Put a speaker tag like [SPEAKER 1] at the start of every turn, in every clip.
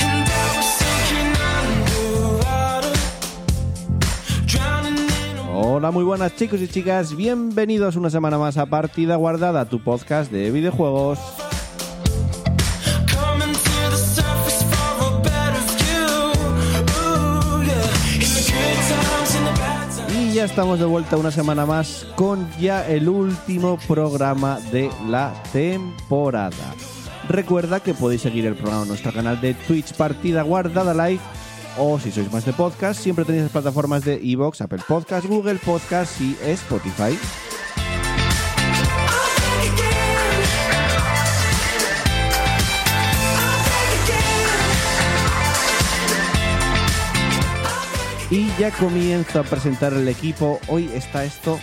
[SPEAKER 1] And I was sinking underwater, drowning in a
[SPEAKER 2] Hola, muy buenas chicos y chicas, bienvenidos una semana más a Partida Guardada, tu podcast de videojuegos.
[SPEAKER 1] coming to the surface for a better view. Ooh, yeah. In the good times, in the bad times.
[SPEAKER 2] Y ya estamos de vuelta una semana más con ya el último programa de la temporada. Recuerda que podéis seguir el programa en nuestro canal de Twitch Partida Guardada Live. O si sois más de podcast, siempre tenéis las plataformas de Evox, Apple Podcast, Google Podcast y Spotify.
[SPEAKER 1] I'll think again. I'll think again.
[SPEAKER 2] Y ya comienzo a presentar el equipo. Hoy está esto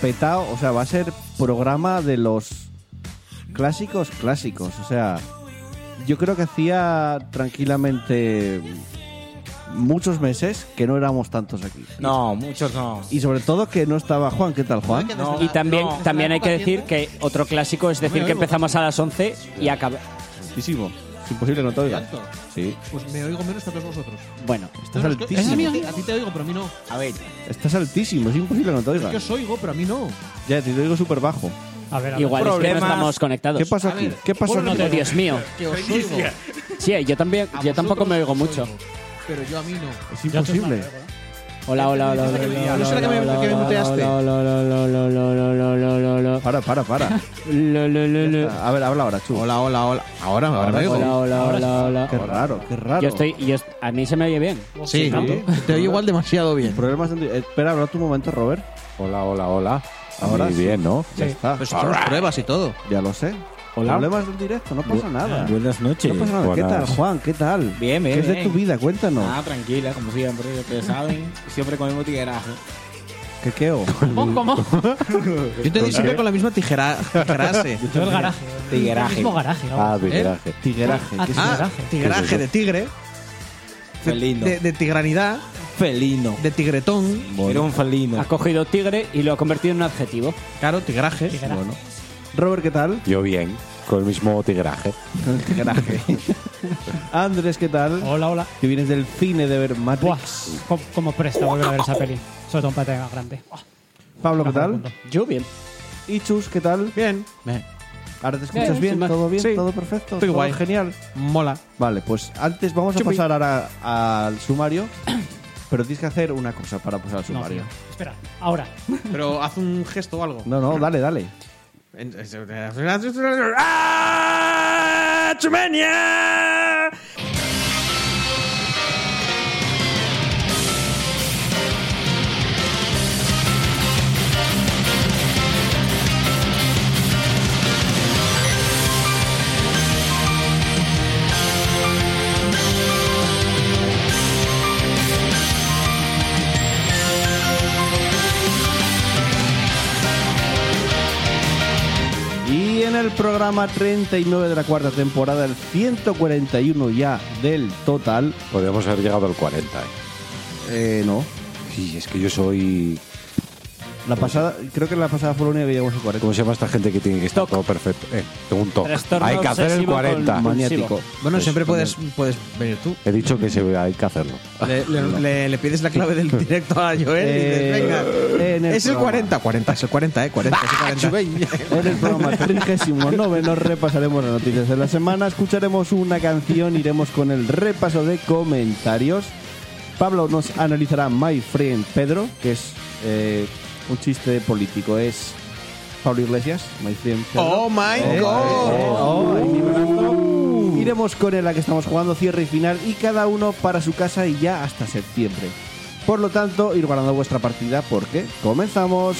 [SPEAKER 2] petado, o sea, va a ser programa de los clásicos clásicos. O sea, yo creo que hacía tranquilamente muchos meses que no éramos tantos aquí.
[SPEAKER 3] No, muchos no.
[SPEAKER 2] Y sobre todo que no estaba Juan. ¿Qué tal, Juan?
[SPEAKER 4] Y también, también hay que decir que otro clásico es decir que empezamos a las 11 y acaba.
[SPEAKER 2] Altísimo. Es imposible que no te oiga.
[SPEAKER 5] Exacto.
[SPEAKER 2] Sí.
[SPEAKER 5] Pues me oigo menos que a todos vosotros.
[SPEAKER 4] Bueno,
[SPEAKER 2] Estás
[SPEAKER 5] No, no, es que- es
[SPEAKER 2] altísimo.
[SPEAKER 5] que A ti te oigo, pero a mí no.
[SPEAKER 3] A ver,
[SPEAKER 2] Estás altísimo. Es imposible que no te oiga.
[SPEAKER 5] Yo os oigo, pero a mí no.
[SPEAKER 2] Ya, te digo súper bajo.
[SPEAKER 4] igual es que no
[SPEAKER 3] problemas.
[SPEAKER 4] estamos conectados.
[SPEAKER 2] ¿Qué pasa
[SPEAKER 5] A
[SPEAKER 2] aquí?
[SPEAKER 5] ver,
[SPEAKER 2] ¿Qué pasa
[SPEAKER 4] Uno de-
[SPEAKER 2] aquí?
[SPEAKER 4] Dios mío.
[SPEAKER 5] Que os oigo.
[SPEAKER 4] Sí, eh, yo también,
[SPEAKER 5] A
[SPEAKER 4] yo tampoco
[SPEAKER 5] vosotros
[SPEAKER 4] me oigo
[SPEAKER 5] os
[SPEAKER 4] mucho.
[SPEAKER 5] oigo, Pero yo a mí no.
[SPEAKER 2] Es imposible.
[SPEAKER 4] Hola, hola, hola, hola, hola,
[SPEAKER 5] ¿No será que me-
[SPEAKER 4] hola,
[SPEAKER 5] que me
[SPEAKER 4] hola,
[SPEAKER 5] muteaste?
[SPEAKER 4] hola, hola, hola, hola, hola, hola, hola, hola, hola.
[SPEAKER 2] Para, para, para.
[SPEAKER 4] Lo, lo, lo, lo.
[SPEAKER 2] A ver, habla ahora, tú.
[SPEAKER 6] Hola, hola, hola. Ahora, ahora me oigo.
[SPEAKER 4] Hola, hola, hola, hola.
[SPEAKER 2] Qué raro, qué raro.
[SPEAKER 4] Yo estoy, yo est- a mí se me oye bien.
[SPEAKER 6] Sí, te oigo igual demasiado bien.
[SPEAKER 2] Problemas en- eh, Espera, habla tu momento, Robert.
[SPEAKER 7] Hola, hola, hola.
[SPEAKER 2] Ahora
[SPEAKER 7] Ahora
[SPEAKER 2] sí.
[SPEAKER 7] bien, ¿no?
[SPEAKER 2] Ya está.
[SPEAKER 6] Pues hicimos pruebas y todo.
[SPEAKER 2] ya lo sé.
[SPEAKER 7] Hola.
[SPEAKER 2] Problemas en directo, no pasa nada.
[SPEAKER 3] buenas noches.
[SPEAKER 2] No pasa nada. ¿Qué tal,
[SPEAKER 7] Buenas.
[SPEAKER 2] Juan? ¿Qué tal?
[SPEAKER 3] Bien, bien,
[SPEAKER 2] ¿Qué es de
[SPEAKER 3] bien.
[SPEAKER 2] tu vida? Cuéntanos.
[SPEAKER 3] Ah, tranquila, como siempre, ustedes saben. Siempre con el mismo tiguerazo.
[SPEAKER 2] ¿Qué queo?
[SPEAKER 5] ¿Cómo? ¿Cómo?
[SPEAKER 6] Yo te di siempre con la misma tijera, tijerase.
[SPEAKER 8] Yo el garaje.
[SPEAKER 3] Tigueraje.
[SPEAKER 8] El mismo garaje, ¿no?
[SPEAKER 7] Ah, vibraje.
[SPEAKER 2] Tigueraje.
[SPEAKER 8] Ah,
[SPEAKER 2] ¿Qué es-
[SPEAKER 6] Ah,
[SPEAKER 8] Tigraje.
[SPEAKER 6] tigraje de tigre,
[SPEAKER 3] Felino.
[SPEAKER 6] de, de tigranidad,
[SPEAKER 3] Felino.
[SPEAKER 6] de tigretón.
[SPEAKER 3] Era un
[SPEAKER 4] Ha
[SPEAKER 3] felino.
[SPEAKER 4] cogido tigre y lo ha convertido en un adjetivo.
[SPEAKER 6] Claro, tigraje.
[SPEAKER 8] Tijera.
[SPEAKER 6] Bueno.
[SPEAKER 2] Robert, ¿qué tal?
[SPEAKER 7] Yo bien, con el mismo tigraje.
[SPEAKER 2] Tigueraje. Andrés, ¿qué tal?
[SPEAKER 8] Hola, hola.
[SPEAKER 2] Que vienes del cine de ver Matrix.
[SPEAKER 8] Buah, co- como presta volver a ver esa peli. Sobre todo un pantalla más grande. Buah,
[SPEAKER 2] Pablo, ¿qué
[SPEAKER 8] mejor
[SPEAKER 2] tal?
[SPEAKER 8] mundo.
[SPEAKER 4] Yo bien.
[SPEAKER 2] Y Chus, ¿qué tal?
[SPEAKER 6] Bien.
[SPEAKER 2] Ahora te escuchas
[SPEAKER 4] Bien,
[SPEAKER 2] bien,
[SPEAKER 4] sin más.
[SPEAKER 2] todo bien,
[SPEAKER 6] Sí.
[SPEAKER 2] todo perfecto,
[SPEAKER 6] Estoy
[SPEAKER 2] todo
[SPEAKER 6] guay.
[SPEAKER 2] genial.
[SPEAKER 6] Mola.
[SPEAKER 2] Vale, pues antes vamos a
[SPEAKER 6] Chupi.
[SPEAKER 2] pasar ahora al sumario, pero tienes que hacer una cosa para pasar al
[SPEAKER 8] No,
[SPEAKER 2] sumario.
[SPEAKER 8] tío. Espera, ahora.
[SPEAKER 6] Pero haz un gesto o algo.
[SPEAKER 2] No, no, dale, dale.
[SPEAKER 6] En- es- ¡Ah! ¡Chumenia!
[SPEAKER 2] Y en el programa 39 de la cuarta temporada, el 141 ya del total,
[SPEAKER 7] Podríamos haber llegado al 40. ¿eh?
[SPEAKER 2] eh, no.
[SPEAKER 7] Y es que yo soy.
[SPEAKER 2] La pasada, creo que la pasada fue la única que llegamos al 40.
[SPEAKER 7] ¿Cómo se llama esta gente que tiene que estar
[SPEAKER 4] Toc.
[SPEAKER 7] todo perfecto? Eh, tengo un toque.
[SPEAKER 4] Trastorno
[SPEAKER 7] Hay que hacer el
[SPEAKER 4] obsesivo
[SPEAKER 7] 40.
[SPEAKER 4] con-
[SPEAKER 2] Maniático.
[SPEAKER 6] Bueno,
[SPEAKER 7] Pues
[SPEAKER 6] siempre
[SPEAKER 7] también.
[SPEAKER 6] puedes, puedes venir tú.
[SPEAKER 7] He dicho que se hay que hacerlo.
[SPEAKER 2] Ah,
[SPEAKER 6] Le, le- le- le pides la clave del directo a Joel y
[SPEAKER 2] Eh,
[SPEAKER 6] dices,
[SPEAKER 2] en
[SPEAKER 6] venga.
[SPEAKER 2] el
[SPEAKER 6] Es el
[SPEAKER 2] programa.
[SPEAKER 6] 40. 40, es el 40, eh. 40, es el 40.
[SPEAKER 2] En el programa 39 nos repasaremos las noticias de la semana, escucharemos una canción, iremos con el repaso de comentarios. Pablo nos analizará My Friend Pedro, que es eh, un chiste político, es Pablo Iglesias, My Friend Pedro.
[SPEAKER 6] Oh my
[SPEAKER 2] Eh,
[SPEAKER 6] god.
[SPEAKER 2] eh, oh, ahí mi brazo. Iremos con el a que estamos jugando cierre y final y cada uno para su casa y ya hasta septiembre. Por lo tanto, ir guardando vuestra partida porque comenzamos.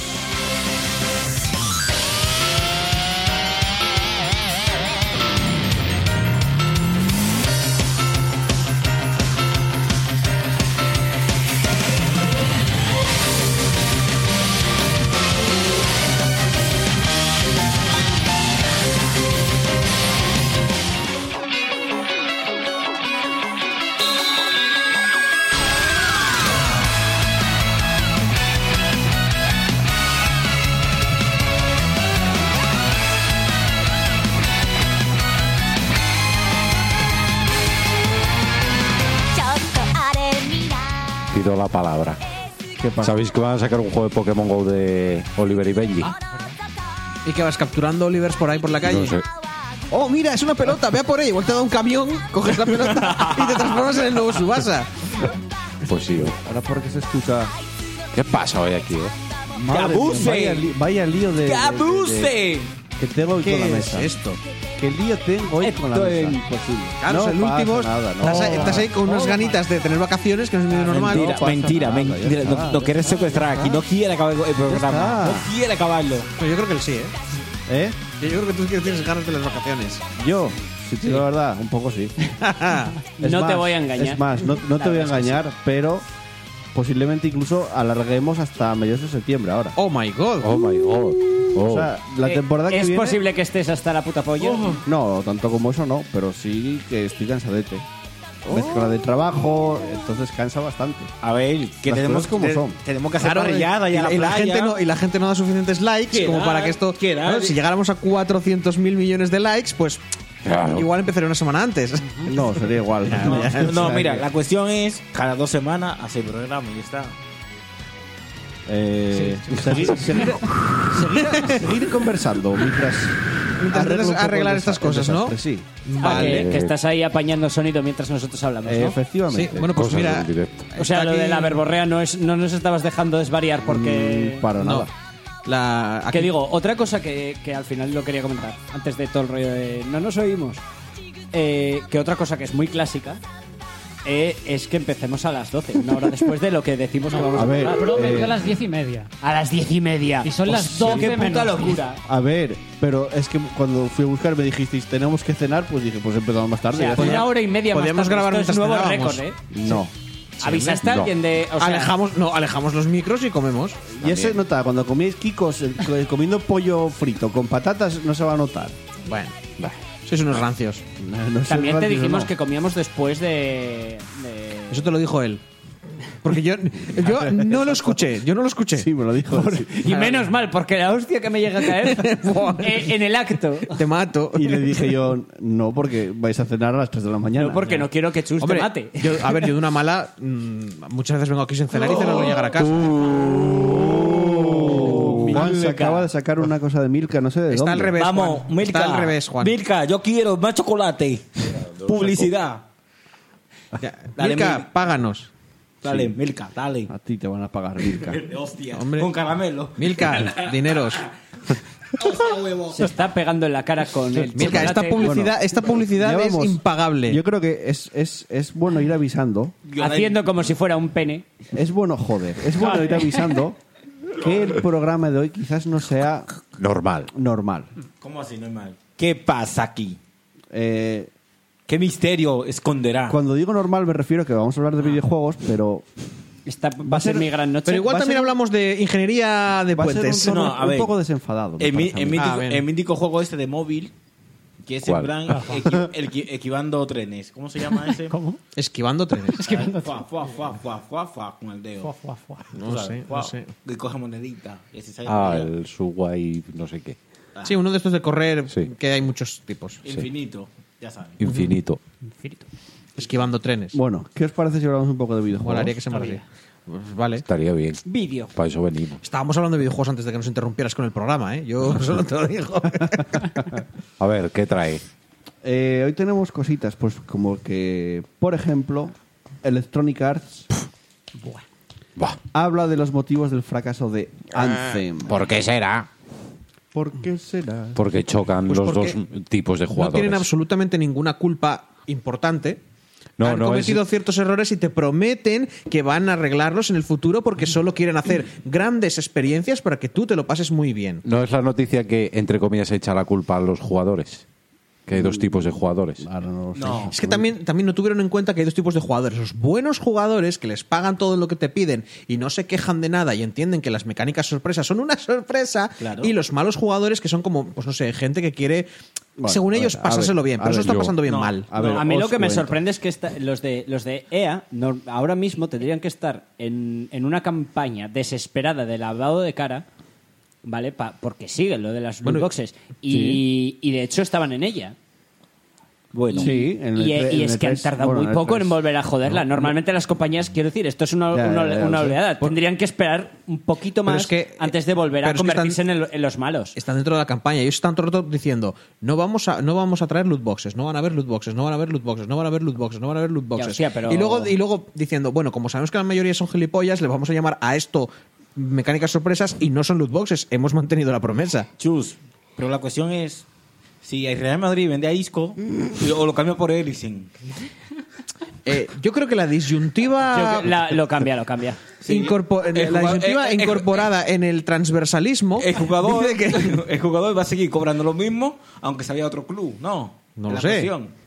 [SPEAKER 7] pido la palabra.
[SPEAKER 2] ¿Qué pasa?
[SPEAKER 7] ¿Sabéis que van a sacar un juego de Pokémon Go de Oliver y Benji?
[SPEAKER 6] ¿Y que vas capturando Olivers por ahí por la calle?
[SPEAKER 7] No sé.
[SPEAKER 6] Oh, mira, es una pelota, vea por ahí. Igual te da un camión, coges la pelota y te transformas en el nuevo Subasa.
[SPEAKER 7] Pues sí. ¿eh?
[SPEAKER 2] Ahora porque se escucha.
[SPEAKER 7] ¿Qué pasa hoy aquí, eh?
[SPEAKER 2] Madre mía,
[SPEAKER 3] abuse!
[SPEAKER 2] vaya, li- vaya lío de. de- de- de-
[SPEAKER 3] ¡Cabuse!
[SPEAKER 2] que tengo hoy con la
[SPEAKER 6] ¿Qué es
[SPEAKER 2] mesa.
[SPEAKER 6] esto?
[SPEAKER 2] ¿Qué lío tengo hoy con la
[SPEAKER 3] Esto es
[SPEAKER 2] mesa?
[SPEAKER 3] imposible.
[SPEAKER 6] Carlos,
[SPEAKER 2] No
[SPEAKER 6] el
[SPEAKER 2] pasa
[SPEAKER 6] último.
[SPEAKER 2] nada, no Ah,
[SPEAKER 6] estás,
[SPEAKER 2] pasa
[SPEAKER 6] ahí- estás ahí con unas ganitas de tener vacaciones que no es medio normal.
[SPEAKER 3] Mentira,
[SPEAKER 2] pasa
[SPEAKER 3] mentira,
[SPEAKER 2] nada,
[SPEAKER 3] mentira.
[SPEAKER 2] ya está,
[SPEAKER 3] No, no
[SPEAKER 2] ya
[SPEAKER 3] quieres
[SPEAKER 2] está,
[SPEAKER 3] secuestrar
[SPEAKER 2] ya
[SPEAKER 3] aquí,
[SPEAKER 2] está.
[SPEAKER 3] no quiere acabar el programa.
[SPEAKER 2] Ya
[SPEAKER 3] No
[SPEAKER 2] está.
[SPEAKER 3] quiere acabarlo.
[SPEAKER 6] Pero yo creo que él sí, ¿eh?
[SPEAKER 2] ¿Eh?
[SPEAKER 6] Yo creo que tú sí que tienes ganas de las vacaciones.
[SPEAKER 2] Yo, si te digo la verdad, un poco sí.
[SPEAKER 9] No te voy a engañar.
[SPEAKER 2] Es más, no, no te voy a engañar, pero posiblemente incluso alarguemos hasta mediados de septiembre ahora.
[SPEAKER 6] oh my god.
[SPEAKER 7] Oh my god. Oh.
[SPEAKER 2] O sea, la
[SPEAKER 9] Eh,
[SPEAKER 2] temporada que
[SPEAKER 9] ¿Es
[SPEAKER 2] viene.
[SPEAKER 9] posible que estés hasta la puta polla?
[SPEAKER 2] No, tanto como eso no, pero sí que estoy cansadete. Mezcla de trabajo, entonces cansa bastante.
[SPEAKER 3] A ver, que
[SPEAKER 2] Las
[SPEAKER 3] tenemos
[SPEAKER 2] cosas como
[SPEAKER 3] te-
[SPEAKER 2] son.
[SPEAKER 3] Tenemos que hacer
[SPEAKER 6] Claro,
[SPEAKER 3] parrillada y a la,
[SPEAKER 6] y la
[SPEAKER 3] playa.
[SPEAKER 6] gente no, y la gente no da suficientes likes
[SPEAKER 3] ¿Qué
[SPEAKER 6] como
[SPEAKER 3] da?
[SPEAKER 6] para que esto.
[SPEAKER 3] ¿Qué da?
[SPEAKER 6] Claro, si llegáramos a 400 mil millones de likes, pues
[SPEAKER 7] Claro.
[SPEAKER 6] igual empezaré una semana antes.
[SPEAKER 2] No, sería igual.
[SPEAKER 3] No,
[SPEAKER 2] O sea
[SPEAKER 3] no,
[SPEAKER 2] que,
[SPEAKER 3] mira, la cuestión es cada dos semanas hacer programa y ya está.
[SPEAKER 2] eh, seguir, seguir- seguir- seguir conversando mientras.
[SPEAKER 6] Mientras
[SPEAKER 2] arreglo un poco
[SPEAKER 6] arreglar
[SPEAKER 2] el
[SPEAKER 6] estas
[SPEAKER 2] desa-
[SPEAKER 6] cosas,
[SPEAKER 2] el
[SPEAKER 6] ¿no?
[SPEAKER 2] desastre, Sí,
[SPEAKER 9] Ah, que-
[SPEAKER 7] Vale.
[SPEAKER 9] que, estás ahí apañando sonido mientras nosotros hablamos,
[SPEAKER 2] Eh,
[SPEAKER 9] ¿no?
[SPEAKER 2] efectivamente.
[SPEAKER 6] Sí, bueno, pues
[SPEAKER 7] Cosas
[SPEAKER 6] mira.
[SPEAKER 7] del directo.
[SPEAKER 9] O sea,
[SPEAKER 6] está
[SPEAKER 9] lo de
[SPEAKER 6] aquí-
[SPEAKER 9] la verborrea no, es, no nos estabas dejando desvariar porque...
[SPEAKER 2] Mm, Para
[SPEAKER 6] No.
[SPEAKER 2] nada.
[SPEAKER 6] La, aquí-
[SPEAKER 9] Que digo, otra cosa que, que al final lo quería comentar, antes de todo el rollo de no nos oímos, eh, que otra cosa que es muy clásica eh, es que empecemos a las 12, una hora después de lo que decimos que vamos a,
[SPEAKER 2] A ver,
[SPEAKER 8] La
[SPEAKER 9] empezar.
[SPEAKER 8] pro
[SPEAKER 2] eh,
[SPEAKER 8] empezó a las diez y media.
[SPEAKER 9] A las diez y media.
[SPEAKER 8] Y son las
[SPEAKER 9] Hostia,
[SPEAKER 8] 12
[SPEAKER 9] ¡Qué puta
[SPEAKER 8] menos
[SPEAKER 9] locura!
[SPEAKER 2] A ver, pero es que cuando fui a buscar me dijisteis tenemos que cenar, pues dije pues empezamos más
[SPEAKER 9] O
[SPEAKER 2] tarde.
[SPEAKER 9] sea,
[SPEAKER 2] ya está.
[SPEAKER 9] una hora y media más
[SPEAKER 6] Podíamos
[SPEAKER 9] tarde.
[SPEAKER 6] grabar
[SPEAKER 9] Esto es nuevo
[SPEAKER 6] mientras
[SPEAKER 9] récord, ¿eh?
[SPEAKER 6] cenábamos.
[SPEAKER 2] No.
[SPEAKER 9] ¿Avisaste a
[SPEAKER 7] No.
[SPEAKER 9] alguien de...? o sea,
[SPEAKER 6] alejamos, no, alejamos los micros y comemos.
[SPEAKER 2] Ya se
[SPEAKER 6] También.
[SPEAKER 2] nota, cuando coméis kikos eh, co- comiendo pollo frito con patatas no se va a notar.
[SPEAKER 6] Bueno, sois unos rancios.
[SPEAKER 2] No- no sé
[SPEAKER 9] También te
[SPEAKER 2] rápido,
[SPEAKER 9] dijimos
[SPEAKER 2] no.
[SPEAKER 9] que comíamos después de... de-
[SPEAKER 6] Eso te lo dijo él. Porque yo, yo no lo escuché, yo no lo escuché.
[SPEAKER 2] Sí, me lo dijo. sí.
[SPEAKER 9] Y menos mal, porque la hostia que me llega a caer
[SPEAKER 6] Buah.
[SPEAKER 9] eh, en el acto.
[SPEAKER 6] Te mato.
[SPEAKER 2] Y le dije yo, no, porque vais a cenar a las 3 de la mañana.
[SPEAKER 9] No, porque no quiero que
[SPEAKER 2] Pues
[SPEAKER 9] Chus
[SPEAKER 6] Hombre,
[SPEAKER 9] te mate.
[SPEAKER 6] yo- a ver, yo de una mala, mm, muchas veces vengo aquí sin cenar y cenar no llegar a casa.
[SPEAKER 2] Juan se
[SPEAKER 9] Milka.
[SPEAKER 2] acaba de sacar una cosa de Milka, no sé de
[SPEAKER 6] Está al
[SPEAKER 2] dónde.
[SPEAKER 6] revés. Juan.
[SPEAKER 3] Vamos, Milka.
[SPEAKER 6] Está al revés, Juan.
[SPEAKER 3] Milka, yo quiero más chocolate. Publicidad.
[SPEAKER 6] Ya,
[SPEAKER 3] Dale,
[SPEAKER 6] Milka,
[SPEAKER 3] Mil.
[SPEAKER 6] páganos.
[SPEAKER 3] Dale, Milka, dale.
[SPEAKER 2] A ti te van a pagar Milka.
[SPEAKER 3] Hostia,
[SPEAKER 6] Hombre.
[SPEAKER 3] con caramelo.
[SPEAKER 6] Milka, dineros.
[SPEAKER 9] Se está pegando en la cara con el
[SPEAKER 6] Milka, esta
[SPEAKER 9] chocolate.
[SPEAKER 6] publicidad, esta publicidad
[SPEAKER 2] Ya
[SPEAKER 6] es
[SPEAKER 2] vamos.
[SPEAKER 6] impagable.
[SPEAKER 2] Yo creo que es, es, es bueno ir avisando.
[SPEAKER 9] Haciendo como si fuera un pene.
[SPEAKER 2] Es bueno joder. Es bueno ir avisando que el programa de hoy quizás no sea
[SPEAKER 7] Normal.
[SPEAKER 2] normal.
[SPEAKER 3] ¿Cómo así, normal? ¿Qué pasa aquí?
[SPEAKER 2] Eh,
[SPEAKER 3] ¿Qué misterio esconderá?
[SPEAKER 2] cuando digo normal me refiero a que vamos a hablar de videojuegos, pero
[SPEAKER 9] Esta va a ser mi gran noche.
[SPEAKER 6] Pero igual
[SPEAKER 2] va a
[SPEAKER 6] también
[SPEAKER 2] ser-
[SPEAKER 6] hablamos de ingeniería de
[SPEAKER 2] va a ser un,
[SPEAKER 6] puentes.
[SPEAKER 2] tono
[SPEAKER 3] No, a
[SPEAKER 2] un
[SPEAKER 3] ver.
[SPEAKER 2] poco desenfadado. me
[SPEAKER 3] El, mi-
[SPEAKER 2] parece a
[SPEAKER 3] el
[SPEAKER 2] mí.
[SPEAKER 3] mítico,
[SPEAKER 6] Ah, bien.
[SPEAKER 3] el mítico juego este de móvil, que es
[SPEAKER 7] ¿Cuál?
[SPEAKER 3] en plan equi- el qui- esquivando trenes. ¿Cómo se llama ese? ¿Cómo?
[SPEAKER 6] Esquivando trenes.
[SPEAKER 3] Fua, fua, fua, fua, fua, fua, con el dedo.
[SPEAKER 6] No sé, no sé.
[SPEAKER 3] Que coge monedita. Y así sale
[SPEAKER 7] Ah,
[SPEAKER 3] moneda.
[SPEAKER 7] el Subway, no sé qué.
[SPEAKER 6] Sí, uno de estos de correr,
[SPEAKER 7] Sí.
[SPEAKER 6] que hay muchos tipos.
[SPEAKER 3] Infinito, ya saben.
[SPEAKER 7] Infinito.
[SPEAKER 6] Esquivando trenes.
[SPEAKER 2] Bueno, ¿qué os parece si hablamos un poco de videojuegos?
[SPEAKER 6] Molaría que se así. Pues vale.
[SPEAKER 7] Estaría bien.
[SPEAKER 9] Vídeo.
[SPEAKER 7] Para eso venimos.
[SPEAKER 6] Estábamos hablando de videojuegos antes de que nos interrumpieras con el programa, ¿eh? Yo solo te lo digo.
[SPEAKER 7] A ver, ¿qué trae?
[SPEAKER 2] Eh, hoy tenemos cositas, pues como que, por ejemplo, Electronic Arts
[SPEAKER 7] Buah.
[SPEAKER 2] habla de los motivos del fracaso de
[SPEAKER 6] Ah,
[SPEAKER 2] Anthem.
[SPEAKER 7] ¿Por qué será?
[SPEAKER 2] ¿Por qué será?
[SPEAKER 7] Porque chocan
[SPEAKER 6] Pues
[SPEAKER 7] los
[SPEAKER 6] porque
[SPEAKER 7] dos tipos de
[SPEAKER 6] no
[SPEAKER 7] jugadores.
[SPEAKER 6] tienen absolutamente ninguna culpa importante.
[SPEAKER 7] No,
[SPEAKER 6] Han
[SPEAKER 7] no,
[SPEAKER 6] cometido
[SPEAKER 7] es-
[SPEAKER 6] ciertos errores y te prometen que van a arreglarlos en el futuro porque solo quieren hacer grandes experiencias para que tú te lo pases muy bien.
[SPEAKER 7] No es la noticia que, entre comillas, echa la culpa a los jugadores. Que hay dos tipos de jugadores.
[SPEAKER 2] Ahora no lo sé.
[SPEAKER 3] No.
[SPEAKER 6] Es que también, también no tuvieron en cuenta que hay dos tipos de jugadores. Los buenos jugadores que les pagan todo lo que te piden y no se quejan de nada y entienden que las mecánicas sorpresas son una sorpresa.
[SPEAKER 3] Claro.
[SPEAKER 6] Y los malos jugadores que son como, pues no sé, gente que quiere,
[SPEAKER 2] Bueno,
[SPEAKER 6] según
[SPEAKER 2] a
[SPEAKER 6] ellos,
[SPEAKER 2] ver, a
[SPEAKER 6] pasárselo
[SPEAKER 2] ver,
[SPEAKER 6] bien.
[SPEAKER 2] a
[SPEAKER 6] Pero eso
[SPEAKER 2] ver,
[SPEAKER 6] está
[SPEAKER 7] yo-
[SPEAKER 6] pasando bien
[SPEAKER 3] no.
[SPEAKER 6] mal.
[SPEAKER 2] A ver,
[SPEAKER 9] a mí lo
[SPEAKER 2] os
[SPEAKER 9] que me
[SPEAKER 2] cuento.
[SPEAKER 9] sorprende es que esta- los, de, los de EA no- ahora mismo tendrían que estar en, en una campaña desesperada de lavado de cara, ¿vale? Pa- porque siguen lo de las loot
[SPEAKER 6] Bueno,
[SPEAKER 9] boxes. Y, y de hecho estaban en ella.
[SPEAKER 2] Bueno, sí, en el
[SPEAKER 9] y,
[SPEAKER 2] tre-
[SPEAKER 9] y
[SPEAKER 2] en
[SPEAKER 9] es
[SPEAKER 2] el E
[SPEAKER 9] que han
[SPEAKER 2] tres-
[SPEAKER 9] tardado
[SPEAKER 2] bueno, en
[SPEAKER 9] muy
[SPEAKER 2] el
[SPEAKER 9] poco
[SPEAKER 2] tres.
[SPEAKER 9] en volver a joderla. Normalmente las compañías, quiero decir, esto es una,
[SPEAKER 2] Ya,
[SPEAKER 9] una,
[SPEAKER 2] ya, ya,
[SPEAKER 9] una
[SPEAKER 2] lo sé.
[SPEAKER 9] oleada. Tendrían que esperar un poquito
[SPEAKER 6] Pero
[SPEAKER 9] más
[SPEAKER 6] es que-
[SPEAKER 9] antes de volver a
[SPEAKER 6] pero es que están-
[SPEAKER 9] convertirse en, el- en los malos.
[SPEAKER 6] Están dentro de la campaña. Ellos están todo el rato diciendo, no vamos, a, no vamos a traer loot boxes, no van a haber loot boxes, no van a haber loot boxes, no van a haber loot boxes, no van a haber loot boxes.
[SPEAKER 9] hostia, pero-
[SPEAKER 6] y, luego, y luego diciendo, bueno, como sabemos que la mayoría son gilipollas, le vamos a llamar a esto mecánicas sorpresas y no son loot boxes. Hemos mantenido la promesa.
[SPEAKER 3] Chus. Pero la cuestión es: si el Real Madrid vende a Isco y- o lo cambia por Eriksen.
[SPEAKER 6] Eh, yo creo que la disyuntiva...
[SPEAKER 9] Yo- la- lo cambia, lo cambia.
[SPEAKER 6] incorpo-
[SPEAKER 3] El
[SPEAKER 6] la
[SPEAKER 3] jugador-
[SPEAKER 6] disyuntiva
[SPEAKER 3] eh, eh, eh,
[SPEAKER 6] incorporada en el transversalismo
[SPEAKER 3] El jugador,
[SPEAKER 6] dice que-
[SPEAKER 3] el jugador va a seguir cobrando lo mismo, aunque se vaya a otro club. No.
[SPEAKER 6] No
[SPEAKER 3] La
[SPEAKER 6] lo sé.
[SPEAKER 3] cuestión.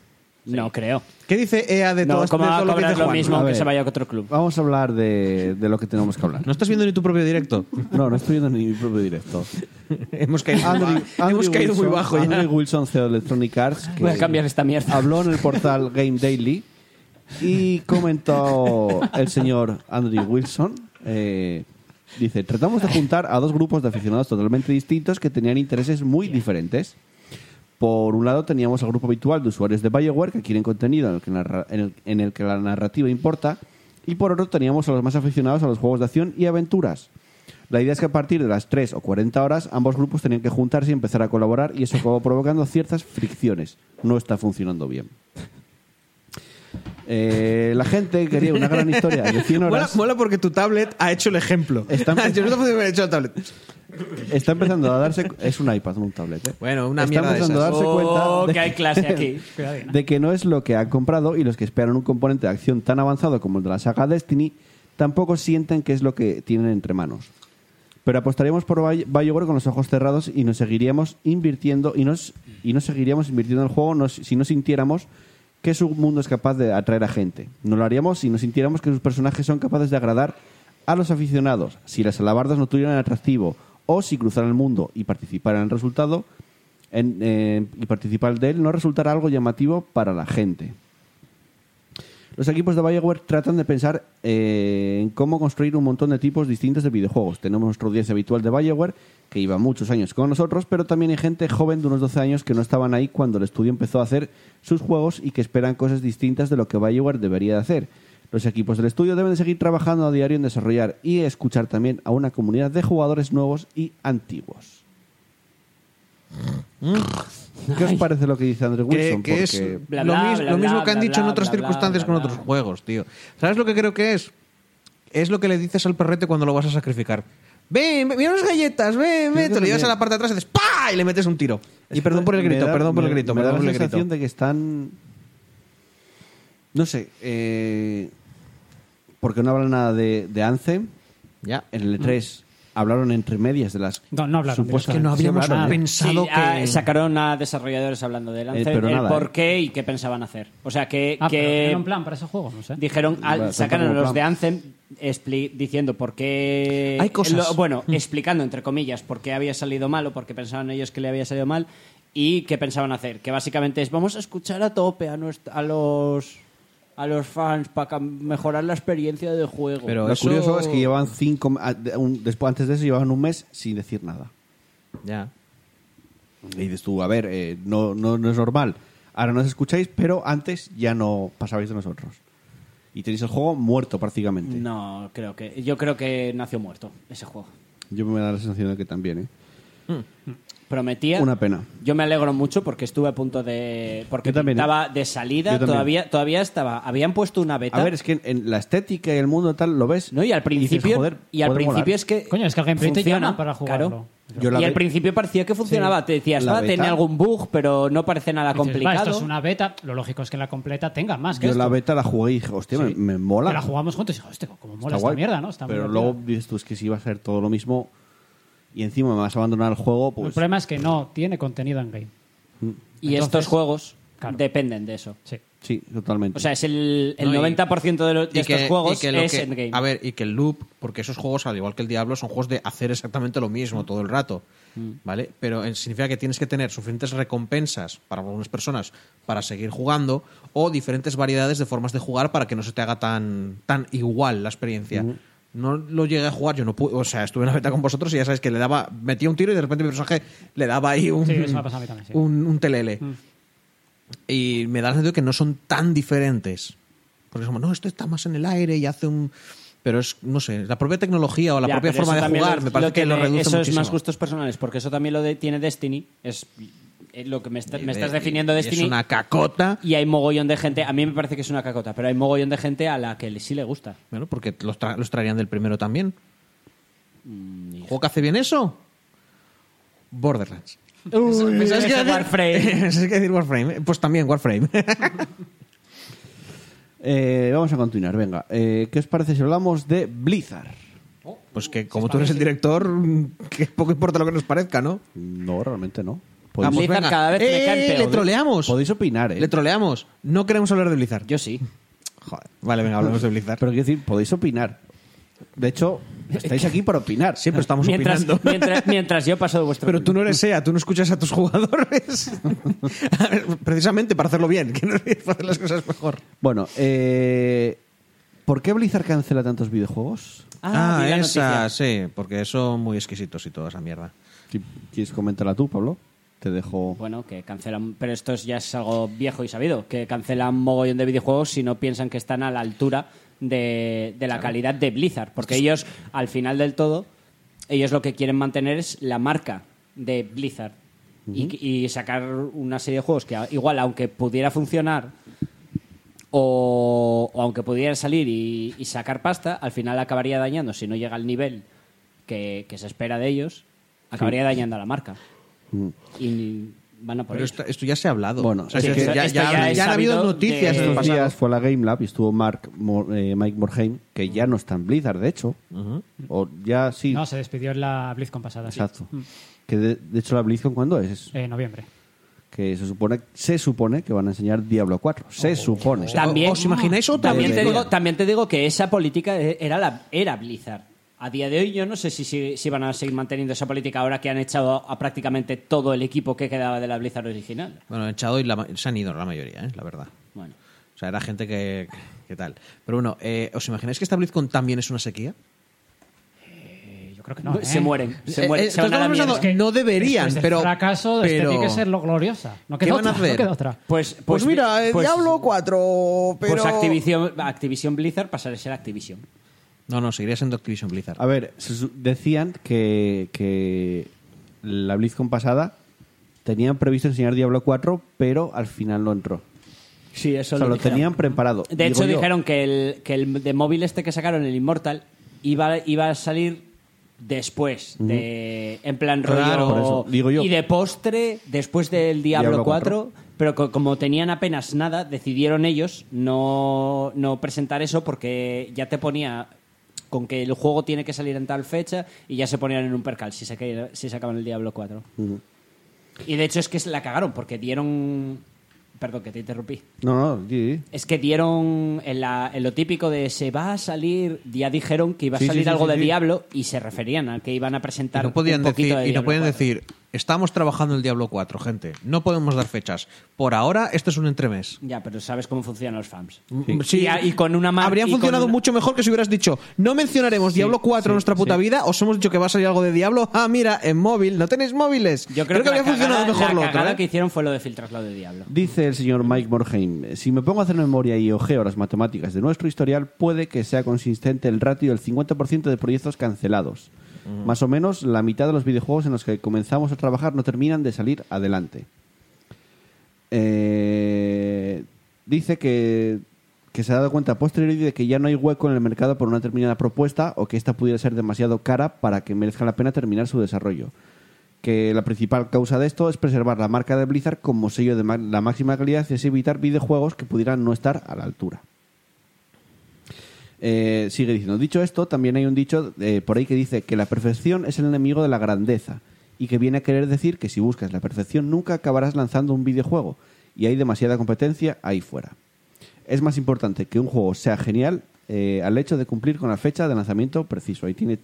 [SPEAKER 9] No creo.
[SPEAKER 6] ¿Qué dice EA de
[SPEAKER 9] No,
[SPEAKER 6] todas
[SPEAKER 9] ¿cómo
[SPEAKER 6] de
[SPEAKER 9] va a
[SPEAKER 6] todo lo que
[SPEAKER 9] cobrar
[SPEAKER 6] dice
[SPEAKER 9] lo,
[SPEAKER 6] Juan?
[SPEAKER 9] mismo
[SPEAKER 2] A
[SPEAKER 9] aunque
[SPEAKER 2] ver.
[SPEAKER 9] se vaya a otro club?
[SPEAKER 2] Vamos a hablar de, de lo que tenemos que hablar.
[SPEAKER 6] No estás viendo ni tu propio directo.
[SPEAKER 2] No, no estoy viendo ni mi propio directo.
[SPEAKER 6] Hemos caído,
[SPEAKER 2] Andrew-
[SPEAKER 6] hemos
[SPEAKER 2] Andrew
[SPEAKER 6] caído muy
[SPEAKER 2] Wilson-
[SPEAKER 6] bajo ya.
[SPEAKER 2] Andrew Wilson, CEO de Electronic Arts, que
[SPEAKER 9] Voy a cambiar esta mierda.
[SPEAKER 2] habló en el portal Game Daily y comentó el señor Andrew Wilson. eh, dice, tratamos de juntar a dos grupos de aficionados totalmente distintos que tenían intereses muy diferentes. Por un lado teníamos al grupo habitual de usuarios de Bioware que quieren contenido en el que, narra- en el- en el que la narrativa importa y por otro teníamos a los más aficionados a los juegos de acción y aventuras. La idea es que a partir de las 3 o 40 horas ambos grupos tenían que juntarse y empezar a colaborar y eso acabó provocando ciertas fricciones. No está funcionando bien. Eh, la gente quería una gran historia de 100
[SPEAKER 6] Mola,
[SPEAKER 2] horas.
[SPEAKER 6] mola porque tu tablet ha hecho el ejemplo. Ah,
[SPEAKER 2] Está empezando-
[SPEAKER 6] Yo no sé por qué me he hecho la tablet.
[SPEAKER 2] Está empezando a darse... Es un iPad, no un tablet. ¿eh?
[SPEAKER 6] Bueno, una
[SPEAKER 2] Está
[SPEAKER 6] mierda de
[SPEAKER 2] empezando a
[SPEAKER 6] esas.
[SPEAKER 2] darse cuenta
[SPEAKER 9] Oh,
[SPEAKER 2] de
[SPEAKER 9] que hay clase aquí.
[SPEAKER 2] de que no es lo que han comprado y los que esperan un componente de acción tan avanzado como el de la saga Destiny tampoco sienten que es lo que tienen entre manos. Pero apostaríamos por Bi- BioWare con los ojos cerrados y nos seguiríamos invirtiendo y nos y no seguiríamos invirtiendo en el juego no- si no sintiéramos que su mundo es capaz de atraer a gente. No lo haríamos si no sintiéramos que sus personajes son capaces de agradar a los aficionados, si las alabardas no tuvieran atractivo o si cruzaran el mundo y participaran en el resultado en- eh, y participar de él no resultará algo llamativo para la gente. Los equipos de Bioware tratan de pensar eh, en cómo construir un montón de tipos distintos de videojuegos. Tenemos nuestra audiencia habitual de Bioware, que lleva muchos años con nosotros, pero también hay gente joven de unos 12 años que no estaban ahí cuando el estudio empezó a hacer sus juegos y que esperan cosas distintas de lo que Bioware debería de hacer. Los equipos del estudio deben de seguir trabajando a diario en desarrollar y escuchar también a una comunidad de jugadores nuevos y antiguos. ¿Qué os parece lo que dice Andrew
[SPEAKER 6] Que,
[SPEAKER 2] Wilson?
[SPEAKER 6] que es
[SPEAKER 2] Porque-
[SPEAKER 9] Bla,
[SPEAKER 6] lo,
[SPEAKER 9] bla,
[SPEAKER 6] mis-
[SPEAKER 9] bla,
[SPEAKER 6] lo mismo
[SPEAKER 9] bla,
[SPEAKER 6] que han
[SPEAKER 9] bla,
[SPEAKER 6] dicho en
[SPEAKER 9] bla,
[SPEAKER 6] otras
[SPEAKER 9] bla, bla,
[SPEAKER 6] circunstancias
[SPEAKER 9] bla,
[SPEAKER 6] con otros
[SPEAKER 9] bla.
[SPEAKER 6] juegos, tío. ¿Sabes lo que creo que es? Es lo que le dices al perrete cuando lo vas a sacrificar. Ven, ven, mira unas galletas, ven, ven. Te lo llevas a la parte de atrás y dices ¡pa! Y le metes un tiro. Y perdón por el
[SPEAKER 2] Me
[SPEAKER 6] grito,
[SPEAKER 2] da-
[SPEAKER 6] perdón por el
[SPEAKER 2] me-
[SPEAKER 6] grito,
[SPEAKER 2] me
[SPEAKER 6] perdón
[SPEAKER 2] da
[SPEAKER 6] por
[SPEAKER 2] la
[SPEAKER 6] el grito.
[SPEAKER 2] sensación de que están. No sé. eh, porque no hablan nada de, de Anthem.
[SPEAKER 6] Ya.
[SPEAKER 2] En el E3 hablaron entre medias de las.
[SPEAKER 8] No, no hablaron.
[SPEAKER 2] Supuesto
[SPEAKER 8] directamente.
[SPEAKER 6] que Mm. no habíamos
[SPEAKER 8] Sí, hablaron, ¿eh?
[SPEAKER 6] pensado
[SPEAKER 9] Sí, ah,
[SPEAKER 6] que...
[SPEAKER 9] sacaron a desarrolladores hablando del Anthem,
[SPEAKER 2] pero
[SPEAKER 9] el
[SPEAKER 2] nada,
[SPEAKER 9] por
[SPEAKER 2] eh.
[SPEAKER 9] qué y qué pensaban hacer. O sea, que,
[SPEAKER 8] Ah,
[SPEAKER 9] que-
[SPEAKER 8] pero ¿tienen un plan ¿eh? para ese juego? No sé.
[SPEAKER 9] dijeron, al-
[SPEAKER 2] Vale,
[SPEAKER 9] sacaron a
[SPEAKER 2] tampoco
[SPEAKER 9] los de
[SPEAKER 2] plan.
[SPEAKER 9] Anthem expli- diciendo por qué...
[SPEAKER 6] Hay cosas.
[SPEAKER 9] lo- bueno, explicando, entre comillas, por qué había salido mal o por qué pensaban ellos que le había salido mal y qué pensaban hacer. Que básicamente es, vamos a escuchar a tope a, nuest- a los... A los fans para mejorar la experiencia de juego.
[SPEAKER 6] Pero
[SPEAKER 2] Lo
[SPEAKER 6] eso-
[SPEAKER 2] curioso es que llevaban cinco. a- de- un- después, antes de eso, llevaban un mes sin decir nada.
[SPEAKER 6] Ya.
[SPEAKER 2] Y dices tú, a ver, eh, no, no, no es normal. Ahora nos escucháis, pero antes ya no pasabais de nosotros. Y tenéis el juego muerto prácticamente.
[SPEAKER 9] No, creo que. Yo creo que nació muerto ese juego.
[SPEAKER 2] Yo me da la sensación de que también, ¿eh?
[SPEAKER 9] Prometía.
[SPEAKER 2] Una pena.
[SPEAKER 9] Yo me alegro mucho porque estuve a punto de. Porque
[SPEAKER 2] Yo también, ¿eh?
[SPEAKER 9] estaba de
[SPEAKER 2] Yo
[SPEAKER 9] salida,
[SPEAKER 2] también.
[SPEAKER 9] todavía, todavía estaba. Habían puesto una beta.
[SPEAKER 2] A ver, es que en, en la estética y el mundo tal lo ves.
[SPEAKER 9] ¿no? Y al
[SPEAKER 2] dices,
[SPEAKER 9] principio.
[SPEAKER 2] joder,
[SPEAKER 9] y al
[SPEAKER 2] puede
[SPEAKER 9] principio
[SPEAKER 2] molar.
[SPEAKER 9] es que.
[SPEAKER 8] Coño, es que el gameplay te
[SPEAKER 9] funciona,
[SPEAKER 8] llama para
[SPEAKER 9] claro.
[SPEAKER 8] jugarlo.
[SPEAKER 2] Yo la
[SPEAKER 9] y al
[SPEAKER 2] ve-
[SPEAKER 9] principio parecía que funcionaba. Te decías,
[SPEAKER 2] La
[SPEAKER 9] va,
[SPEAKER 2] beta-
[SPEAKER 9] tenía algún bug, pero no parece nada
[SPEAKER 8] Dices, "Va,
[SPEAKER 9] complicado.
[SPEAKER 8] esto es una beta. Lo lógico es que la completa tenga más que
[SPEAKER 2] Yo
[SPEAKER 8] esto.
[SPEAKER 2] la beta la jugué y dije, hostia, me, me mola.
[SPEAKER 8] Que la jugamos juntos y dije, hostia, como
[SPEAKER 2] Está
[SPEAKER 8] mola esta
[SPEAKER 2] guay.
[SPEAKER 8] mierda, ¿no? Está muy
[SPEAKER 2] Pero
[SPEAKER 8] divertida.
[SPEAKER 2] luego dices tú, es que si va a ser todo lo mismo y encima me vas a abandonar el juego,
[SPEAKER 8] El
[SPEAKER 2] pues.
[SPEAKER 8] problema es que no tiene contenido en game.
[SPEAKER 9] y estos
[SPEAKER 8] Entonces,
[SPEAKER 9] juegos
[SPEAKER 8] claro.
[SPEAKER 9] dependen de eso.
[SPEAKER 8] Sí.
[SPEAKER 2] Sí, totalmente.
[SPEAKER 9] O sea, es el, el
[SPEAKER 6] No, y-
[SPEAKER 9] 90% de, los, de
[SPEAKER 6] y
[SPEAKER 9] estos
[SPEAKER 6] que-
[SPEAKER 9] juegos
[SPEAKER 6] y que lo
[SPEAKER 9] es
[SPEAKER 6] que-
[SPEAKER 9] endgame.
[SPEAKER 6] A ver, y que el loop, porque esos juegos, al igual que el Diablo, son juegos de hacer exactamente lo mismo todo el rato.
[SPEAKER 9] Mm.
[SPEAKER 6] ¿Vale? Pero eh, significa que tienes que tener suficientes recompensas para algunas personas para seguir jugando o diferentes variedades de formas de jugar para que no se te haga tan, tan igual la experiencia.
[SPEAKER 9] Mm.
[SPEAKER 6] No lo llegué a jugar, yo no pude. O sea, estuve en la beta con vosotros y ya sabéis que le daba. Metía un tiro y de repente mi personaje le daba ahí un.
[SPEAKER 9] Mm.
[SPEAKER 8] Sí, eso me ha pasado a mí también, sí.
[SPEAKER 6] un, un telele. Y me da la sensación de que no son tan diferentes. Porque es como, no, esto está más en el aire y hace un. Pero es, no sé, la propia tecnología o la
[SPEAKER 9] Ya,
[SPEAKER 6] propia
[SPEAKER 9] pero
[SPEAKER 6] forma
[SPEAKER 9] eso
[SPEAKER 6] de
[SPEAKER 9] también
[SPEAKER 6] jugar
[SPEAKER 9] lo-
[SPEAKER 6] me parece
[SPEAKER 9] lo
[SPEAKER 6] que, lo
[SPEAKER 9] me-
[SPEAKER 6] reduce
[SPEAKER 9] Eso
[SPEAKER 6] muchísimo.
[SPEAKER 9] es más gustos personales, porque eso también lo de- tiene Destiny. Es eh, lo que me, está- me estás
[SPEAKER 6] Eh,
[SPEAKER 9] definiendo
[SPEAKER 6] y
[SPEAKER 9] Destiny.
[SPEAKER 6] Es una cacota.
[SPEAKER 9] Y hay mogollón de gente, a mí me parece que es una cacota, pero hay mogollón de gente a la que le- sí le gusta.
[SPEAKER 6] Bueno, porque los, tra- los traerían del primero también.
[SPEAKER 9] Mm,
[SPEAKER 6] ¿Juego que hace bien eso? Borderlands. ¿Pensabas que iba a decir- Pensabas que iba a decir Warframe? Pues también Warframe.
[SPEAKER 2] Eh, vamos a continuar, venga. Eh, ¿Qué os parece si hablamos de Blizzard?
[SPEAKER 6] Pues que como tú eres el director, que poco importa lo que nos parezca, ¿no?
[SPEAKER 2] No, realmente no.
[SPEAKER 6] Ah,
[SPEAKER 2] Podéis,
[SPEAKER 6] pues
[SPEAKER 9] Blizzard cada vez me cae
[SPEAKER 6] ¡Eh!
[SPEAKER 9] peor.
[SPEAKER 6] Le troleamos.
[SPEAKER 2] podéis opinar, ¿eh?
[SPEAKER 6] Le troleamos. No queremos hablar de Blizzard.
[SPEAKER 9] Yo sí.
[SPEAKER 6] Joder. Vale, venga, hablemos de Blizzard.
[SPEAKER 2] Pero quiero decir, podéis opinar. De hecho, estáis aquí para opinar.
[SPEAKER 6] Siempre estamos
[SPEAKER 9] Mientras,
[SPEAKER 6] opinando.
[SPEAKER 9] mientras, mientras yo paso de vuestro.
[SPEAKER 6] Pero tú no eres SEA, tú no escuchas a tus jugadores. A ver, Precisamente para hacerlo bien, que no para hacer las cosas mejor.
[SPEAKER 2] Bueno, eh, ¿por qué Blizzard cancela tantos videojuegos?
[SPEAKER 9] Ah, vi la
[SPEAKER 6] sí, porque son muy exquisitos y toda esa mierda.
[SPEAKER 2] Si quieres comentarla tú, Pablo, te dejo...
[SPEAKER 9] Bueno, que cancelan, pero esto es- ya es algo viejo y sabido, que cancelan mogollón de videojuegos si no piensan que están a la altura de, de la calidad de Blizzard, porque ellos, al final del todo, ellos lo que quieren mantener es la marca de Blizzard y, y sacar una serie de juegos que a- igual, aunque pudiera funcionar o, o aunque pudiera salir y, y sacar pasta, al final acabaría dañando, si no llega al nivel que, que se espera de ellos, acabaría dañando a la marca. Y van a por
[SPEAKER 6] Pero
[SPEAKER 9] ello.
[SPEAKER 6] esto, esto ya se ha hablado.
[SPEAKER 2] Bueno,
[SPEAKER 6] O sea,
[SPEAKER 9] sí,
[SPEAKER 6] es que
[SPEAKER 9] esto-
[SPEAKER 6] ya,
[SPEAKER 9] esto
[SPEAKER 6] ya
[SPEAKER 9] ya
[SPEAKER 6] habla-
[SPEAKER 9] es
[SPEAKER 6] ya han habido
[SPEAKER 9] sabido
[SPEAKER 6] noticias
[SPEAKER 9] de-
[SPEAKER 6] en el
[SPEAKER 2] Estos
[SPEAKER 9] pasado.
[SPEAKER 2] días fue a la Game Lab y estuvo Mark Mo- eh, Mike Morheim, que ya no está en Blizzard, de hecho. O ya sí.
[SPEAKER 8] No, se despidió en la BlizzCon pasada. sí.
[SPEAKER 2] Exacto.
[SPEAKER 9] Mm.
[SPEAKER 2] Que de, de hecho la BlizzCon cuándo es?
[SPEAKER 8] Eh, noviembre.
[SPEAKER 2] Que se supone, se supone que van a enseñar Diablo 4. Se
[SPEAKER 9] Oh.
[SPEAKER 2] supone.
[SPEAKER 9] También-
[SPEAKER 6] ¿Os imagináis otra
[SPEAKER 9] También te,
[SPEAKER 6] Blizzard?
[SPEAKER 9] digo, también te digo que esa política era, la, era Blizzard. A día de hoy yo no sé si, si, si van a seguir manteniendo esa política ahora que han echado a prácticamente todo el equipo que quedaba de la Blizzard original.
[SPEAKER 6] Bueno, echado y la ma- se han ido la mayoría, ¿eh? la verdad.
[SPEAKER 9] Bueno,
[SPEAKER 6] O sea, era gente que, que tal. Pero bueno, eh, ¿os imagináis que esta BlizzCon también es una sequía?
[SPEAKER 8] Eh, yo creo que no. ¿eh?
[SPEAKER 9] se mueren, se mueren,
[SPEAKER 6] Eh, eh,
[SPEAKER 9] se van a la
[SPEAKER 6] entonces
[SPEAKER 9] mierda.
[SPEAKER 6] estamos No deberían,
[SPEAKER 8] Después del
[SPEAKER 6] pero-
[SPEAKER 8] fracaso este
[SPEAKER 6] pero-
[SPEAKER 8] tiene que ser lo gloriosa. No
[SPEAKER 6] ¿Qué
[SPEAKER 8] queda
[SPEAKER 6] van
[SPEAKER 8] otra.
[SPEAKER 6] a hacer?
[SPEAKER 8] No queda otra.
[SPEAKER 9] Pues, pues,
[SPEAKER 6] Pues, mira, eh,
[SPEAKER 9] pues-
[SPEAKER 6] Diablo 4, pero...
[SPEAKER 9] Pues Activision, Activision Blizzard pasará a ser Activision.
[SPEAKER 6] No, no, seguiría siendo Activision Blizzard.
[SPEAKER 2] A ver, se su- decían que, que la BlizzCon pasada tenían previsto enseñar Diablo 4, pero al final no entró.
[SPEAKER 9] Sí, eso
[SPEAKER 2] o sea, lo tenían preparado.
[SPEAKER 9] De
[SPEAKER 2] Digo
[SPEAKER 9] hecho,
[SPEAKER 2] yo,
[SPEAKER 9] dijeron que el, que el de móvil este que sacaron, el Immortal, iba, iba a salir después de en plan rollo
[SPEAKER 6] Claro, por
[SPEAKER 2] eso, digo yo.
[SPEAKER 9] y de postre después del Diablo,
[SPEAKER 2] Diablo
[SPEAKER 9] 4,
[SPEAKER 2] 4.
[SPEAKER 9] pero co- como tenían apenas nada decidieron ellos no, no presentar eso porque ya te ponía con que el juego tiene que salir en tal fecha y ya se ponían en un percal si, saca- si sacaban el Diablo 4 y de hecho es que se la cagaron porque dieron perdón que te interrumpí
[SPEAKER 2] No, no, sí, sí.
[SPEAKER 9] es que dieron en, la- en lo típico de se va a salir, ya dijeron que iba a
[SPEAKER 2] Sí, sí,
[SPEAKER 9] salir
[SPEAKER 2] sí,
[SPEAKER 9] algo
[SPEAKER 2] sí,
[SPEAKER 9] de
[SPEAKER 2] sí.
[SPEAKER 9] Diablo y se referían a que iban a
[SPEAKER 6] Y
[SPEAKER 9] presentar
[SPEAKER 6] no podían
[SPEAKER 9] un poquito
[SPEAKER 6] decir,
[SPEAKER 9] de
[SPEAKER 6] y no
[SPEAKER 9] Diablo
[SPEAKER 6] podían
[SPEAKER 9] 4.
[SPEAKER 6] decir, estamos trabajando el Diablo 4, gente. No podemos dar fechas. Por ahora, esto es un entremés.
[SPEAKER 9] Ya, pero sabes cómo funcionan los fans.
[SPEAKER 6] Mm, sí.
[SPEAKER 9] Y, a- y con una marca.
[SPEAKER 6] Habría funcionado mucho mejor que si hubieras dicho, no mencionaremos Diablo 4 en nuestra puta vida, os hemos dicho que va a salir algo de Diablo. Ah, mira, en móvil, no tenéis móviles.
[SPEAKER 9] Yo creo, que,
[SPEAKER 6] habría
[SPEAKER 9] la
[SPEAKER 6] funcionado
[SPEAKER 9] cagada-
[SPEAKER 6] mejor
[SPEAKER 9] la
[SPEAKER 6] lo
[SPEAKER 9] cagada
[SPEAKER 6] otro. ¿eh?
[SPEAKER 9] que hicieron fue lo de filtrar lo de Diablo.
[SPEAKER 2] Dice el señor Mike Morheim, si me pongo a hacer memoria y ojeo las matemáticas de nuestro historial, puede que sea consistente el ratio del 50% de proyectos cancelados. Más o menos la mitad de los videojuegos en los que comenzamos a trabajar no terminan de salir adelante. Eh, dice que, que se ha dado cuenta a posteriori de que ya no hay hueco en el mercado por una determinada propuesta o que esta pudiera ser demasiado cara para que merezca la pena terminar su desarrollo. Que la principal causa de esto es preservar la marca de Blizzard como sello de ma- la máxima calidad y así evitar videojuegos que pudieran no estar a la altura. Eh, sigue diciendo, dicho esto, también hay un dicho eh, por ahí que dice que la perfección es el enemigo de la grandeza y que viene a querer decir que si buscas la perfección nunca acabarás lanzando un videojuego y hay demasiada competencia ahí fuera. Es más importante que un juego sea genial eh, al hecho de cumplir con la fecha de lanzamiento preciso. Ahí tiene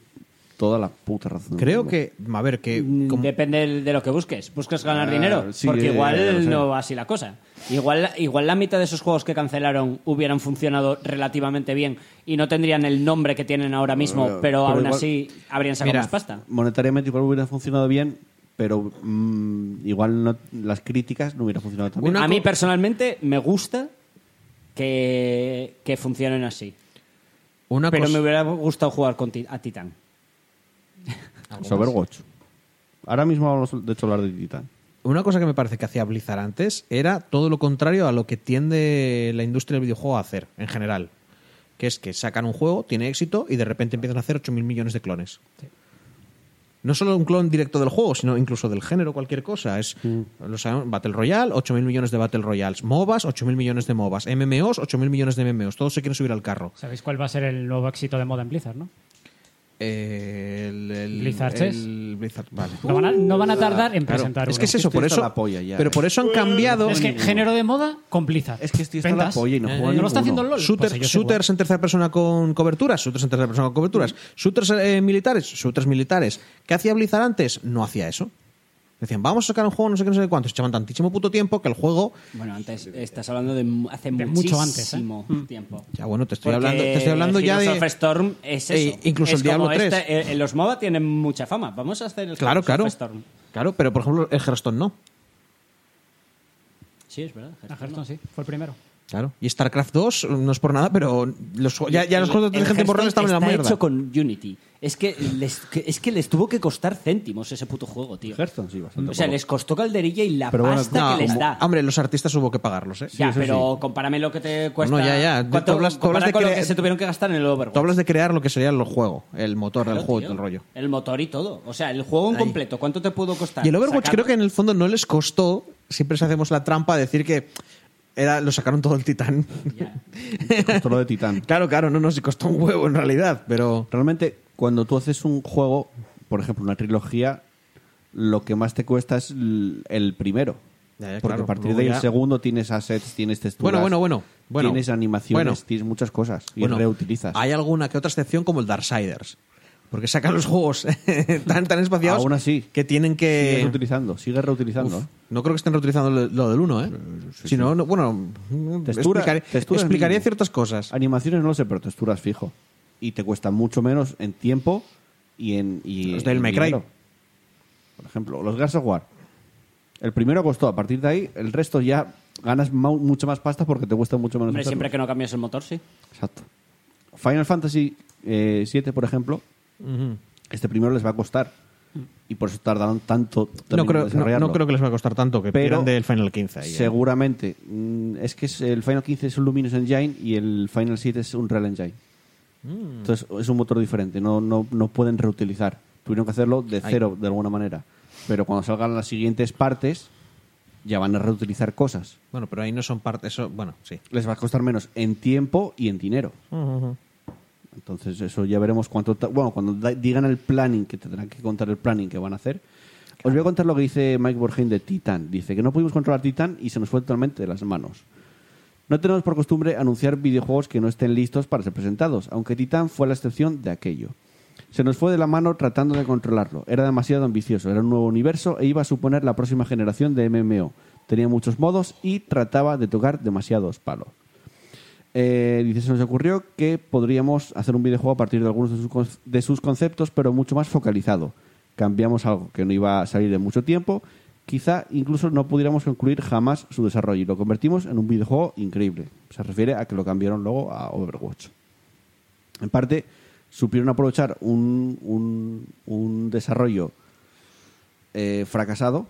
[SPEAKER 2] toda la puta razón. del
[SPEAKER 6] Creo
[SPEAKER 2] mundo.
[SPEAKER 6] que, a ver, que...
[SPEAKER 9] Mm,
[SPEAKER 6] como-
[SPEAKER 9] Depende del- de lo que busques. ¿Buscas ganar
[SPEAKER 2] Ah,
[SPEAKER 9] dinero?
[SPEAKER 2] sí,
[SPEAKER 9] Porque
[SPEAKER 2] eh,
[SPEAKER 9] igual
[SPEAKER 2] ya lo sé.
[SPEAKER 9] no va así la cosa. Igual, igual la mitad de esos juegos que cancelaron hubieran funcionado relativamente bien y no tendrían el nombre que tienen ahora mismo, pero,
[SPEAKER 2] Ah, pero
[SPEAKER 9] aún
[SPEAKER 2] igual-
[SPEAKER 9] así habrían sacado
[SPEAKER 6] Mira,
[SPEAKER 9] más pasta.
[SPEAKER 2] monetariamente igual hubiera funcionado bien, pero mm, igual no- las críticas no hubieran funcionado tan bien.
[SPEAKER 6] Una
[SPEAKER 9] a mí
[SPEAKER 6] co-
[SPEAKER 9] personalmente me gusta que, que funcionen así.
[SPEAKER 6] Una
[SPEAKER 9] pero
[SPEAKER 6] cosa-
[SPEAKER 9] me hubiera gustado jugar con Ti- a Titan.
[SPEAKER 6] Ah,
[SPEAKER 2] Es Overwatch. Ahora mismo vamos de hecho a hablar de Titan.
[SPEAKER 6] Una cosa que me parece que hacía Blizzard antes era todo lo contrario a lo que tiende la industria del videojuego a hacer en general. Que es que sacan un juego, tiene éxito y de repente empiezan a hacer 8.000 millones de clones. No solo un clon directo del juego, sino incluso del género, cualquier cosa. Es
[SPEAKER 8] Mm.
[SPEAKER 6] lo sabemos, Battle Royale, 8.000 millones de Battle Royales. MOBAs, 8.000 millones de MOBAs. MMOs, 8.000 millones de MMOs. Todos se quieren subir al carro.
[SPEAKER 8] ¿Sabéis cuál va a ser el nuevo éxito de moda en Blizzard, no?
[SPEAKER 6] Eh, el, el-
[SPEAKER 8] Blizzard
[SPEAKER 6] el
[SPEAKER 8] Chess.
[SPEAKER 6] Blizzard, vale.
[SPEAKER 8] No van a, no van a tardar en
[SPEAKER 6] Uh, Claro,
[SPEAKER 8] presentar
[SPEAKER 6] es
[SPEAKER 8] uno.
[SPEAKER 6] que es eso,
[SPEAKER 2] Estoy
[SPEAKER 6] por
[SPEAKER 2] hasta
[SPEAKER 6] eso.
[SPEAKER 2] la polla ya,
[SPEAKER 6] pero
[SPEAKER 2] eh.
[SPEAKER 6] por eso han cambiado.
[SPEAKER 8] Es que género de moda con Blizzard.
[SPEAKER 2] Es
[SPEAKER 6] este
[SPEAKER 2] que estoy hasta
[SPEAKER 8] Ventas.
[SPEAKER 2] la polla y no
[SPEAKER 8] Eh,
[SPEAKER 2] juego a
[SPEAKER 8] ¿No lo está
[SPEAKER 2] ninguno.
[SPEAKER 8] haciendo LOL?
[SPEAKER 6] Shooter-
[SPEAKER 8] Pues yo sé
[SPEAKER 6] shooters en tercera persona con coberturas, shooters en tercera persona con coberturas, shooters eh, militares, shooters militares. ¿Qué hacía Blizzard antes? No hacía eso. Decían, vamos a sacar un juego, no sé qué, no sé cuánto. Se echaban tantísimo puto tiempo que el juego.
[SPEAKER 9] Bueno, antes estás hablando de mu- hace
[SPEAKER 8] De mucho antes, ¿eh?
[SPEAKER 9] muchísimo tiempo.
[SPEAKER 6] Ya bueno, te estoy
[SPEAKER 9] Porque
[SPEAKER 6] hablando, te estoy hablando ya
[SPEAKER 9] Heroes
[SPEAKER 6] de.
[SPEAKER 9] of Storm es
[SPEAKER 6] Eh,
[SPEAKER 9] eso.
[SPEAKER 6] incluso
[SPEAKER 9] Es
[SPEAKER 6] el Diablo
[SPEAKER 9] como
[SPEAKER 6] 3.
[SPEAKER 9] este, eh, eh, los MOBA tienen mucha fama. Vamos a hacer el
[SPEAKER 6] Claro,
[SPEAKER 9] Heroes of
[SPEAKER 6] claro.
[SPEAKER 9] Storm.
[SPEAKER 6] Claro, pero por ejemplo, el Hearthstone no.
[SPEAKER 9] Sí, es verdad.
[SPEAKER 8] cuál. Ah, Hearthstone, sí, fue el primero.
[SPEAKER 6] Claro. Y StarCraft 2, no es por nada, pero los, ju- ya, ya los juegos de
[SPEAKER 9] El
[SPEAKER 6] inteligencia en tiempo real
[SPEAKER 9] Hearthstone
[SPEAKER 6] estaban en la
[SPEAKER 9] está
[SPEAKER 6] mierda.
[SPEAKER 9] hecho con Unity. Es que, les, que- es que les tuvo que costar céntimos ese puto juego, tío.
[SPEAKER 2] Hearthstone, sí, bastante
[SPEAKER 9] O sea,
[SPEAKER 2] poco.
[SPEAKER 9] les costó calderilla y la
[SPEAKER 2] Pero bueno,
[SPEAKER 9] pasta
[SPEAKER 6] No,
[SPEAKER 9] que les
[SPEAKER 6] como-
[SPEAKER 9] da.
[SPEAKER 6] hombre, los artistas hubo que pagarlos, ¿eh?
[SPEAKER 9] ya,
[SPEAKER 2] eso
[SPEAKER 9] pero compárame lo que te cuesta.
[SPEAKER 6] No, ya, ya.
[SPEAKER 9] ¿Cuánto,
[SPEAKER 6] Tú hablas- tú
[SPEAKER 9] compara
[SPEAKER 6] hablas de
[SPEAKER 9] con lo
[SPEAKER 6] crea-
[SPEAKER 9] que se tuvieron que gastar en el Overwatch?
[SPEAKER 6] Tú hablas de crear lo que sería el juego, el motor del
[SPEAKER 9] Claro,
[SPEAKER 6] juego y
[SPEAKER 9] tío.
[SPEAKER 6] todo el rollo.
[SPEAKER 9] El motor y todo. O sea, el juego en
[SPEAKER 6] Ahí.
[SPEAKER 9] completo. ¿Cuánto te pudo costar?
[SPEAKER 6] Y el Overwatch
[SPEAKER 9] Sacar-
[SPEAKER 6] creo que en el fondo no les costó. Siempre se hacemos la trampa de decir que era, lo sacaron todo el titán.
[SPEAKER 9] Ya.
[SPEAKER 2] Esto lo de Titan.
[SPEAKER 6] claro, claro, no nos costó un huevo en realidad, pero.
[SPEAKER 2] Realmente, cuando tú haces un juego, por ejemplo, una trilogía, lo que más te cuesta es l- el primero.
[SPEAKER 6] Ya, ya,
[SPEAKER 2] Porque
[SPEAKER 6] claro.
[SPEAKER 2] a partir
[SPEAKER 6] Luego
[SPEAKER 2] del
[SPEAKER 6] ya-
[SPEAKER 2] segundo tienes assets, tienes texturas.
[SPEAKER 6] Bueno, bueno, bueno, bueno.
[SPEAKER 2] Tienes animaciones,
[SPEAKER 6] Bueno.
[SPEAKER 2] tienes muchas cosas. Y
[SPEAKER 6] bueno,
[SPEAKER 2] reutilizas.
[SPEAKER 6] Hay alguna que otra excepción como el Darksiders. Porque sacan los juegos tan, tan espaciados
[SPEAKER 2] Aún así.
[SPEAKER 6] que tienen que.
[SPEAKER 2] Sigues reutilizando, sigues reutilizando. ¿eh?
[SPEAKER 6] No creo que estén reutilizando lo, lo del 1, ¿eh? si no, no- bueno, mm,
[SPEAKER 2] Textura-
[SPEAKER 6] explicaré,
[SPEAKER 2] texturas
[SPEAKER 6] explicaré
[SPEAKER 2] mínimo.
[SPEAKER 6] ciertas cosas.
[SPEAKER 2] Animaciones no lo sé, pero texturas fijo. Y te cuesta mucho menos en tiempo y en. Y
[SPEAKER 6] Los del
[SPEAKER 2] en
[SPEAKER 6] May Cry.
[SPEAKER 2] dinero. Por ejemplo, los Gears of War. El primero costó, a partir de ahí, el resto ya ganas mau- mucho más pasta porque te cuesta mucho menos.
[SPEAKER 9] Hombre, siempre que
[SPEAKER 2] hacerlo.
[SPEAKER 9] no cambias el motor, sí.
[SPEAKER 2] Exacto. Final Fantasy eh, VII, por ejemplo, este primero les va a costar. Y por eso tardaron tanto
[SPEAKER 6] Mm. No
[SPEAKER 2] también en
[SPEAKER 6] creo, no,
[SPEAKER 2] desarrollarlo.
[SPEAKER 6] no creo que les va a costar tanto, que
[SPEAKER 2] Pero
[SPEAKER 6] pidan del Final 15. ahí, ¿eh?
[SPEAKER 2] Seguramente. Mm, Es que es- el Final 15 es un Luminous Engine y el Final 7 es un Real Engine. Entonces es un motor diferente. No, no, no pueden reutilizar. Tuvieron que hacerlo de cero de alguna manera. Pero cuando salgan las siguientes partes, ya van a reutilizar cosas.
[SPEAKER 6] Bueno, pero ahí no son parte. Eso, bueno, sí.
[SPEAKER 2] Les va a costar menos en tiempo y en dinero. Entonces eso ya veremos cuánto... ta- Bueno, cuando da- digan el planning, que tendrán que contar el planning que van a hacer. Os voy a contar lo que dice Mike Borgen de Titan. Dice que no pudimos controlar Titan y se nos fue totalmente de las manos. No tenemos por costumbre anunciar videojuegos que no estén listos para ser presentados, aunque Titan fue la excepción de aquello. Se nos fue de la mano tratando de controlarlo. Era demasiado ambicioso, era un nuevo universo e iba a suponer la próxima generación de MMO. Tenía muchos modos y trataba de tocar demasiados palos. Eh, dice, se nos ocurrió que podríamos hacer un videojuego a partir de algunos de sus, con- de sus conceptos, pero mucho más focalizado. Cambiamos algo que no iba a salir de mucho tiempo. Quizá incluso no pudiéramos concluir jamás su desarrollo y lo convertimos en un videojuego increíble. Se refiere a que lo cambiaron luego a Overwatch. En parte, supieron aprovechar un, un- un desarrollo eh, fracasado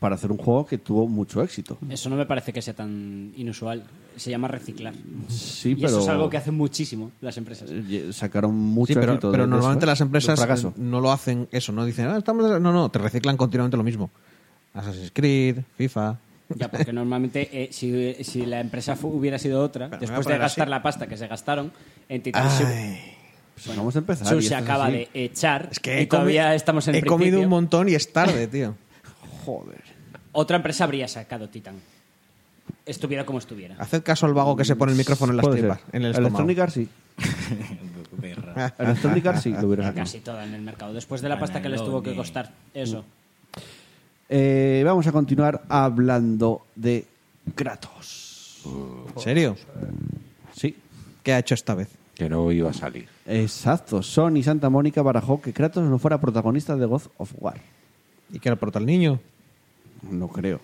[SPEAKER 2] para hacer un juego que tuvo mucho éxito.
[SPEAKER 9] Eso no me parece que sea tan inusual. Se llama reciclar.
[SPEAKER 2] Sí,
[SPEAKER 9] y
[SPEAKER 2] pero...
[SPEAKER 9] eso es algo que hacen muchísimo las empresas.
[SPEAKER 2] Eh, sacaron mucho
[SPEAKER 6] Sí, pero,
[SPEAKER 2] éxito
[SPEAKER 6] pero
[SPEAKER 2] de- de eso,
[SPEAKER 6] normalmente
[SPEAKER 2] ¿eh?
[SPEAKER 6] las
[SPEAKER 2] Del
[SPEAKER 6] empresas mm,
[SPEAKER 2] fracaso.
[SPEAKER 6] no lo hacen eso, no dicen, "Ah, estamos... no, no, te reciclan continuamente lo mismo. Assassin's Creed, FIFA.
[SPEAKER 9] Ya, porque normalmente eh, si, si la empresa fu- hubiera sido otra,
[SPEAKER 6] Pero me voy a
[SPEAKER 9] después de
[SPEAKER 6] poner
[SPEAKER 9] gastar
[SPEAKER 6] así.
[SPEAKER 9] la pasta que se gastaron, en Titan Sub-
[SPEAKER 2] Pues vamos a empezar.
[SPEAKER 9] Sub
[SPEAKER 2] y
[SPEAKER 9] se
[SPEAKER 2] esto es
[SPEAKER 9] acaba
[SPEAKER 2] así.
[SPEAKER 9] de echar
[SPEAKER 6] Es que he
[SPEAKER 9] y todavía
[SPEAKER 6] comi-
[SPEAKER 9] estamos en
[SPEAKER 6] He
[SPEAKER 9] el
[SPEAKER 6] comido
[SPEAKER 9] principio.
[SPEAKER 6] un montón y es tarde, tío.
[SPEAKER 2] Joder.
[SPEAKER 9] Otra empresa habría sacado Titan. Estuviera como estuviera.
[SPEAKER 6] Haced caso al vago que se pone el micrófono en las
[SPEAKER 2] Puede
[SPEAKER 6] tripas,
[SPEAKER 2] ser.
[SPEAKER 6] en el estómago.
[SPEAKER 2] Electronic Arts sí.
[SPEAKER 6] Ah.
[SPEAKER 2] Electronic Arts sí lo hubiera sacado.
[SPEAKER 9] Casi toda en el mercado, después de la pasta que les tuvo que costar. Eso.
[SPEAKER 2] Eh, vamos a continuar hablando de Kratos.
[SPEAKER 6] ¿En serio?
[SPEAKER 2] Sí.
[SPEAKER 6] ¿Qué ha hecho esta vez?
[SPEAKER 7] Que no iba a salir.
[SPEAKER 2] Exacto. Sony Santa Mónica barajó que Kratos no fuera protagonista de God of War.
[SPEAKER 6] ¿Y qué le aporta el niño?
[SPEAKER 2] No creo.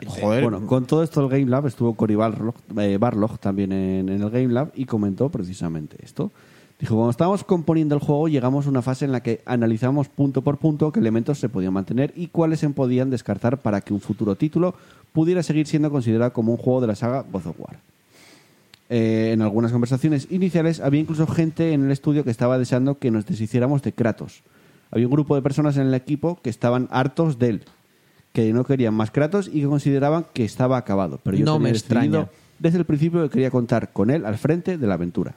[SPEAKER 2] Este, Bueno, con todo esto el Game Lab estuvo Cory Barlog, eh, Barlog también en, en el Game Lab y comentó precisamente esto. Dijo, cuando estábamos componiendo el juego llegamos a una fase en la que analizamos punto por punto qué elementos se podían mantener y cuáles se podían descartar para que un futuro título pudiera seguir siendo considerado como un juego de la saga God of War. Eh, en algunas conversaciones iniciales había incluso gente en el estudio que estaba deseando que nos deshiciéramos de Kratos. Había un grupo de personas en el equipo que estaban hartos de él, que no querían más Kratos y que consideraban que estaba acabado. Pero yo
[SPEAKER 6] No
[SPEAKER 2] tenía
[SPEAKER 6] me
[SPEAKER 2] decidido
[SPEAKER 6] extraña.
[SPEAKER 2] desde el principio que quería contar con él al frente de la aventura.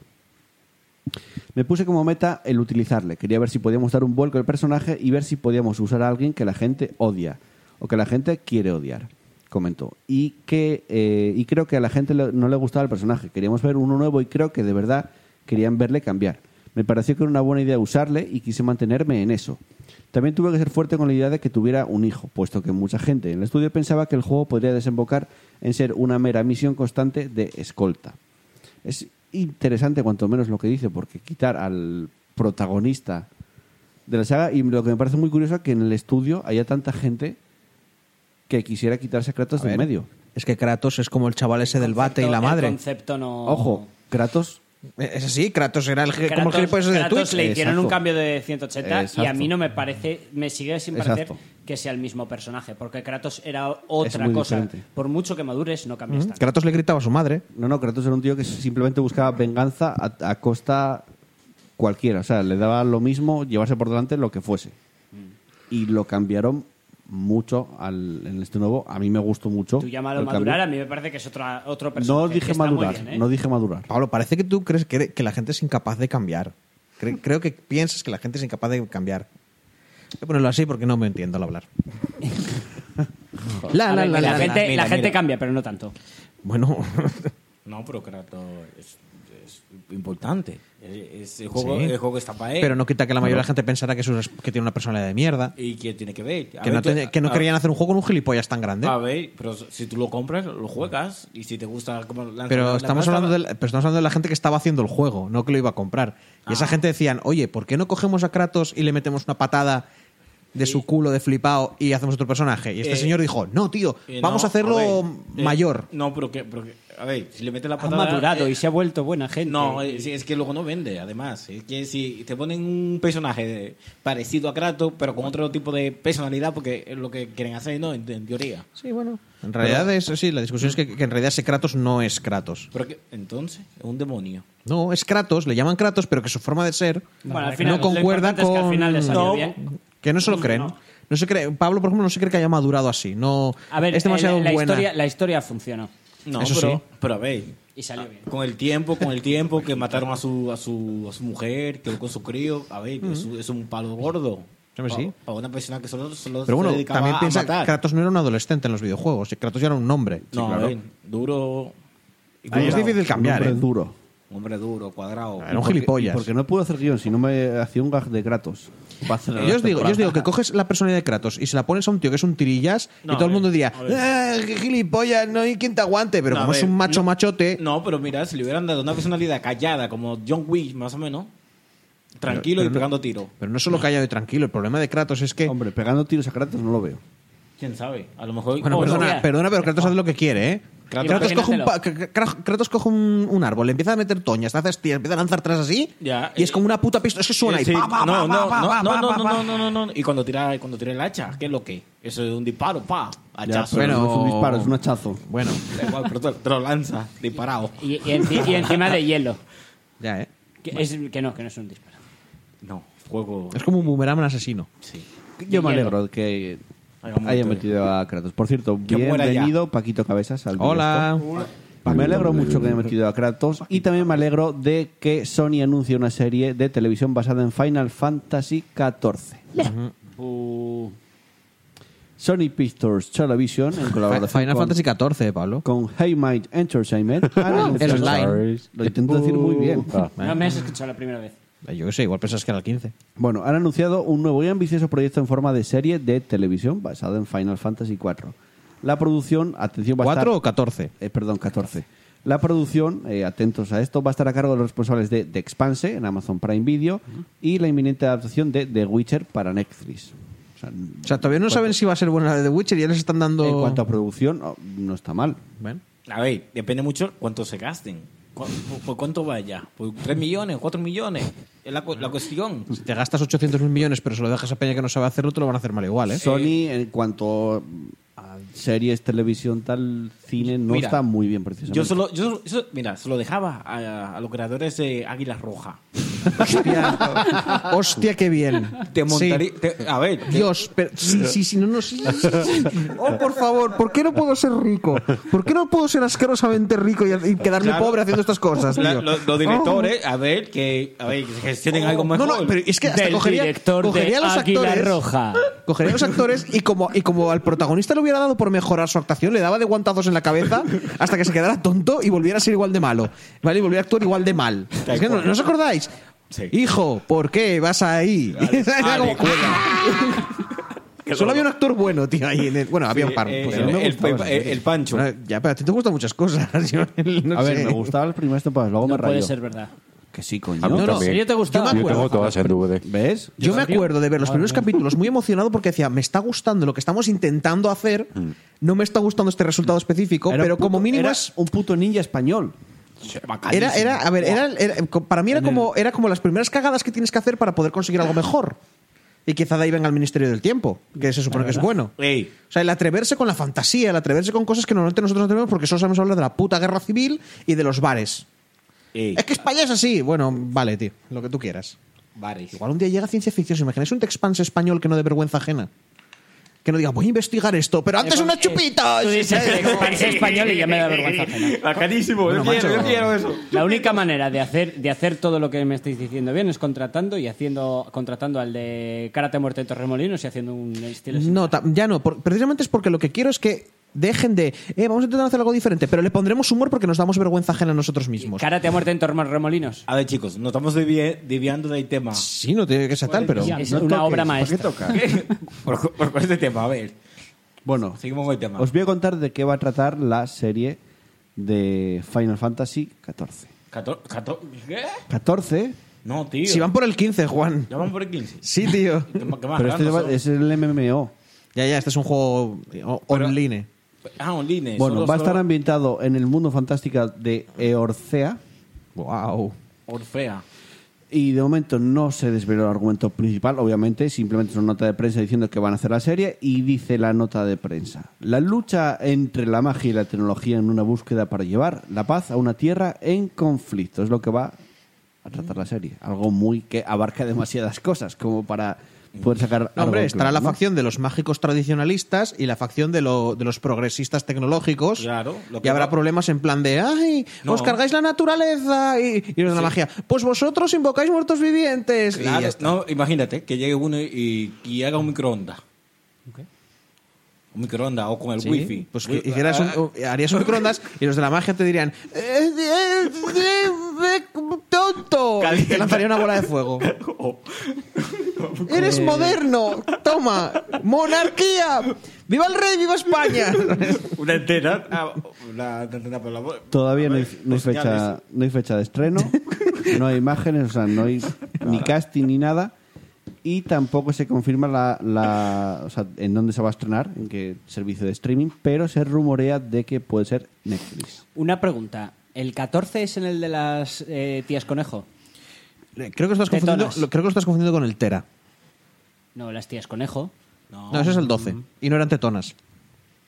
[SPEAKER 2] Me puse como meta el utilizarle. Quería ver si podíamos dar un vuelco al personaje y ver si podíamos usar a alguien que la gente odia o que la gente quiere odiar, comentó. Y, que, eh, y creo que a la gente le- no le gustaba el personaje. Queríamos ver uno nuevo y creo que de verdad querían verle cambiar. Me pareció que era una buena idea usarle y quise mantenerme en eso. También tuve que ser fuerte con la idea de que tuviera un hijo, puesto que mucha gente en el estudio pensaba que el juego podría desembocar en ser una mera misión constante de escolta. Es interesante, cuanto menos, lo que dice, porque quitar al protagonista de la saga. Y lo que me parece muy curioso es que en el estudio haya tanta gente que quisiera quitarse a Kratos
[SPEAKER 6] A
[SPEAKER 2] de en
[SPEAKER 6] ver,
[SPEAKER 2] medio.
[SPEAKER 6] Es que Kratos es como el chaval ese del bate y la
[SPEAKER 4] El
[SPEAKER 6] madre.
[SPEAKER 4] concepto no.
[SPEAKER 2] Ojo, Kratos.
[SPEAKER 6] Eh, Es así, Kratos era el, je- como el
[SPEAKER 4] Kratos-
[SPEAKER 6] gilipollas ese de
[SPEAKER 4] Kratos
[SPEAKER 6] Twitch.
[SPEAKER 4] le hicieron un
[SPEAKER 2] Exacto.
[SPEAKER 4] cambio de 180 y a
[SPEAKER 2] Exacto.
[SPEAKER 4] mí no me parece, me sigue sin parecer
[SPEAKER 2] Exacto.
[SPEAKER 4] que sea el mismo personaje, porque Kratos era otra
[SPEAKER 2] muy
[SPEAKER 4] cosa.
[SPEAKER 2] diferente.
[SPEAKER 4] Por mucho que madures, no cambias tanto.
[SPEAKER 6] Kratos le gritaba a su madre.
[SPEAKER 2] No, no, Kratos era un tío que simplemente buscaba venganza a, a costa cualquiera. O sea, le daba lo mismo llevarse por delante lo que fuese.
[SPEAKER 4] Mm.
[SPEAKER 2] Y lo cambiaron mucho al- en este nuevo. A mí me gustó mucho.
[SPEAKER 4] Tú llámalo
[SPEAKER 2] el cambio.
[SPEAKER 4] madurar, a mí me parece que es otra, otro personaje.
[SPEAKER 2] No
[SPEAKER 4] que
[SPEAKER 2] dije
[SPEAKER 4] está muy
[SPEAKER 2] madurar,
[SPEAKER 4] bien, ¿eh?
[SPEAKER 2] no dije madurar.
[SPEAKER 6] Pablo, parece que tú crees que, que la gente es incapaz de cambiar. Cre- creo que piensas que la gente es incapaz de cambiar. Voy a ponerlo así porque no me entiendo al hablar.
[SPEAKER 4] A ver, que la, gente, la
[SPEAKER 3] mira,
[SPEAKER 4] gente
[SPEAKER 3] mira.
[SPEAKER 4] cambia, pero no tanto.
[SPEAKER 6] Bueno,
[SPEAKER 3] No, pero Kratos es, es importante. Es- es- el, juego,
[SPEAKER 6] Sí.
[SPEAKER 3] el juego está para él.
[SPEAKER 6] pero no quita que la mayoría de la gente pensara que, es un- que tiene una personalidad de mierda.
[SPEAKER 3] ¿Y qué tiene que ver? A
[SPEAKER 6] Que
[SPEAKER 3] ver,
[SPEAKER 6] no,
[SPEAKER 3] tú-
[SPEAKER 6] tenía- que no
[SPEAKER 3] a-
[SPEAKER 6] querían hacer un juego con un gilipollas tan grande.
[SPEAKER 3] A ver, pero si tú lo compras, lo juegas. Y si te gusta cómo lanza
[SPEAKER 6] Pero
[SPEAKER 3] la-
[SPEAKER 6] estamos,
[SPEAKER 3] la-
[SPEAKER 6] hablando de la, pero estamos hablando de la gente que estaba haciendo el juego, no que lo iba a comprar. Y
[SPEAKER 3] Ah.
[SPEAKER 6] esa gente decían, oye, ¿por qué no cogemos a Kratos y le metemos una patada de su culo de flipado y hacemos otro personaje? Y este
[SPEAKER 3] Eh,
[SPEAKER 6] señor dijo, no, tío,
[SPEAKER 3] Eh,
[SPEAKER 6] vamos
[SPEAKER 3] no,
[SPEAKER 6] a hacerlo
[SPEAKER 3] ver, eh,
[SPEAKER 6] mayor.
[SPEAKER 3] no, pero que, pero que- A ver, si le metes la
[SPEAKER 4] Ha
[SPEAKER 3] patada.
[SPEAKER 4] madurado
[SPEAKER 3] eh,
[SPEAKER 4] y se ha vuelto buena gente.
[SPEAKER 3] No, es, es que luego no vende, además. Es que si te ponen un personaje de- parecido a Kratos, pero con otro tipo de personalidad, porque es lo que quieren hacer, ¿no? En, en teoría.
[SPEAKER 6] sí, bueno. En realidad, es, sí, la discusión es que, que en realidad ese Kratos no es Kratos.
[SPEAKER 3] Pero que, entonces, es un demonio.
[SPEAKER 6] No, es Kratos, le llaman Kratos, pero que su forma de ser
[SPEAKER 4] Bueno, al
[SPEAKER 6] no
[SPEAKER 4] final, lo
[SPEAKER 6] concuerda
[SPEAKER 4] importante es
[SPEAKER 6] con...
[SPEAKER 4] que al final le salió
[SPEAKER 6] no,
[SPEAKER 4] bien.
[SPEAKER 6] que no se lo creen.
[SPEAKER 4] No.
[SPEAKER 6] No se cree, Pablo, por ejemplo, no se cree que haya madurado así. No,
[SPEAKER 4] A ver,
[SPEAKER 2] Este
[SPEAKER 6] es demasiado
[SPEAKER 4] eh, la, la
[SPEAKER 6] buena.
[SPEAKER 4] historia, la historia funcionó
[SPEAKER 3] No,
[SPEAKER 6] Eso
[SPEAKER 3] pero,
[SPEAKER 6] sí.
[SPEAKER 3] pero a ver.
[SPEAKER 4] y salió bien.
[SPEAKER 3] Con el tiempo, con el tiempo que mataron a su, a su, a su mujer, que con su crío, a ver, es, un- es un palo gordo.
[SPEAKER 6] Hombre, sí.
[SPEAKER 3] A, una persona que solo, solo
[SPEAKER 6] Pero
[SPEAKER 3] se
[SPEAKER 6] bueno,
[SPEAKER 3] dedicaba
[SPEAKER 6] también
[SPEAKER 3] a
[SPEAKER 6] piensa que
[SPEAKER 3] matar.
[SPEAKER 6] Kratos no era un adolescente en los videojuegos. Kratos ya era un hombre.
[SPEAKER 3] No, a ver, duro. y
[SPEAKER 6] Ahí es
[SPEAKER 3] cuadrado.
[SPEAKER 6] difícil cambiar,
[SPEAKER 2] Un hombre
[SPEAKER 6] ¿eh?
[SPEAKER 2] duro.
[SPEAKER 3] Un hombre duro, cuadrado.
[SPEAKER 6] Era un
[SPEAKER 2] Porque-
[SPEAKER 6] gilipollas.
[SPEAKER 2] Porque no puedo hacer guión si no me hacía un gag de Kratos. Para cerrar
[SPEAKER 6] Yo
[SPEAKER 2] la
[SPEAKER 6] os, digo, yo os digo que
[SPEAKER 2] temporada.
[SPEAKER 6] coges la personalidad de Kratos y se la pones a un tío que es un tirillas
[SPEAKER 3] No,
[SPEAKER 6] y todo el
[SPEAKER 3] a ver,
[SPEAKER 6] mundo diría,
[SPEAKER 3] a ver.
[SPEAKER 6] "Ah, qué gilipollas, no hay quien te aguante, pero
[SPEAKER 3] No, a
[SPEAKER 6] como es
[SPEAKER 3] ver,
[SPEAKER 6] un macho
[SPEAKER 3] no-
[SPEAKER 6] machote,
[SPEAKER 3] No, pero mira, si le hubieran dado una personalidad callada, como John Wick, más o menos, tranquilo
[SPEAKER 6] Pero- pero
[SPEAKER 3] y
[SPEAKER 6] no-
[SPEAKER 3] pegando tiro.
[SPEAKER 6] pero no solo callado y tranquilo, el problema de Kratos es que...
[SPEAKER 2] Hombre, pegando tiros a Kratos no lo veo.
[SPEAKER 3] ¿Quién sabe? A lo mejor.
[SPEAKER 6] bueno,
[SPEAKER 3] Oh,
[SPEAKER 6] perdona,
[SPEAKER 4] no.
[SPEAKER 6] perdona, pero Kratos hace lo que quiere, ¿eh?
[SPEAKER 3] Kratos-
[SPEAKER 6] Kratos, coge un, pa-
[SPEAKER 4] Imagínatelo.
[SPEAKER 6] Kra- Kratos coge un, un árbol, le empieza a meter toñas, te hace hostias, empieza a lanzar tras así
[SPEAKER 3] Ya,
[SPEAKER 6] y es
[SPEAKER 3] eh,
[SPEAKER 6] como una puta pistola, es que suena
[SPEAKER 3] Eh,
[SPEAKER 6] y
[SPEAKER 3] sí,
[SPEAKER 6] pa,
[SPEAKER 3] no,
[SPEAKER 6] pa, pa,
[SPEAKER 3] no,
[SPEAKER 6] pa, pa,
[SPEAKER 3] no, no,
[SPEAKER 6] pa,
[SPEAKER 3] no,
[SPEAKER 6] pa,
[SPEAKER 3] no,
[SPEAKER 6] pa.
[SPEAKER 3] no, no, no, no. Y cuando tira, cuando tira el hacha, ¿qué es lo que? Eso es un disparo, pa,
[SPEAKER 2] Ya,
[SPEAKER 3] hachazo.
[SPEAKER 2] pero
[SPEAKER 6] Bueno.
[SPEAKER 2] no es un disparo, es un hachazo.
[SPEAKER 6] Bueno,
[SPEAKER 3] Da igual, pero te, te lo lanza, disparado.
[SPEAKER 4] Y, y enci- y encima de hielo.
[SPEAKER 6] ya, ¿eh?
[SPEAKER 4] Que, es, que no, que no es un disparo.
[SPEAKER 3] No, juego.
[SPEAKER 6] Es como un boomerang asesino.
[SPEAKER 3] Sí.
[SPEAKER 2] Yo me
[SPEAKER 4] Guillermo.
[SPEAKER 2] alegro de que
[SPEAKER 3] Haga un
[SPEAKER 2] haya
[SPEAKER 3] montón.
[SPEAKER 2] metido a Kratos. Por cierto,
[SPEAKER 3] Que muera
[SPEAKER 2] bienvenido Paquito Cabezas al
[SPEAKER 6] Hola.
[SPEAKER 2] directo. Me alegro mucho que haya metido a Kratos y también me alegro de que Sony anuncie una serie de televisión basada en Final Fantasy XIV. Sony Pictures Television en
[SPEAKER 6] Final
[SPEAKER 2] colaboración con,
[SPEAKER 6] Fantasy XIV, Pablo.
[SPEAKER 2] con Haymind Entertainment han anunciado-
[SPEAKER 6] Es line.
[SPEAKER 2] Lo intento decir muy bien.
[SPEAKER 7] Ah,
[SPEAKER 4] No me has escuchado la primera vez.
[SPEAKER 6] eh, Yo qué sé, igual pensás que era el 15.
[SPEAKER 2] Bueno, han anunciado un nuevo y ambicioso proyecto en forma de serie de televisión basado en Final Fantasy IV. La producción, atención, va a estar-
[SPEAKER 6] ¿4 o 14?
[SPEAKER 2] eh, perdón, 14. La producción, eh, atentos a esto, va a estar a cargo de los responsables de The Expanse en Amazon Prime Video y la inminente adaptación de The Witcher para Netflix.
[SPEAKER 6] O
[SPEAKER 2] sea,
[SPEAKER 6] O sea, todavía no saben si va a ser buena la de The Witcher y ya les están dando.
[SPEAKER 2] En cuanto a producción, no, no está mal.
[SPEAKER 3] Eh,
[SPEAKER 6] Bueno.
[SPEAKER 3] A ver, depende mucho cuánto se gasten. Cu- ¿Por, por cuánto vaya? ¿Por 3 millones? ¿4 millones? Es la, cu- la cuestión.
[SPEAKER 6] Si te gastas 800 mil millones, pero se lo dejas a Peña que no sabe hacerlo, te lo van a hacer mal igual, ¿eh?
[SPEAKER 2] Sony, en cuanto a series, televisión, tal, cine, no
[SPEAKER 3] Mira,
[SPEAKER 2] está muy bien precisamente.
[SPEAKER 3] Yo solo, yo, solo- eso- mira, se lo dejaba a, a los creadores de Águila Roja.
[SPEAKER 6] Hostia, hostia, qué bien.
[SPEAKER 3] Te
[SPEAKER 6] Sí.
[SPEAKER 3] montaría. te- a ver, te-
[SPEAKER 6] Dios, pero sí, sí, sí, no, no, sí, sí, sí. Oh, por favor, ¿por qué no puedo ser rico? ¿Por qué no puedo ser asquerosamente rico y, y quedarme
[SPEAKER 3] Claro.
[SPEAKER 6] pobre haciendo estas cosas, tío? Oh.
[SPEAKER 3] la- lo- los directores, a ver, que, a ver, que gestionen algo
[SPEAKER 6] No,
[SPEAKER 3] mejor.
[SPEAKER 6] no, pero es que hasta
[SPEAKER 4] Del
[SPEAKER 6] cogería,
[SPEAKER 4] director de
[SPEAKER 6] cogería a los
[SPEAKER 4] Águila
[SPEAKER 6] actores,
[SPEAKER 4] Roja.
[SPEAKER 6] cogería a los actores y como, y como al protagonista le hubiera dado por mejorar su actuación, le daba de guantazos en la cabeza hasta que se quedara tonto y volviera a ser igual de malo. ¿Vale? Y volviera a actuar igual de mal.
[SPEAKER 3] Tal
[SPEAKER 6] Es que no,
[SPEAKER 3] cual.
[SPEAKER 6] ¿no os acordáis?
[SPEAKER 3] Sí.
[SPEAKER 6] Hijo, ¿por qué vas ahí? Era
[SPEAKER 3] Ah,
[SPEAKER 6] como-
[SPEAKER 3] recuerda.
[SPEAKER 6] Solo había un actor bueno, tío, ahí en el- Bueno, había un par.
[SPEAKER 3] Eh,
[SPEAKER 6] pues,
[SPEAKER 3] el,
[SPEAKER 6] a mí me
[SPEAKER 3] el-
[SPEAKER 6] gustaba esa
[SPEAKER 3] el-
[SPEAKER 6] serie.
[SPEAKER 3] el Pancho.
[SPEAKER 6] Bueno, ya, pero a ti te gustan muchas cosas. Yo no
[SPEAKER 2] a ver,
[SPEAKER 6] sé.
[SPEAKER 2] me gustaban las primeras temporadas, luego me
[SPEAKER 4] No puede
[SPEAKER 2] rayó.
[SPEAKER 4] ser verdad.
[SPEAKER 2] Que sí, coño.
[SPEAKER 7] A mí
[SPEAKER 4] No, no,
[SPEAKER 7] también.
[SPEAKER 4] si yo te gustaba.
[SPEAKER 7] Yo
[SPEAKER 6] acuerdo,
[SPEAKER 7] tengo todas en DVD.
[SPEAKER 2] ¿Ves?
[SPEAKER 6] Yo me acuerdo de ver los primeros capítulos muy emocionado porque decía, me está gustando lo que estamos intentando hacer, no me está gustando este resultado específico,
[SPEAKER 2] Era
[SPEAKER 6] pero
[SPEAKER 2] un puto-
[SPEAKER 6] como mínimo
[SPEAKER 2] era
[SPEAKER 6] es...
[SPEAKER 2] un puto ninja español.
[SPEAKER 6] Era, era, a ver, era, era- para mí era como, era como las primeras cagadas que tienes que hacer para poder conseguir algo mejor. Y quizá de ahí venga el Ministerio del Tiempo, que se supone que es bueno.
[SPEAKER 3] Ey,
[SPEAKER 6] O sea, el atreverse con la fantasía, el atreverse con cosas que normalmente nosotros no tenemos porque solo sabemos hablar de la puta guerra civil y de los bares.
[SPEAKER 3] ey,
[SPEAKER 6] Es que España es así. Bueno, vale, tío, lo que tú quieras.
[SPEAKER 3] bares.
[SPEAKER 6] Igual un día llega ciencia ficción. ¿Os imagináis un Texpanse español que no de vergüenza ajena? Que no diga, voy a investigar esto, pero antes unas chupitas.
[SPEAKER 4] Tú dices "El expanse español y ya me da vergüenza ajena.
[SPEAKER 3] Bacanísimo, yo
[SPEAKER 6] macho.
[SPEAKER 3] quiero, yo quiero eso.
[SPEAKER 4] La única manera de hacer, de hacer todo lo que me estáis diciendo bien es contratando y haciendo contratando al de Karate Muerte en Torremolinos y haciendo un estilo así.
[SPEAKER 6] No, ta- ya no. por- precisamente es porque lo que quiero es que dejen de, eh, vamos a intentar hacer algo diferente, pero le pondremos humor porque nos damos vergüenza ajena a nosotros mismos.
[SPEAKER 4] Karate a Muerte en Torremolinos.
[SPEAKER 3] A ver, chicos, nos estamos devi- desviando del tema.
[SPEAKER 6] Sí, no tiene que ser tal, pero.
[SPEAKER 4] Es
[SPEAKER 2] No
[SPEAKER 4] una
[SPEAKER 2] toques,
[SPEAKER 4] obra
[SPEAKER 2] ¿para
[SPEAKER 4] maestra.
[SPEAKER 2] qué tocas?
[SPEAKER 3] por, por, por este tema, a ver.
[SPEAKER 2] Bueno,
[SPEAKER 3] Seguimos con el tema.
[SPEAKER 2] os voy a contar de qué va a tratar la serie de Final Fantasy XIV.
[SPEAKER 3] Cator- cator- ¿Qué?
[SPEAKER 2] 14,
[SPEAKER 3] No, tío.
[SPEAKER 6] Si van por el 15, Juan.
[SPEAKER 3] Ya van por el 15.
[SPEAKER 6] Sí, tío.
[SPEAKER 3] ¿Qué ma- qué más
[SPEAKER 2] pero este
[SPEAKER 3] raros
[SPEAKER 2] va-
[SPEAKER 3] son?
[SPEAKER 2] es el MMO.
[SPEAKER 6] ya, ya, este es un juego o- online.
[SPEAKER 3] Ah, online.
[SPEAKER 2] Bueno,
[SPEAKER 3] solo-
[SPEAKER 2] va a estar
[SPEAKER 3] solo
[SPEAKER 2] ambientado en el mundo fantástico de Eorcea.
[SPEAKER 6] Wow.
[SPEAKER 3] Orfea.
[SPEAKER 2] Y de momento no se desveló el argumento principal, obviamente, simplemente es una nota de prensa diciendo que van a hacer la serie y dice la nota de prensa. La lucha entre la magia y la tecnología en una búsqueda para llevar la paz a una tierra en conflicto es lo que va a tratar la serie. Algo muy que abarca demasiadas cosas como para poder sacar...
[SPEAKER 6] No, hombre,
[SPEAKER 2] algo
[SPEAKER 6] estará
[SPEAKER 2] claro,
[SPEAKER 6] la
[SPEAKER 2] ¿no?
[SPEAKER 6] facción de los mágicos tradicionalistas y la facción de, lo- de los progresistas tecnológicos.
[SPEAKER 3] Claro, lo que
[SPEAKER 6] y habrá
[SPEAKER 3] va-
[SPEAKER 6] problemas en plan de, ay,
[SPEAKER 3] No.
[SPEAKER 6] os cargáis la naturaleza y, y los de la magia. Pues vosotros invocáis muertos vivientes. Y ya
[SPEAKER 3] Claro,
[SPEAKER 6] está.
[SPEAKER 3] no, imagínate que llegue uno y, y haga un microondas. Un microondas o con el
[SPEAKER 6] Sí,
[SPEAKER 3] wifi.
[SPEAKER 6] Pues que
[SPEAKER 3] Wi-
[SPEAKER 6] hicieras un-
[SPEAKER 3] ah,
[SPEAKER 6] o- harías un microondas y los de la magia te dirían, "Eh, eh, eh, eh, tonto. Y te
[SPEAKER 3] Calienta.
[SPEAKER 6] lanzaría una bola de fuego.
[SPEAKER 3] oh, Eh.
[SPEAKER 6] Eres moderno. Toma. Monarquía. Viva el rey, viva España.
[SPEAKER 3] una antena. ah, la antena por la voz.
[SPEAKER 2] Todavía
[SPEAKER 3] A
[SPEAKER 2] no hay,
[SPEAKER 3] ver,
[SPEAKER 2] no hay
[SPEAKER 3] los señales.
[SPEAKER 2] fecha, no hay fecha de estreno, no hay imágenes, o sea, no hay ni
[SPEAKER 6] Ah.
[SPEAKER 2] casting ni nada. Y tampoco se confirma la, la- o sea, en dónde se va a estrenar, en qué servicio de streaming, pero se rumorea de que puede ser Netflix.
[SPEAKER 4] Una pregunta. ¿El 14 es en el de las eh, tías conejo?
[SPEAKER 6] Eh, Creo que, lo estás confundiendo,
[SPEAKER 4] Tetonas.
[SPEAKER 6] lo- creo que lo estás confundiendo con el Tera.
[SPEAKER 4] No, las tías conejo.
[SPEAKER 3] No.
[SPEAKER 6] No, ese es el 12.
[SPEAKER 4] Mm.
[SPEAKER 6] Y no eran tetonas.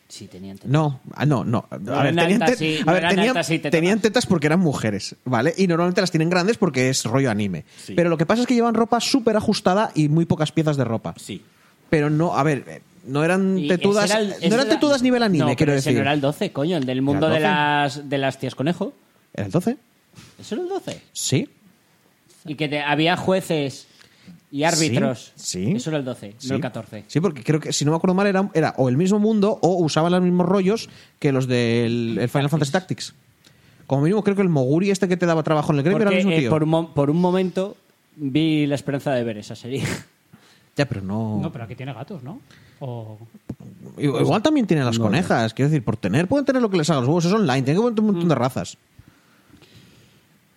[SPEAKER 4] Sí, tenían. tetas.
[SPEAKER 6] No, ah, no, no. A
[SPEAKER 4] No
[SPEAKER 6] ver,
[SPEAKER 4] eran
[SPEAKER 6] tenían,
[SPEAKER 4] altas,
[SPEAKER 6] te-
[SPEAKER 4] sí,
[SPEAKER 6] a
[SPEAKER 4] no
[SPEAKER 6] ver,
[SPEAKER 4] eran
[SPEAKER 6] tenían-
[SPEAKER 4] altas, sí, tetonas.
[SPEAKER 6] tenían tetas porque eran mujeres, ¿vale? Y normalmente las tienen grandes porque es rollo anime.
[SPEAKER 3] Sí.
[SPEAKER 6] Pero lo que pasa es que llevan ropa súper ajustada y muy pocas piezas de ropa.
[SPEAKER 3] Sí.
[SPEAKER 6] Pero no, a ver, eh, no eran
[SPEAKER 4] Y
[SPEAKER 6] tetudas,
[SPEAKER 4] ese era el- ese
[SPEAKER 6] no eran
[SPEAKER 4] era-
[SPEAKER 6] tetudas nivel anime,
[SPEAKER 4] No, pero
[SPEAKER 6] quiero
[SPEAKER 4] ese
[SPEAKER 6] decir.
[SPEAKER 4] no era el 12, coño, el del mundo de
[SPEAKER 6] 12?
[SPEAKER 4] las, de las tías conejo.
[SPEAKER 6] ¿Era el 12?
[SPEAKER 4] ¿Eso era el 12?
[SPEAKER 6] Sí.
[SPEAKER 4] Y que te- había jueces y árbitros.
[SPEAKER 6] sí.
[SPEAKER 4] Eso era el 12,
[SPEAKER 6] Sí.
[SPEAKER 4] no el 14.
[SPEAKER 6] Sí, porque creo que, si no me acuerdo mal, era, era o el mismo mundo o usaban los mismos rollos que los del el Final Fantasy Tactics. Como mínimo, creo que el Moguri este que te daba trabajo en el gremio era
[SPEAKER 4] Porque,
[SPEAKER 6] el mismo
[SPEAKER 4] eh,
[SPEAKER 6] tío.
[SPEAKER 4] por, un, mo- por un momento vi la esperanza de ver esa serie.
[SPEAKER 6] Ya, pero no...
[SPEAKER 8] No, pero aquí tiene gatos, ¿no? O...
[SPEAKER 6] Igual igual también tienen las conejas. Quiero decir, por tener, pueden tener lo que les haga los huevos. Es online, tienen que poner un montón de razas.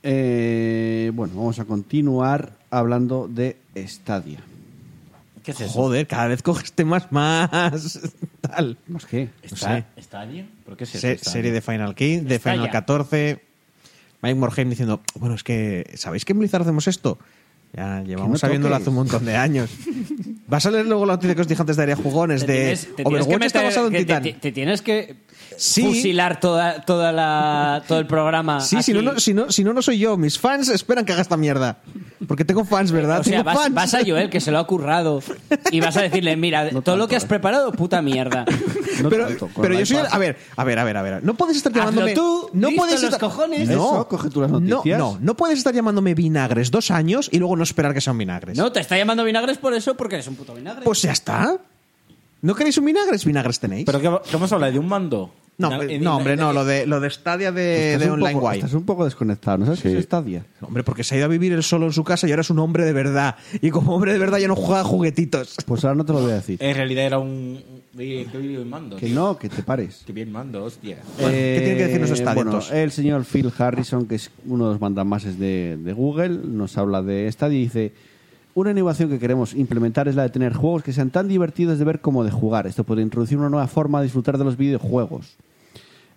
[SPEAKER 2] Eh, bueno, vamos a continuar hablando de Stadia.
[SPEAKER 3] ¿Qué es eso?
[SPEAKER 6] Joder, cada vez coges temas más. Tal.
[SPEAKER 2] Pues
[SPEAKER 9] ¿Más qué?
[SPEAKER 3] ¿Está,
[SPEAKER 6] sé.
[SPEAKER 3] ¿Está bien? ¿Pero qué es eso?
[SPEAKER 6] Se-
[SPEAKER 3] ¿Está
[SPEAKER 6] serie de
[SPEAKER 3] bien?
[SPEAKER 6] Final King, de
[SPEAKER 3] Está
[SPEAKER 6] Final
[SPEAKER 3] ya.
[SPEAKER 6] 14. Mike Morheim diciendo: Bueno, es que, ¿sabéis que en Blizzard hacemos esto? Ya llevamos sabiéndolo
[SPEAKER 2] toques.
[SPEAKER 6] hace un montón de años. Vas a leer luego la noticia que os dije antes de Área Jugones,
[SPEAKER 9] Te
[SPEAKER 6] de
[SPEAKER 9] tienes- te tienes
[SPEAKER 6] Overwatch
[SPEAKER 9] que
[SPEAKER 6] está
[SPEAKER 9] meter-
[SPEAKER 6] basado en
[SPEAKER 9] que te-
[SPEAKER 6] Titán.
[SPEAKER 9] Te, te tienes que
[SPEAKER 6] Sí.
[SPEAKER 9] fusilar toda, toda la, todo el programa.
[SPEAKER 6] Sí, si no,
[SPEAKER 9] aquí.
[SPEAKER 6] no- si, no, si no, no soy yo. Mis fans esperan que haga esta mierda. Porque tengo fans, ¿verdad?
[SPEAKER 9] O sea,
[SPEAKER 6] tengo
[SPEAKER 9] vas,
[SPEAKER 6] fans.
[SPEAKER 9] vas a Joel, que se lo ha currado, y vas a decirle, mira, todo lo que
[SPEAKER 6] ¿eh?
[SPEAKER 9] has preparado, puta mierda.
[SPEAKER 2] No
[SPEAKER 6] pero
[SPEAKER 2] tanto, con
[SPEAKER 6] pero
[SPEAKER 2] el
[SPEAKER 6] yo soy el-
[SPEAKER 2] iPad.
[SPEAKER 6] a ver a ver a ver a ver no puedes estar
[SPEAKER 9] Hazlo
[SPEAKER 6] llamándome
[SPEAKER 9] tú,
[SPEAKER 6] no
[SPEAKER 9] listo
[SPEAKER 6] puedes
[SPEAKER 9] los
[SPEAKER 6] estar,
[SPEAKER 9] cojones.
[SPEAKER 2] Eso, coge tú las noticias.
[SPEAKER 6] no no no puedes estar llamándome vinagres dos años y luego no esperar que sean vinagres
[SPEAKER 9] No, te está llamando vinagres por eso, porque eres un puto vinagre.
[SPEAKER 6] pues ya está no queréis un vinagres vinagres tenéis
[SPEAKER 3] ¿Pero qué, qué hemos hablado? ¿De un mando?
[SPEAKER 6] no,
[SPEAKER 3] Na-
[SPEAKER 6] eh,
[SPEAKER 3] eh,
[SPEAKER 6] no, hombre
[SPEAKER 3] na-
[SPEAKER 6] no lo de lo de Stadia de,
[SPEAKER 2] Estás
[SPEAKER 6] de
[SPEAKER 2] un
[SPEAKER 6] online
[SPEAKER 2] poco-
[SPEAKER 6] Wire.
[SPEAKER 2] Estás un poco desconectado, ¿no sabes
[SPEAKER 10] Sí.
[SPEAKER 2] qué es Stadia?
[SPEAKER 6] hombre porque se ha ido a vivir él solo en su casa y ahora es un hombre de verdad y como hombre de verdad ya no juega a juguetitos
[SPEAKER 2] Pues ahora no te lo voy a
[SPEAKER 6] Eh,
[SPEAKER 2] decir.
[SPEAKER 3] En realidad era un... Que vi el mando.
[SPEAKER 2] que
[SPEAKER 3] tío.
[SPEAKER 2] no, que te pares.
[SPEAKER 3] Que vi el mando, hostia.
[SPEAKER 6] ¿qué tiene que decirnos Stadia,
[SPEAKER 2] Eh, Bueno,
[SPEAKER 6] entonces?
[SPEAKER 2] el señor Phil Harrison, que es uno de los mandamases de, de Google, nos habla de Stadia y dice... Una innovación que queremos implementar es la de tener juegos que sean tan divertidos de ver como de jugar. Esto puede introducir una nueva forma de disfrutar de los videojuegos.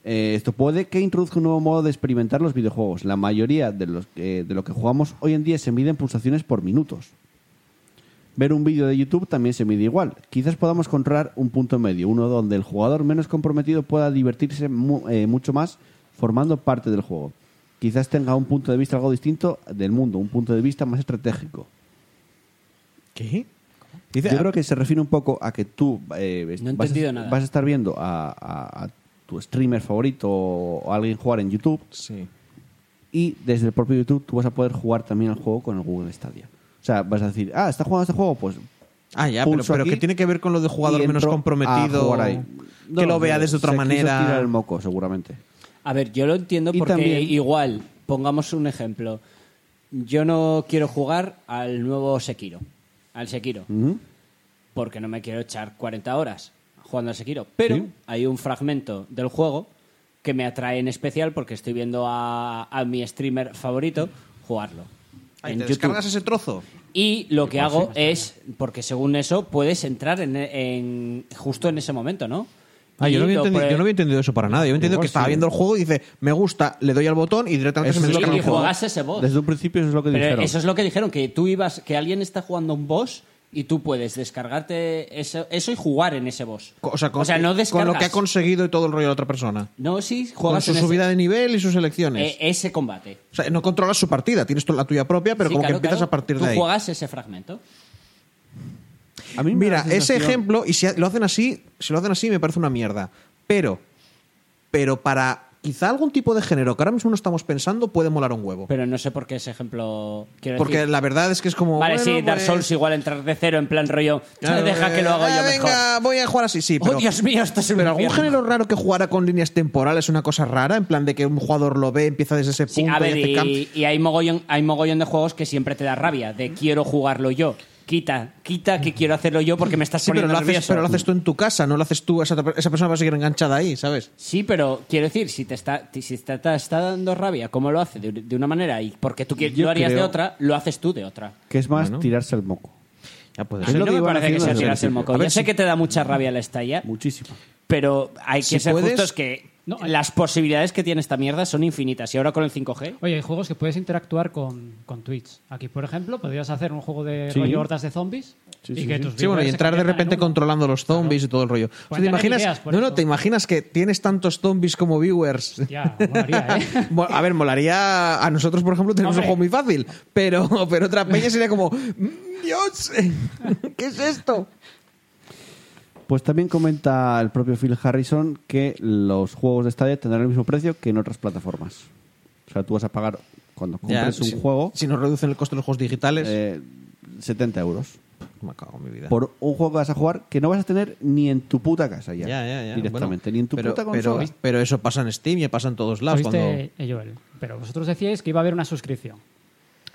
[SPEAKER 2] Eh, esto puede que introduzca un nuevo modo de experimentar los videojuegos. La mayoría de, los, que- de lo que jugamos hoy en día se mide en pulsaciones por minutos. Ver un vídeo de YouTube también se mide igual. Quizás podamos encontrar un punto medio, uno donde el jugador menos comprometido pueda divertirse mu- eh, mucho más formando parte del juego. Quizás tenga un punto de vista algo distinto del mundo, un punto de vista más estratégico.
[SPEAKER 6] qué Dice, ah,
[SPEAKER 2] Yo creo que se refiere un poco a que tú eh,
[SPEAKER 9] No he
[SPEAKER 2] vas, a,
[SPEAKER 9] entendido nada.
[SPEAKER 2] vas a estar viendo a, a- a tu streamer favorito o a alguien jugar en YouTube
[SPEAKER 6] sí
[SPEAKER 2] y desde el propio YouTube tú vas a poder jugar también al juego con el Google Stadia. O sea, vas a decir, ah, ¿está jugando este juego? Pues
[SPEAKER 6] Ah, ya, pero,
[SPEAKER 2] pulso
[SPEAKER 6] pero
[SPEAKER 2] aquí
[SPEAKER 6] que tiene que ver con lo de jugador
[SPEAKER 2] y
[SPEAKER 6] menos
[SPEAKER 2] entro a
[SPEAKER 6] comprometido.
[SPEAKER 2] jugar ahí.
[SPEAKER 6] que
[SPEAKER 2] No,
[SPEAKER 6] lo vea
[SPEAKER 2] se-
[SPEAKER 6] desde otra
[SPEAKER 2] se quiso tirar
[SPEAKER 6] manera.
[SPEAKER 2] el moco, seguramente.
[SPEAKER 9] A ver, yo lo entiendo
[SPEAKER 2] Y
[SPEAKER 9] porque
[SPEAKER 2] también-
[SPEAKER 9] igual, pongamos un ejemplo. Yo no quiero jugar al nuevo Sekiro, al Sekiro, porque no me quiero echar 40 horas jugando al Sekiro. Pero hay un fragmento del juego que me atrae en especial porque estoy viendo a, a mi streamer favorito jugarlo.
[SPEAKER 6] Ahí,
[SPEAKER 9] en
[SPEAKER 6] ¿Te
[SPEAKER 9] YouTube.
[SPEAKER 6] descargas ese trozo?
[SPEAKER 9] Y lo que hago es, porque según eso, puedes entrar en, en- justo en ese momento, ¿no?
[SPEAKER 6] Ah,
[SPEAKER 9] Y
[SPEAKER 6] yo no, había
[SPEAKER 9] lo
[SPEAKER 6] entendido,
[SPEAKER 9] pre-
[SPEAKER 6] yo no había entendido eso para nada. Yo había entendido que estaba viendo el juego y dice, me gusta, le doy al botón y directamente
[SPEAKER 2] Eso
[SPEAKER 6] se me
[SPEAKER 2] es lo
[SPEAKER 9] Sí,
[SPEAKER 6] descarga
[SPEAKER 9] y
[SPEAKER 6] el juego.
[SPEAKER 9] juegas ese boss.
[SPEAKER 2] Desde un principio eso es lo que
[SPEAKER 9] Oh. Pero
[SPEAKER 2] dijeron.
[SPEAKER 9] eso es lo que dijeron, que tú ibas, que alguien está jugando un boss y tú puedes descargarte eso, eso y jugar en ese boss.
[SPEAKER 6] Co- O sea, con,
[SPEAKER 9] no
[SPEAKER 6] con
[SPEAKER 9] descargas.
[SPEAKER 6] lo que ha conseguido y todo el rollo de la otra persona.
[SPEAKER 9] No, sí,
[SPEAKER 6] Con
[SPEAKER 9] juegas
[SPEAKER 6] su
[SPEAKER 9] en ese-
[SPEAKER 6] subida de nivel y sus elecciones.
[SPEAKER 9] eh, ese combate.
[SPEAKER 6] o sea, no controlas su partida, tienes tú la tuya propia, pero
[SPEAKER 9] Sí,
[SPEAKER 6] como
[SPEAKER 9] claro,
[SPEAKER 6] que empiezas
[SPEAKER 9] claro.
[SPEAKER 6] a partir
[SPEAKER 9] tú
[SPEAKER 6] de ahí.
[SPEAKER 9] juegas ese fragmento.
[SPEAKER 2] A mí me
[SPEAKER 6] Mira,
[SPEAKER 2] da la
[SPEAKER 6] ese
[SPEAKER 2] sensación-
[SPEAKER 6] ejemplo, y si lo hacen así, si lo hacen así me parece una mierda. Pero, pero para quizá algún tipo de género que ahora mismo no estamos pensando, puede molar un huevo.
[SPEAKER 9] Pero no sé por qué ese ejemplo. Quiero
[SPEAKER 6] Porque
[SPEAKER 9] decir-
[SPEAKER 6] la verdad es que es como.
[SPEAKER 9] Vale,
[SPEAKER 6] bueno,
[SPEAKER 9] sí, Dark
[SPEAKER 6] pues,
[SPEAKER 9] Souls igual entrar de cero en plan rollo.
[SPEAKER 6] claro,
[SPEAKER 9] deja que lo hago
[SPEAKER 6] eh,
[SPEAKER 9] yo
[SPEAKER 6] venga,
[SPEAKER 9] mejor.
[SPEAKER 6] voy a jugar así, sí. Pero,
[SPEAKER 9] oh, Dios mío, esto es un
[SPEAKER 6] pero algún
[SPEAKER 9] infierno.
[SPEAKER 6] género raro que jugara con líneas temporales, una cosa rara, en plan de que un jugador lo ve, empieza desde ese punto
[SPEAKER 9] Sí, a ver,
[SPEAKER 6] y este hace
[SPEAKER 9] y,
[SPEAKER 6] camp-
[SPEAKER 9] y hay, mogollón, hay mogollón de juegos que siempre te da rabia, de quiero jugarlo yo. Quita, quita que quiero hacerlo yo porque me estás
[SPEAKER 6] Ah, Sí, pero
[SPEAKER 9] poniendo
[SPEAKER 6] lo, haces,
[SPEAKER 9] nervioso.
[SPEAKER 6] pero lo haces tú en tu casa, no lo haces tú, esa, esa persona va a seguir enganchada ahí, ¿sabes?
[SPEAKER 9] Sí, pero quiero decir, si te está, ti- si te está, está dando rabia, ¿cómo lo hace? De, de una manera, y porque tú quie-
[SPEAKER 2] Yo
[SPEAKER 9] lo harías de
[SPEAKER 2] creo-
[SPEAKER 9] otra, lo haces tú de otra.
[SPEAKER 2] Que es más,
[SPEAKER 6] Bueno.
[SPEAKER 2] tirarse el moco.
[SPEAKER 6] Ya puede
[SPEAKER 2] Es lo
[SPEAKER 9] no
[SPEAKER 2] que
[SPEAKER 9] me
[SPEAKER 2] iban
[SPEAKER 9] parece que
[SPEAKER 2] haciendo
[SPEAKER 9] sea
[SPEAKER 2] desde
[SPEAKER 9] tirarse el
[SPEAKER 2] principio.
[SPEAKER 9] moco.
[SPEAKER 6] A
[SPEAKER 9] Yo
[SPEAKER 6] ver,
[SPEAKER 9] sé
[SPEAKER 6] si-
[SPEAKER 9] que te da mucha rabia la estalla,
[SPEAKER 2] Muchísimo.
[SPEAKER 9] pero hay que
[SPEAKER 6] Si
[SPEAKER 9] ser
[SPEAKER 6] puedes-
[SPEAKER 9] justos que las posibilidades que tiene esta mierda son infinitas. Y ahora con el 5G,
[SPEAKER 8] Oye, hay juegos que puedes interactuar con, con Twitch. Aquí, por ejemplo, podrías hacer un juego de
[SPEAKER 2] Sí.
[SPEAKER 8] rollo hortas de zombies.
[SPEAKER 2] Sí,
[SPEAKER 8] y
[SPEAKER 2] sí,
[SPEAKER 8] que
[SPEAKER 2] sí.
[SPEAKER 8] tus
[SPEAKER 6] Sí, bueno, y
[SPEAKER 8] viewers se
[SPEAKER 6] entrar de
[SPEAKER 8] conviertan
[SPEAKER 6] repente
[SPEAKER 8] en uno.
[SPEAKER 6] controlando los zombies y todo el rollo. O sea,
[SPEAKER 8] Pueden
[SPEAKER 6] ¿Te
[SPEAKER 8] tener
[SPEAKER 6] imaginas?
[SPEAKER 8] ideas por
[SPEAKER 6] no, no,
[SPEAKER 8] eso.
[SPEAKER 6] te imaginas que tienes tantos zombies como viewers.
[SPEAKER 8] Ya, molaría, ¿eh?
[SPEAKER 6] Mo- A ver, molaría. A nosotros, por ejemplo, tenemos
[SPEAKER 8] Hombre.
[SPEAKER 6] un juego muy fácil, pero, pero otra peña sería como: "Mm, ¡Dios! ¿Qué es esto?
[SPEAKER 2] Pues también comenta el propio Phil Harrison que los juegos de Stadia tendrán el mismo precio que en otras plataformas. O sea, tú vas a pagar, cuando compres un
[SPEAKER 6] si,
[SPEAKER 2] juego,
[SPEAKER 6] Si nos reducen el coste de los juegos digitales.
[SPEAKER 2] eh, 70 euros.
[SPEAKER 6] me cago en mi vida.
[SPEAKER 2] Por un juego que vas a jugar que no vas a tener ni en tu puta casa ya.
[SPEAKER 6] Ya, ya, ya.
[SPEAKER 2] Directamente,
[SPEAKER 6] Bueno,
[SPEAKER 2] ni en tu
[SPEAKER 6] pero-
[SPEAKER 2] puta
[SPEAKER 6] pero,
[SPEAKER 2] consola.
[SPEAKER 6] pero eso pasa en Steam y pasa en todos lados. Cuando...
[SPEAKER 8] Oíste, eh, Joel, pero vosotros decíais que iba a haber una suscripción.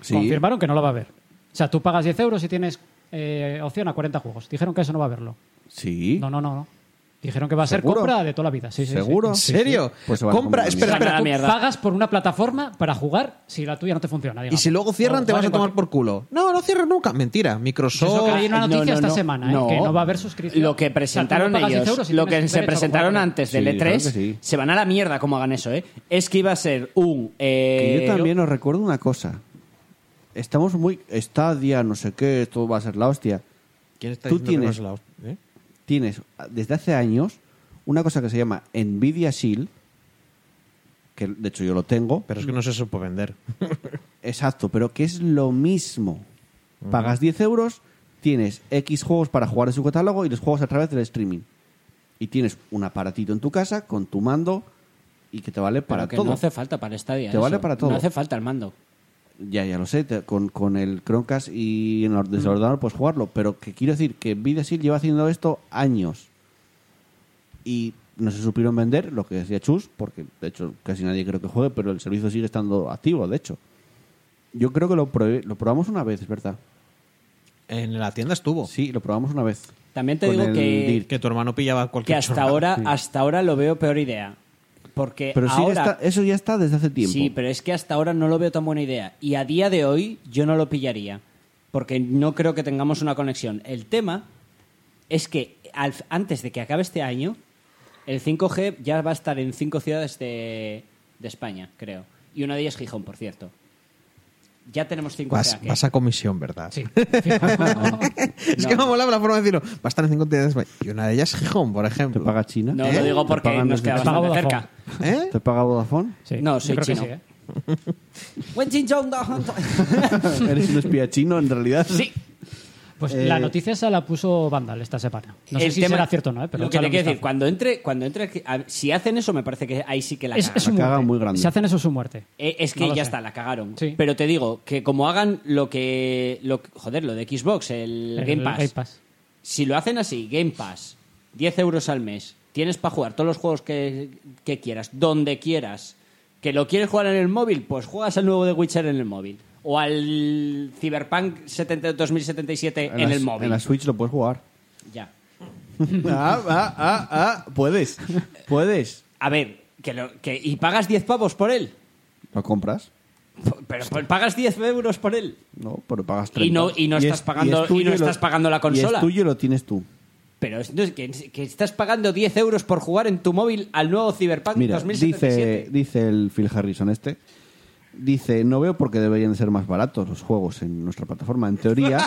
[SPEAKER 2] Sí.
[SPEAKER 8] Confirmaron que no lo va a haber. O sea, tú pagas 10 euros y tienes eh, opción a 40 juegos. Dijeron que eso no va a haberlo.
[SPEAKER 2] Sí.
[SPEAKER 8] No, no, no, no. Dijeron que va a ser
[SPEAKER 2] ¿Seguro?
[SPEAKER 8] compra de toda la vida. Sí, sí, sí.
[SPEAKER 2] ¿Seguro?
[SPEAKER 6] ¿En
[SPEAKER 8] Sí,
[SPEAKER 6] serio?
[SPEAKER 2] Pues se van a
[SPEAKER 6] compra,
[SPEAKER 2] comprar
[SPEAKER 6] espera,
[SPEAKER 8] O sea,
[SPEAKER 6] espera.
[SPEAKER 8] tú
[SPEAKER 9] mierda.
[SPEAKER 8] pagas por una plataforma para jugar si la tuya no te funciona.
[SPEAKER 6] Y
[SPEAKER 8] digamos.
[SPEAKER 6] si luego cierran,
[SPEAKER 8] O
[SPEAKER 6] te vas
[SPEAKER 8] jugar
[SPEAKER 6] a
[SPEAKER 8] en
[SPEAKER 6] tomar por
[SPEAKER 8] cualquier-
[SPEAKER 6] culo. No, no cierran nunca. Mentira.
[SPEAKER 8] Eso
[SPEAKER 6] Microsoft.
[SPEAKER 8] que hay una noticia esta semana, ¿eh? que no va a haber suscripción.
[SPEAKER 9] Lo que
[SPEAKER 8] O sea, tú no
[SPEAKER 9] presentaron
[SPEAKER 8] pagas 10
[SPEAKER 9] ellos,
[SPEAKER 8] euros y
[SPEAKER 9] lo
[SPEAKER 8] tienes
[SPEAKER 9] que se
[SPEAKER 8] derecho a
[SPEAKER 9] presentaron
[SPEAKER 8] jugarlo.
[SPEAKER 9] antes del
[SPEAKER 2] Sí,
[SPEAKER 9] E3,
[SPEAKER 2] claro que sí.
[SPEAKER 9] se van a la mierda como hagan eso, ¿eh? Es que iba a ser un... eh,
[SPEAKER 2] Que yo también os recuerdo una cosa. Estamos muy... Stadia, no sé qué, esto va a ser la hostia.
[SPEAKER 6] ¿Quién está
[SPEAKER 2] Tú
[SPEAKER 6] diciendo que no
[SPEAKER 2] tienes-
[SPEAKER 6] es la hostia? ¿Eh?
[SPEAKER 2] Tienes, desde hace años, una cosa que se llama Nvidia Shield, que de hecho yo lo tengo.
[SPEAKER 6] Pero es que no se supo vender.
[SPEAKER 2] Exacto, pero que es lo mismo. Pagas 10 euros, tienes X juegos para jugar en su catálogo y los juegos a través del streaming. Y tienes un aparatito en tu casa con tu mando y que te vale
[SPEAKER 9] pero
[SPEAKER 2] para
[SPEAKER 9] que
[SPEAKER 2] todo.
[SPEAKER 9] no hace falta para Stadia.
[SPEAKER 2] Te
[SPEAKER 9] eso.
[SPEAKER 2] vale para todo.
[SPEAKER 9] No hace falta el mando.
[SPEAKER 2] Ya, ya lo sé, te- con, con el Chromecast y en el, desde el ordenador puedes jugarlo, pero que quiero decir que Videosil lleva haciendo esto años y no se supieron vender, lo que decía Chus, porque de hecho casi nadie creo que juegue, pero el servicio sigue estando activo, de hecho. Yo creo que lo, probé- lo probamos una vez, es verdad.
[SPEAKER 6] En la tienda estuvo.
[SPEAKER 2] Sí, lo probamos una vez.
[SPEAKER 9] También te
[SPEAKER 2] Con
[SPEAKER 9] digo
[SPEAKER 2] el
[SPEAKER 9] que,
[SPEAKER 2] DIRT.
[SPEAKER 6] Que tu hermano pillaba
[SPEAKER 9] que
[SPEAKER 6] cualquier
[SPEAKER 9] hasta,
[SPEAKER 6] chorrada.
[SPEAKER 9] ahora, hasta ahora lo veo peor idea. Porque
[SPEAKER 2] Pero sí que
[SPEAKER 9] ahora...
[SPEAKER 2] está- eso ya está desde hace tiempo.
[SPEAKER 9] Sí, pero es que hasta ahora no lo veo tan buena idea. Y a día de hoy yo no lo pillaría. Porque no creo que tengamos una conexión. El tema es que al- antes de que acabe este año, el 5G ya va a estar en cinco ciudades de, de España, creo. Y una de ellas Gijón, por cierto. Ya tenemos 5G.
[SPEAKER 6] Vas,
[SPEAKER 9] aquí.
[SPEAKER 6] vas a comisión, ¿verdad?
[SPEAKER 8] Sí.
[SPEAKER 6] Es que me molaba la forma de decirlo. Va a estar en cinco entidades. Y una de ellas es Gijón, por
[SPEAKER 2] ¿Te
[SPEAKER 6] ejemplo.
[SPEAKER 2] paga China?
[SPEAKER 9] No
[SPEAKER 2] ¿Eh?
[SPEAKER 9] lo digo
[SPEAKER 2] ¿Te
[SPEAKER 9] porque
[SPEAKER 2] pagan
[SPEAKER 9] nos
[SPEAKER 2] desde
[SPEAKER 9] queda
[SPEAKER 8] Te paga
[SPEAKER 9] bastante
[SPEAKER 8] Vodafone.
[SPEAKER 9] cerca.
[SPEAKER 6] ¿Eh?
[SPEAKER 2] ¿Te paga Vodafone?
[SPEAKER 8] Sí,
[SPEAKER 9] No,
[SPEAKER 8] yo
[SPEAKER 9] soy
[SPEAKER 8] creo que
[SPEAKER 9] chino.
[SPEAKER 8] sí, ¿eh?
[SPEAKER 2] Eres un espía chino en realidad.
[SPEAKER 9] Sí.
[SPEAKER 8] Pues
[SPEAKER 2] Eh,
[SPEAKER 8] la noticia esa la puso Vandal esta semana. No sé
[SPEAKER 9] El
[SPEAKER 8] si
[SPEAKER 9] tema-
[SPEAKER 8] será cierto o no, ¿eh? pero
[SPEAKER 9] lo que te
[SPEAKER 8] échale un
[SPEAKER 9] quiero decir,
[SPEAKER 8] vistazo.
[SPEAKER 9] cuando entre, cuando entre, aquí- a- si hacen eso, me parece que ahí sí que la
[SPEAKER 8] es,
[SPEAKER 9] cagan.
[SPEAKER 8] es su
[SPEAKER 2] La caga
[SPEAKER 8] muerte.
[SPEAKER 2] muy grande.
[SPEAKER 8] Si hacen eso es su muerte.
[SPEAKER 9] Eh, Es que
[SPEAKER 8] No lo
[SPEAKER 9] ya
[SPEAKER 8] sé.
[SPEAKER 9] está, la cagaron.
[SPEAKER 8] Sí.
[SPEAKER 9] Pero te digo que como hagan lo que. Lo, que- joder, lo de Xbox, el, Game, Pass, Si lo hacen así, Game Pass, 10 euros al mes, tienes para jugar todos los juegos que, que quieras, donde quieras. Que lo quieres jugar en el móvil, pues juegas al nuevo de Witcher en el móvil. O al Cyberpunk 70 2077 en,
[SPEAKER 2] la-
[SPEAKER 9] el móvil.
[SPEAKER 2] En la Switch lo puedes jugar.
[SPEAKER 9] Ya.
[SPEAKER 2] ah, ah, ah, ah. Puedes. Puedes.
[SPEAKER 9] A ver, que lo- que, ¿y pagas 10 pavos por él?
[SPEAKER 2] ¿Lo compras?
[SPEAKER 9] P- Pero pues, pagas 10 euros por él.
[SPEAKER 2] No, pero pagas
[SPEAKER 9] Y
[SPEAKER 2] 30.
[SPEAKER 9] no- y no estás pagando- y no
[SPEAKER 2] lo-
[SPEAKER 9] estás pagando la
[SPEAKER 2] Y
[SPEAKER 9] consola.
[SPEAKER 2] es tuyo y lo tienes tú.
[SPEAKER 9] Pero es- no, es que, que estás pagando 10 euros por jugar en tu móvil al nuevo Cyberpunk
[SPEAKER 2] Mira,
[SPEAKER 9] 2077.
[SPEAKER 2] dice, dice el Phil Harrison este. Dice, no veo por qué deberían de ser más baratos los juegos en nuestra plataforma. En teoría...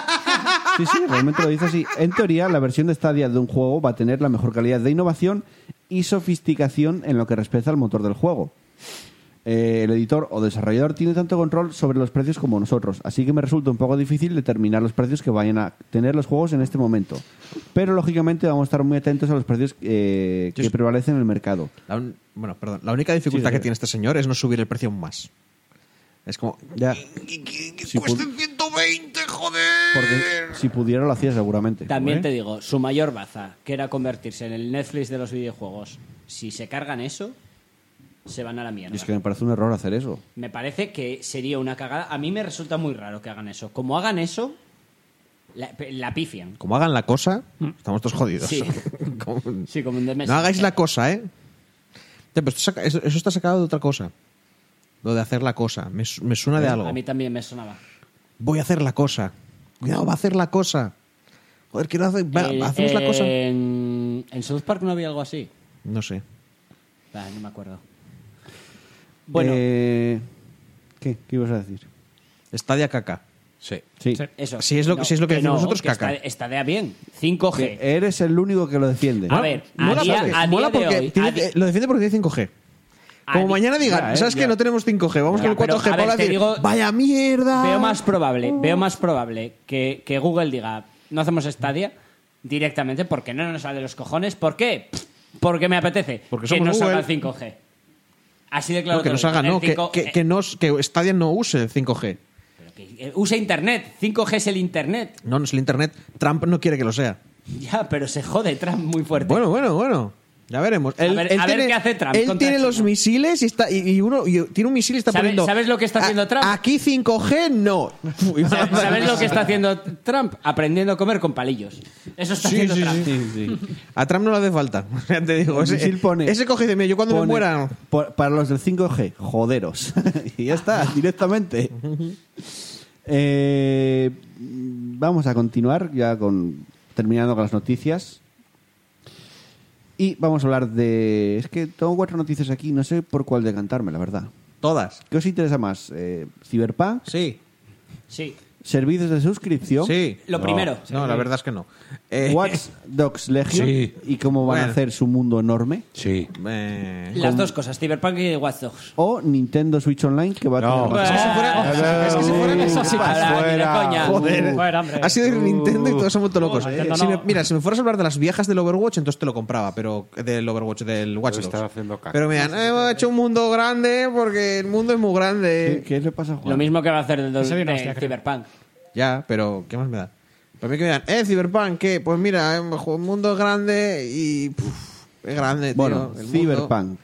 [SPEAKER 2] Sí, sí, realmente lo dice así. En teoría, la versión de Stadia de un juego va a tener la mejor calidad de innovación y sofisticación en lo que respecta al motor del juego. Eh, el editor o desarrollador tiene tanto control sobre los precios como nosotros, así que me resulta un poco difícil determinar los precios que vayan a tener los juegos en este momento. Pero lógicamente vamos a estar muy atentos a los precios eh,
[SPEAKER 6] Yo
[SPEAKER 2] que
[SPEAKER 6] es-
[SPEAKER 2] prevalecen en el mercado.
[SPEAKER 6] La un- Bueno, perdón. La única dificultad que tiene este señor es no subir el precio más. Es como.
[SPEAKER 2] Ya. Si pu- Porque si pudiera lo hacía seguramente.
[SPEAKER 9] También
[SPEAKER 6] ¿eh?
[SPEAKER 9] te digo, su mayor baza, que era convertirse en el Netflix de los videojuegos, si se cargan eso, se van a la mierda.
[SPEAKER 2] Y es que me parece un error hacer eso.
[SPEAKER 9] Me parece que sería una cagada. A mí me resulta muy raro que hagan eso. Como hagan eso, la, la pifian.
[SPEAKER 6] Como hagan la cosa, estamos todos jodidos.
[SPEAKER 9] Sí.
[SPEAKER 6] Como-
[SPEAKER 9] Sí, como un de
[SPEAKER 6] No hagáis la cosa, ¿eh? Ya, pero esto saca- Eso eso está sacado de otra cosa. Lo de hacer la cosa. Me, su- me suena de algo.
[SPEAKER 9] A mí también me sonaba.
[SPEAKER 6] Voy a hacer la cosa. Cuidado, va a hacer la cosa. Joder, quiero hacer. va-
[SPEAKER 9] El-
[SPEAKER 6] ¿Hacemos la cosa?
[SPEAKER 9] Eh, En, en South Park no había algo así.
[SPEAKER 6] No sé.
[SPEAKER 9] Ah, no me acuerdo.
[SPEAKER 6] Eh,
[SPEAKER 9] Bueno,
[SPEAKER 2] Eh, ¿qué? ¿Qué ibas a decir?
[SPEAKER 6] Estadia caca.
[SPEAKER 11] Sí.
[SPEAKER 2] Sí.
[SPEAKER 8] Sí.
[SPEAKER 9] eso.
[SPEAKER 6] si es lo- si es lo que decimos nosotros, caca. eh,
[SPEAKER 9] Está, está de bien. 5G.
[SPEAKER 2] Que eres el único que lo defiende.
[SPEAKER 9] A ver, a
[SPEAKER 6] Mola
[SPEAKER 9] día,
[SPEAKER 6] porque-
[SPEAKER 9] a día
[SPEAKER 6] mola
[SPEAKER 9] de
[SPEAKER 6] porque
[SPEAKER 9] hoy.
[SPEAKER 6] tiene-
[SPEAKER 9] a di-
[SPEAKER 6] eh, lo defiende porque tiene 5G.
[SPEAKER 9] a
[SPEAKER 6] Como
[SPEAKER 9] di-
[SPEAKER 6] mañana digan,
[SPEAKER 2] Ya, eh,
[SPEAKER 6] ¿sabes
[SPEAKER 2] ya.
[SPEAKER 6] que no tenemos 5G? Vamos
[SPEAKER 9] Ya,
[SPEAKER 6] con el
[SPEAKER 9] pero,
[SPEAKER 6] 4G.
[SPEAKER 9] a ver,
[SPEAKER 6] Paula,
[SPEAKER 9] te
[SPEAKER 6] decir,
[SPEAKER 9] digo-
[SPEAKER 6] ¡Vaya mierda!
[SPEAKER 9] Veo más probable, veo más probable que, que Google diga, no hacemos Stadia directamente porque no nos sale de los cojones. ¿Por qué? Pff, Porque me apetece
[SPEAKER 6] Porque
[SPEAKER 9] que
[SPEAKER 6] somos
[SPEAKER 9] no salga el
[SPEAKER 6] Google.
[SPEAKER 9] 5G. Así de claro.
[SPEAKER 6] No, que
[SPEAKER 9] te lo
[SPEAKER 6] nos
[SPEAKER 9] digo.
[SPEAKER 6] hagan,
[SPEAKER 9] El
[SPEAKER 6] no. Que,
[SPEAKER 9] 5G
[SPEAKER 6] que, que, nos- que Stadia no use el 5G.
[SPEAKER 9] pero que, eh, usa Internet. 5G es el Internet.
[SPEAKER 6] No, no es el internet. Trump no quiere que lo sea.
[SPEAKER 9] Ya, pero se jode Trump muy fuerte.
[SPEAKER 6] Bueno, bueno, bueno. Ya veremos. Él,
[SPEAKER 4] ver-
[SPEAKER 6] él
[SPEAKER 4] a ver
[SPEAKER 6] tiene-
[SPEAKER 4] qué hace Trump
[SPEAKER 6] Él
[SPEAKER 4] contra
[SPEAKER 6] tiene
[SPEAKER 4] China.
[SPEAKER 6] los misiles y, está, y, y uno, y tiene un misil y está
[SPEAKER 4] ¿Sabe-
[SPEAKER 6] poniendo.
[SPEAKER 4] sabes lo que está haciendo
[SPEAKER 6] "A-
[SPEAKER 4] Trump?
[SPEAKER 6] Aquí 5G no. Y va-
[SPEAKER 4] ¿Sabes- ¿Sabes lo que está haciendo Trump? Aprendiendo a comer con palillos. Eso está haciendo Trump.
[SPEAKER 6] A Trump no le hace falta. Ya te digo. Ese,
[SPEAKER 2] misil pone-
[SPEAKER 6] ese coge y dice: "Mira, Yo cuando me
[SPEAKER 2] Pone-
[SPEAKER 6] muera.
[SPEAKER 2] por- para los del 5G, joderos. y ya está, directamente. Eh, vamos a continuar ya con terminando con las noticias. Y vamos a hablar de... Es que tengo cuatro noticias aquí, no sé por cuál decantarme, la verdad.
[SPEAKER 6] Todas.
[SPEAKER 2] ¿Qué os interesa más? Eh, ¿Cyberpunk?
[SPEAKER 6] Sí.
[SPEAKER 4] Sí.
[SPEAKER 2] ¿Servicios de suscripción?
[SPEAKER 6] Sí.
[SPEAKER 4] Lo
[SPEAKER 6] No.
[SPEAKER 4] primero.
[SPEAKER 6] No, la verdad es que no. Eh,
[SPEAKER 2] Watch Dogs Legion
[SPEAKER 7] Sí.
[SPEAKER 2] y cómo van a
[SPEAKER 6] Bueno.
[SPEAKER 2] hacer su mundo enorme
[SPEAKER 7] Sí.
[SPEAKER 6] eh,
[SPEAKER 4] Las dos cosas, Cyberpunk y Watch Dogs.
[SPEAKER 2] o Nintendo Switch Online que va a
[SPEAKER 7] No.
[SPEAKER 2] tener más-
[SPEAKER 7] Es que si
[SPEAKER 4] Ah,
[SPEAKER 8] es que
[SPEAKER 2] Oh.
[SPEAKER 8] si fueran esas, sí que-
[SPEAKER 4] Ahora, ni de
[SPEAKER 7] Fuera.
[SPEAKER 4] coña.
[SPEAKER 8] Joder. hambre.
[SPEAKER 6] Ha sido ir Nintendo y todos somos locos.
[SPEAKER 8] Joder. Nintendo
[SPEAKER 6] Si me-
[SPEAKER 8] no.
[SPEAKER 6] mira, si me fueras a hablar de las viejas del Overwatch, entonces te lo compraba, pero del Overwatch, del Watch
[SPEAKER 7] Pero
[SPEAKER 6] Dogs.
[SPEAKER 7] estaba haciendo caca.
[SPEAKER 6] Pero me han hemos hecho un mundo grande porque el mundo es muy grande.
[SPEAKER 2] ¿Qué, qué le pasa a Juan?
[SPEAKER 4] Lo mismo que va a hacer el,
[SPEAKER 8] Ese viene
[SPEAKER 4] de
[SPEAKER 8] hostia, creo.
[SPEAKER 4] Cyberpunk.
[SPEAKER 6] Ya, pero ¿qué más me da? Para mí que me dan, eh, Cyberpunk, ¿qué? Pues mira, eh, ju- el mundo es grande y... puf, es grande, tío.
[SPEAKER 2] Bueno,
[SPEAKER 6] el mundo.
[SPEAKER 2] Cyberpunk.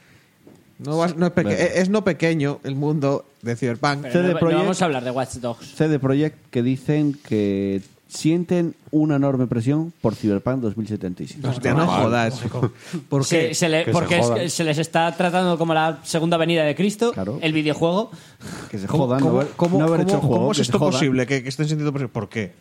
[SPEAKER 6] No vas- no es, peque-
[SPEAKER 2] Bueno.
[SPEAKER 6] es- es no pequeño el mundo de Cyberpunk.
[SPEAKER 4] Pero
[SPEAKER 2] CD
[SPEAKER 4] no- no
[SPEAKER 2] Projekt-
[SPEAKER 4] vamos a hablar de Watch Dogs.
[SPEAKER 2] CD Projekt que dicen que sienten una enorme presión por Cyberpunk 2077.
[SPEAKER 6] Hostia, no jodas. ¿Por
[SPEAKER 4] Se-
[SPEAKER 6] qué?
[SPEAKER 4] se le-
[SPEAKER 7] Que se
[SPEAKER 4] porque es-
[SPEAKER 7] jodan.
[SPEAKER 4] se, les está tratando como la segunda venida de Cristo,
[SPEAKER 2] Claro.
[SPEAKER 4] el videojuego.
[SPEAKER 2] Que se
[SPEAKER 6] ¿Cómo-
[SPEAKER 2] jodan
[SPEAKER 6] cómo-
[SPEAKER 2] no haber,
[SPEAKER 6] cómo-
[SPEAKER 2] no haber
[SPEAKER 6] cómo-
[SPEAKER 2] hecho el juego.
[SPEAKER 6] ¿Cómo es
[SPEAKER 2] que se
[SPEAKER 6] esto
[SPEAKER 2] jodan.
[SPEAKER 6] posible? Que, que estén sintiendo presión. ¿Por qué?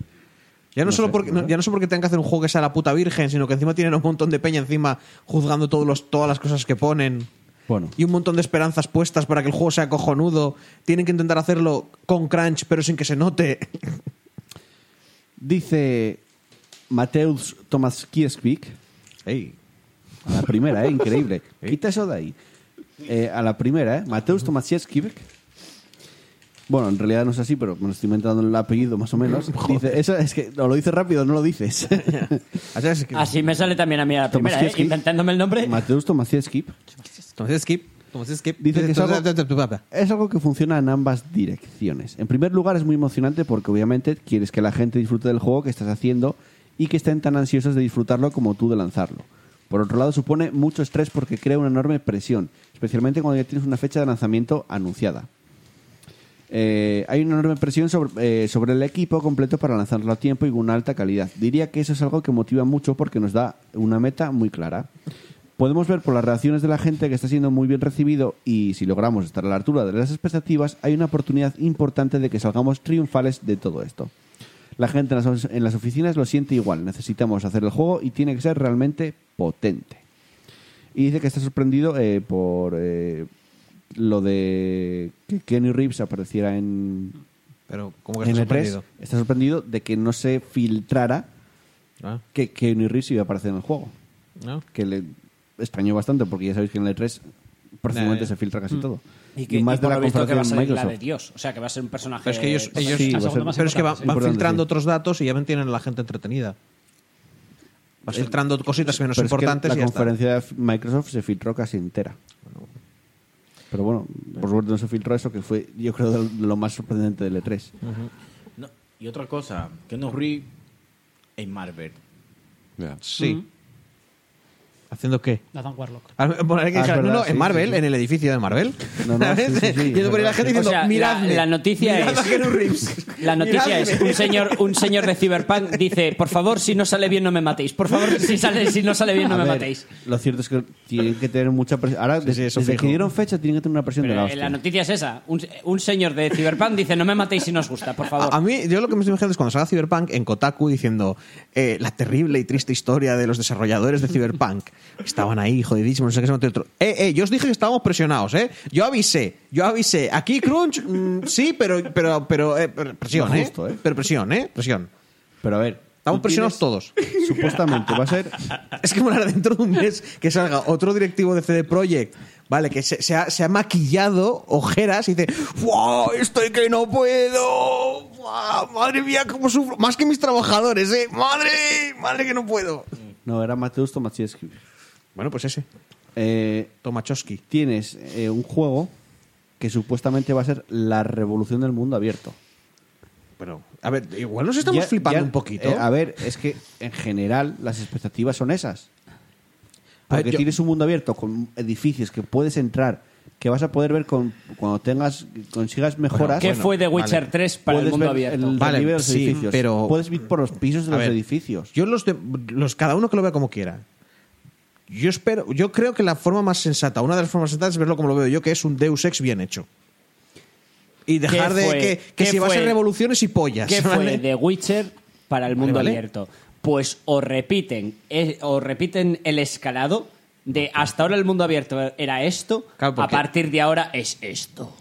[SPEAKER 6] Ya no,
[SPEAKER 2] No
[SPEAKER 6] solo
[SPEAKER 2] sé,
[SPEAKER 6] porque,
[SPEAKER 2] no
[SPEAKER 6] no-
[SPEAKER 2] sé.
[SPEAKER 6] ya no solo porque tengan que hacer un juego que sea la puta virgen, sino que encima tienen un montón de peña encima juzgando todos los, todas las cosas que ponen.
[SPEAKER 2] Bueno.
[SPEAKER 6] Y un montón de esperanzas puestas para que el juego sea cojonudo. Tienen que intentar hacerlo con crunch, pero sin que se note.
[SPEAKER 2] Dice Mateusz Tomaskiewicz,
[SPEAKER 6] Ey.
[SPEAKER 2] a la primera, ¿eh? increíble. Quita eso de ahí. Eh, a la primera, ¿eh? Mateusz Tomaskiewicz. Bueno, en realidad no es así, pero me lo estoy inventando el apellido más o menos. Dice, eso es que o lo dices rápido, no lo dices.
[SPEAKER 6] Así es que-
[SPEAKER 4] Así me sale también a mí a la primera, ¿eh?
[SPEAKER 2] Tomaszewski.
[SPEAKER 4] inventándome el nombre.
[SPEAKER 2] Mateusz Tomaskiewicz.
[SPEAKER 6] Entonces, skip. Entonces, skip.
[SPEAKER 2] Dice que es algo-
[SPEAKER 6] Entonces,
[SPEAKER 2] Es algo que funciona en ambas direcciones. En primer lugar, es muy emocionante porque obviamente quieres que la gente disfrute del juego que estás haciendo y que estén tan ansiosos de disfrutarlo como tú de lanzarlo. Por otro lado, supone mucho estrés porque crea una enorme presión, especialmente cuando ya tienes una fecha de lanzamiento anunciada. Eh, hay una enorme presión sobre, eh, sobre el equipo completo para lanzarlo a tiempo y con una alta calidad. Diría que eso es algo que motiva mucho porque nos da una meta muy clara. Podemos ver por las reacciones de la gente que está siendo muy bien recibido y si logramos estar a la altura de las expectativas, hay una oportunidad importante de que salgamos triunfales de todo esto. La gente en las, en las oficinas lo siente igual. Necesitamos hacer el juego y tiene que ser realmente potente. Y dice que está sorprendido eh, por eh, lo de que Kenny Reeves apareciera en,
[SPEAKER 6] Pero, ¿cómo que
[SPEAKER 2] en
[SPEAKER 6] estás
[SPEAKER 2] el 3.
[SPEAKER 6] sorprendido?
[SPEAKER 2] Está sorprendido de que no se filtrara
[SPEAKER 6] Ah,
[SPEAKER 2] que Kenny Reeves iba a aparecer en el juego.
[SPEAKER 6] ¿No?
[SPEAKER 2] Que le extrañó bastante porque ya sabéis que en el 3 prácticamente
[SPEAKER 6] ya.
[SPEAKER 2] se filtra casi todo.
[SPEAKER 4] Eh. Y que
[SPEAKER 2] Y más
[SPEAKER 4] y
[SPEAKER 2] de
[SPEAKER 4] por
[SPEAKER 2] la
[SPEAKER 4] lo visto que va a
[SPEAKER 2] conferencia de
[SPEAKER 4] ser la de
[SPEAKER 2] Microsoft.
[SPEAKER 4] Dios. O sea, que va a ser un personaje...
[SPEAKER 6] Pero es que ellos, ellos-
[SPEAKER 2] Sí, va
[SPEAKER 8] La
[SPEAKER 2] a ser-
[SPEAKER 8] segunda más
[SPEAKER 6] pero es que va-
[SPEAKER 8] importante, sí.
[SPEAKER 6] van
[SPEAKER 2] Importante,
[SPEAKER 6] filtrando
[SPEAKER 2] sí.
[SPEAKER 6] otros datos y ya mantienen a la gente entretenida. Vas filtrando cositas menos
[SPEAKER 2] Pero es que
[SPEAKER 6] importantes y
[SPEAKER 2] la
[SPEAKER 6] ya está.
[SPEAKER 2] conferencia de Microsoft se filtró casi entera. Pero bueno, por suerte no se filtró eso, que fue, yo creo, de lo más sorprendente del E E3.
[SPEAKER 3] No, y otra cosa, que nos rí en Marvel.
[SPEAKER 7] Ya.
[SPEAKER 6] Sí.
[SPEAKER 2] Mm.
[SPEAKER 6] ¿Haciendo qué?
[SPEAKER 8] Nathan Warlock.
[SPEAKER 6] Ah, bueno, hay que
[SPEAKER 2] Ah, es
[SPEAKER 6] dejar- no,
[SPEAKER 2] verdad,
[SPEAKER 6] no,
[SPEAKER 2] sí,
[SPEAKER 6] en Marvel,
[SPEAKER 2] sí, sí.
[SPEAKER 6] en el edificio de Marvel.
[SPEAKER 2] No, no, sí, sí, sí, es
[SPEAKER 6] Yendo por ahí la
[SPEAKER 2] verdad.
[SPEAKER 6] gente
[SPEAKER 4] O
[SPEAKER 6] diciendo,
[SPEAKER 4] sea, la-
[SPEAKER 6] miradme.
[SPEAKER 4] la noticia
[SPEAKER 6] mirad
[SPEAKER 4] es-
[SPEAKER 6] a Keanu Reeves.
[SPEAKER 4] La noticia es,
[SPEAKER 6] Miradme".
[SPEAKER 4] un señor, un señor de Cyberpunk dice, por favor, si no sale bien, no me matéis. Por favor, si, sale, si no sale bien, no
[SPEAKER 2] A
[SPEAKER 4] me
[SPEAKER 2] ver,
[SPEAKER 4] matéis.
[SPEAKER 2] Lo cierto es que tienen que tener mucha presión. Ahora,
[SPEAKER 6] sí, eso
[SPEAKER 2] desde
[SPEAKER 6] fijo.
[SPEAKER 2] que dieron fecha, tienen que tener una presión
[SPEAKER 4] Pero,
[SPEAKER 2] de la
[SPEAKER 4] eh,
[SPEAKER 2] hostia.
[SPEAKER 4] la noticia es esa. Un, un señor de Cyberpunk dice, no me matéis si no os gusta, por favor.
[SPEAKER 6] A, a mí, yo lo que me estoy imaginando es cuando salga Cyberpunk en Kotaku diciendo eh, la terrible y triste historia de los desarrolladores de Cyberpunk. Estaban ahí, jodidísimos, no sé qué, no sé qué otro. Eh, eh, yo os dije que estábamos presionados, ¿eh? Yo avisé, yo avisé. Aquí Crunch, mm, sí, pero, pero, pero eh, pero presión,
[SPEAKER 2] Lo
[SPEAKER 6] ¿eh?
[SPEAKER 2] justo, ¿eh?
[SPEAKER 6] Pero presión, ¿eh? Presión.
[SPEAKER 2] Pero a ver.
[SPEAKER 6] Estamos
[SPEAKER 2] tú
[SPEAKER 6] presionados
[SPEAKER 2] tienes-
[SPEAKER 6] todos.
[SPEAKER 2] Supuestamente va a ser.
[SPEAKER 6] Es que molar dentro de un mes que salga otro directivo de CD Projekt, ¿vale? Que se, se ha, se ha maquillado ojeras y dice, ¡Wow! Estoy que no puedo. ¡Buah! madre mía, cómo sufro. Más que mis trabajadores, ¿eh? ¡Madre! ¡Madre que no puedo!
[SPEAKER 2] No, era Mateusz Tomaczewski.
[SPEAKER 6] Bueno, pues ese.
[SPEAKER 2] Eh,
[SPEAKER 6] Tomachowski.
[SPEAKER 2] tienes eh, un juego que supuestamente va a ser la revolución del mundo abierto.
[SPEAKER 6] Pero, a ver, igual nos estamos
[SPEAKER 2] Ya- eh,
[SPEAKER 6] flipando
[SPEAKER 2] ya-
[SPEAKER 6] un poquito.
[SPEAKER 2] eh, a ver, es que en general las expectativas son esas.
[SPEAKER 6] A ver,
[SPEAKER 2] Porque
[SPEAKER 6] yo-
[SPEAKER 2] tienes un mundo abierto con edificios que puedes entrar, que vas a poder ver con, cuando tengas consigas mejoras.
[SPEAKER 9] ¿Qué
[SPEAKER 6] Bueno,
[SPEAKER 9] fue de Witcher
[SPEAKER 6] vale.
[SPEAKER 9] 3 para el
[SPEAKER 2] puedes
[SPEAKER 9] mundo
[SPEAKER 2] ver
[SPEAKER 9] abierto?
[SPEAKER 2] el
[SPEAKER 6] Vale,
[SPEAKER 2] relieve de los
[SPEAKER 6] sí,
[SPEAKER 2] edificios.
[SPEAKER 6] pero-
[SPEAKER 2] Puedes ir por los pisos de
[SPEAKER 6] A
[SPEAKER 2] los
[SPEAKER 6] ver,
[SPEAKER 2] edificios.
[SPEAKER 6] Yo los, de- los cada uno que lo vea como quiera. Yo espero, yo creo que la forma más sensata, una de las formas sensatas es verlo como lo veo yo, que es un Deus Ex bien hecho. Y dejar de
[SPEAKER 9] fue?
[SPEAKER 6] que, que
[SPEAKER 9] ¿Qué
[SPEAKER 6] si va a
[SPEAKER 9] fue?
[SPEAKER 6] ser revoluciones y pollas.
[SPEAKER 9] ¿Qué fue
[SPEAKER 6] ¿vale?
[SPEAKER 9] de Witcher para el mundo
[SPEAKER 6] vale.
[SPEAKER 9] abierto? Pues o repiten, eh, o repiten el escalado de hasta ahora el mundo abierto era esto,
[SPEAKER 6] Claro,
[SPEAKER 9] a
[SPEAKER 6] porque-
[SPEAKER 9] partir de ahora es esto.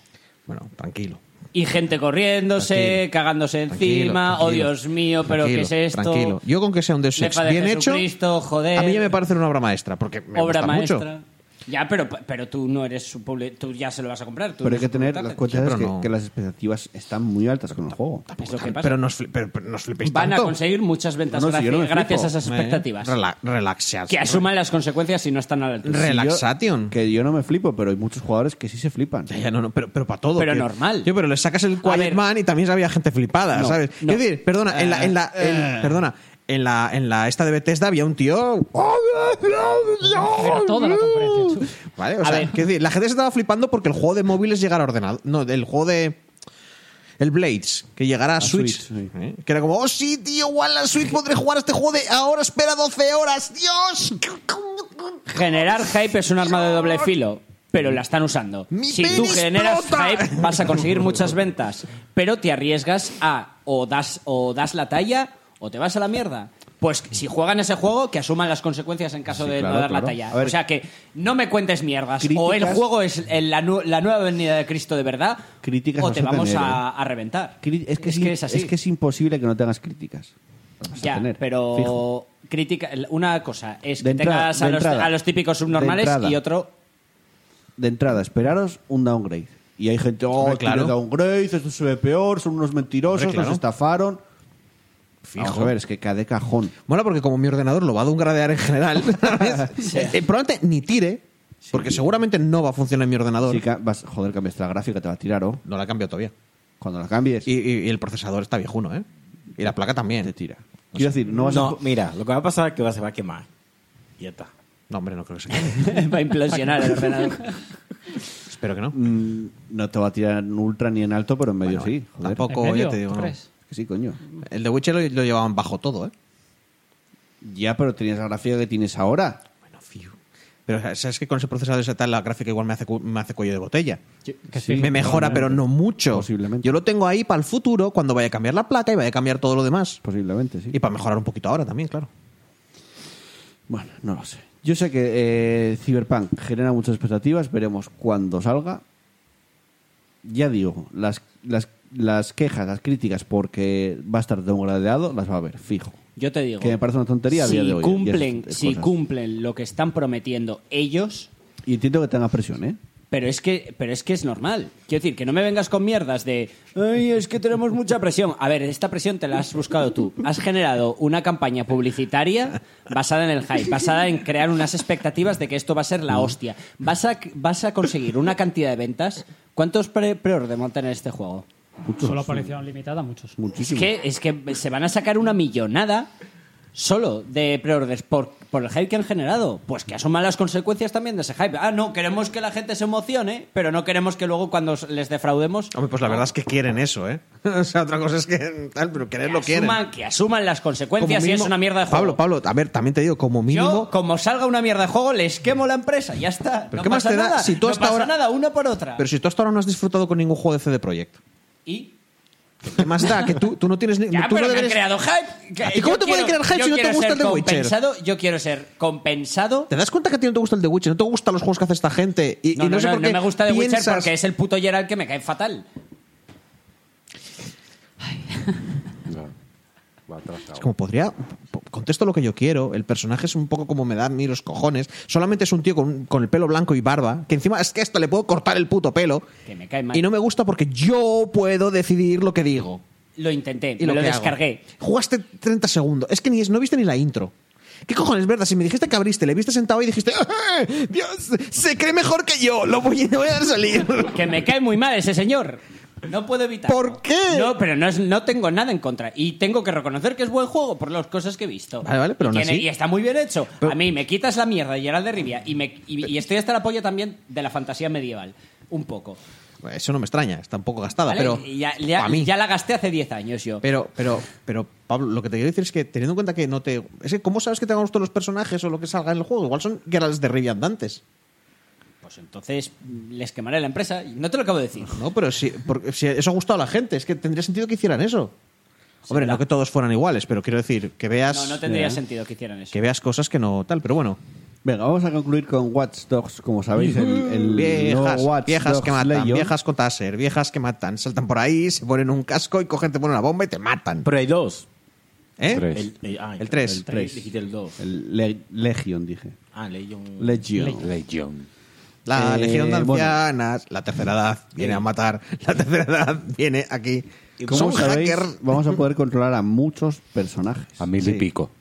[SPEAKER 6] Bueno, tranquilo.
[SPEAKER 9] Y gente corriéndose,
[SPEAKER 6] Tranquilo,
[SPEAKER 9] cagándose
[SPEAKER 6] tranquilo,
[SPEAKER 9] encima, oh
[SPEAKER 6] tranquilo,
[SPEAKER 9] Dios mío, pero ¿qué
[SPEAKER 6] tranquilo,
[SPEAKER 9] es esto?
[SPEAKER 6] Tranquilo. Yo con que sea un Deus Ex
[SPEAKER 9] Deja de
[SPEAKER 6] bien hecho,
[SPEAKER 9] Jesucristo, joder.
[SPEAKER 6] a mí ya me parece una obra maestra, porque me
[SPEAKER 9] obra
[SPEAKER 6] gusta
[SPEAKER 9] maestra.
[SPEAKER 6] mucho.
[SPEAKER 9] Ya, pero, pero tú no eres su public- tú ya se lo vas a comprar. tú
[SPEAKER 2] pero
[SPEAKER 9] no
[SPEAKER 2] hay que
[SPEAKER 9] eres su
[SPEAKER 2] tener las
[SPEAKER 9] public target.
[SPEAKER 2] cuentas
[SPEAKER 6] pero
[SPEAKER 2] es que,
[SPEAKER 6] no.
[SPEAKER 2] que las expectativas están muy altas con el juego.
[SPEAKER 9] Es lo que pasa.
[SPEAKER 6] Pero nos, fli- pero- pero nos flipéis
[SPEAKER 9] Van a
[SPEAKER 6] tanto.
[SPEAKER 9] conseguir muchas ventas
[SPEAKER 2] No, no, si yo
[SPEAKER 9] gracias,
[SPEAKER 2] no me
[SPEAKER 9] gracias a
[SPEAKER 2] flipo.
[SPEAKER 9] esas expectativas.
[SPEAKER 6] Eh, rela- relaxaos.
[SPEAKER 9] que asuman las consecuencias si no están a la altura.
[SPEAKER 6] Re- Relaxation.
[SPEAKER 2] Que yo no me flipo, pero hay muchos jugadores que sí se flipan.
[SPEAKER 6] Ya, ya, no, no, pero, pero para todo.
[SPEAKER 9] Pero normal.
[SPEAKER 6] Yo, pero le sacas el Quiet
[SPEAKER 9] ver.
[SPEAKER 6] Man y también había gente flipada,
[SPEAKER 9] No,
[SPEAKER 6] ¿sabes?
[SPEAKER 9] no. Eh.
[SPEAKER 6] Es decir, perdona, en la, en la, en- perdona, en la, en la esta de Bethesda había un tío.
[SPEAKER 8] Pero toda la
[SPEAKER 2] Uh.
[SPEAKER 8] conferencia. chu.
[SPEAKER 6] Vale, o
[SPEAKER 9] A
[SPEAKER 6] sea,
[SPEAKER 9] ver.
[SPEAKER 6] quiero decir, la gente se estaba flipando porque el juego de móviles llegara ordenado. No, el juego de. El Blades, que llegara a, Switch.
[SPEAKER 2] Switch, sí.
[SPEAKER 6] ¿eh? Que era como, oh sí, tío, igual la Switch podré jugar a este juego de ahora espera 12 horas, Dios.
[SPEAKER 9] Generar hype es un arma de doble filo, pero la están usando.
[SPEAKER 6] Mi
[SPEAKER 9] si tú
[SPEAKER 6] pene
[SPEAKER 9] generas
[SPEAKER 6] explota.
[SPEAKER 9] hype vas a conseguir muchas ventas, pero te arriesgas a o das o das la talla o te vas a la mierda. Pues si juegan ese juego, que asuman las consecuencias en caso
[SPEAKER 2] Sí,
[SPEAKER 9] de
[SPEAKER 2] claro,
[SPEAKER 9] no dar la
[SPEAKER 2] claro.
[SPEAKER 9] talla.
[SPEAKER 2] A ver.
[SPEAKER 9] o sea que no me cuentes mierdas. O el
[SPEAKER 2] Críticas-
[SPEAKER 9] juego es el- la, nu- la nueva venida de Cristo de verdad,
[SPEAKER 2] Críticas
[SPEAKER 9] o
[SPEAKER 2] no
[SPEAKER 9] te
[SPEAKER 2] se
[SPEAKER 9] vamos
[SPEAKER 2] tener,
[SPEAKER 9] a, a reventar.
[SPEAKER 2] Cri- Es que,
[SPEAKER 9] es,
[SPEAKER 2] sí-
[SPEAKER 9] que es así.
[SPEAKER 2] que es imposible que no tengas críticas. Las vas a
[SPEAKER 9] Ya,
[SPEAKER 2] tener,
[SPEAKER 9] pero
[SPEAKER 2] fijo.
[SPEAKER 9] crítica. Una cosa es que
[SPEAKER 2] De entrada-
[SPEAKER 9] tengas a
[SPEAKER 2] de
[SPEAKER 9] los,
[SPEAKER 2] entrada.
[SPEAKER 9] a los típicos subnormales
[SPEAKER 2] De entrada.
[SPEAKER 9] y otro.
[SPEAKER 2] De entrada, esperaros un downgrade. Y hay gente, oh,
[SPEAKER 6] Hombre,
[SPEAKER 2] claro.
[SPEAKER 6] claro.
[SPEAKER 2] downgrade, esto se ve peor, son unos mentirosos,
[SPEAKER 6] Hombre, claro.
[SPEAKER 2] nos estafaron. Vamos a ver, es que cada cajón.
[SPEAKER 6] Mola porque como mi ordenador lo va a gradear en general, ¿sabes? Eh, eh, probablemente ni tire, porque seguramente no va a funcionar en mi ordenador.
[SPEAKER 2] Si ca- vas, joder, cambiaste la gráfica, te va a tirar, ¿o?
[SPEAKER 6] No la he cambiado todavía.
[SPEAKER 2] Cuando la cambies,
[SPEAKER 6] Y, y- y el procesador está viejuno, ¿eh? Y la placa también.
[SPEAKER 2] te tira. Quiero decir, no vas a...
[SPEAKER 3] No, mira, lo que va a pasar es que va- se va a quemar. Y ya está.
[SPEAKER 6] No, hombre, no creo que se quede.
[SPEAKER 9] Va a implosionar el ordenador.
[SPEAKER 6] Espero que no.
[SPEAKER 2] Mm, no te va a tirar en ultra ni en alto, pero en medio
[SPEAKER 6] Bueno,
[SPEAKER 2] sí. Joder.
[SPEAKER 6] Tampoco,
[SPEAKER 8] ¿En medio?
[SPEAKER 6] ya te digo.
[SPEAKER 8] ¿Tú
[SPEAKER 6] no.
[SPEAKER 8] crees?
[SPEAKER 2] Es que sí, coño.
[SPEAKER 6] El de Witcher lo, lo llevaban bajo todo, ¿eh?
[SPEAKER 2] Ya, pero tenías la gráfica que tienes ahora.
[SPEAKER 6] Bueno, fío. Pero o sea, sabes que con ese procesador esa tal, la gráfica igual me hace, cu- me hace cuello de botella. me mejora, pero no mucho.
[SPEAKER 2] Posiblemente.
[SPEAKER 6] Yo lo tengo ahí para el futuro, cuando vaya a cambiar la placa y vaya a cambiar todo lo demás.
[SPEAKER 2] Posiblemente, sí.
[SPEAKER 6] Y para mejorar un poquito ahora también, claro.
[SPEAKER 2] Bueno, no lo sé. Yo sé que eh, Cyberpunk genera muchas expectativas, veremos cuándo salga. Ya digo, las, las, las quejas, las críticas, porque va a estar de un gradeado, las va a ver, fijo.
[SPEAKER 9] Yo te digo.
[SPEAKER 2] Que me parece una tontería a
[SPEAKER 9] Si
[SPEAKER 2] día de hoy, eh,
[SPEAKER 9] cumplen,
[SPEAKER 2] y esas
[SPEAKER 9] si
[SPEAKER 2] cosas.
[SPEAKER 9] cumplen lo que están prometiendo ellos,
[SPEAKER 2] Y entiendo que tenga presión, ¿eh?
[SPEAKER 9] pero es que, pero es que es normal. Quiero decir, que no me vengas con mierdas de Ay, es que tenemos mucha presión. A ver, esta presión te la has buscado tú. Has generado una campaña publicitaria basada en el hype, basada en crear unas expectativas de que esto va a ser la hostia. Vas a, vas a conseguir una cantidad de ventas. ¿Cuántos pre- preorden van a tener este juego?
[SPEAKER 2] Muchos,
[SPEAKER 8] Solo aparición limitada, muchos.
[SPEAKER 9] Es
[SPEAKER 2] muchísimo.
[SPEAKER 9] que, es que se van a sacar una millonada solo de preorders por, por el hype que han generado. Pues que asoman las consecuencias también de ese hype. Ah, no, queremos que la gente se emocione, pero no queremos que luego cuando les defraudemos
[SPEAKER 6] Hombre, pues la verdad es que quieren eso, ¿eh? o sea, otra cosa es que tal, pero querer lo quieren.
[SPEAKER 9] asuman, que asuman las
[SPEAKER 6] Como
[SPEAKER 9] consecuencias y
[SPEAKER 6] mínimo-
[SPEAKER 9] es una mierda de
[SPEAKER 6] Pablo,
[SPEAKER 9] juego.
[SPEAKER 6] Pablo, a ver, también te digo, como mínimo...
[SPEAKER 9] Yo, como salga una mierda de juego, les quemo la empresa, ya está.
[SPEAKER 6] ¿Pero
[SPEAKER 9] no
[SPEAKER 6] qué más
[SPEAKER 9] pasa
[SPEAKER 6] te da
[SPEAKER 9] nada.
[SPEAKER 6] si tú
[SPEAKER 9] no
[SPEAKER 6] hasta
[SPEAKER 9] pasa
[SPEAKER 6] ahora-
[SPEAKER 9] nada, una por otra.
[SPEAKER 6] Pero si tú hasta ahora no has disfrutado con ningún juego de CD Projekt,
[SPEAKER 9] Y...
[SPEAKER 6] ¿qué más da? Que tú, tú no tienes ni.
[SPEAKER 9] Ya,
[SPEAKER 6] tú
[SPEAKER 9] pero
[SPEAKER 6] no
[SPEAKER 9] me
[SPEAKER 6] deberes-
[SPEAKER 9] han creado hype. Que
[SPEAKER 6] ¿A ti
[SPEAKER 9] yo
[SPEAKER 6] cómo te pueden
[SPEAKER 9] quiero-
[SPEAKER 6] crear hype
[SPEAKER 9] yo
[SPEAKER 6] si no te
[SPEAKER 9] quiero
[SPEAKER 6] gusta
[SPEAKER 9] ser
[SPEAKER 6] el The Witcher?
[SPEAKER 9] compensado- Yo quiero ser compensado
[SPEAKER 6] ¿Te das cuenta que a ti no te gusta el The Witcher? No te gustan los juegos que hace esta gente. Y y no,
[SPEAKER 9] No, no,
[SPEAKER 6] sé
[SPEAKER 9] no,
[SPEAKER 6] por qué
[SPEAKER 9] no me gusta The Witcher
[SPEAKER 6] piensas-
[SPEAKER 9] porque es el puto Geralt que me cae fatal.
[SPEAKER 12] Va atrasado.
[SPEAKER 6] Es como podría. po- Contesto lo que yo quiero. El personaje es un poco como me dan ni los cojones. Solamente es un tío con, con el pelo blanco y barba. Que encima es que hasta le puedo cortar el puto pelo.
[SPEAKER 9] Que me cae mal.
[SPEAKER 6] Y no me gusta porque yo puedo decidir lo que digo.
[SPEAKER 9] Lo intenté,
[SPEAKER 6] y
[SPEAKER 9] me
[SPEAKER 6] lo,
[SPEAKER 9] lo,
[SPEAKER 6] que hago.
[SPEAKER 9] descargué.
[SPEAKER 6] Jugaste 30 segundos. Es que ni, no viste ni la intro. ¿Qué cojones, verdad? Si me dijiste que abriste, le viste sentado y dijiste, "Ah, Dios, se cree mejor que yo, lo voy, no voy a dar salir.
[SPEAKER 9] Que me cae muy mal ese señor.
[SPEAKER 4] No puedo evitarlo.
[SPEAKER 6] ¿Por qué?
[SPEAKER 4] No, pero no, es- no tengo nada en contra. Y tengo que reconocer que es buen juego por las cosas que he visto.
[SPEAKER 6] Vale, vale,
[SPEAKER 4] y,
[SPEAKER 6] pero aún
[SPEAKER 4] tiene-
[SPEAKER 6] así-
[SPEAKER 4] y está muy bien hecho. A mí me quitas la mierda de Gerald de Rivia y, me, y, y estoy hasta la polla también de la fantasía medieval. Un poco.
[SPEAKER 6] Eso no me extraña, está un poco gastada,
[SPEAKER 4] ¿vale?
[SPEAKER 6] pero.
[SPEAKER 4] Y ya, ya-
[SPEAKER 6] a mí.
[SPEAKER 4] ya la gasté hace 10 años yo.
[SPEAKER 6] Pero, pero, pero, Pablo, lo que te quiero decir es que teniendo en cuenta que no te. Es que, ¿cómo sabes que te hagan gusto los personajes o lo que salga en el juego? Igual son Geralds de Rivia andantes.
[SPEAKER 4] Pues entonces mm, les quemaré la empresa. Y No te lo acabo de decir.
[SPEAKER 6] No, pero si, porque si eso ha gustado a la gente, es que tendría sentido que hicieran eso. Hombre,
[SPEAKER 4] ¿verdad?
[SPEAKER 6] no que todos fueran iguales, pero quiero decir, que veas.
[SPEAKER 4] No, no tendría
[SPEAKER 6] eh,
[SPEAKER 4] sentido que hicieran eso.
[SPEAKER 6] Que veas cosas que no tal, pero bueno.
[SPEAKER 2] Venga, vamos a concluir con Watch Dogs, como sabéis, el, el
[SPEAKER 6] Viejas,
[SPEAKER 2] nuevo Watch
[SPEAKER 6] viejas
[SPEAKER 2] Dogs
[SPEAKER 6] que matan,
[SPEAKER 2] Legion.
[SPEAKER 6] viejas con taser, viejas que matan, saltan por ahí, se ponen un casco y cogen, te ponen una bomba y te matan.
[SPEAKER 3] Pero hay dos.
[SPEAKER 6] ¿Eh?
[SPEAKER 7] Tres.
[SPEAKER 3] El, eh, ah,
[SPEAKER 6] El tres.
[SPEAKER 3] El
[SPEAKER 6] Tres.
[SPEAKER 3] 3. Dijiste el 2.
[SPEAKER 2] El Le- Legion, dije.
[SPEAKER 3] Ah, leí un...
[SPEAKER 2] Legion.
[SPEAKER 7] Legion.
[SPEAKER 6] La
[SPEAKER 2] Eh,
[SPEAKER 6] legión de
[SPEAKER 2] bueno.
[SPEAKER 6] ancianas, la tercera edad viene a matar, la tercera edad viene aquí.
[SPEAKER 2] Como
[SPEAKER 6] Son
[SPEAKER 2] sabéis,
[SPEAKER 6] hacker.
[SPEAKER 2] vamos a poder controlar a muchos personajes.
[SPEAKER 7] A mil y pico.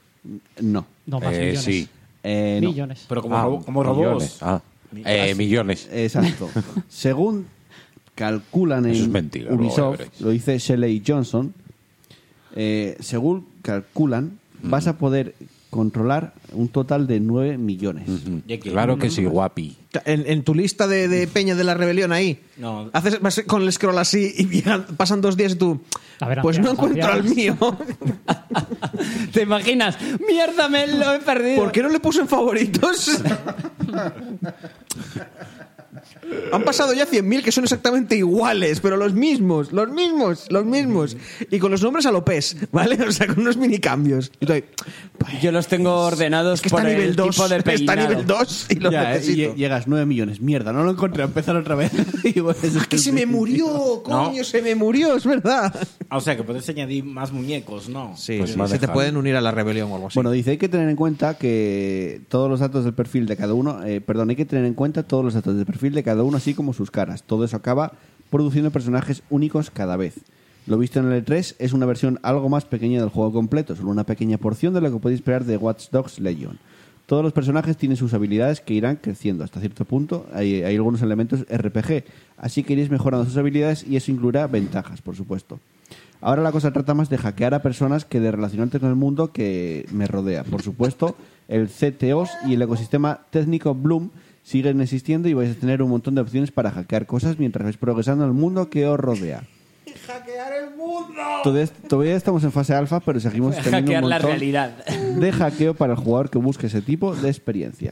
[SPEAKER 2] No.
[SPEAKER 8] No, más
[SPEAKER 7] Eh,
[SPEAKER 8] millones.
[SPEAKER 7] sí.
[SPEAKER 2] Eh, no.
[SPEAKER 8] Millones.
[SPEAKER 3] Pero como,
[SPEAKER 7] Ah,
[SPEAKER 3] robo- como
[SPEAKER 7] millones.
[SPEAKER 3] robots.
[SPEAKER 7] Ah. Eh, millones.
[SPEAKER 2] Exacto. Según calculan en
[SPEAKER 7] Eso es mentira, luego ya
[SPEAKER 2] Ubisoft,
[SPEAKER 7] veréis.
[SPEAKER 2] lo dice Shelley Johnson, eh, según calculan, vas a poder controlar un total de 9 millones.
[SPEAKER 3] Ya que-
[SPEAKER 7] Claro que sí, guapi.
[SPEAKER 6] En, en tu lista de, de peña de la rebelión ahí,
[SPEAKER 3] No.
[SPEAKER 6] haces vas con el scroll así y llegan- pasan dos días y tú,
[SPEAKER 8] A ver,
[SPEAKER 6] pues no
[SPEAKER 8] ancianos,
[SPEAKER 6] encuentro al mío.
[SPEAKER 4] ¿Te imaginas? ¡Mierda, me lo he perdido!
[SPEAKER 6] ¿Por qué no le puse en favoritos? Han pasado ya 100.000 que son exactamente iguales, pero los mismos, los mismos, los mismos. Y con los nombres a López, ¿vale? O sea, con unos mini cambios. Y tú ahí, "Pues,
[SPEAKER 4] Yo los tengo ordenados
[SPEAKER 6] es que está
[SPEAKER 4] por
[SPEAKER 6] nivel
[SPEAKER 4] el
[SPEAKER 6] 2,
[SPEAKER 4] tipo de
[SPEAKER 6] está
[SPEAKER 4] peinado.
[SPEAKER 6] nivel 2 y lo
[SPEAKER 2] Ya, eh, y
[SPEAKER 6] necesito.
[SPEAKER 2] lle- llegas 9 millones. Mierda, no lo encontré. Empezar otra vez. Y bueno, ese es
[SPEAKER 6] que
[SPEAKER 2] el
[SPEAKER 6] se me
[SPEAKER 2] principio.
[SPEAKER 6] murió, coño, se me murió, es verdad.
[SPEAKER 3] Ah, o sea, que puedes añadir más muñecos, ¿no?
[SPEAKER 6] Sí,
[SPEAKER 7] Pues sí, va a
[SPEAKER 6] se te
[SPEAKER 7] dejar.
[SPEAKER 6] pueden unir a la rebelión o algo así.
[SPEAKER 2] Bueno, dice, hay que tener en cuenta que todos los datos del perfil de cada uno, eh, perdón, hay que tener en cuenta todos los datos del perfil de cada uno, así como sus caras. Todo eso acaba produciendo personajes únicos cada vez. Lo visto en el E3 es una versión algo más pequeña del juego completo, solo una pequeña porción de lo que podéis esperar de Watch Dogs Legion. Todos los personajes tienen sus habilidades que irán creciendo hasta cierto punto. Hay, hay algunos elementos RPG, así que iréis mejorando sus habilidades y eso incluirá ventajas, por supuesto. Ahora la cosa trata más de hackear a personas que de relacionarte con el mundo que me rodea. Por supuesto, el CTOS y el ecosistema técnico Bloom siguen existiendo y vais a tener un montón de opciones para hackear cosas mientras vais progresando en el mundo que os rodea. ¡Hackear el mundo! Todavía estamos en fase alfa, pero seguimos teniendo
[SPEAKER 4] Hackear
[SPEAKER 2] un
[SPEAKER 4] la
[SPEAKER 2] montón
[SPEAKER 4] realidad.
[SPEAKER 2] de hackeo para el jugador que busque ese tipo de experiencia.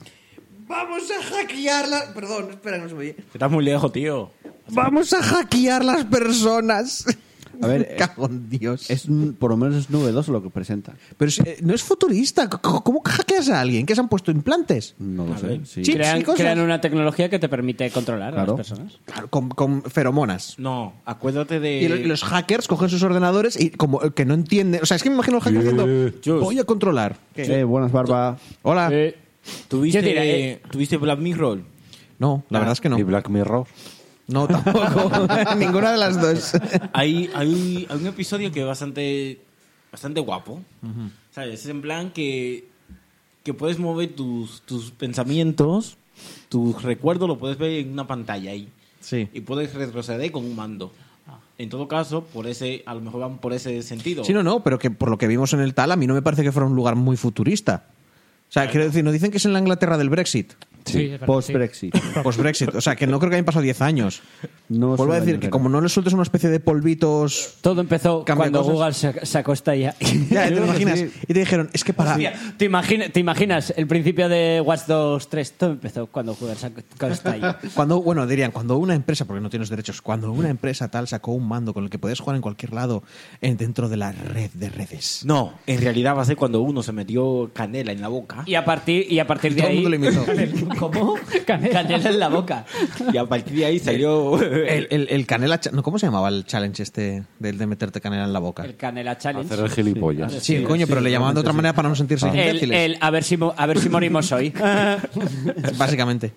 [SPEAKER 6] Vamos a hackear las... Perdón, espera, no se me oye.
[SPEAKER 3] Estás muy lejos, tío.
[SPEAKER 6] Vamos a hackear las personas.
[SPEAKER 2] A ver, eh,
[SPEAKER 6] Me cago en Dios.
[SPEAKER 2] Es, un- por lo menos es novedoso lo que presenta.
[SPEAKER 6] Pero si, eh, no es futurista. C- c- ¿Cómo que hackeas a alguien? ¿Que se han puesto implantes?
[SPEAKER 2] No lo sé. sí.
[SPEAKER 6] Chips y
[SPEAKER 4] Crean,
[SPEAKER 6] cosas.
[SPEAKER 4] crean una tecnología que te permite controlar a
[SPEAKER 2] Claro.
[SPEAKER 4] las personas.
[SPEAKER 6] Claro, con, con feromonas.
[SPEAKER 3] No, acuérdate de...
[SPEAKER 6] Y lo-
[SPEAKER 2] Eh.
[SPEAKER 6] y los hackers cogen sus ordenadores y como eh, que no entienden. O sea, es que me imagino al hacker haciendo.
[SPEAKER 3] Just.
[SPEAKER 6] Voy a controlar.
[SPEAKER 2] Eh, buenas, Barba.
[SPEAKER 6] Hola.
[SPEAKER 2] Eh.
[SPEAKER 3] ¿Tuviste,
[SPEAKER 4] Yo diré, eh,
[SPEAKER 3] ¿Tuviste Black Mirror?
[SPEAKER 6] No,
[SPEAKER 2] Ah,
[SPEAKER 6] la verdad es que no.
[SPEAKER 7] ¿Y Black Mirror?
[SPEAKER 6] No, tampoco. Ninguna de las dos.
[SPEAKER 3] hay, hay, hay un episodio que es bastante, bastante guapo. ¿Sabes? Es en plan que, que puedes mover tus, tus pensamientos, tus recuerdos, lo puedes ver en una pantalla ahí.
[SPEAKER 6] Sí.
[SPEAKER 3] Y puedes retroceder con un mando. En todo caso, por ese, a lo mejor van por ese sentido.
[SPEAKER 6] Sí, no, no, pero que por lo que vimos en el tal, a mí no me parece que fuera un lugar muy futurista. O sea, quiero decir, no dicen que es en la Inglaterra del Brexit.
[SPEAKER 8] Sí, es verdad,
[SPEAKER 2] Post-Brexit.
[SPEAKER 6] Post-Brexit. O sea, que no creo que hayan pasado 10 años.
[SPEAKER 2] No
[SPEAKER 6] Vuelvo a
[SPEAKER 2] sé
[SPEAKER 6] decir
[SPEAKER 2] la
[SPEAKER 6] que
[SPEAKER 2] carrera.
[SPEAKER 6] como no le sueltes una especie de polvitos...
[SPEAKER 4] Todo empezó
[SPEAKER 6] Cambia
[SPEAKER 4] cuando
[SPEAKER 6] cosas.
[SPEAKER 4] Google se, se acosta ya.
[SPEAKER 6] Ya, te lo imaginas. Y te dijeron, es que para...
[SPEAKER 4] ¿Te, imagina- ¿Te imaginas el principio de Watch Dogs 3? Todo empezó cuando Google se acosta ya.
[SPEAKER 6] Cuando, bueno, dirían, cuando una empresa, porque no tienes derechos, cuando una empresa tal sacó un mando con el que podías jugar en cualquier lado en- dentro de la red de redes.
[SPEAKER 3] No, en realidad va a ser cuando uno se metió canela en la boca.
[SPEAKER 4] Y a partir, y a partir de
[SPEAKER 6] Todo el
[SPEAKER 4] ahí...
[SPEAKER 6] mundo lo imitó.
[SPEAKER 4] ¿Cómo? Canela. en la boca.
[SPEAKER 3] Y a partir de ahí salió...
[SPEAKER 6] El, el- el canela... cha- no, ¿Cómo se llamaba el challenge este del de meterte canela en la boca?
[SPEAKER 4] El Canela Challenge.
[SPEAKER 7] Hacer el gilipollas.
[SPEAKER 6] Sí, coño, pero le llamaban de otra manera para no sentirse
[SPEAKER 4] El,
[SPEAKER 6] imbéciles.
[SPEAKER 4] el a, ver si, mo- a ver si morimos hoy.
[SPEAKER 6] Básicamente.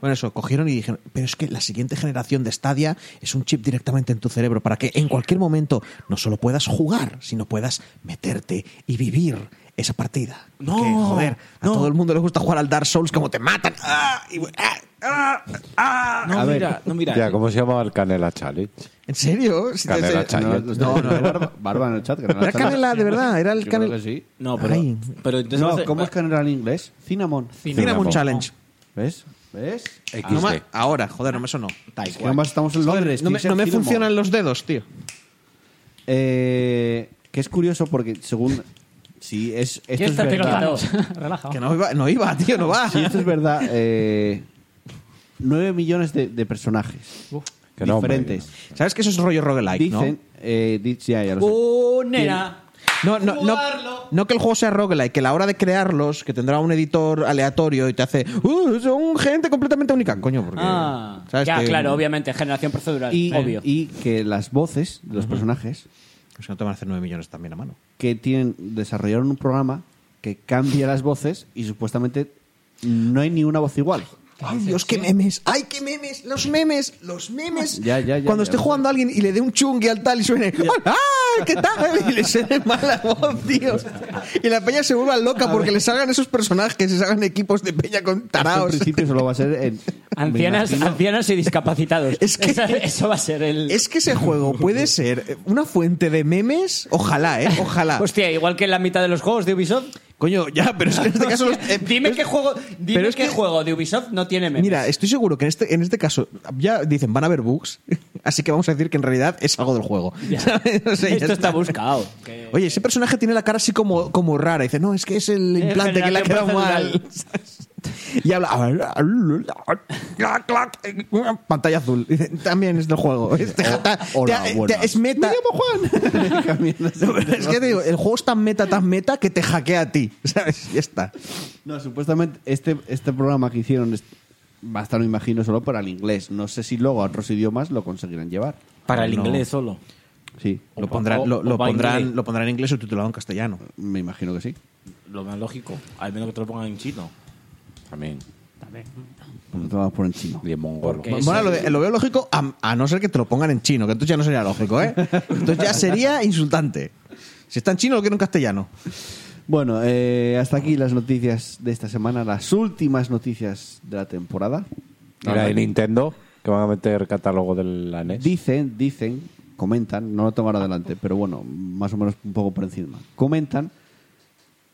[SPEAKER 6] Bueno, eso, cogieron y dijeron, pero es que la siguiente generación de Stadia es un chip directamente en tu cerebro para que en cualquier momento no solo puedas jugar, sino puedas meterte y vivir esa partida.
[SPEAKER 3] No,
[SPEAKER 6] Porque, joder, a
[SPEAKER 3] no.
[SPEAKER 6] todo el mundo le gusta jugar al Dark Souls como te matan. ¡Ah! Y- ¡Ah! ¡Ah! ¡Ah!
[SPEAKER 3] No,
[SPEAKER 2] A ver.
[SPEAKER 3] mira, no, mira. eh.
[SPEAKER 7] Ya, ¿cómo se llamaba el Canela Challenge?
[SPEAKER 6] ¿En serio? Si te-
[SPEAKER 7] Canela
[SPEAKER 6] se-
[SPEAKER 2] No,
[SPEAKER 7] Challenge.
[SPEAKER 2] no, no, no, barba, barba en el chat. que no lo
[SPEAKER 6] Era
[SPEAKER 2] están-
[SPEAKER 6] Canela, de verdad, era el
[SPEAKER 2] Yo creo
[SPEAKER 6] Canela.
[SPEAKER 2] que sí.
[SPEAKER 3] No, pero,
[SPEAKER 6] Ay.
[SPEAKER 3] pero entonces...
[SPEAKER 2] No,
[SPEAKER 3] vas a-
[SPEAKER 2] ¿cómo es canela en inglés? Cinnamon.
[SPEAKER 6] Cinnamon
[SPEAKER 7] Cinnamon.
[SPEAKER 6] Challenge.
[SPEAKER 2] ¿Ves? ¿Ves? Ah,
[SPEAKER 7] XD.
[SPEAKER 6] No me- ahora, joder, no me sonó.
[SPEAKER 2] Es que ambas estamos en Londres.
[SPEAKER 6] No me,
[SPEAKER 2] tiene que
[SPEAKER 6] no me
[SPEAKER 2] ser cinnamon.
[SPEAKER 6] funcionan los dedos, tío.
[SPEAKER 2] Eh, que es curioso porque según... Si es, esto es
[SPEAKER 8] está
[SPEAKER 2] verdad...
[SPEAKER 8] pegando? Relajado.
[SPEAKER 6] Que no iba, no iba tío, no va.
[SPEAKER 2] Si esto es verdad... Eh, 9 millones de, de personajes
[SPEAKER 7] Que no, hombre,
[SPEAKER 2] diferentes.
[SPEAKER 6] ¿Sabes que eso es rollo roguelike,
[SPEAKER 2] Dicen... Eh, di- sí,
[SPEAKER 6] Pues
[SPEAKER 2] ya lo sé.
[SPEAKER 4] ¡Uh, nena!
[SPEAKER 6] no? No, no, no, no que el juego sea roguelike, que a la hora de crearlos, que tendrá un editor aleatorio y te hace. "Uh, son gente completamente única. Coño, porque.
[SPEAKER 4] Ah,
[SPEAKER 6] ¿sabes?
[SPEAKER 4] ya,
[SPEAKER 6] Que-
[SPEAKER 4] claro, obviamente, generación procedural,
[SPEAKER 2] y,
[SPEAKER 4] obvio.
[SPEAKER 2] y que las voces de los personajes
[SPEAKER 6] O sea, no te van a hacer 9 millones también a mano.
[SPEAKER 2] que tienen desarrollaron un programa que cambia las voces y supuestamente no hay ni una voz igual.
[SPEAKER 6] ¡Ay, Dios, qué memes! ¡Ay, qué memes! ¡Los memes! ¡Los memes!
[SPEAKER 2] Ya, ya, ya,
[SPEAKER 6] Cuando
[SPEAKER 2] ya,
[SPEAKER 6] esté
[SPEAKER 2] ya.
[SPEAKER 6] jugando a alguien y le dé un chungue al tal y suene ¡Hola! ¿Qué tal? Y le suene mala voz, tío. Y la peña se vuelva loca porque les hagan esos personajes, les hagan equipos de peña con
[SPEAKER 2] Esto en
[SPEAKER 6] taraos.
[SPEAKER 2] principio solo va a ser en...
[SPEAKER 4] Ancianas,
[SPEAKER 2] me imagino-
[SPEAKER 4] ancianos y discapacitados.
[SPEAKER 6] Es que-
[SPEAKER 4] Esa- eso va a ser el...
[SPEAKER 6] Es que ese juego puede ser una fuente de memes. Ojalá, ¿eh? Ojalá.
[SPEAKER 4] Hostia, igual que en la mitad de los juegos de Ubisoft.
[SPEAKER 6] Coño, ya, pero es que en este caso... los- eh,
[SPEAKER 4] dime
[SPEAKER 6] es-
[SPEAKER 4] qué juego, dime
[SPEAKER 6] pero es
[SPEAKER 4] qué
[SPEAKER 6] que-
[SPEAKER 4] juego de Ubisoft no tiene memes.
[SPEAKER 6] Mira, estoy seguro que en este, en este caso ya dicen van a haber bugs, así que vamos a decir que en realidad es algo del juego. ¿sabes? O sea, ya
[SPEAKER 4] esto está
[SPEAKER 6] está.
[SPEAKER 4] buscado.
[SPEAKER 6] Oye, ese personaje tiene la cara así como, como rara. Dice, no, es que es el implante que le ha quedado mal. Y habla. clac, clac, Pantalla azul. Dice, También es del juego. Este- ta-
[SPEAKER 2] hola,
[SPEAKER 6] te-
[SPEAKER 2] buenas.
[SPEAKER 6] te- es meta. No, pero es que te digo, el juego es tan meta, tan meta que te hackea a ti. ¿Sabes? Ya está.
[SPEAKER 2] No, supuestamente este, este programa que hicieron es- va a estar, me imagino, solo para el inglés. No sé si luego a otros idiomas lo conseguirán llevar.
[SPEAKER 3] Para el
[SPEAKER 6] No.
[SPEAKER 3] inglés solo.
[SPEAKER 2] Sí,
[SPEAKER 6] Lo pondrán, lo, lo
[SPEAKER 3] o va en
[SPEAKER 6] pondrán,
[SPEAKER 3] inglés.
[SPEAKER 6] lo pondrán en inglés o titulado en castellano.
[SPEAKER 2] me imagino que sí.
[SPEAKER 3] Lo más lógico. Al menos que te lo pongan en chino.
[SPEAKER 7] También.
[SPEAKER 2] Porque todo va Pues por en chino.
[SPEAKER 7] Y en mongolo.
[SPEAKER 4] Porque-
[SPEAKER 6] Bueno, lo, de- lo veo lógico a, a no ser que te lo pongan en chino, que entonces ya no sería lógico, ¿eh? Entonces ya sería insultante. Si está en chino, lo quiero en castellano.
[SPEAKER 2] Bueno, eh, hasta aquí las noticias de esta semana, las últimas noticias de la temporada.
[SPEAKER 7] Mira, de Nintendo, que van a meter catálogo de la E NES.
[SPEAKER 2] Dicen, dicen, comentan, no lo tengo ahora adelante, pero bueno, más o menos un poco por encima. Comentan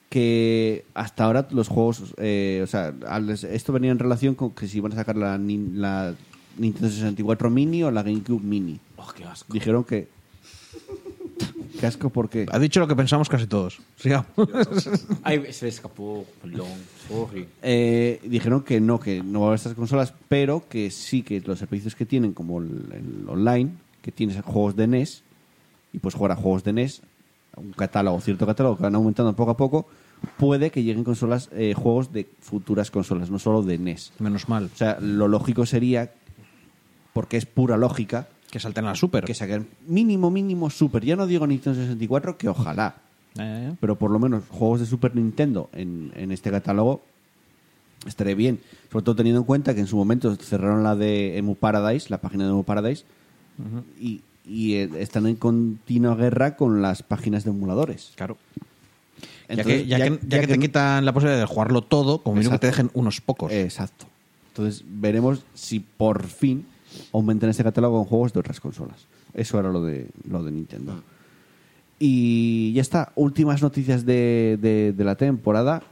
[SPEAKER 2] que hasta ahora los juegos, eh, o sea, al- esto venía en relación con que si iban a sacar la, nin- la Nintendo 64 Mini o la GameCube Mini.
[SPEAKER 3] Oh, qué asco.
[SPEAKER 2] Dijeron que... Qué asco porque...
[SPEAKER 6] Ha dicho lo que pensamos casi todos. Sigamos.
[SPEAKER 3] Ay, se escapó. Perdón. Sorry.
[SPEAKER 2] Eh, dijeron que no, que no va a haber estas consolas, pero que sí que los servicios que tienen, como el, el online, que tienes juegos de NES, y pues jugar a juegos de NES, un catálogo, cierto catálogo que van aumentando poco a poco, puede que lleguen consolas, eh, juegos de futuras consolas, no solo de NES.
[SPEAKER 6] Menos mal.
[SPEAKER 2] O sea, lo lógico sería, porque es pura lógica,
[SPEAKER 6] Que salten a la super.
[SPEAKER 2] que saquen mínimo, mínimo, super. Ya no digo Nintendo 64, que ojalá,
[SPEAKER 6] Eh,
[SPEAKER 2] pero por lo menos juegos de Super Nintendo en, en este catálogo estaré bien. Sobre todo teniendo en cuenta que en su momento cerraron la de Emu Paradise, la página de Emu Paradise, y, y, eh, están en continua guerra con las páginas de emuladores.
[SPEAKER 6] claro.
[SPEAKER 2] Entonces,
[SPEAKER 6] ya que, ya que- ya que te quitan la posibilidad de jugarlo todo, como mínimo que
[SPEAKER 2] Exacto.
[SPEAKER 6] te
[SPEAKER 2] Eh,
[SPEAKER 6] dejen unos pocos.
[SPEAKER 2] Exacto. Entonces veremos si por fin aumentan este catálogo con juegos de otras consolas. Eso era lo de, lo de Nintendo.
[SPEAKER 6] Ah.
[SPEAKER 2] Y ya está, últimas noticias de, de- de la temporada.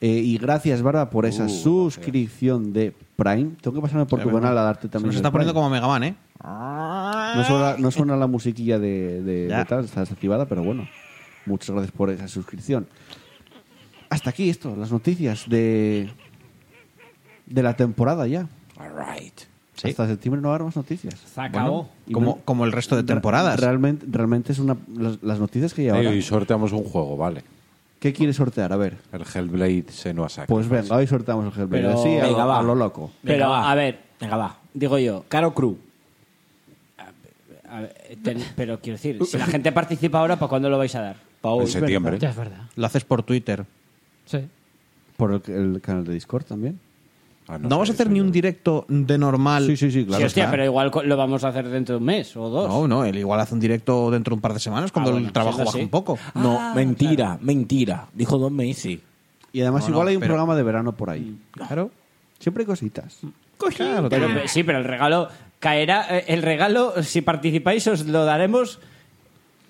[SPEAKER 2] Eh, y gracias, Barba, por
[SPEAKER 6] Uh,
[SPEAKER 2] esa suscripción de Prime. Tengo que pasarme por tu canal a darte
[SPEAKER 6] Se
[SPEAKER 2] también.
[SPEAKER 6] nos
[SPEAKER 2] el
[SPEAKER 6] está poniendo
[SPEAKER 2] Prime.
[SPEAKER 6] como Megaman, ¿eh?
[SPEAKER 2] No suena, no suena la musiquilla de, de-
[SPEAKER 6] Ah. Ya.
[SPEAKER 2] de tal, está desactivada, pero bueno. Muchas gracias por esa suscripción. Hasta aquí esto, las noticias de, de la temporada ya.
[SPEAKER 6] Sí.
[SPEAKER 2] Hasta septiembre no habrá más noticias.
[SPEAKER 4] Se acabó.
[SPEAKER 2] Y
[SPEAKER 6] como,
[SPEAKER 2] no-
[SPEAKER 6] como el resto de
[SPEAKER 2] Re-
[SPEAKER 6] temporadas.
[SPEAKER 2] Realmente, realmente es una las, las noticias que hay ahora.
[SPEAKER 7] Eh, y sorteamos un juego, vale.
[SPEAKER 2] ¿Qué quieres sortear? A ver.
[SPEAKER 7] El Hellblade Senua Saga.
[SPEAKER 2] Pues venga, hoy sorteamos el Hellblade.
[SPEAKER 4] Pero-
[SPEAKER 2] Así, a,
[SPEAKER 3] Venga,
[SPEAKER 2] lo,
[SPEAKER 3] va.
[SPEAKER 2] a lo loco.
[SPEAKER 4] Pero,
[SPEAKER 3] Venga, va.
[SPEAKER 4] a ver,
[SPEAKER 3] Venga, va.
[SPEAKER 4] digo yo,
[SPEAKER 3] Caro Crew.
[SPEAKER 4] a ver, ten- pero quiero decir, si la gente participa ahora, ¿para cuándo lo vais a dar?
[SPEAKER 3] Pa' hoy.
[SPEAKER 7] en septiembre.
[SPEAKER 8] Ya es verdad.
[SPEAKER 6] Lo haces por Twitter.
[SPEAKER 8] Sí.
[SPEAKER 2] Por el, el canal de Discord también.
[SPEAKER 7] Ah,
[SPEAKER 6] no
[SPEAKER 7] sé,
[SPEAKER 6] vamos a hacer
[SPEAKER 7] eso
[SPEAKER 6] ni
[SPEAKER 7] yo-
[SPEAKER 6] un directo de normal.
[SPEAKER 2] Sí, sí, sí, claro.
[SPEAKER 4] sí, hostia,
[SPEAKER 2] está.
[SPEAKER 4] pero igual co- lo vamos a hacer dentro de un mes o dos.
[SPEAKER 6] No, no, él igual hace un directo dentro de un par de semanas cuando
[SPEAKER 4] Ah, bueno,
[SPEAKER 6] el trabajo
[SPEAKER 4] siendo
[SPEAKER 6] baja
[SPEAKER 4] así.
[SPEAKER 6] un poco.
[SPEAKER 3] No, mentira, mentira. Dijo Don Messi.
[SPEAKER 2] Y además
[SPEAKER 6] No, no,
[SPEAKER 2] igual hay un
[SPEAKER 6] pero- Mm.
[SPEAKER 2] programa de verano por ahí.
[SPEAKER 6] Claro.
[SPEAKER 2] Siempre hay cositas.
[SPEAKER 6] Claro,
[SPEAKER 4] Pero-
[SPEAKER 6] claro.
[SPEAKER 4] sí, pero el regalo caerá. eh, El regalo, si participáis, os lo daremos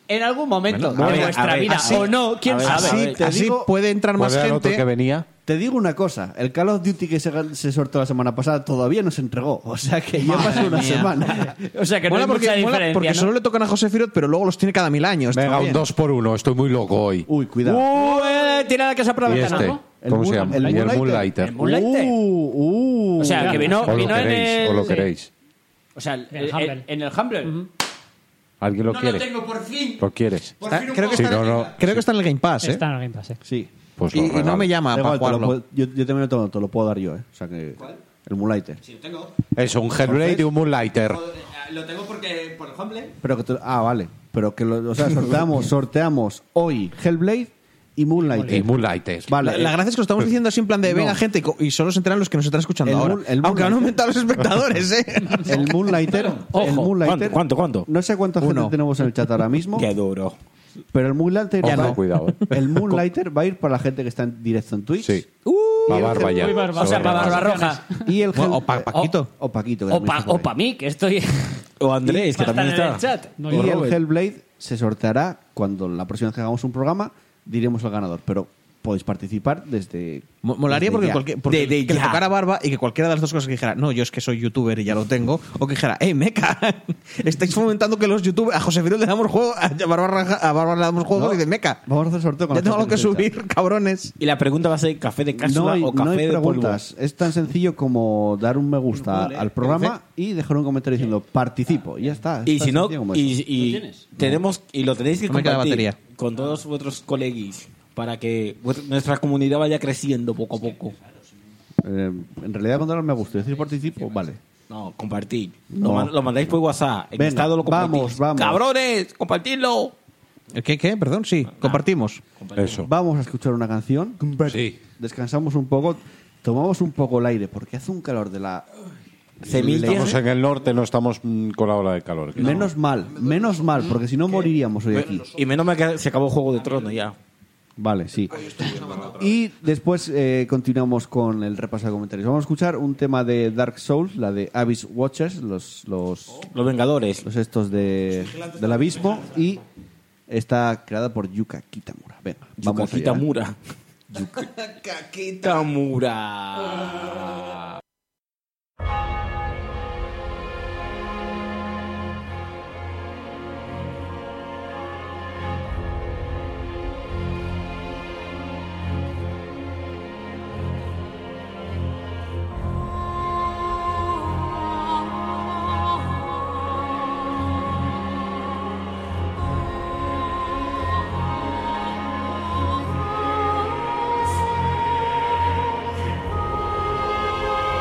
[SPEAKER 4] en algún momento
[SPEAKER 6] Bueno, a
[SPEAKER 4] de
[SPEAKER 6] ver,
[SPEAKER 4] vuestra
[SPEAKER 6] a ver,
[SPEAKER 4] vida.
[SPEAKER 6] así-
[SPEAKER 4] o no, quién
[SPEAKER 3] a ver,
[SPEAKER 4] sabe.
[SPEAKER 3] a ver.
[SPEAKER 6] Así,
[SPEAKER 2] te
[SPEAKER 6] así
[SPEAKER 2] digo-
[SPEAKER 6] puede entrar
[SPEAKER 7] ¿Cuál
[SPEAKER 6] más
[SPEAKER 7] era el otro
[SPEAKER 6] gente.
[SPEAKER 7] que venía?
[SPEAKER 2] Te digo una cosa, el Call of Duty que se, se sorteó la semana pasada todavía no se entregó, o sea que ya pasó una semana.
[SPEAKER 4] O sea que no
[SPEAKER 6] Mola
[SPEAKER 4] hay mucha
[SPEAKER 6] mola
[SPEAKER 4] diferencia.
[SPEAKER 6] porque
[SPEAKER 4] ¿no?
[SPEAKER 6] solo le tocan a José Firot, pero luego los tiene cada mil años.
[SPEAKER 7] Venga,
[SPEAKER 6] también.
[SPEAKER 7] un 2 por 1 Estoy muy loco hoy.
[SPEAKER 2] Uy, cuidado.
[SPEAKER 4] Uh, eh, tira la casa por la
[SPEAKER 7] ¿Y
[SPEAKER 4] ventana,
[SPEAKER 7] este?
[SPEAKER 4] ¿no?
[SPEAKER 2] El
[SPEAKER 7] ¿Cómo
[SPEAKER 2] Moon-
[SPEAKER 7] se llama?
[SPEAKER 2] el
[SPEAKER 7] Y el
[SPEAKER 2] Moonlighter.
[SPEAKER 7] Moonlighter.
[SPEAKER 4] Moonlighter.
[SPEAKER 2] Uh,
[SPEAKER 9] Pues
[SPEAKER 2] uh.
[SPEAKER 4] O sea, que vino,
[SPEAKER 7] O lo
[SPEAKER 4] vino en
[SPEAKER 7] queréis,
[SPEAKER 4] el.
[SPEAKER 7] o lo queréis.
[SPEAKER 4] O sea, el-
[SPEAKER 8] En el
[SPEAKER 4] el-
[SPEAKER 8] Humble.
[SPEAKER 4] en el Humble.
[SPEAKER 7] ¿Alguien lo quiere?
[SPEAKER 3] por fin.
[SPEAKER 7] ¿Lo quieres?
[SPEAKER 6] Está- creo que,
[SPEAKER 7] Sí,
[SPEAKER 6] está,
[SPEAKER 7] no, no.
[SPEAKER 6] creo que está en el Game Pass, ¿eh?
[SPEAKER 8] Está en el Game Pass, eh.
[SPEAKER 2] Sí.
[SPEAKER 7] Pues lo
[SPEAKER 6] Y, y no
[SPEAKER 7] regalo.
[SPEAKER 6] me llama
[SPEAKER 2] Da igual,
[SPEAKER 6] para
[SPEAKER 2] te lo
[SPEAKER 6] jugarlo.
[SPEAKER 2] puedo- yo, yo también te lo, te lo puedo dar yo, ¿eh? O sea que... El Moonlighter.
[SPEAKER 7] Eso, un Hellblade y un Moonlighter.
[SPEAKER 3] eh, ah, Lo tengo porque por ¿eh? el Humble.
[SPEAKER 2] Pero que te lo- ah, vale. Pero que lo, o sea, sorteamos, sorteamos hoy Hellblade y Moonlighter.
[SPEAKER 7] Y Moonlighter.
[SPEAKER 2] Vale.
[SPEAKER 6] La, la gracia es que lo estamos diciendo así en plan de venga gente y co- y solo se enteran los que nos están escuchando
[SPEAKER 2] El
[SPEAKER 6] ahora.
[SPEAKER 2] Moon- el
[SPEAKER 6] Aunque
[SPEAKER 2] Moonlighter.
[SPEAKER 6] han aumentado los espectadores, ¿eh?
[SPEAKER 2] El Moonlighter. el
[SPEAKER 3] Ojo,
[SPEAKER 2] Moonlighter.
[SPEAKER 3] ¿cuánto, cuánto, cuánto?
[SPEAKER 2] No sé cuánta gente
[SPEAKER 6] Uno.
[SPEAKER 2] tenemos en el chat ahora mismo,
[SPEAKER 3] Qué duro.
[SPEAKER 2] pero el Moonlighter.
[SPEAKER 7] Ojo,
[SPEAKER 2] va-
[SPEAKER 7] cuidado, eh.
[SPEAKER 2] El Moonlighter va a ir para la gente que está en directo en Twitch.
[SPEAKER 7] Sí. Pa' barba ya.
[SPEAKER 8] Muy barba.
[SPEAKER 4] O sea, para
[SPEAKER 7] Barba.
[SPEAKER 4] Barbarroja.
[SPEAKER 2] Y el
[SPEAKER 6] Bueno,
[SPEAKER 2] Hell-
[SPEAKER 6] o pa- Paquito.
[SPEAKER 2] O, o Paquito. que
[SPEAKER 4] O
[SPEAKER 2] también
[SPEAKER 4] para
[SPEAKER 2] está por ahí.
[SPEAKER 4] mí, que estoy.
[SPEAKER 3] O Andrés, que también
[SPEAKER 4] en
[SPEAKER 3] está.
[SPEAKER 4] el chat.
[SPEAKER 8] No,
[SPEAKER 2] y
[SPEAKER 8] yo-
[SPEAKER 2] el Hellblade se sorteará cuando la próxima vez que hagamos un programa diremos al ganador. Pero podéis participar desde.
[SPEAKER 6] Mo- Molaría
[SPEAKER 2] desde
[SPEAKER 6] porque,
[SPEAKER 2] ya.
[SPEAKER 6] cualquier, porque
[SPEAKER 3] Desde
[SPEAKER 6] que le
[SPEAKER 3] ya.
[SPEAKER 6] tocara barba y que cualquiera de las dos cosas que dijera, no, yo es que soy youtuber y ya lo tengo, o que dijera, eh, meca, estáis fomentando que los youtubers, a José Fidel le damos juego, a Bárbara Raja- a Bárbara le damos juego
[SPEAKER 2] No.
[SPEAKER 6] y de meca.
[SPEAKER 2] Vamos a hacer sorteo con
[SPEAKER 6] Ya
[SPEAKER 2] la
[SPEAKER 6] tengo
[SPEAKER 2] gente
[SPEAKER 6] algo que
[SPEAKER 2] está en el chat.
[SPEAKER 6] subir, cabrones.
[SPEAKER 3] Y la pregunta va a ser café de
[SPEAKER 2] No
[SPEAKER 3] cápsula
[SPEAKER 2] hay,
[SPEAKER 3] o
[SPEAKER 2] no
[SPEAKER 3] café
[SPEAKER 2] hay
[SPEAKER 3] de
[SPEAKER 2] preguntas. Es tan sencillo como dar un me gusta al programa y dejar un comentario diciendo participo. Y ya está.
[SPEAKER 3] polvo.
[SPEAKER 2] Es
[SPEAKER 3] Y
[SPEAKER 2] tan
[SPEAKER 3] si no,
[SPEAKER 2] sencillo como eso.
[SPEAKER 3] y, y tenemos y lo tenéis que
[SPEAKER 6] No me queda
[SPEAKER 3] compartir
[SPEAKER 6] batería.
[SPEAKER 3] con todos vuestros coleguis para que vuestra- nuestra comunidad vaya creciendo poco a poco.
[SPEAKER 2] Eh, en realidad, cuando dar un me gusta y decir participo, vale.
[SPEAKER 3] No, compartir.
[SPEAKER 2] No.
[SPEAKER 3] Lo, man- lo mandáis por WhatsApp. En
[SPEAKER 2] Venga,
[SPEAKER 3] estado lo compartís.
[SPEAKER 2] vamos, vamos.
[SPEAKER 3] Cabrones, compartidlo.
[SPEAKER 6] Eh, ¿Qué, qué? Perdón, sí, compartimos.
[SPEAKER 7] Eso.
[SPEAKER 2] Vamos a escuchar una canción.
[SPEAKER 7] Sí.
[SPEAKER 2] Descansamos un poco. Tomamos un poco el aire porque hace un calor de la.
[SPEAKER 3] Semillas.
[SPEAKER 7] Estamos en el norte, no estamos mm, con la ola de calor.
[SPEAKER 2] Menos mal, menos mal, porque si no moriríamos hoy aquí.
[SPEAKER 3] Y menos mal que se acabó Juego de Tronos ya.
[SPEAKER 2] Vale, sí. Y después eh, continuamos con el repaso de comentarios. Vamos a escuchar un tema de Dark Souls, la de Abyss Watchers, los, los,
[SPEAKER 3] Los Vengadores.
[SPEAKER 2] los estos de, del abismo, y está creada por Yuka Kitamura. Venga, vamos
[SPEAKER 3] Vamos,
[SPEAKER 2] allá.
[SPEAKER 3] Kitamura. Kitamura.
[SPEAKER 7] Kitamura.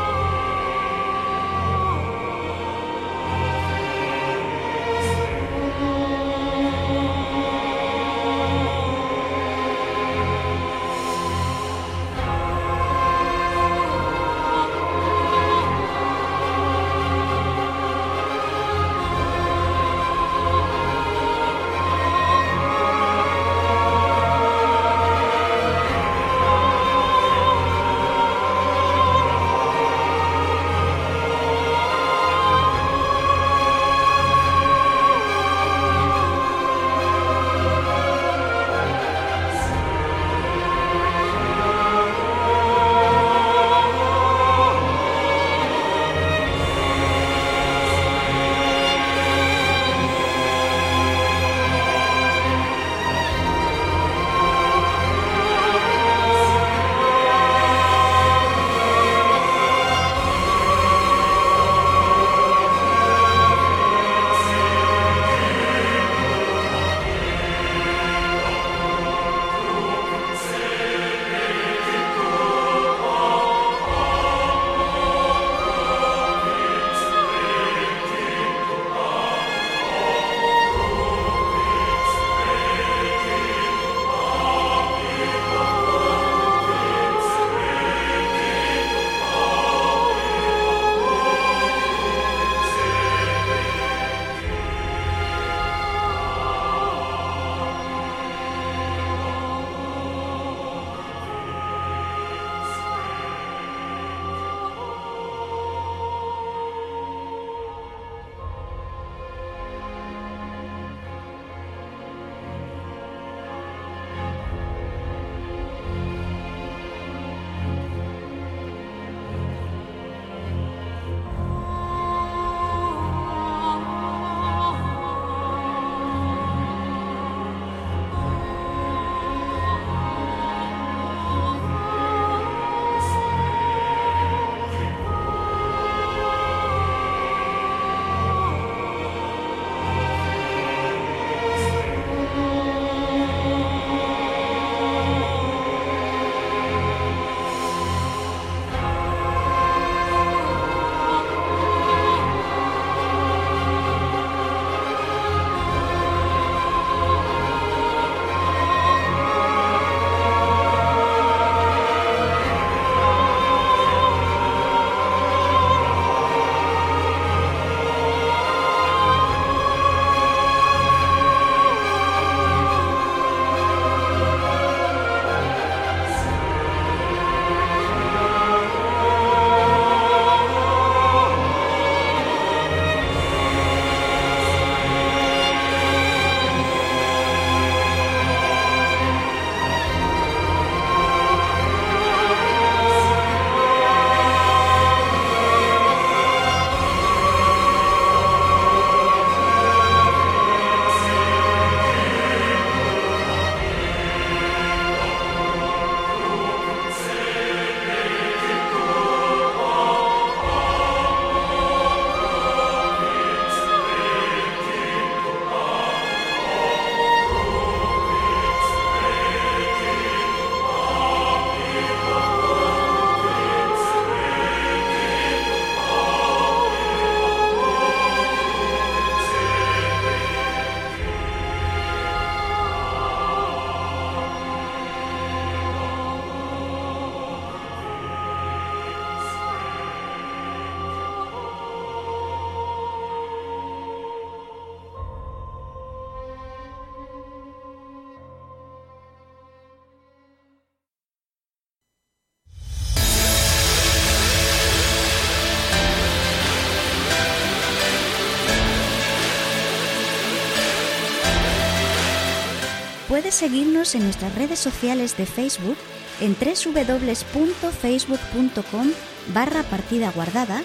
[SPEAKER 13] Puedes seguirnos en nuestras redes sociales de Facebook en www.facebook.com barra partida guardada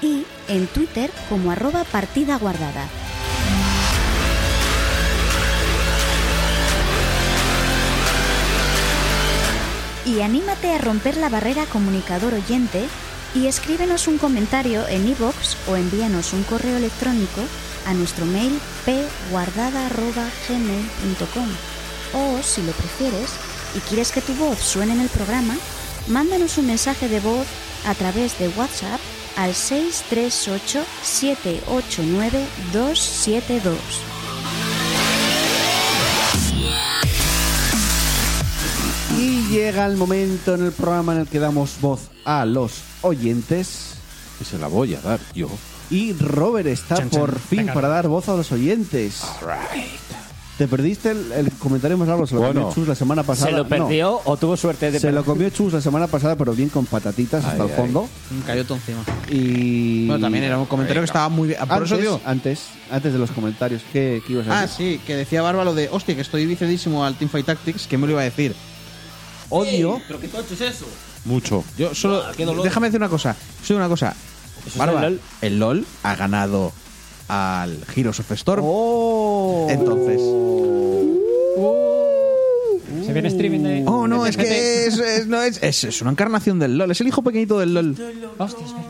[SPEAKER 13] y en Twitter como arroba partida guardada. Y anímate a romper la barrera comunicador oyente y escríbenos un comentario en iVoox o envíanos un correo electrónico a nuestro mail pguardada.gmail.com o, si lo prefieres y quieres que tu voz suene en el programa, mándanos un mensaje de voz a través de WhatsApp al 638 789 272.
[SPEAKER 2] Y llega el momento en el programa en el que damos voz a los oyentes.
[SPEAKER 7] Y se la voy a dar yo.
[SPEAKER 2] Y Robert está por fin para dar voz a los oyentes. ¿Te perdiste el, el comentario más largo? Se lo
[SPEAKER 7] Bueno.
[SPEAKER 2] comió Chus la semana pasada.
[SPEAKER 4] ¿Se lo
[SPEAKER 2] No,
[SPEAKER 4] perdió o tuvo suerte de
[SPEAKER 2] se lo
[SPEAKER 4] perder?
[SPEAKER 2] comió Chus la semana pasada, pero bien con patatitas hasta
[SPEAKER 7] Ay,
[SPEAKER 2] el
[SPEAKER 7] ay.
[SPEAKER 2] fondo.
[SPEAKER 6] Un cayoto encima.
[SPEAKER 2] Y.
[SPEAKER 6] Bueno, también era un comentario que estaba muy bien. Por
[SPEAKER 2] Antes,
[SPEAKER 6] eso digo.
[SPEAKER 2] antes, antes de los comentarios, ¿qué, qué ibas a
[SPEAKER 6] Ah,
[SPEAKER 2] decir?
[SPEAKER 6] sí, que decía Barba lo de, hostia, que estoy vicedísimo al Teamfight Tactics, que me lo iba a decir. Odio.
[SPEAKER 3] ¿Pero qué tocho es eso?
[SPEAKER 7] Mucho.
[SPEAKER 6] Yo solo.
[SPEAKER 3] Buah, Ah, qué dolor.
[SPEAKER 6] Déjame decir una cosa. Solo una cosa. Barba, el LOL. ha ganado al Heroes of Storm. Entonces.
[SPEAKER 8] Se viene streaming de.
[SPEAKER 2] Uh.
[SPEAKER 6] Oh, no,
[SPEAKER 8] de
[SPEAKER 6] es
[SPEAKER 8] CGT.
[SPEAKER 6] que es, es- no, es, es, es una encarnación del LOL. Es el hijo pequeñito del LOL.
[SPEAKER 8] Hostia, es verdad.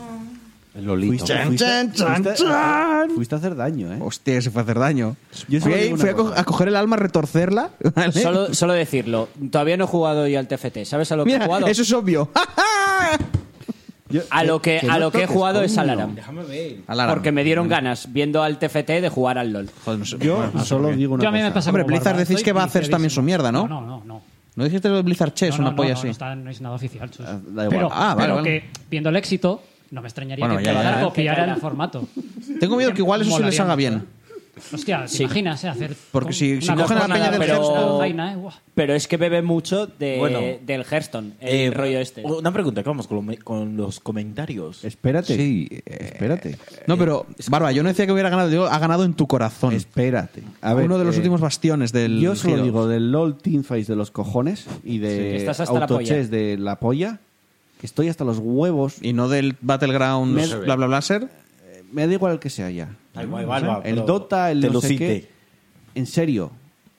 [SPEAKER 7] El Lolito.
[SPEAKER 6] Chan,
[SPEAKER 2] Fuiste-
[SPEAKER 6] chan, chan,
[SPEAKER 2] fuiste-
[SPEAKER 6] chan.
[SPEAKER 2] Fuiste a hacer daño, ¿eh?
[SPEAKER 6] Hostia, se fue a hacer daño.
[SPEAKER 2] Yo
[SPEAKER 6] fui
[SPEAKER 2] solo
[SPEAKER 6] ahí-
[SPEAKER 2] digo una
[SPEAKER 6] fui a, co-
[SPEAKER 2] cosa.
[SPEAKER 6] a coger el alma, retorcerla. ¿vale?
[SPEAKER 4] Solo, solo decirlo, todavía no he jugado yo al TFT. ¿Sabes a lo que he
[SPEAKER 6] Mira,
[SPEAKER 4] jugado?
[SPEAKER 6] eso es obvio.
[SPEAKER 2] ¿eh? Yo-
[SPEAKER 4] A lo que, a
[SPEAKER 2] no
[SPEAKER 4] lo que he
[SPEAKER 2] toques,
[SPEAKER 4] jugado es
[SPEAKER 2] coño.
[SPEAKER 4] al Aram.
[SPEAKER 3] Déjame ver.
[SPEAKER 6] Alarma.
[SPEAKER 4] Porque me dieron ganas, viendo al TFT, de jugar al LOL.
[SPEAKER 6] Joder, no sé.
[SPEAKER 2] Yo
[SPEAKER 6] Bueno, no sé
[SPEAKER 2] solo
[SPEAKER 4] Ah,
[SPEAKER 6] por qué.
[SPEAKER 2] digo una
[SPEAKER 8] Yo a mí me
[SPEAKER 2] cosa.
[SPEAKER 8] pasa
[SPEAKER 6] Hombre,
[SPEAKER 8] como
[SPEAKER 6] Blizzard
[SPEAKER 8] Barba,
[SPEAKER 6] decís
[SPEAKER 8] estoy
[SPEAKER 6] que va a hacer también su
[SPEAKER 8] viciadísimo.
[SPEAKER 6] mierda, ¿no?
[SPEAKER 8] No, no, no.
[SPEAKER 6] ¿No dijiste lo de Blizzard Chess,
[SPEAKER 8] No,
[SPEAKER 6] una
[SPEAKER 8] no,
[SPEAKER 6] polla
[SPEAKER 8] no,
[SPEAKER 6] así?
[SPEAKER 8] No, está- no es nada oficial. chus.
[SPEAKER 2] Ah, da igual.
[SPEAKER 8] Pero,
[SPEAKER 6] Ah, vale,
[SPEAKER 8] pero
[SPEAKER 6] vale.
[SPEAKER 8] que viendo el éxito, no me extrañaría
[SPEAKER 6] Bueno,
[SPEAKER 8] que
[SPEAKER 6] ya,
[SPEAKER 8] empezara
[SPEAKER 6] ya,
[SPEAKER 8] a
[SPEAKER 6] ya.
[SPEAKER 8] copiar
[SPEAKER 4] Que
[SPEAKER 8] el
[SPEAKER 4] caiga.
[SPEAKER 8] formato.
[SPEAKER 6] Tengo miedo que igual eso se les
[SPEAKER 8] Molaría
[SPEAKER 6] haga
[SPEAKER 8] mucho,
[SPEAKER 6] bien.
[SPEAKER 8] Hostia, ¿te
[SPEAKER 4] Sí.
[SPEAKER 8] imaginas, eh? Hacer
[SPEAKER 6] Porque
[SPEAKER 8] con-
[SPEAKER 6] si- si
[SPEAKER 8] una
[SPEAKER 6] cogen a la
[SPEAKER 8] cosa-
[SPEAKER 6] peña del
[SPEAKER 8] pero-
[SPEAKER 4] Hearthstone-
[SPEAKER 8] una vaina, eh, guau.
[SPEAKER 4] Pero es que bebe mucho de,
[SPEAKER 3] Bueno.
[SPEAKER 4] del Hearthstone, el
[SPEAKER 3] Eh,
[SPEAKER 4] rollo este.
[SPEAKER 3] Una pregunta, que vamos con, lo- con los comentarios.
[SPEAKER 2] Espérate.
[SPEAKER 6] Sí, eh,
[SPEAKER 2] Espérate.
[SPEAKER 6] No, pero,
[SPEAKER 8] Eh,
[SPEAKER 6] Barba, yo no decía que hubiera ganado, digo, ha ganado en tu corazón.
[SPEAKER 2] Espérate. A ver,
[SPEAKER 6] Uno de los
[SPEAKER 2] eh,
[SPEAKER 6] últimos bastiones del.
[SPEAKER 2] Yo solo
[SPEAKER 6] Heroes.
[SPEAKER 2] digo del LOL Teamfights de los cojones y
[SPEAKER 4] Sí,
[SPEAKER 2] de
[SPEAKER 4] estás hasta la
[SPEAKER 2] Autochess de la polla, que estoy hasta los huevos.
[SPEAKER 6] Y no del Battleground
[SPEAKER 2] Me-
[SPEAKER 6] bla bla blaser.
[SPEAKER 2] Me da igual el que sea ya.
[SPEAKER 3] Da igual,
[SPEAKER 6] Ah,
[SPEAKER 3] Barba,
[SPEAKER 2] El
[SPEAKER 3] pero
[SPEAKER 2] Dota, el
[SPEAKER 3] te
[SPEAKER 2] no sé
[SPEAKER 3] luciste.
[SPEAKER 2] qué. En serio.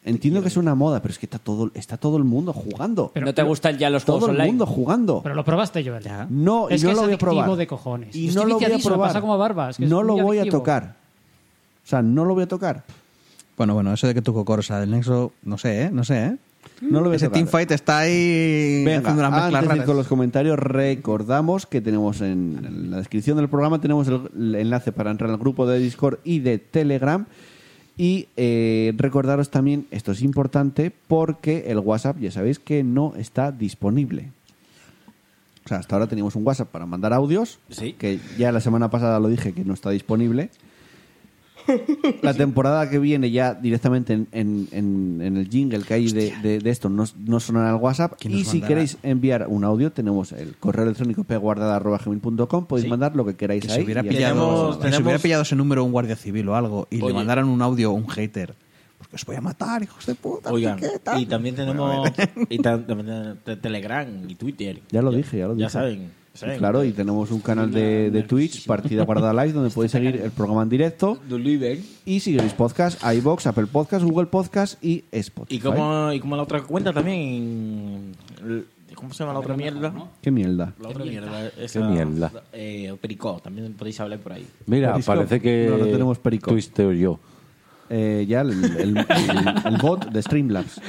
[SPEAKER 2] Entiendo que es una moda, pero es que está todo, está todo el mundo jugando.
[SPEAKER 4] ¿No te gustan ya los
[SPEAKER 2] todo
[SPEAKER 4] juegos
[SPEAKER 2] el
[SPEAKER 4] online?
[SPEAKER 2] mundo jugando.
[SPEAKER 8] Pero lo probaste yo, ¿verdad?
[SPEAKER 2] No, y
[SPEAKER 8] es
[SPEAKER 2] no
[SPEAKER 8] que
[SPEAKER 2] lo
[SPEAKER 8] es
[SPEAKER 2] voy a
[SPEAKER 8] adictivo
[SPEAKER 2] probar.
[SPEAKER 8] de cojones.
[SPEAKER 2] Y
[SPEAKER 8] Yo
[SPEAKER 2] no
[SPEAKER 8] estoy
[SPEAKER 2] lo voy a
[SPEAKER 8] viciadísimo, me
[SPEAKER 2] probar.
[SPEAKER 8] pasa como Barba, es que es
[SPEAKER 2] no
[SPEAKER 8] muy
[SPEAKER 2] lo voy a
[SPEAKER 8] adictivo.
[SPEAKER 2] tocar. O sea, no lo voy a tocar.
[SPEAKER 6] Bueno, bueno, eso de que tu cocorosa del Nexo, no sé, ¿eh? No sé, ¿eh?
[SPEAKER 2] No lo voy a
[SPEAKER 6] Ese
[SPEAKER 2] tocar.
[SPEAKER 6] teamfight está ahí
[SPEAKER 2] Venga,
[SPEAKER 6] haciendo unas mezclas
[SPEAKER 2] antes de ir
[SPEAKER 6] raras.
[SPEAKER 2] con los comentarios, recordamos que tenemos en, en la descripción del programa tenemos el, el enlace para entrar al grupo de Discord y de Telegram. Y eh, recordaros también, esto es importante, porque el WhatsApp ya sabéis que no está disponible. O sea, hasta ahora teníamos un WhatsApp para mandar audios,
[SPEAKER 3] Sí.
[SPEAKER 2] que ya la semana pasada lo dije que no está disponible. La temporada que viene ya directamente en, en- en- en el jingle que hay de, de- de esto no, no sonará el WhatsApp.
[SPEAKER 6] ¿Quién nos
[SPEAKER 2] Y si
[SPEAKER 6] mandará?
[SPEAKER 2] queréis enviar un audio, tenemos el correo electrónico pguardada.gmail.com. Podéis mandar lo que queráis
[SPEAKER 6] Que
[SPEAKER 2] ahí.
[SPEAKER 6] se hubiera
[SPEAKER 2] y
[SPEAKER 6] pillado,
[SPEAKER 3] Tenemos-
[SPEAKER 6] que se hubiera
[SPEAKER 3] tenemos-
[SPEAKER 6] pillado ese número un guardia civil o algo y le
[SPEAKER 3] Oye.
[SPEAKER 6] mandaran un audio a un hater. Porque os voy a matar, hijos de puta.
[SPEAKER 3] Oigan,
[SPEAKER 6] ¿qué tal?
[SPEAKER 3] y también tenemos y ta- también tenemos te- Telegram y Twitter.
[SPEAKER 2] Ya lo dije, ya lo dije.
[SPEAKER 3] saben. saben.
[SPEAKER 2] Y claro, y tenemos un canal de, de Twitch, Partida Guardada Live, donde podéis seguir el programa en directo. Y si queréis podcast, iBox, Apple Podcast, Google Podcast y Spotify.
[SPEAKER 3] Y como, y como la otra cuenta también. el- ¿Cómo se llama la otra mierda?
[SPEAKER 2] Qué mierda.
[SPEAKER 3] La otra mierda. Esa,
[SPEAKER 7] Qué mierda.
[SPEAKER 3] Eh, Pericó, también podéis hablar por ahí.
[SPEAKER 7] Mira,
[SPEAKER 2] Periscope.
[SPEAKER 7] parece que.
[SPEAKER 2] No, no tenemos Periscope.
[SPEAKER 7] Twister o yo.
[SPEAKER 2] Eh, ya el, el- el- el bot de Streamlabs.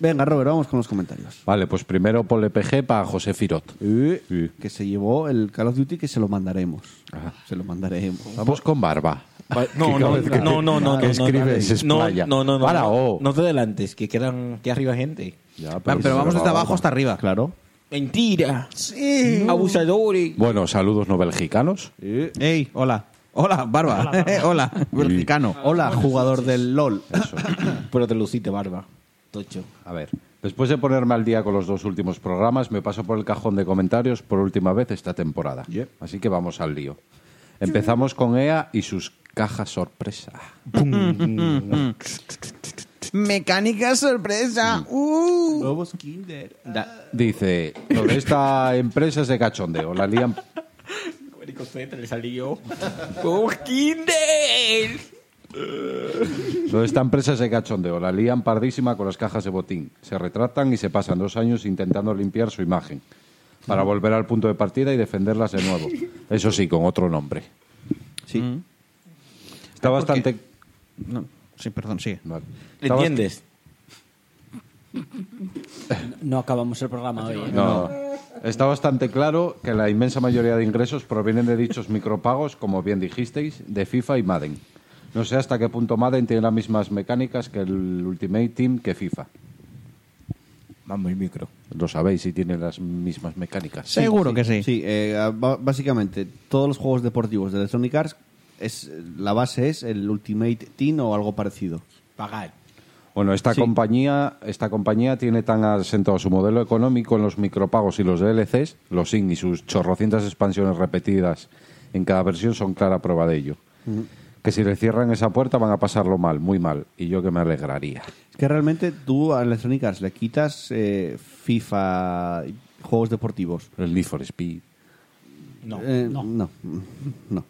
[SPEAKER 2] Venga, Robert, vamos con los comentarios.
[SPEAKER 7] Vale, pues primero ponle PG para José Firot.
[SPEAKER 2] Eh,
[SPEAKER 7] Sí.
[SPEAKER 2] Que se llevó el Call of Duty que se lo mandaremos.
[SPEAKER 7] Ajá.
[SPEAKER 2] Se lo mandaremos.
[SPEAKER 7] Vamos con barba.
[SPEAKER 3] No, no,
[SPEAKER 7] cabeza.
[SPEAKER 3] no, no, no,
[SPEAKER 7] Que
[SPEAKER 3] no,
[SPEAKER 7] escribe,
[SPEAKER 3] no,
[SPEAKER 7] se
[SPEAKER 3] no,
[SPEAKER 7] explaya.
[SPEAKER 3] no, no, no,
[SPEAKER 7] Para,
[SPEAKER 3] no,
[SPEAKER 7] oh.
[SPEAKER 3] no te adelantes, que quedan que arriba hay gente.
[SPEAKER 7] Ya,
[SPEAKER 6] Ah, pero
[SPEAKER 7] se
[SPEAKER 6] vamos
[SPEAKER 7] lo
[SPEAKER 6] desde
[SPEAKER 7] va
[SPEAKER 6] abajo
[SPEAKER 7] Barba.
[SPEAKER 6] hasta arriba.
[SPEAKER 2] Claro.
[SPEAKER 3] Mentira, sí, abusadores.
[SPEAKER 7] Bueno, saludos no belgicanos.
[SPEAKER 6] Ey, hola. Hola, Barba. Hola, verticano.
[SPEAKER 2] Ah, Hola, jugador del LOL.
[SPEAKER 3] Pero te luciste barba, tocho.
[SPEAKER 7] A ver, después de ponerme al día con los dos últimos programas, me paso por el cajón de comentarios por última vez esta temporada. Así que vamos al lío. Empezamos con EA y sus cajas sorpresa.
[SPEAKER 6] Mecánica sorpresa. Uh.
[SPEAKER 2] Globos Kinder.
[SPEAKER 7] Da- Dice, lo de esta empresa es de cachondeo. La lían
[SPEAKER 3] le salió. ¡Oh, Kinder!
[SPEAKER 7] Lo de esta empresa es de cachondeo. La lían pardísima con las cajas de botín. Se retratan y se pasan dos años intentando limpiar su imagen para volver al punto de partida y defenderlas de nuevo. Eso sí, con otro nombre.
[SPEAKER 2] Sí.
[SPEAKER 3] Mm. Ah,
[SPEAKER 7] Está bastante...
[SPEAKER 6] Sí, perdón, sigue.
[SPEAKER 7] Vale. Está bast-
[SPEAKER 3] ¿Entiendes?
[SPEAKER 4] No acabamos el programa hoy. ¿eh?
[SPEAKER 7] No. Está bastante claro que la inmensa mayoría de ingresos provienen de dichos micropagos, como bien dijisteis, de FIFA y Madden. No sé hasta qué punto Madden tiene las mismas mecánicas que el Ultimate Team que FIFA.
[SPEAKER 3] Vamos, el micro.
[SPEAKER 7] Lo sabéis si tiene las mismas mecánicas.
[SPEAKER 6] Seguro que sí.
[SPEAKER 2] Sí, eh, a- ba- básicamente todos los juegos deportivos de Electronic Arts es la base es el Ultimate Team o algo parecido.
[SPEAKER 3] Pagar.
[SPEAKER 7] Bueno, esta
[SPEAKER 2] Sí.
[SPEAKER 7] compañía, esta compañía tiene tan asentado su modelo económico en los micropagos y los DLCs, los IN y sus chorrocientas expansiones repetidas en cada versión son clara prueba de ello. Que si le cierran esa puerta van a pasarlo mal, muy mal, y yo que me alegraría.
[SPEAKER 2] Es que realmente tú a Electronic Arts le quitas eh, FIFA, juegos deportivos.
[SPEAKER 7] El Need for Speed.
[SPEAKER 3] No.
[SPEAKER 2] Eh, no. no, no.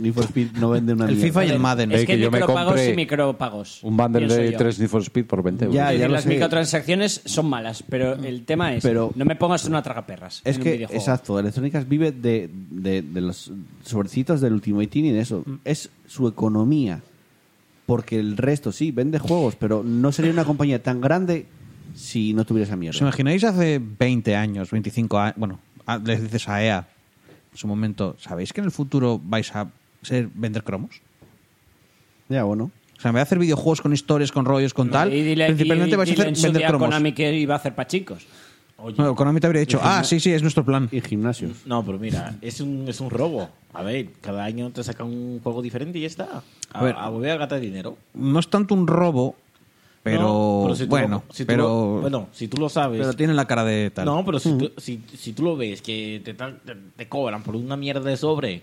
[SPEAKER 2] Need for Speed no vende una
[SPEAKER 6] El
[SPEAKER 2] mierda.
[SPEAKER 6] FIFA y el Madden.
[SPEAKER 7] Eh,
[SPEAKER 4] Es que,
[SPEAKER 7] que yo me
[SPEAKER 4] micropagos
[SPEAKER 7] compré
[SPEAKER 4] y micropagos.
[SPEAKER 7] Un bundle
[SPEAKER 4] pienso
[SPEAKER 7] de
[SPEAKER 4] yo.
[SPEAKER 7] tres Need for Speed por 20 euros.
[SPEAKER 2] Ya,
[SPEAKER 4] Es
[SPEAKER 2] ya
[SPEAKER 4] decir,
[SPEAKER 2] lo
[SPEAKER 4] las
[SPEAKER 2] sé.
[SPEAKER 4] microtransacciones son malas, pero el tema es
[SPEAKER 2] Pero-
[SPEAKER 4] no me pongas una tragaperras.
[SPEAKER 2] Es
[SPEAKER 4] en un
[SPEAKER 2] que,
[SPEAKER 4] videojuego.
[SPEAKER 2] exacto, Electronic Arts vive de, de- de los sobrecitos del Ultimate Team y de eso.
[SPEAKER 4] Mm.
[SPEAKER 2] Es su economía. Porque el resto, sí, vende juegos, pero no sería una compañía tan grande si no tuviera esa
[SPEAKER 6] ¿Os
[SPEAKER 2] mierda.
[SPEAKER 6] imagináis hace 20 años, 25 años? Bueno, a- les dices a EA en su momento, ¿sabéis que en el futuro vais a ser vender cromos?
[SPEAKER 2] Ya, bueno.
[SPEAKER 6] O sea, en vez de hacer videojuegos con historias, con rollos, con tal,
[SPEAKER 4] Y dile,
[SPEAKER 6] principalmente
[SPEAKER 4] y
[SPEAKER 6] vais a
[SPEAKER 4] dile
[SPEAKER 6] hacer
[SPEAKER 4] en su
[SPEAKER 6] vender
[SPEAKER 4] día a
[SPEAKER 6] cromos.
[SPEAKER 4] Konami que iba a hacer para chicos.
[SPEAKER 6] No, Konami te habría dicho, ah, sí, sí, es nuestro plan.
[SPEAKER 2] Y gimnasios.
[SPEAKER 3] No, pero mira, es un, es un robo. A ver, cada año te sacan un juego diferente y ya está. A,
[SPEAKER 6] A ver.
[SPEAKER 3] a volver a gastar dinero.
[SPEAKER 6] No es tanto un robo, pero,
[SPEAKER 3] No, si tú
[SPEAKER 6] bueno,
[SPEAKER 3] lo- si tú
[SPEAKER 6] pero,
[SPEAKER 3] lo- bueno, si tú lo sabes.
[SPEAKER 6] pero tiene la cara de tal.
[SPEAKER 3] No, pero si, tú, si, si tú lo ves que te, tan- te, te cobran por una mierda de sobre,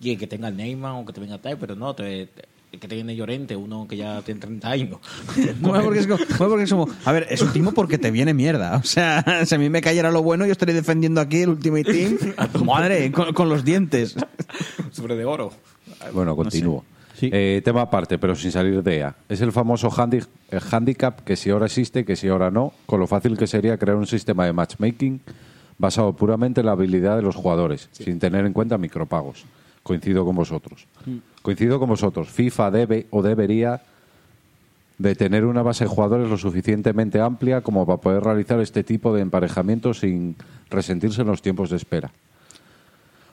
[SPEAKER 3] y que tenga Neymar o que te venga tal, pero no, te, te- que te viene Llorente, uno que ya tiene 30 años.
[SPEAKER 6] Bueno, porque es como, bueno, porque es como- a ver, es un timo porque te viene mierda. O sea, si a mí me cayera lo bueno, yo estaría defendiendo aquí el Ultimate Team. Madre, con, con los dientes.
[SPEAKER 3] sobre de oro.
[SPEAKER 7] Bueno, continúo.
[SPEAKER 2] Sí.
[SPEAKER 7] Eh, tema aparte, pero sin salir de EA. Es el famoso handi- el handicap que si ahora existe, que si ahora no, con lo fácil que sería crear un sistema de matchmaking basado puramente en la habilidad de los jugadores, sin tener en cuenta micropagos. Coincido con vosotros. Coincido con vosotros. FIFA debe o debería de tener una base de jugadores lo suficientemente amplia como para poder realizar este tipo de emparejamientos sin resentirse en los tiempos de espera.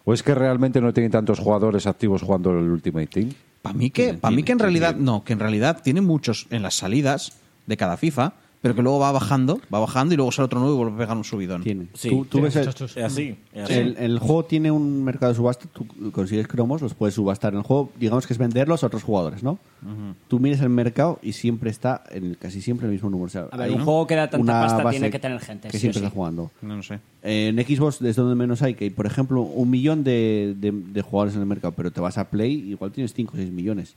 [SPEAKER 7] ¿O es que realmente no tiene tantos jugadores activos jugando el Ultimate Team?
[SPEAKER 6] Para mí que, para mí que en realidad, no, que en realidad tiene muchos en las salidas de cada FIFA, pero que luego va bajando, va bajando y luego sale otro nuevo y vuelve a pegar un subidón.
[SPEAKER 2] Tiene.
[SPEAKER 3] Sí,
[SPEAKER 2] tú, tú
[SPEAKER 3] tiene
[SPEAKER 2] ves el,
[SPEAKER 8] muchos chus.
[SPEAKER 3] Es así. Es así.
[SPEAKER 2] el- el juego tiene un mercado de subasta, tú consigues cromos, los puedes subastar en el juego, digamos que es venderlos a otros jugadores, ¿no? Tú mires el mercado y siempre está en el- casi siempre el mismo número. O sea,
[SPEAKER 4] A ver,
[SPEAKER 2] hay
[SPEAKER 4] un juego que da tanta
[SPEAKER 2] una
[SPEAKER 4] pasta
[SPEAKER 2] base
[SPEAKER 4] tiene que tener gente, sí
[SPEAKER 2] Que
[SPEAKER 4] o
[SPEAKER 2] siempre
[SPEAKER 4] sí.
[SPEAKER 2] está jugando.
[SPEAKER 6] No, no sé.
[SPEAKER 2] Eh, En Xbox es donde menos hay, que hay, por ejemplo, un millón de, de- de jugadores en el mercado, pero te vas a Play, igual tienes 5 o 6 millones.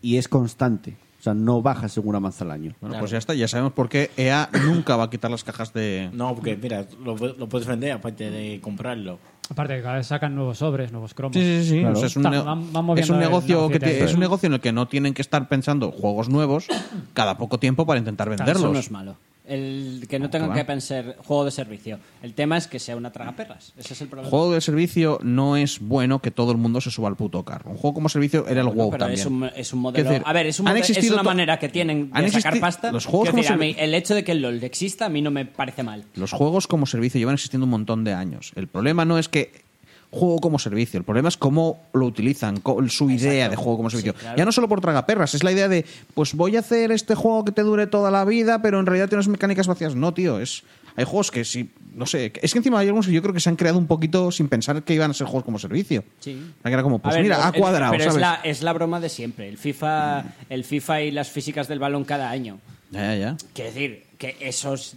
[SPEAKER 2] Y es constante. O sea, no baja según avanza el año.
[SPEAKER 6] Bueno, pues ya está, ya sabemos por qué EA nunca va a quitar las cajas de.
[SPEAKER 3] No, porque mira, lo, lo puedes vender aparte de comprarlo.
[SPEAKER 8] Aparte que cada vez sacan nuevos sobres, nuevos cromos.
[SPEAKER 6] Sí, sí, sí.
[SPEAKER 2] Claro.
[SPEAKER 6] O sea, es, un
[SPEAKER 8] Está-
[SPEAKER 6] ne-
[SPEAKER 8] van- van moviendo
[SPEAKER 6] es un
[SPEAKER 8] el
[SPEAKER 6] negocio que
[SPEAKER 8] negocio
[SPEAKER 6] ti-
[SPEAKER 8] de-
[SPEAKER 6] es un negocio en el que no tienen que estar pensando juegos nuevos cada poco tiempo para intentar
[SPEAKER 4] Claro,
[SPEAKER 6] venderlos.
[SPEAKER 4] eso no es malo. El que no tengan
[SPEAKER 6] Ah, claro.
[SPEAKER 4] que pensar juego de servicio. El tema es que sea una tragaperras. Ese es el problema.
[SPEAKER 6] juego de servicio no es bueno que todo el mundo se suba al puto carro. Un juego como servicio era el
[SPEAKER 4] Bueno,
[SPEAKER 6] WoW
[SPEAKER 4] pero
[SPEAKER 6] también.
[SPEAKER 4] es un, es un modelo.
[SPEAKER 6] Quiero decir,
[SPEAKER 4] a ver, es, un
[SPEAKER 6] han
[SPEAKER 4] mode- es
[SPEAKER 6] existido
[SPEAKER 4] una
[SPEAKER 6] to-
[SPEAKER 4] manera que tienen de
[SPEAKER 6] han
[SPEAKER 4] sacar
[SPEAKER 6] existen-
[SPEAKER 4] pasta.
[SPEAKER 6] los juegos
[SPEAKER 4] Quiero decir,
[SPEAKER 6] como
[SPEAKER 4] a
[SPEAKER 6] se-
[SPEAKER 4] mí, el hecho de que el LOL exista a mí no me parece mal.
[SPEAKER 6] Los juegos como servicio llevan existiendo un montón de años. El problema no es que juego como servicio, el problema es cómo lo utilizan, co- su idea de juego como servicio.
[SPEAKER 4] claro.
[SPEAKER 6] Ya no solo por tragaperras, es la idea de, pues voy a hacer este juego que te dure toda la vida, pero en realidad tienes mecánicas vacías. No, tío, es hay juegos que sí, no sé, es que encima hay algunos que yo creo que se han creado un poquito sin pensar que iban a ser juegos como servicio.
[SPEAKER 4] Sí.
[SPEAKER 6] Que Era como,
[SPEAKER 4] A
[SPEAKER 6] pues
[SPEAKER 4] ver,
[SPEAKER 6] mira,
[SPEAKER 4] no,
[SPEAKER 6] ha
[SPEAKER 4] el-
[SPEAKER 6] cuadrado,
[SPEAKER 4] pero
[SPEAKER 6] ¿sabes? Mm.
[SPEAKER 4] Es, la, es la broma de siempre. El FIFA, el FIFA y las físicas del balón cada año.
[SPEAKER 6] Ya, ya, ya.
[SPEAKER 4] Quiero decir, que esos.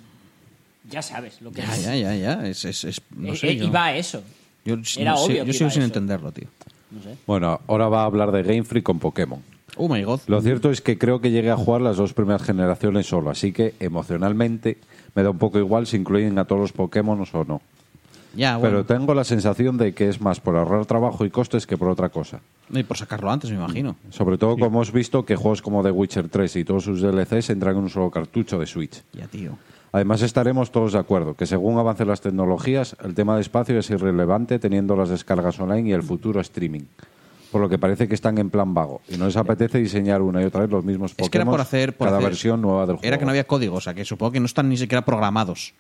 [SPEAKER 4] Ya sabes lo que
[SPEAKER 6] Ya,
[SPEAKER 4] es.
[SPEAKER 6] ya, ya, ya. Es, es, es- no
[SPEAKER 4] Eh,
[SPEAKER 6] sé,
[SPEAKER 4] eh,
[SPEAKER 6] yo-
[SPEAKER 4] y va a eso.
[SPEAKER 6] yo
[SPEAKER 4] era
[SPEAKER 6] no sé,
[SPEAKER 4] obvio
[SPEAKER 6] yo
[SPEAKER 4] que
[SPEAKER 6] sigo
[SPEAKER 4] iba
[SPEAKER 6] sin
[SPEAKER 4] eso.
[SPEAKER 6] entenderlo, tío.
[SPEAKER 4] No sé.
[SPEAKER 7] Bueno, ahora va a hablar de Game Freak con Pokémon.
[SPEAKER 6] Oh my god.
[SPEAKER 7] Lo cierto es que creo que llegué a jugar las dos primeras generaciones solo, así que emocionalmente me da un poco igual si incluyen a todos los Pokémon o no.
[SPEAKER 6] Ya, Ah, bueno.
[SPEAKER 7] Pero tengo la sensación de que es más por ahorrar trabajo y costes que por otra cosa.
[SPEAKER 6] No, Y por sacarlo antes, me imagino.
[SPEAKER 7] Sobre todo como hemos visto que juegos como The Witcher 3 y todos sus DLCs entran en un solo cartucho de Switch.
[SPEAKER 6] Ya, tío.
[SPEAKER 7] Además estaremos todos de acuerdo que según avancen las tecnologías, el tema de espacio es irrelevante teniendo las descargas online y el futuro streaming. Por lo que parece que están en plan vago y no les apetece diseñar una y otra vez los mismos Pokémon
[SPEAKER 6] Es que era por hacer. Por
[SPEAKER 7] cada
[SPEAKER 6] hacer-
[SPEAKER 7] versión nueva del juego.
[SPEAKER 6] Era que no había código, o sea, que supongo que no están ni siquiera programados.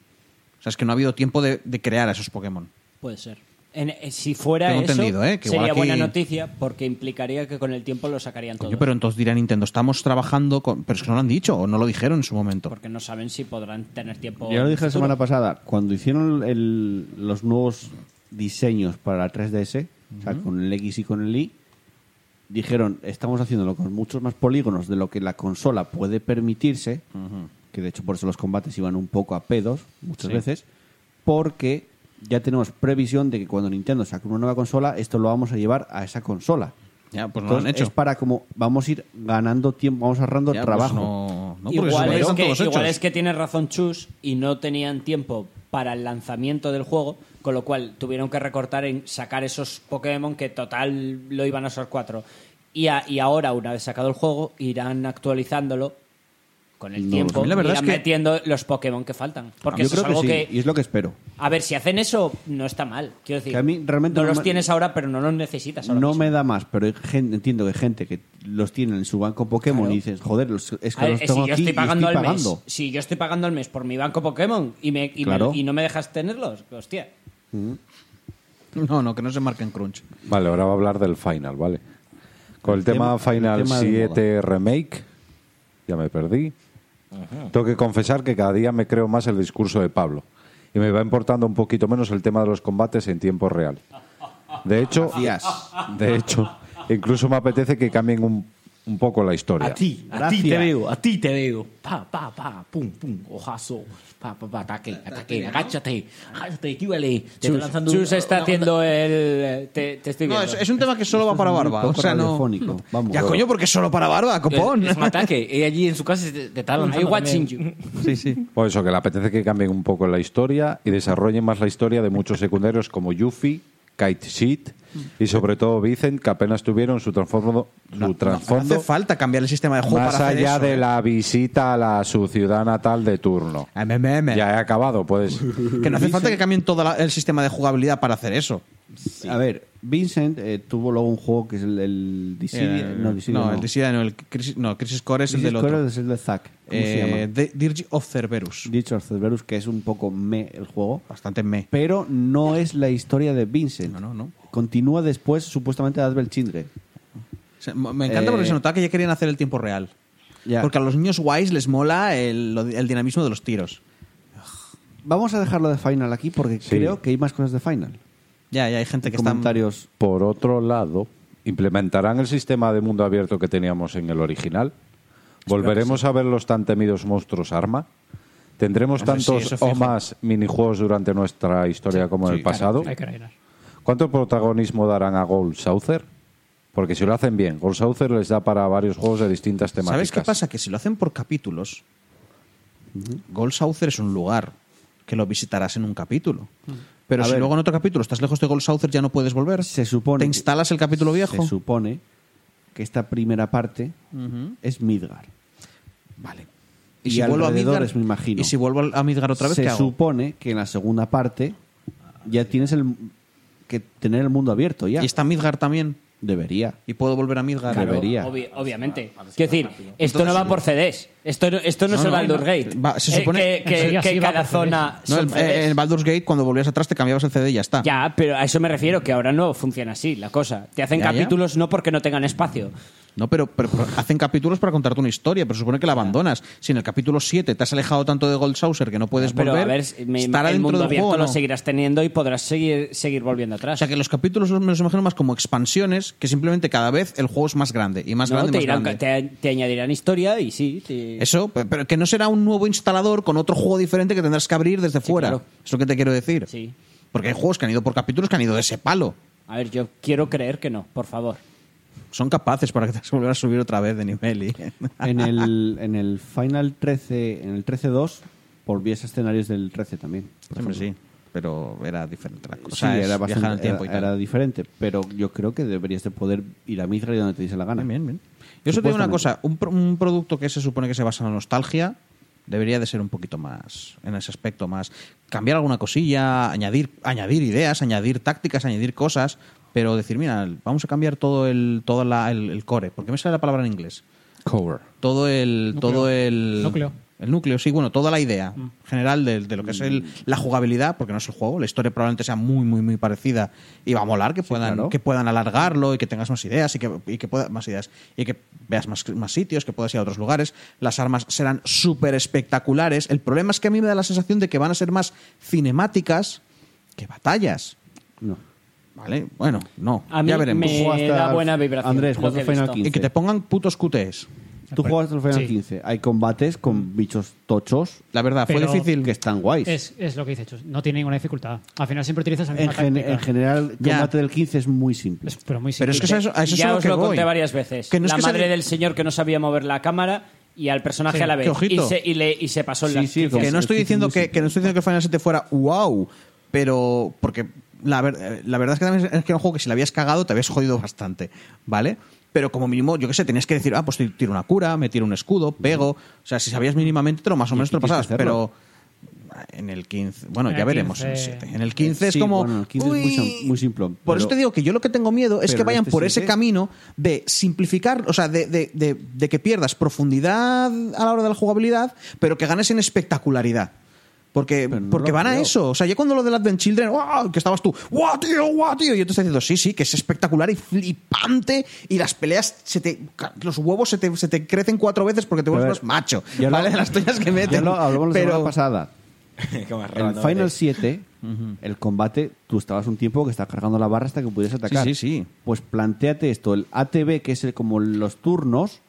[SPEAKER 6] O sea, es que no ha habido tiempo de, de crear a esos Pokémon.
[SPEAKER 9] Puede ser. En- eh, si fuera
[SPEAKER 6] Tengo
[SPEAKER 9] eso,
[SPEAKER 6] entendido, ¿eh? Que igual
[SPEAKER 9] sería
[SPEAKER 6] aquí-
[SPEAKER 9] buena noticia porque implicaría que con el tiempo lo sacarían
[SPEAKER 6] Coño,
[SPEAKER 9] todo.
[SPEAKER 6] pero entonces dirá Nintendo, estamos trabajando con. Pero es que no lo han dicho o no lo dijeron en su momento.
[SPEAKER 9] Porque no saben si podrán tener tiempo.
[SPEAKER 2] Ya lo dije
[SPEAKER 9] en
[SPEAKER 2] la
[SPEAKER 9] el futuro.
[SPEAKER 2] semana pasada, cuando hicieron el- los nuevos diseños para la 3DS, o sea, con el X y con el Y, dijeron, estamos haciéndolo con muchos más polígonos de lo que la consola puede permitirse, que de hecho por eso los combates iban un poco a pedos muchas veces, porque ya tenemos previsión de que cuando Nintendo saque una nueva consola, esto lo vamos a llevar a esa consola.
[SPEAKER 6] Ya, pues no lo
[SPEAKER 2] Entonces,
[SPEAKER 6] han hecho.
[SPEAKER 2] es para como vamos a ir ganando tiempo, vamos ahorrando
[SPEAKER 6] Ya, pues
[SPEAKER 2] trabajo.
[SPEAKER 6] no, no, porque
[SPEAKER 9] igual,
[SPEAKER 6] se
[SPEAKER 9] es
[SPEAKER 6] son
[SPEAKER 9] que,
[SPEAKER 6] todos
[SPEAKER 9] igual
[SPEAKER 6] hechos.
[SPEAKER 9] es que tiene razón Chus y no tenían tiempo para el lanzamiento del juego, con lo cual tuvieron que recortar en sacar esos Pokémon que total lo iban a ser cuatro. Y, a- y ahora, una vez sacado el juego, irán actualizándolo con el
[SPEAKER 6] a
[SPEAKER 9] tiempo
[SPEAKER 6] mí la verdad
[SPEAKER 9] irán
[SPEAKER 6] es que-
[SPEAKER 9] metiendo los Pokémon que faltan. Porque
[SPEAKER 2] Yo
[SPEAKER 9] eso
[SPEAKER 2] creo
[SPEAKER 9] es algo
[SPEAKER 2] que sí,
[SPEAKER 9] que,
[SPEAKER 2] y es lo que espero.
[SPEAKER 9] A ver, si hacen eso, no está mal. Quiero decir,
[SPEAKER 2] Que a mí realmente
[SPEAKER 9] no,
[SPEAKER 2] no
[SPEAKER 9] los
[SPEAKER 2] me-
[SPEAKER 9] tienes ahora, pero no los necesitas ahora
[SPEAKER 2] no
[SPEAKER 9] mismo.
[SPEAKER 2] me da más, pero hay gen- entiendo que hay gente que los tiene en su banco Pokémon
[SPEAKER 9] Claro.
[SPEAKER 2] y dices, joder, los- es que
[SPEAKER 9] A ver,
[SPEAKER 2] los
[SPEAKER 9] eh,
[SPEAKER 2] tengo
[SPEAKER 9] si yo
[SPEAKER 2] aquí
[SPEAKER 9] estoy
[SPEAKER 2] y
[SPEAKER 9] pagando
[SPEAKER 2] estoy
[SPEAKER 9] al mes,
[SPEAKER 2] pagando.
[SPEAKER 9] si yo estoy pagando al mes por mi banco Pokémon y, me, y, me-
[SPEAKER 2] Claro.
[SPEAKER 9] y no me dejas tenerlos, hostia.
[SPEAKER 6] No, no, que no se marquen crunch.
[SPEAKER 7] Vale, ahora va a hablar del final, ¿vale? Con el,
[SPEAKER 2] El
[SPEAKER 7] tema,
[SPEAKER 2] tema-
[SPEAKER 7] Final
[SPEAKER 2] el tema de
[SPEAKER 7] 7 Remake, ya me perdí. Tengo que confesar que cada día me creo más el discurso de Pablo y me va importando un poquito menos el tema de los combates en tiempo real. De hecho,
[SPEAKER 2] Gracias.
[SPEAKER 7] de hecho, incluso me apetece que cambien un, un poco la historia.
[SPEAKER 14] A ti, a ti
[SPEAKER 2] Gracias.
[SPEAKER 14] te veo, a ti te veo. Pa, pa, pa, pum, pum, ojazo. Pa, pa, pa, ataque, ataque, agáchate, agáchate, equívale. Te estoy
[SPEAKER 9] Chus,
[SPEAKER 14] lanzando
[SPEAKER 9] Chus está
[SPEAKER 14] una-
[SPEAKER 9] haciendo
[SPEAKER 2] eh,
[SPEAKER 9] el... Te, te estoy
[SPEAKER 6] No,
[SPEAKER 9] viendo.
[SPEAKER 6] es, es un tema que solo va para
[SPEAKER 2] muy
[SPEAKER 6] barba. O
[SPEAKER 2] poco
[SPEAKER 6] sea, no.
[SPEAKER 2] radiofónico, vamos.
[SPEAKER 6] ya, coño, porque es solo para barba, copón.
[SPEAKER 14] Es, es un ataque. Ella allí en su casa te, te está
[SPEAKER 9] I'm
[SPEAKER 14] lanzando.
[SPEAKER 9] watching
[SPEAKER 14] también.
[SPEAKER 9] you.
[SPEAKER 6] sí, sí.
[SPEAKER 7] Por Pues eso, que le apetece que cambien un poco la historia y desarrollen más la historia de muchos secundarios como Yuffie, Kite Sheet y sobre todo Vicent, que apenas tuvieron su trasfondo. Su trasfondo
[SPEAKER 6] hace falta cambiar el sistema de juego
[SPEAKER 7] más
[SPEAKER 6] para hacer
[SPEAKER 7] allá
[SPEAKER 6] eso,
[SPEAKER 7] de
[SPEAKER 6] ¿eh?
[SPEAKER 7] la visita a, la- a su ciudad natal de turno.
[SPEAKER 6] MMM.
[SPEAKER 7] Ya he acabado, pues. puedes.
[SPEAKER 6] Que no hace falta que cambien todo la- el sistema de jugabilidad para hacer eso.
[SPEAKER 2] A ver, Vincent eh, tuvo luego un juego que es el, el Dissidia-
[SPEAKER 6] Eh,
[SPEAKER 2] no, Dissidia
[SPEAKER 6] no,
[SPEAKER 2] no.
[SPEAKER 6] el Dissidia no, el Crisis, no, Crisis Core es el
[SPEAKER 2] Crisis
[SPEAKER 6] del
[SPEAKER 2] Core
[SPEAKER 6] otro.
[SPEAKER 2] es el de Zack. ¿Cómo se
[SPEAKER 6] Eh,
[SPEAKER 2] llama?
[SPEAKER 6] de- Dirge of Cerberus.
[SPEAKER 2] Dicho Cerberus, que es un poco me el juego,
[SPEAKER 6] Bastante me.
[SPEAKER 2] pero no es la historia de Vincent.
[SPEAKER 6] No, no, no.
[SPEAKER 2] Continúa después, supuestamente, Advent Children.
[SPEAKER 6] O sea, mo- me encanta porque
[SPEAKER 2] Eh,
[SPEAKER 6] se notaba que ya querían hacer el tiempo real.
[SPEAKER 2] Ya.
[SPEAKER 6] Porque a los niños guays les mola el, lo- el dinamismo de los tiros.
[SPEAKER 2] Vamos a dejarlo de Final aquí porque
[SPEAKER 7] Sí.
[SPEAKER 2] creo que hay más cosas de Final.
[SPEAKER 6] Ya, ya hay gente que está.
[SPEAKER 2] Comentarios.
[SPEAKER 7] Por otro lado, implementarán el sistema de mundo abierto que teníamos en el original. Volveremos a ver los tan temidos monstruos arma. Tendremos
[SPEAKER 6] Hombre, sí,
[SPEAKER 7] tantos
[SPEAKER 6] eso
[SPEAKER 7] o
[SPEAKER 6] fijo.
[SPEAKER 7] más minijuegos durante nuestra historia como en el pasado.
[SPEAKER 8] Hay que rellenar.
[SPEAKER 7] ¿Cuánto protagonismo darán a Gold Souther? Porque si lo hacen bien, Gold Souther les da para varios juegos de distintas temáticas.
[SPEAKER 6] ¿Sabes qué pasa? Que si lo hacen por capítulos, Gold Saucer es un lugar que lo visitarás en un capítulo. Pero
[SPEAKER 2] A
[SPEAKER 6] si
[SPEAKER 2] ver.
[SPEAKER 6] luego en otro capítulo estás lejos de Gold Saucer, ya no puedes volver.
[SPEAKER 2] Se supone
[SPEAKER 6] ¿Te
[SPEAKER 2] que-
[SPEAKER 6] instalas el capítulo viejo?
[SPEAKER 2] Se supone que esta primera parte es Midgar.
[SPEAKER 6] Vale.
[SPEAKER 2] Y alrededores, me imagino.
[SPEAKER 6] Y si vuelvo al- a Midgar otra vez,
[SPEAKER 2] se
[SPEAKER 6] ¿qué hago?
[SPEAKER 2] supone que en la segunda parte ya tienes el que tener el mundo abierto ya.
[SPEAKER 6] Y está Midgar también.
[SPEAKER 2] Debería.
[SPEAKER 6] Y puedo volver a Midgar.
[SPEAKER 2] Claro. Debería.
[SPEAKER 9] Obvi- obviamente. Quiero decir, esto no va por CDs. Esto no, esto no, es
[SPEAKER 6] No,
[SPEAKER 9] el
[SPEAKER 6] no,
[SPEAKER 9] Baldur's
[SPEAKER 6] no.
[SPEAKER 9] Gate.
[SPEAKER 6] Va, se
[SPEAKER 9] Eh,
[SPEAKER 6] supone-
[SPEAKER 9] que, que-
[SPEAKER 8] Sí, así
[SPEAKER 9] que
[SPEAKER 8] va
[SPEAKER 9] cada
[SPEAKER 8] por
[SPEAKER 9] zona
[SPEAKER 6] No,
[SPEAKER 9] son
[SPEAKER 6] el- eh,
[SPEAKER 9] CDs.
[SPEAKER 6] en Baldur's Gate, cuando volvías atrás, te cambiabas el CD y ya está.
[SPEAKER 9] Ya, pero a eso me refiero, que ahora no funciona así la cosa. Te hacen
[SPEAKER 6] Ya, ya.
[SPEAKER 9] capítulos no porque no tengan espacio.
[SPEAKER 6] No, pero, pero- pero hacen capítulos para contarte una historia, pero supone que la abandonas. Si en el capítulo 7 te has alejado tanto de Gold Saucer que no puedes
[SPEAKER 9] Pero
[SPEAKER 6] volver,
[SPEAKER 9] a ver, si- me-
[SPEAKER 6] estará
[SPEAKER 9] el
[SPEAKER 6] dentro
[SPEAKER 9] mundo
[SPEAKER 6] del
[SPEAKER 9] abierto
[SPEAKER 6] juego. o
[SPEAKER 9] lo
[SPEAKER 6] no?
[SPEAKER 9] seguirás teniendo y podrás seguir, seguir volviendo
[SPEAKER 6] O
[SPEAKER 9] atrás.
[SPEAKER 6] sea que los capítulos los- me los imagino más como expansiones, que simplemente cada vez el juego es más grande y más
[SPEAKER 9] No,
[SPEAKER 6] grande y
[SPEAKER 9] te,
[SPEAKER 6] más
[SPEAKER 9] irán-
[SPEAKER 6] grande.
[SPEAKER 9] te- te añadirán historia y sí. te-
[SPEAKER 6] Eso, pe- pero que no será un nuevo instalador con otro juego diferente que tendrás que abrir desde fuera.
[SPEAKER 9] claro.
[SPEAKER 6] Es lo que te quiero decir.
[SPEAKER 9] Sí.
[SPEAKER 6] Porque hay juegos que han ido por capítulos que han ido de ese palo.
[SPEAKER 9] A ver, yo quiero creer que no, por favor.
[SPEAKER 6] Son capaces para que te vuelvas a subir otra vez de nivel. Y...
[SPEAKER 2] En el, en el Final 13, en el 13-2, volvías a escenarios del 13 también. por
[SPEAKER 6] Hombre,
[SPEAKER 2] ejemplo.
[SPEAKER 6] sí, pero era diferente la cosa.
[SPEAKER 2] Sí,
[SPEAKER 6] es
[SPEAKER 2] era
[SPEAKER 6] viajar en el
[SPEAKER 2] bastante
[SPEAKER 6] tiempo y
[SPEAKER 2] era,
[SPEAKER 6] tal.
[SPEAKER 2] era diferente, pero yo creo que deberías de poder ir a Mithra y donde te dice la gana.
[SPEAKER 6] Bien, bien, bien. Yo solo te digo una
[SPEAKER 2] Supuestamente.
[SPEAKER 6] cosa, un, pro- un producto que se supone que se basa en la nostalgia debería de ser un poquito más en ese aspecto más cambiar alguna cosilla, añadir añadir ideas, añadir tácticas, añadir cosas, pero decir, mira, vamos a cambiar todo el todo la- el, el core, porque me sale la palabra en inglés.
[SPEAKER 7] Cover.
[SPEAKER 6] Todo el
[SPEAKER 8] Núcleo.
[SPEAKER 6] todo el
[SPEAKER 8] Núcleo.
[SPEAKER 6] el núcleo, sí, bueno, toda la idea
[SPEAKER 4] Mm.
[SPEAKER 6] general de, de lo que es el- la jugabilidad, porque no es el juego, la historia probablemente sea muy, muy, muy parecida y va a molar que puedan,
[SPEAKER 2] claro.
[SPEAKER 6] que puedan alargarlo y que tengas más ideas y que, y que pueda- más ideas y que veas más, más sitios, que puedas ir a otros lugares. Las armas serán súper espectaculares. El problema es que a mí me da la sensación de que van a ser más cinemáticas que batallas.
[SPEAKER 2] No.
[SPEAKER 6] ¿Vale? Bueno, no.
[SPEAKER 4] A mí
[SPEAKER 6] ya veremos.
[SPEAKER 4] me-
[SPEAKER 2] Tú jugaste
[SPEAKER 4] da
[SPEAKER 2] al-
[SPEAKER 4] buena vibración,
[SPEAKER 2] Andrés,
[SPEAKER 4] lo
[SPEAKER 2] jugaste
[SPEAKER 4] que
[SPEAKER 2] al
[SPEAKER 4] he
[SPEAKER 2] Final
[SPEAKER 4] visto.
[SPEAKER 6] Y
[SPEAKER 2] 15.
[SPEAKER 6] que te pongan putos QTEs.
[SPEAKER 2] Tú jugaste al Final
[SPEAKER 8] Sí.
[SPEAKER 2] 15. Hay combates con bichos tochos
[SPEAKER 6] La verdad, fue
[SPEAKER 8] Pero-
[SPEAKER 6] difícil.
[SPEAKER 2] que están guays.
[SPEAKER 8] Es, es lo que dice Chus. No tiene ninguna dificultad. Al final siempre utilizas la
[SPEAKER 2] en,
[SPEAKER 8] misma
[SPEAKER 2] gen-
[SPEAKER 8] táctica.
[SPEAKER 2] en general, el
[SPEAKER 6] Ya.
[SPEAKER 2] combate del 15 es muy simple.
[SPEAKER 8] Es- pero muy
[SPEAKER 6] Pero es
[SPEAKER 8] simple.
[SPEAKER 6] que eso, a eso es a
[SPEAKER 4] ya
[SPEAKER 6] lo
[SPEAKER 4] os
[SPEAKER 6] que
[SPEAKER 4] lo
[SPEAKER 6] voy.
[SPEAKER 4] conté varias veces.
[SPEAKER 6] Que no es
[SPEAKER 4] la
[SPEAKER 6] que sea
[SPEAKER 4] madre
[SPEAKER 6] de-
[SPEAKER 4] del señor que no sabía mover la cámara y al personaje
[SPEAKER 8] Sí.
[SPEAKER 4] a la vez.
[SPEAKER 6] Que ojito.
[SPEAKER 4] Y se, y le- y se pasó en
[SPEAKER 2] Sí,
[SPEAKER 4] las
[SPEAKER 2] sí,
[SPEAKER 4] quince.
[SPEAKER 6] que no
[SPEAKER 2] Es
[SPEAKER 6] estoy
[SPEAKER 2] que es
[SPEAKER 6] diciendo
[SPEAKER 2] muy
[SPEAKER 6] que,
[SPEAKER 2] simple.
[SPEAKER 6] que no estoy diciendo que Final 7 fuera wow, pero porque la, ver- eh, la verdad es que también es que era un juego que si la habías cagado te habías jodido bastante, ¿vale? Pero como mínimo, yo qué sé, tenías que decir, ah, pues te tiro una cura, me tiro un escudo, pego, o sea, si sabías mínimamente te lo más o menos te lo
[SPEAKER 2] quisiste
[SPEAKER 6] pasabas,
[SPEAKER 2] hacerlo.
[SPEAKER 6] pero en el 15, bueno,
[SPEAKER 8] En
[SPEAKER 6] ya
[SPEAKER 8] el
[SPEAKER 6] veremos en el
[SPEAKER 8] 15.
[SPEAKER 6] 7. En el 15 es
[SPEAKER 2] Sí,
[SPEAKER 6] como
[SPEAKER 2] bueno, el 15 es muy
[SPEAKER 6] uy,
[SPEAKER 2] sam- muy simplón,
[SPEAKER 6] Por
[SPEAKER 2] pero-
[SPEAKER 6] eso te digo que yo lo que tengo miedo es
[SPEAKER 2] pero
[SPEAKER 6] que
[SPEAKER 2] en
[SPEAKER 6] vayan
[SPEAKER 2] este
[SPEAKER 6] por ese
[SPEAKER 2] 7.
[SPEAKER 6] camino de simplificar, o sea, de, de- de- de que pierdas profundidad a la hora de la jugabilidad, pero que ganes en espectacularidad. Porque,
[SPEAKER 2] Pero no
[SPEAKER 6] porque
[SPEAKER 2] lo
[SPEAKER 6] van a
[SPEAKER 2] creo.
[SPEAKER 6] eso. O sea, yo cuando lo del Advent Children, ¡guau! que estabas tú, ¡guau, tío, guau, tío! Y yo te estoy diciendo, sí, sí, que es espectacular y flipante. Y las peleas, se te, los huevos se te, se te crecen cuatro veces porque te
[SPEAKER 2] Pero a
[SPEAKER 6] vuelves
[SPEAKER 2] ver,
[SPEAKER 6] más macho.
[SPEAKER 2] ya lo-
[SPEAKER 6] ¿Vale? De las toñas que meten.
[SPEAKER 2] Ya lo hablamos la
[SPEAKER 6] pero,
[SPEAKER 2] semana pasada. En el Final 7, el combate, tú estabas un tiempo que estabas cargando la barra hasta que pudieras atacar.
[SPEAKER 6] sí, sí.
[SPEAKER 2] Pues planteate esto, el ATB, que es el- como los turnos,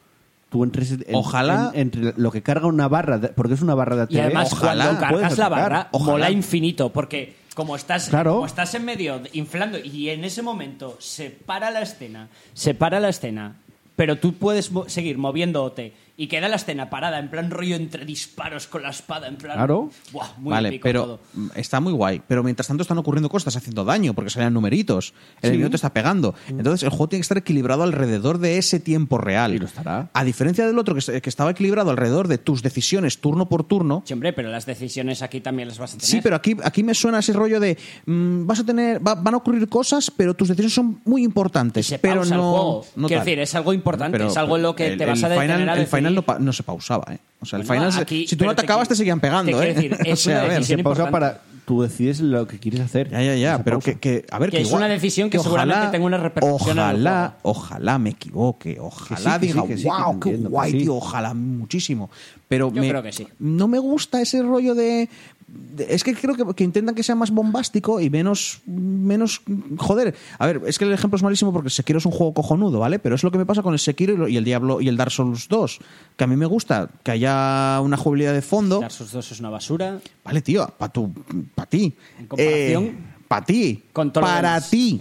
[SPEAKER 2] tú entres en-
[SPEAKER 6] Ojalá-
[SPEAKER 2] en- entre lo que carga una barra, de- porque es una barra de ATB.
[SPEAKER 4] Y además,
[SPEAKER 6] Ojalá.
[SPEAKER 4] cuando cargas
[SPEAKER 2] puedes
[SPEAKER 4] la
[SPEAKER 2] atacar.
[SPEAKER 4] barra,
[SPEAKER 6] Ojalá.
[SPEAKER 4] mola infinito, porque como estás,
[SPEAKER 2] Claro.
[SPEAKER 4] como estás en medio, de- inflando, y en ese momento se para la escena, se para la escena, pero tú puedes mo- seguir moviéndote y queda la escena parada, en plan rollo entre disparos con la espada, en plan.
[SPEAKER 2] Claro.
[SPEAKER 4] Buah, muy
[SPEAKER 6] vale,
[SPEAKER 4] épico
[SPEAKER 6] pero
[SPEAKER 4] todo.
[SPEAKER 6] mm, está muy guay. Pero mientras tanto están ocurriendo cosas, estás haciendo daño porque salen numeritos. El enemigo te está pegando.
[SPEAKER 4] Mm.
[SPEAKER 6] Entonces el juego tiene que estar equilibrado alrededor de ese tiempo real.
[SPEAKER 2] Y lo estará.
[SPEAKER 6] A diferencia del otro que, es- que estaba equilibrado alrededor de tus decisiones turno por turno.
[SPEAKER 4] Sí, hombre, pero las decisiones aquí también las vas a tener.
[SPEAKER 6] Sí, pero aquí, aquí me suena ese rollo de mm, vas a tener, va- van a ocurrir cosas, pero tus decisiones son muy importantes.
[SPEAKER 4] se
[SPEAKER 6] pero
[SPEAKER 4] pausa el
[SPEAKER 6] no,
[SPEAKER 4] juego.
[SPEAKER 6] no
[SPEAKER 4] Quiero
[SPEAKER 6] tal.
[SPEAKER 4] decir, es algo importante, es algo en lo que
[SPEAKER 6] el-
[SPEAKER 4] te vas a
[SPEAKER 6] el
[SPEAKER 4] detener
[SPEAKER 6] final-
[SPEAKER 4] a
[SPEAKER 6] El final
[SPEAKER 4] decidir.
[SPEAKER 6] no, pa- no se pausaba, ¿eh? O sea, el
[SPEAKER 4] Bueno,
[SPEAKER 6] final, se-
[SPEAKER 4] aquí-
[SPEAKER 6] si tú no
[SPEAKER 4] pero te
[SPEAKER 6] atacabas
[SPEAKER 4] qui-
[SPEAKER 6] te seguían pegando,
[SPEAKER 4] te
[SPEAKER 6] ¿eh?
[SPEAKER 4] quiero decir,
[SPEAKER 6] o
[SPEAKER 4] es
[SPEAKER 6] sea,
[SPEAKER 4] una
[SPEAKER 6] a ver.
[SPEAKER 4] decisión
[SPEAKER 2] Se pausa
[SPEAKER 4] importante.
[SPEAKER 2] para... Tú decides lo que quieres hacer.
[SPEAKER 6] Ya, ya, ya,
[SPEAKER 2] Esa
[SPEAKER 6] pero
[SPEAKER 2] pausa.
[SPEAKER 6] que, que- a ver,
[SPEAKER 4] Que es una decisión que seguramente tenga una repercusión en el
[SPEAKER 6] Ojalá,
[SPEAKER 4] juego.
[SPEAKER 6] ojalá me equivoque, ojalá
[SPEAKER 2] que sí,
[SPEAKER 6] diga,
[SPEAKER 2] que sí, que
[SPEAKER 6] wow,
[SPEAKER 2] te
[SPEAKER 6] qué
[SPEAKER 2] entiendo, que
[SPEAKER 6] guay,
[SPEAKER 2] sí".
[SPEAKER 6] tío, ojalá muchísimo. Pero
[SPEAKER 4] Yo
[SPEAKER 6] me-
[SPEAKER 4] creo que sí.
[SPEAKER 6] no me gusta ese rollo de, de- es que creo que, que intentan que sea más bombástico y menos menos joder. A ver, es que el ejemplo es malísimo porque el Sekiro es un juego cojonudo, ¿vale? Pero es lo que me pasa con el Sekiro y lo- y el Diablo y el Dark Souls 2, que a mí me gusta que haya una jugabilidad de fondo.
[SPEAKER 4] Dark Souls 2 es una basura.
[SPEAKER 6] Vale, tío, para tu, pa ti.
[SPEAKER 4] En comparación
[SPEAKER 6] para ti.
[SPEAKER 4] con todo lo
[SPEAKER 6] Para
[SPEAKER 4] demás.
[SPEAKER 6] ti.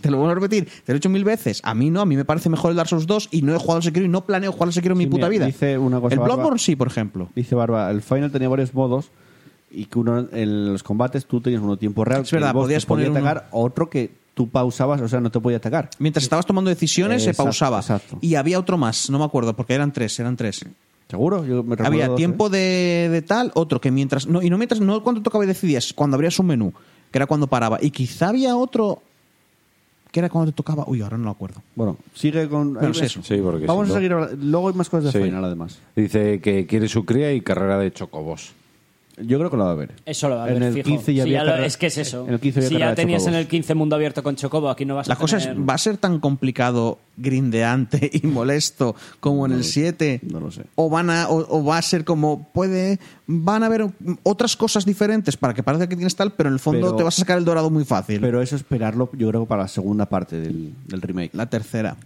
[SPEAKER 6] Te lo vuelvo a repetir, te lo he hecho mil veces. A mí no, a mí me parece mejor el Dark Souls 2 y no he jugado al Sekiro y no planeo jugar al Sekiro en mi
[SPEAKER 2] Sí,
[SPEAKER 6] puta
[SPEAKER 2] mira,
[SPEAKER 6] vida.
[SPEAKER 2] dice una cosa
[SPEAKER 6] el
[SPEAKER 2] barba-
[SPEAKER 6] Bloodborne sí, por ejemplo.
[SPEAKER 2] Dice Barba, el Final tenía varios modos y que uno en los combates tú tenías uno tiempo real.
[SPEAKER 6] Es verdad,
[SPEAKER 2] que el boss
[SPEAKER 6] podías
[SPEAKER 2] te podía
[SPEAKER 6] poner uno-
[SPEAKER 2] atacar, otro que tú pausabas, o sea, no te podía atacar.
[SPEAKER 6] Mientras estabas tomando decisiones se
[SPEAKER 2] Exacto,
[SPEAKER 6] pausaba.
[SPEAKER 2] exacto.
[SPEAKER 6] Y había otro más, no me acuerdo, porque eran tres, eran tres.
[SPEAKER 2] ¿Seguro? Yo me recuerdo
[SPEAKER 6] Había
[SPEAKER 2] dos,
[SPEAKER 6] tiempo
[SPEAKER 2] ¿eh?
[SPEAKER 6] de, de tal, otro que mientras. No, y no mientras, no cuando tocaba y decidías, cuando abrías un menú, que era cuando paraba. Y quizá había otro que era cuando te tocaba. Uy, ahora no lo acuerdo.
[SPEAKER 2] Bueno, sigue con...
[SPEAKER 6] Bueno,
[SPEAKER 2] ahí
[SPEAKER 6] es
[SPEAKER 2] ves.
[SPEAKER 6] eso.
[SPEAKER 7] Sí, porque
[SPEAKER 2] Vamos
[SPEAKER 7] si
[SPEAKER 2] a
[SPEAKER 7] no-
[SPEAKER 2] seguir hablando. Luego hay más cosas de
[SPEAKER 7] Sí.
[SPEAKER 2] Final, además.
[SPEAKER 7] Dice que quiere su cría y carrera de chocobos.
[SPEAKER 2] Yo creo que lo va a ver.
[SPEAKER 6] Eh,
[SPEAKER 4] Eso lo va a
[SPEAKER 2] En
[SPEAKER 4] ver,
[SPEAKER 2] el
[SPEAKER 4] fijo.
[SPEAKER 2] 15 ya
[SPEAKER 4] Si
[SPEAKER 2] había
[SPEAKER 4] lo-
[SPEAKER 2] carrera-
[SPEAKER 4] es que es eso.
[SPEAKER 2] en el 15 había
[SPEAKER 4] si
[SPEAKER 2] carrera
[SPEAKER 4] ya
[SPEAKER 2] de
[SPEAKER 4] tenías en
[SPEAKER 2] chocobos.
[SPEAKER 4] el 15 mundo abierto con Chocobo, aquí no vas
[SPEAKER 6] La
[SPEAKER 4] a
[SPEAKER 6] cosa es,
[SPEAKER 4] tener-
[SPEAKER 6] ¿va a ser tan complicado, grindeante y molesto como en el 7?
[SPEAKER 2] no lo sé.
[SPEAKER 6] O, van a, o, o va a ser como, puede, van a haber otras cosas diferentes para que parezca que tienes tal, pero en el fondo
[SPEAKER 2] Pero-
[SPEAKER 6] te vas a sacar el dorado muy fácil.
[SPEAKER 2] Pero eso esperarlo, yo creo, para la segunda parte del, del remake.
[SPEAKER 6] la tercera.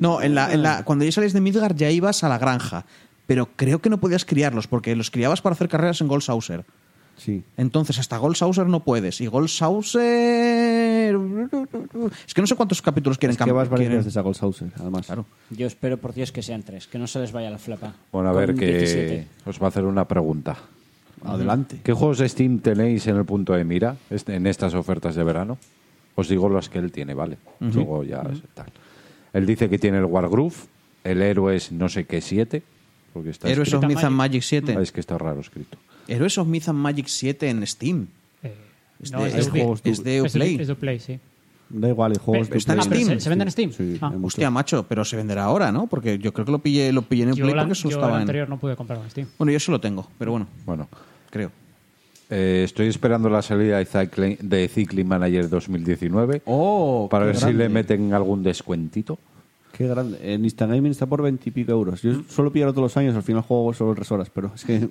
[SPEAKER 6] No, en la, en
[SPEAKER 2] Ah.
[SPEAKER 6] la, cuando ya salías de Midgard ya ibas a la granja, pero creo que no podías criarlos porque los criabas para hacer carreras en Goldsaucer.
[SPEAKER 2] Sí.
[SPEAKER 6] Entonces, hasta Goldsaucer no puedes. Y Goldsaucer. Es que no sé cuántos capítulos quieren
[SPEAKER 2] Es que vas
[SPEAKER 6] cambiar.
[SPEAKER 2] varias veces a Goldshauser, además.
[SPEAKER 6] Claro.
[SPEAKER 9] Yo espero por Dios que sean tres, que no se les vaya la flapa.
[SPEAKER 7] Bueno, a ver,
[SPEAKER 9] Con
[SPEAKER 7] que
[SPEAKER 9] 17.
[SPEAKER 7] os va a hacer una pregunta.
[SPEAKER 2] Adelante.
[SPEAKER 7] ¿Qué juegos de Steam tenéis en el punto de mira est- en estas ofertas de verano? Os digo las que él tiene, ¿vale? Luego ya es tal. Él dice que tiene el Wargroove, el Héroes no sé qué 7, porque está
[SPEAKER 6] Heroes
[SPEAKER 7] escrito-
[SPEAKER 6] of Myth and Magic 7.
[SPEAKER 7] Ah, es que está raro escrito.
[SPEAKER 6] Heroes of Myth and Magic 7 en Steam.
[SPEAKER 8] Eh,
[SPEAKER 6] Es
[SPEAKER 8] no,
[SPEAKER 6] de-
[SPEAKER 8] es
[SPEAKER 6] es
[SPEAKER 8] Uplay.
[SPEAKER 6] de- es de
[SPEAKER 8] Es de-
[SPEAKER 6] Uplay.
[SPEAKER 8] Es de Uplay, sí.
[SPEAKER 2] Da igual, hay juegos
[SPEAKER 8] Pe-
[SPEAKER 2] de
[SPEAKER 6] está en
[SPEAKER 8] ah, pero
[SPEAKER 2] Play.
[SPEAKER 6] Steam.
[SPEAKER 8] ¿Se, se venden en Steam?
[SPEAKER 2] Sí,
[SPEAKER 8] Ah.
[SPEAKER 2] hay muchos.
[SPEAKER 6] Hostia, macho, pero se venderá ahora, ¿no? Porque yo creo que lo pillé, lo pillé en
[SPEAKER 8] Yo,
[SPEAKER 6] Uplay
[SPEAKER 8] la-
[SPEAKER 6] porque eso
[SPEAKER 8] yo el
[SPEAKER 6] estaba en...
[SPEAKER 8] anterior no pude comprar en Steam.
[SPEAKER 6] Bueno, yo eso lo tengo, pero bueno,
[SPEAKER 7] Bueno,
[SPEAKER 6] creo.
[SPEAKER 7] eh, estoy esperando la salida de Cycling, de Cycling Manager 2019
[SPEAKER 6] Oh,
[SPEAKER 7] para
[SPEAKER 6] qué
[SPEAKER 7] ver si le
[SPEAKER 6] grande.
[SPEAKER 7] meten algún descuentito.
[SPEAKER 2] Qué grande. En Instagaming está por 20 y pico euros. Yo solo pillo todos los años, al final juego solo tres horas, pero es que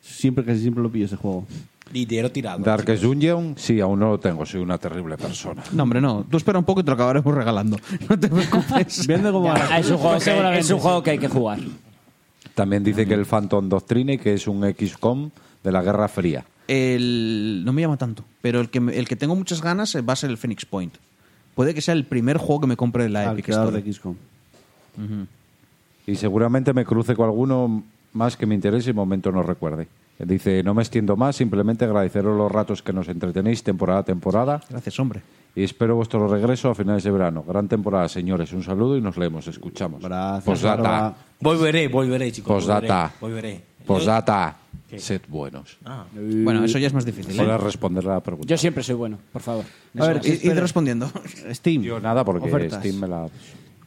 [SPEAKER 2] siempre, casi siempre lo pillo ese juego.
[SPEAKER 3] Dinero tirado.
[SPEAKER 7] Darkest Dungeon, sí, aún no lo tengo, soy una terrible persona.
[SPEAKER 6] No, hombre, no. Tú espera un poco y te lo acabaremos regalando. No te preocupes.
[SPEAKER 2] Viendo como
[SPEAKER 9] Ya, Ah, es, un juego que, es un juego que hay que jugar.
[SPEAKER 7] También dice que el Phantom Doctrine, que es un XCOM de la Guerra Fría.
[SPEAKER 6] El, no me llama tanto, pero el que, me- el que tengo muchas ganas eh, va a ser el Phoenix Point. Puede que sea el primer juego que me compre de la
[SPEAKER 2] al
[SPEAKER 6] Epic
[SPEAKER 2] creador
[SPEAKER 6] Store.
[SPEAKER 2] de XCOM.
[SPEAKER 7] Y seguramente me cruce con alguno más que me interese y momento no recuerde. Dice, no me extiendo más, simplemente agradeceros los ratos que nos entretenéis temporada a temporada
[SPEAKER 6] Gracias, hombre.
[SPEAKER 7] y espero vuestro regreso a finales de verano. Gran temporada, señores. Un saludo y nos leemos, escuchamos.
[SPEAKER 2] Gracias,
[SPEAKER 7] Posdata,
[SPEAKER 2] Barba.
[SPEAKER 3] Volveré, volveré, chicos.
[SPEAKER 7] Posdata.
[SPEAKER 3] Volveré. volveré.
[SPEAKER 7] posdata, sed buenos.
[SPEAKER 3] Ah,
[SPEAKER 6] Bueno, eso ya es más difícil. ¿eh?
[SPEAKER 7] Para responder a la pregunta.
[SPEAKER 9] Yo siempre soy bueno, por favor.
[SPEAKER 2] A ver,
[SPEAKER 6] Y- y
[SPEAKER 2] espera.
[SPEAKER 6] respondiendo.
[SPEAKER 2] Steam.
[SPEAKER 7] Yo nada, porque
[SPEAKER 2] Ofertas.
[SPEAKER 7] Steam me la...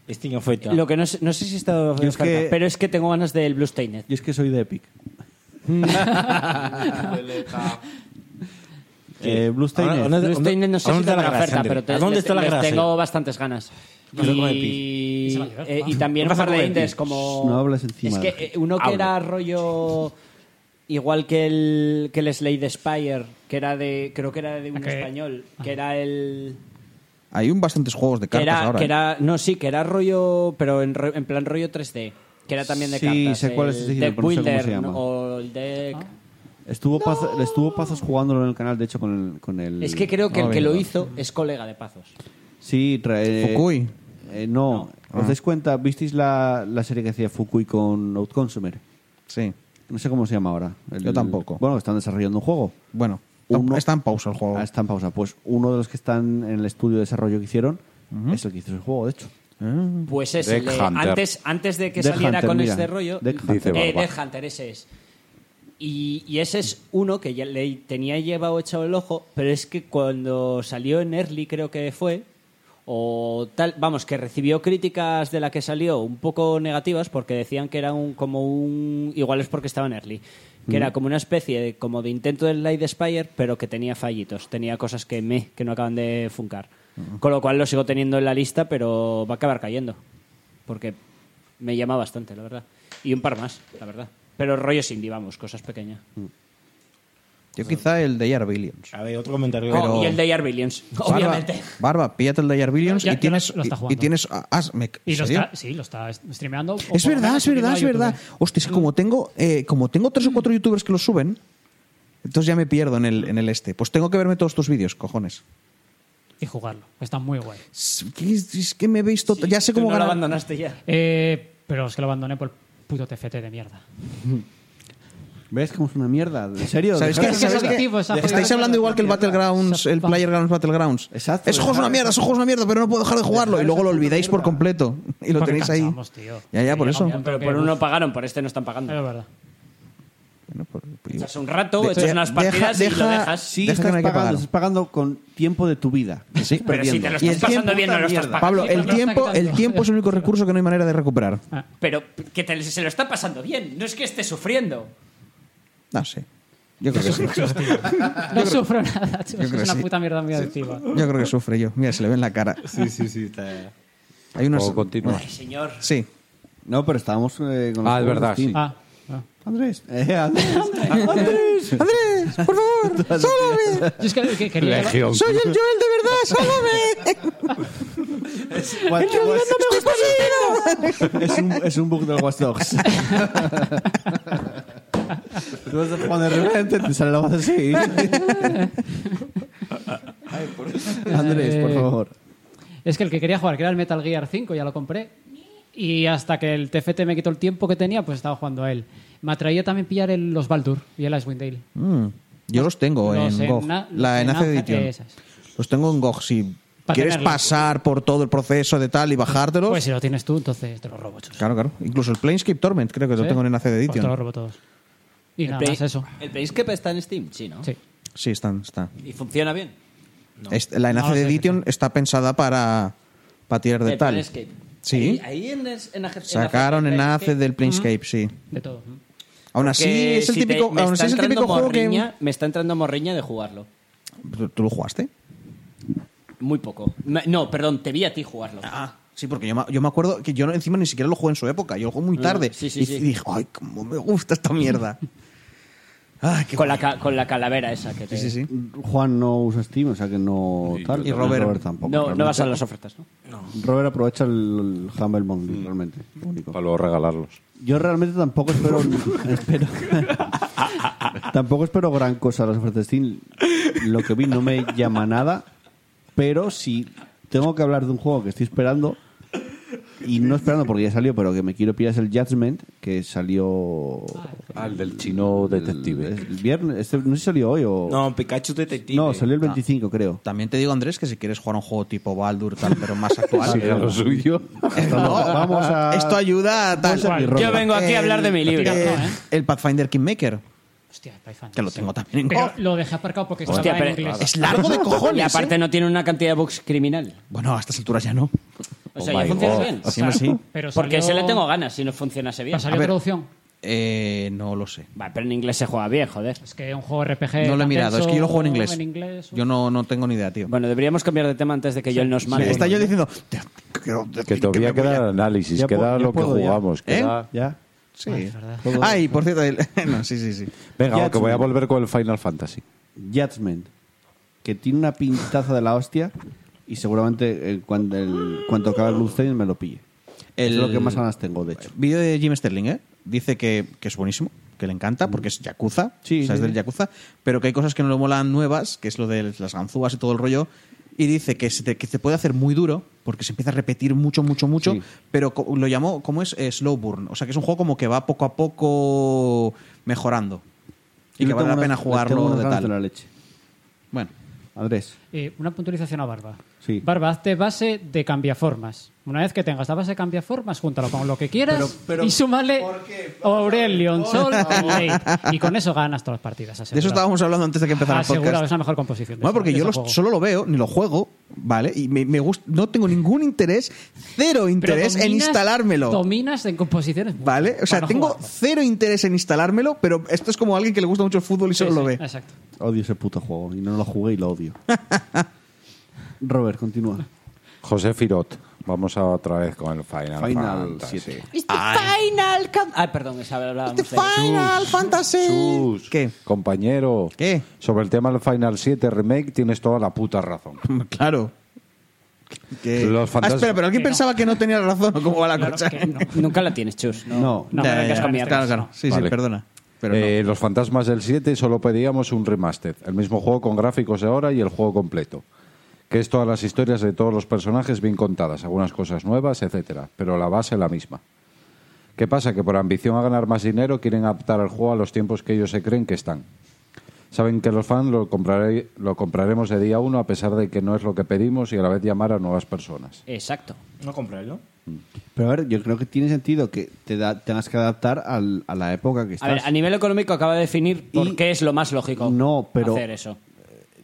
[SPEAKER 3] Steam oferta.
[SPEAKER 9] Lo que no, sé- no sé si está
[SPEAKER 2] Yo es que-
[SPEAKER 9] pero es que tengo ganas del Blue Stained.
[SPEAKER 2] Y es que soy de Epic. eh, Blue Stained.
[SPEAKER 3] Ahora- ahora-
[SPEAKER 9] Blue Stained no sé
[SPEAKER 3] ¿A
[SPEAKER 9] si
[SPEAKER 3] dónde está
[SPEAKER 9] tendrá
[SPEAKER 3] la gracia,
[SPEAKER 9] oferta,
[SPEAKER 3] Andrés?
[SPEAKER 9] pero te-
[SPEAKER 3] ¿A dónde
[SPEAKER 9] les-
[SPEAKER 3] está la
[SPEAKER 9] les
[SPEAKER 3] gracia?
[SPEAKER 9] tengo bastantes ganas.
[SPEAKER 3] Yo con
[SPEAKER 9] Y,
[SPEAKER 8] se va a llevar,
[SPEAKER 9] eh,
[SPEAKER 8] va.
[SPEAKER 9] y también
[SPEAKER 3] ¿Qué
[SPEAKER 9] un
[SPEAKER 3] pasa
[SPEAKER 9] par de
[SPEAKER 3] con
[SPEAKER 9] indies
[SPEAKER 3] Epic?
[SPEAKER 9] como...
[SPEAKER 2] No hables encima
[SPEAKER 9] Es
[SPEAKER 2] de la
[SPEAKER 9] que eh, uno que era rollo... Igual que el, que el Slade Spire, que era de... Creo que era de un
[SPEAKER 8] Ok.
[SPEAKER 9] español,
[SPEAKER 8] Ah.
[SPEAKER 9] que era el...
[SPEAKER 6] Hay un bastantes juegos de
[SPEAKER 9] Que
[SPEAKER 6] cartas
[SPEAKER 9] era,
[SPEAKER 6] ahora.
[SPEAKER 9] que
[SPEAKER 6] ¿eh?
[SPEAKER 9] era- no, sí, que era rollo, pero en, ro- en plan rollo 3D, que era también de
[SPEAKER 2] Sí,
[SPEAKER 9] cartas.
[SPEAKER 2] sé cuál es
[SPEAKER 9] el
[SPEAKER 2] ese, pero no sé
[SPEAKER 9] Deck
[SPEAKER 2] cómo se
[SPEAKER 9] Builder
[SPEAKER 2] llama. Ah.
[SPEAKER 9] ¿no? o el Deck...
[SPEAKER 2] Estuvo, Paz- estuvo Pazos jugándolo en el canal, de hecho, con el... Con el
[SPEAKER 9] Es que creo que
[SPEAKER 3] Ah,
[SPEAKER 6] No,
[SPEAKER 9] el que lo
[SPEAKER 6] venga.
[SPEAKER 9] hizo es colega de Pazos.
[SPEAKER 2] Sí, trae...
[SPEAKER 6] Fukui.
[SPEAKER 2] Eh, no. ¿Os dais cuenta? ¿Visteis la, la serie que hacía Fukui con Outconsumer?
[SPEAKER 6] Sí.
[SPEAKER 2] No sé cómo se llama ahora. El-
[SPEAKER 6] Yo tampoco.
[SPEAKER 2] Bueno, están desarrollando un juego.
[SPEAKER 6] Bueno,
[SPEAKER 2] Uno-
[SPEAKER 6] está en pausa el juego.
[SPEAKER 2] Ah, está en pausa. Pues uno de los que están en el estudio de desarrollo que hicieron es el que hizo el juego, de hecho.
[SPEAKER 9] Pues es
[SPEAKER 7] Deck
[SPEAKER 9] el de-
[SPEAKER 7] Hunter.
[SPEAKER 9] antes, antes de que
[SPEAKER 2] Deck
[SPEAKER 9] saliera
[SPEAKER 2] Hunter,
[SPEAKER 9] con
[SPEAKER 2] mira.
[SPEAKER 9] este rollo,
[SPEAKER 2] Deck
[SPEAKER 7] Hunter. Dice
[SPEAKER 9] eh,
[SPEAKER 7] Barba.
[SPEAKER 9] Death Hunter, ese es. Y, y ese es uno que ya le tenía llevado echado el ojo, pero es que cuando salió en Early, creo que fue, o tal, vamos, que recibió críticas de la que salió un poco negativas porque decían que era un, como un. Igual es porque estaba en Early. Que
[SPEAKER 2] Mm.
[SPEAKER 9] era como una especie de, como de intento del Light Spire, pero que tenía fallitos, tenía cosas que me, que no acaban de funcar.
[SPEAKER 2] Mm.
[SPEAKER 9] Con lo cual lo sigo teniendo en la lista, pero va a acabar cayendo. Porque me llama bastante, la verdad. Y un par más, la verdad. Pero rollo indie, vamos, cosas pequeñas.
[SPEAKER 6] Yo quizá el de AR Billions.
[SPEAKER 8] Ah,
[SPEAKER 3] A ver, otro comentario.
[SPEAKER 6] Pero-
[SPEAKER 9] Oh, y el de AR Billions,
[SPEAKER 6] Barba-
[SPEAKER 9] obviamente.
[SPEAKER 6] Barba, píllate el de AR Billions
[SPEAKER 8] Ya-
[SPEAKER 6] y
[SPEAKER 8] ya
[SPEAKER 6] tienes.
[SPEAKER 8] lo- lo está
[SPEAKER 6] y- y,
[SPEAKER 8] jugando.
[SPEAKER 6] tienes. ah, ah, me-
[SPEAKER 8] Y lo
[SPEAKER 6] ¿en serio?
[SPEAKER 8] está, sí, lo está streameando. o
[SPEAKER 6] Es
[SPEAKER 8] por lo
[SPEAKER 6] verdad,
[SPEAKER 8] menos
[SPEAKER 6] es verdad, es
[SPEAKER 8] subiendo a
[SPEAKER 6] verdad.
[SPEAKER 8] YouTube.
[SPEAKER 6] Hostia, es que como tengo, eh, como tengo tres o cuatro youtubers que lo suben, entonces ya me pierdo en el, en el este. Pues tengo que verme todos tus vídeos, cojones.
[SPEAKER 8] Y jugarlo. Está muy guay.
[SPEAKER 6] Es que, es que me he visto. ya sé
[SPEAKER 9] Tú
[SPEAKER 6] cómo
[SPEAKER 9] no lo
[SPEAKER 6] ganar.
[SPEAKER 9] abandonaste ya.
[SPEAKER 8] Eh, pero es que lo abandoné por el puto TFT de mierda.
[SPEAKER 2] ¿Ves cómo es una mierda? ¿En serio?
[SPEAKER 6] ¿Sabéis
[SPEAKER 8] Dejar
[SPEAKER 6] qué?
[SPEAKER 8] de ser
[SPEAKER 6] ¿Sabéis qué?
[SPEAKER 8] adictivo, esa
[SPEAKER 6] Estáis
[SPEAKER 8] jugada.
[SPEAKER 6] hablando igual que el Battlegrounds, el Playergrounds Battlegrounds.
[SPEAKER 2] Exacto,
[SPEAKER 6] Ese juego es
[SPEAKER 2] dejar-
[SPEAKER 6] una mierda, ese juego es una mierda, pero no puedo dejar de jugarlo. Y luego lo olvidáis por completo. Y lo
[SPEAKER 8] Porque
[SPEAKER 6] tenéis ahí.
[SPEAKER 8] cansamos, tío.
[SPEAKER 6] Ya, ya, por
[SPEAKER 8] Llega
[SPEAKER 6] eso.
[SPEAKER 8] un punto
[SPEAKER 9] Pero
[SPEAKER 8] que,
[SPEAKER 9] por
[SPEAKER 8] uf,
[SPEAKER 9] uno pagaron, por este no están
[SPEAKER 8] Es
[SPEAKER 9] pagando.
[SPEAKER 8] verdad.
[SPEAKER 6] Bueno, por-
[SPEAKER 9] Echas un rato,
[SPEAKER 6] De-
[SPEAKER 9] echas
[SPEAKER 6] de-
[SPEAKER 9] unas
[SPEAKER 6] deja-
[SPEAKER 9] partidas y lo
[SPEAKER 6] deja-
[SPEAKER 9] dejas.
[SPEAKER 2] Sí,
[SPEAKER 6] Deja que
[SPEAKER 2] estás
[SPEAKER 6] no hay que
[SPEAKER 2] pagando,
[SPEAKER 6] pagarlo.
[SPEAKER 2] estás pagando con tiempo de tu vida.
[SPEAKER 6] Sí.
[SPEAKER 9] Pero si te lo
[SPEAKER 2] perdiendo.
[SPEAKER 6] Y el
[SPEAKER 9] estás pasando
[SPEAKER 6] tiempo
[SPEAKER 9] bien, no lo estás
[SPEAKER 2] mierda.
[SPEAKER 9] pagando.
[SPEAKER 6] Pablo, el
[SPEAKER 8] Pablo,
[SPEAKER 6] tiempo,
[SPEAKER 8] está
[SPEAKER 6] el
[SPEAKER 8] quitando.
[SPEAKER 6] tiempo es el único recurso que no hay manera de recuperar.
[SPEAKER 9] Pero que te- se lo está pasando bien, no es que esté sufriendo.
[SPEAKER 6] No sé. Yo creo que sí.
[SPEAKER 8] No sufro nada, tío. Es
[SPEAKER 6] creo
[SPEAKER 8] una
[SPEAKER 6] que sí.
[SPEAKER 8] puta mierda muy adictiva.
[SPEAKER 6] Yo creo que sufre yo. Mira, se le ve en la cara.
[SPEAKER 3] Sí, sí, sí. Está...
[SPEAKER 6] Hay unos.
[SPEAKER 7] ¿Puedo continuar?
[SPEAKER 9] Ay, señor.
[SPEAKER 6] Sí.
[SPEAKER 2] No, pero estábamos eh, con los
[SPEAKER 7] Ah,
[SPEAKER 2] juegos de
[SPEAKER 7] es verdad,
[SPEAKER 2] Steam.
[SPEAKER 7] sí.
[SPEAKER 8] Ah, ah.
[SPEAKER 2] Andrés. Eh, Andrés.
[SPEAKER 6] Andrés, por favor, sálvame.
[SPEAKER 8] Yo es que, que quería. llevar-
[SPEAKER 7] Legión.
[SPEAKER 6] Soy el Joel de verdad, sálvame.
[SPEAKER 2] What-
[SPEAKER 6] me gusta
[SPEAKER 2] es, un, es un bug del Watch Dogs. Tú vas a jugar de repente, te sale la voz así. Andrés, por
[SPEAKER 8] Eh,
[SPEAKER 2] favor.
[SPEAKER 8] Es que el que quería jugar, que era el Metal Gear 5, ya lo compré. Y hasta que el TFT me quitó el tiempo que tenía, pues estaba jugando a él. Me atraía también pillar el- los Baldur y el Icewind Dale.
[SPEAKER 6] Mm, Yo los tengo
[SPEAKER 8] Los
[SPEAKER 6] en
[SPEAKER 8] en
[SPEAKER 6] GOG.
[SPEAKER 8] na-
[SPEAKER 6] la
[SPEAKER 8] en
[SPEAKER 6] enlace
[SPEAKER 8] Anja-
[SPEAKER 6] edición.
[SPEAKER 8] esas.
[SPEAKER 6] Los tengo en GOG. Si
[SPEAKER 8] Pa
[SPEAKER 6] quieres
[SPEAKER 8] tenerlos.
[SPEAKER 6] pasar por todo el proceso de tal y bajártelos.
[SPEAKER 8] Pues si lo tienes tú, entonces te lo robo, chus.
[SPEAKER 6] claro, claro. Incluso el Planescape Torment creo que lo
[SPEAKER 8] ¿Sí?
[SPEAKER 6] tengo en enlace de
[SPEAKER 8] Pues te lo
[SPEAKER 6] edición.
[SPEAKER 8] robo todos. Y nada
[SPEAKER 9] Play-
[SPEAKER 8] más eso.
[SPEAKER 9] ¿El Planescape está en Steam? Sí, ¿no?
[SPEAKER 8] Sí.
[SPEAKER 6] Sí, están, está.
[SPEAKER 9] ¿Y funciona bien?
[SPEAKER 6] Est- La enlace
[SPEAKER 8] No lo
[SPEAKER 6] de
[SPEAKER 8] sé,
[SPEAKER 6] edition
[SPEAKER 8] perfecto.
[SPEAKER 6] está pensada para, para tirar de
[SPEAKER 9] el
[SPEAKER 6] tal.
[SPEAKER 9] Planescape.
[SPEAKER 6] Sí.
[SPEAKER 9] Ahí, ahí en, es- en la en la-
[SPEAKER 6] Sacaron
[SPEAKER 9] en la-
[SPEAKER 6] enlace del Planescape, sí.
[SPEAKER 8] De todo.
[SPEAKER 6] Aún
[SPEAKER 9] Que
[SPEAKER 6] así es el
[SPEAKER 9] si te-
[SPEAKER 6] típico,
[SPEAKER 9] me
[SPEAKER 6] aún
[SPEAKER 9] está
[SPEAKER 6] así es el
[SPEAKER 9] entrando
[SPEAKER 6] típico juego que.
[SPEAKER 9] morriña- Me está entrando morriña de jugarlo.
[SPEAKER 6] ¿Tú- ¿Tú lo jugaste?
[SPEAKER 9] Muy poco. Me- No, perdón, te vi a ti jugarlo.
[SPEAKER 6] Ah, sí, porque yo me, yo me acuerdo que yo no- encima ni siquiera lo jugué en su época, yo lo jugué muy tarde.
[SPEAKER 9] Mm, sí, sí,
[SPEAKER 6] y
[SPEAKER 9] sí.
[SPEAKER 6] dije, ay, cómo me gusta esta mierda. Ay, qué
[SPEAKER 9] con, la
[SPEAKER 6] guay.
[SPEAKER 9] ca- con la calavera esa que te...
[SPEAKER 6] Sí, sí, sí.
[SPEAKER 2] Juan no usa Steam, o sea que no tal.
[SPEAKER 6] Y Robert-
[SPEAKER 2] tampoco.
[SPEAKER 9] No,
[SPEAKER 2] realmente.
[SPEAKER 9] no vas a las ofertas, ¿no?
[SPEAKER 2] Robert aprovecha el, el Humble Bundle, realmente. lo único.
[SPEAKER 7] Para luego regalarlos.
[SPEAKER 2] Yo realmente tampoco espero. espero tampoco espero gran cosa de las ofertas de Steam. Lo que vi no me llama nada. Pero si tengo que hablar de un juego que estoy esperando, y no esperando porque ya salió, pero que me quiero pillar es el Judgment, que salió.
[SPEAKER 7] Al del chino
[SPEAKER 2] El,
[SPEAKER 7] Ah. detective.
[SPEAKER 2] viernes. este- no sé si salió hoy o.
[SPEAKER 3] No, Pikachu Detective.
[SPEAKER 2] No, salió el 25, creo.
[SPEAKER 6] También te digo, Andrés, que si quieres jugar un juego tipo Baldur, tal, pero más actual.
[SPEAKER 7] Sigue a lo suyo.
[SPEAKER 6] No,
[SPEAKER 2] Vamos a-
[SPEAKER 6] Esto ayuda a tal.
[SPEAKER 2] Vamos a mi rollo. Yo
[SPEAKER 9] vengo aquí a hablar de mi libro.
[SPEAKER 6] El,
[SPEAKER 8] No, ¿eh?
[SPEAKER 6] el Pathfinder Kingmaker,
[SPEAKER 8] Hostia, el Pathfinder,
[SPEAKER 6] que lo
[SPEAKER 8] sí.
[SPEAKER 6] tengo también en
[SPEAKER 8] Pero
[SPEAKER 6] GOG.
[SPEAKER 8] lo dejé aparcado porque
[SPEAKER 6] Pues
[SPEAKER 9] Hostia,
[SPEAKER 8] estaba en
[SPEAKER 9] pero-
[SPEAKER 8] inglés.
[SPEAKER 6] Es largo de cojones.
[SPEAKER 9] Y aparte
[SPEAKER 6] ¿eh?
[SPEAKER 9] no tiene una cantidad de bugs criminal.
[SPEAKER 6] Bueno, a estas alturas ya no.
[SPEAKER 9] O
[SPEAKER 7] Oh
[SPEAKER 9] sea,
[SPEAKER 7] my
[SPEAKER 9] ya funciona
[SPEAKER 7] God.
[SPEAKER 9] bien.
[SPEAKER 6] Así no sí.
[SPEAKER 8] Pero
[SPEAKER 9] Porque
[SPEAKER 8] salió-
[SPEAKER 9] se le tengo ganas si no funcionase bien.
[SPEAKER 8] Pero salió
[SPEAKER 6] A ver.
[SPEAKER 8] traducción.
[SPEAKER 6] Eh, no lo sé.
[SPEAKER 9] Va, pero en inglés se juega bien, joder.
[SPEAKER 8] Es que un juego
[SPEAKER 9] Eh,
[SPEAKER 8] RPG.
[SPEAKER 6] No lo he
[SPEAKER 8] tan
[SPEAKER 6] mirado, es
[SPEAKER 8] denso,
[SPEAKER 6] que yo lo juego en inglés.
[SPEAKER 8] inglés,
[SPEAKER 6] Yo no, no tengo ni idea, tío.
[SPEAKER 9] Bueno, deberíamos cambiar de tema antes de que yo nos mate.
[SPEAKER 6] Está yo diciendo. "Te-
[SPEAKER 7] Que
[SPEAKER 6] me
[SPEAKER 7] todavía
[SPEAKER 6] voy a-
[SPEAKER 7] queda el análisis,
[SPEAKER 2] Ya
[SPEAKER 7] queda
[SPEAKER 2] puedo- ya
[SPEAKER 7] lo que
[SPEAKER 2] puedo ya. ¿Eh?
[SPEAKER 7] jugamos. queda-
[SPEAKER 2] ¿Ya?
[SPEAKER 6] Sí. Ah, Ay, por cierto, el- no, sí, sí, sí.
[SPEAKER 7] Venga,
[SPEAKER 2] Ya
[SPEAKER 7] va, que voy a
[SPEAKER 2] chulo.
[SPEAKER 7] volver con el Final Fantasy.
[SPEAKER 2] Judgment, que tiene una pintaza de la hostia y seguramente eh, cuando, el- cuando acabe el Bloodstained me lo pille.
[SPEAKER 6] El-
[SPEAKER 2] Es lo que más ganas tengo, de hecho.
[SPEAKER 6] Vídeo de Jim Sterling, ¿eh? Dice que, que es buenísimo, que le encanta, porque es Yakuza,
[SPEAKER 2] Sí,
[SPEAKER 6] o sea, es
[SPEAKER 2] sí,
[SPEAKER 6] del
[SPEAKER 2] sí.
[SPEAKER 6] Yakuza, pero que hay cosas que no le molan nuevas, que es lo de las ganzúas y todo el rollo, y dice que se te, que se puede hacer muy duro, porque se empieza a repetir mucho, mucho, mucho,
[SPEAKER 2] Sí.
[SPEAKER 6] pero co- lo llamó, ¿cómo es? Eh, slow burn, o sea, que es un juego como que va poco a poco mejorando, y
[SPEAKER 2] Yo
[SPEAKER 6] que
[SPEAKER 2] le
[SPEAKER 6] vale la
[SPEAKER 2] tengo
[SPEAKER 6] pena
[SPEAKER 2] unas- tengo
[SPEAKER 6] jugarlo
[SPEAKER 2] unas
[SPEAKER 6] de
[SPEAKER 2] ganas la
[SPEAKER 6] tal.
[SPEAKER 2] leche.
[SPEAKER 6] Bueno,
[SPEAKER 2] Andrés,
[SPEAKER 8] Eh, una puntualización a Barba.
[SPEAKER 2] Sí.
[SPEAKER 8] Barba, hazte base de cambiaformas. Una vez que tengas la base de cambiaformas, júntalo con lo que quieras y súmale Aurelion, Sol o Late. Y con eso ganas todas las partidas.
[SPEAKER 6] de eso
[SPEAKER 8] asegurado.
[SPEAKER 6] estábamos hablando antes de que empezara el
[SPEAKER 8] Asegurado,
[SPEAKER 6] podcast.
[SPEAKER 8] es la mejor composición. de
[SPEAKER 6] Bueno,
[SPEAKER 8] ese-
[SPEAKER 6] porque yo
[SPEAKER 8] de ese
[SPEAKER 6] los-
[SPEAKER 8] juego.
[SPEAKER 6] solo lo veo, ni lo juego, ¿vale? Y me, me gust- no tengo ningún interés, cero
[SPEAKER 8] Pero
[SPEAKER 6] interés en
[SPEAKER 8] dominas-
[SPEAKER 6] instalármelo.
[SPEAKER 8] Dominas en composiciones. muy
[SPEAKER 6] ¿Vale?
[SPEAKER 8] buenas
[SPEAKER 6] O sea,
[SPEAKER 8] para
[SPEAKER 6] tengo
[SPEAKER 8] jugarlo.
[SPEAKER 6] cero interés en instalármelo, pero esto es como alguien que le gusta mucho el fútbol y
[SPEAKER 8] Sí,
[SPEAKER 6] solo lo
[SPEAKER 8] sí,
[SPEAKER 6] ve.
[SPEAKER 8] Exacto.
[SPEAKER 2] odio ese puto juego y no lo jugué y lo odio. Robert, continúa.
[SPEAKER 7] José Firot, vamos a otra vez con el Final,
[SPEAKER 2] Final
[SPEAKER 7] Fantasy.
[SPEAKER 2] 7.
[SPEAKER 9] It's the final count- Ay, Ah, perdón, esa hablábamos de
[SPEAKER 6] Final Fantasy.
[SPEAKER 7] Chus,
[SPEAKER 6] ¿Qué?
[SPEAKER 7] compañero,
[SPEAKER 6] ¿Qué?
[SPEAKER 7] sobre el tema del Final 7 Remake tienes toda la puta razón.
[SPEAKER 6] Claro. Que-
[SPEAKER 7] Los
[SPEAKER 6] Ah,
[SPEAKER 7] fantasmas-
[SPEAKER 6] espera, pero alguien
[SPEAKER 8] Que no.
[SPEAKER 6] pensaba que no tenía razón o cómo va la
[SPEAKER 8] Claro
[SPEAKER 6] cosa.
[SPEAKER 8] que no.
[SPEAKER 9] Nunca la tienes, Chus. No,
[SPEAKER 2] No.
[SPEAKER 9] no
[SPEAKER 6] Ya,
[SPEAKER 9] me
[SPEAKER 6] ya,
[SPEAKER 9] vengas
[SPEAKER 6] ya.
[SPEAKER 9] con mierdas.
[SPEAKER 6] Claro, claro. Sí,
[SPEAKER 7] Vale.
[SPEAKER 6] sí, perdona. Pero no.
[SPEAKER 7] Eh, Los fantasmas del 7 solo pedíamos un remaster, el mismo juego con gráficos de ahora y el juego completo. Que es todas las historias de todos los personajes bien contadas, algunas cosas nuevas, etcétera, pero la base la misma. ¿Qué pasa? Que por ambición a ganar más dinero quieren adaptar el juego a los tiempos que ellos se creen que están. Saben que los fans lo, compraré- lo compraremos de día uno a pesar de que no es lo que pedimos y a la vez llamar a nuevas personas.
[SPEAKER 9] Exacto.
[SPEAKER 3] No comprarlo.
[SPEAKER 2] Pero a ver, yo creo que tiene sentido que te da- tengas que adaptar al- a la época que
[SPEAKER 9] A
[SPEAKER 2] estás.
[SPEAKER 9] ver, a nivel económico acaba de definir por
[SPEAKER 2] Y-
[SPEAKER 9] qué es lo más lógico
[SPEAKER 2] No, pero-
[SPEAKER 9] hacer eso.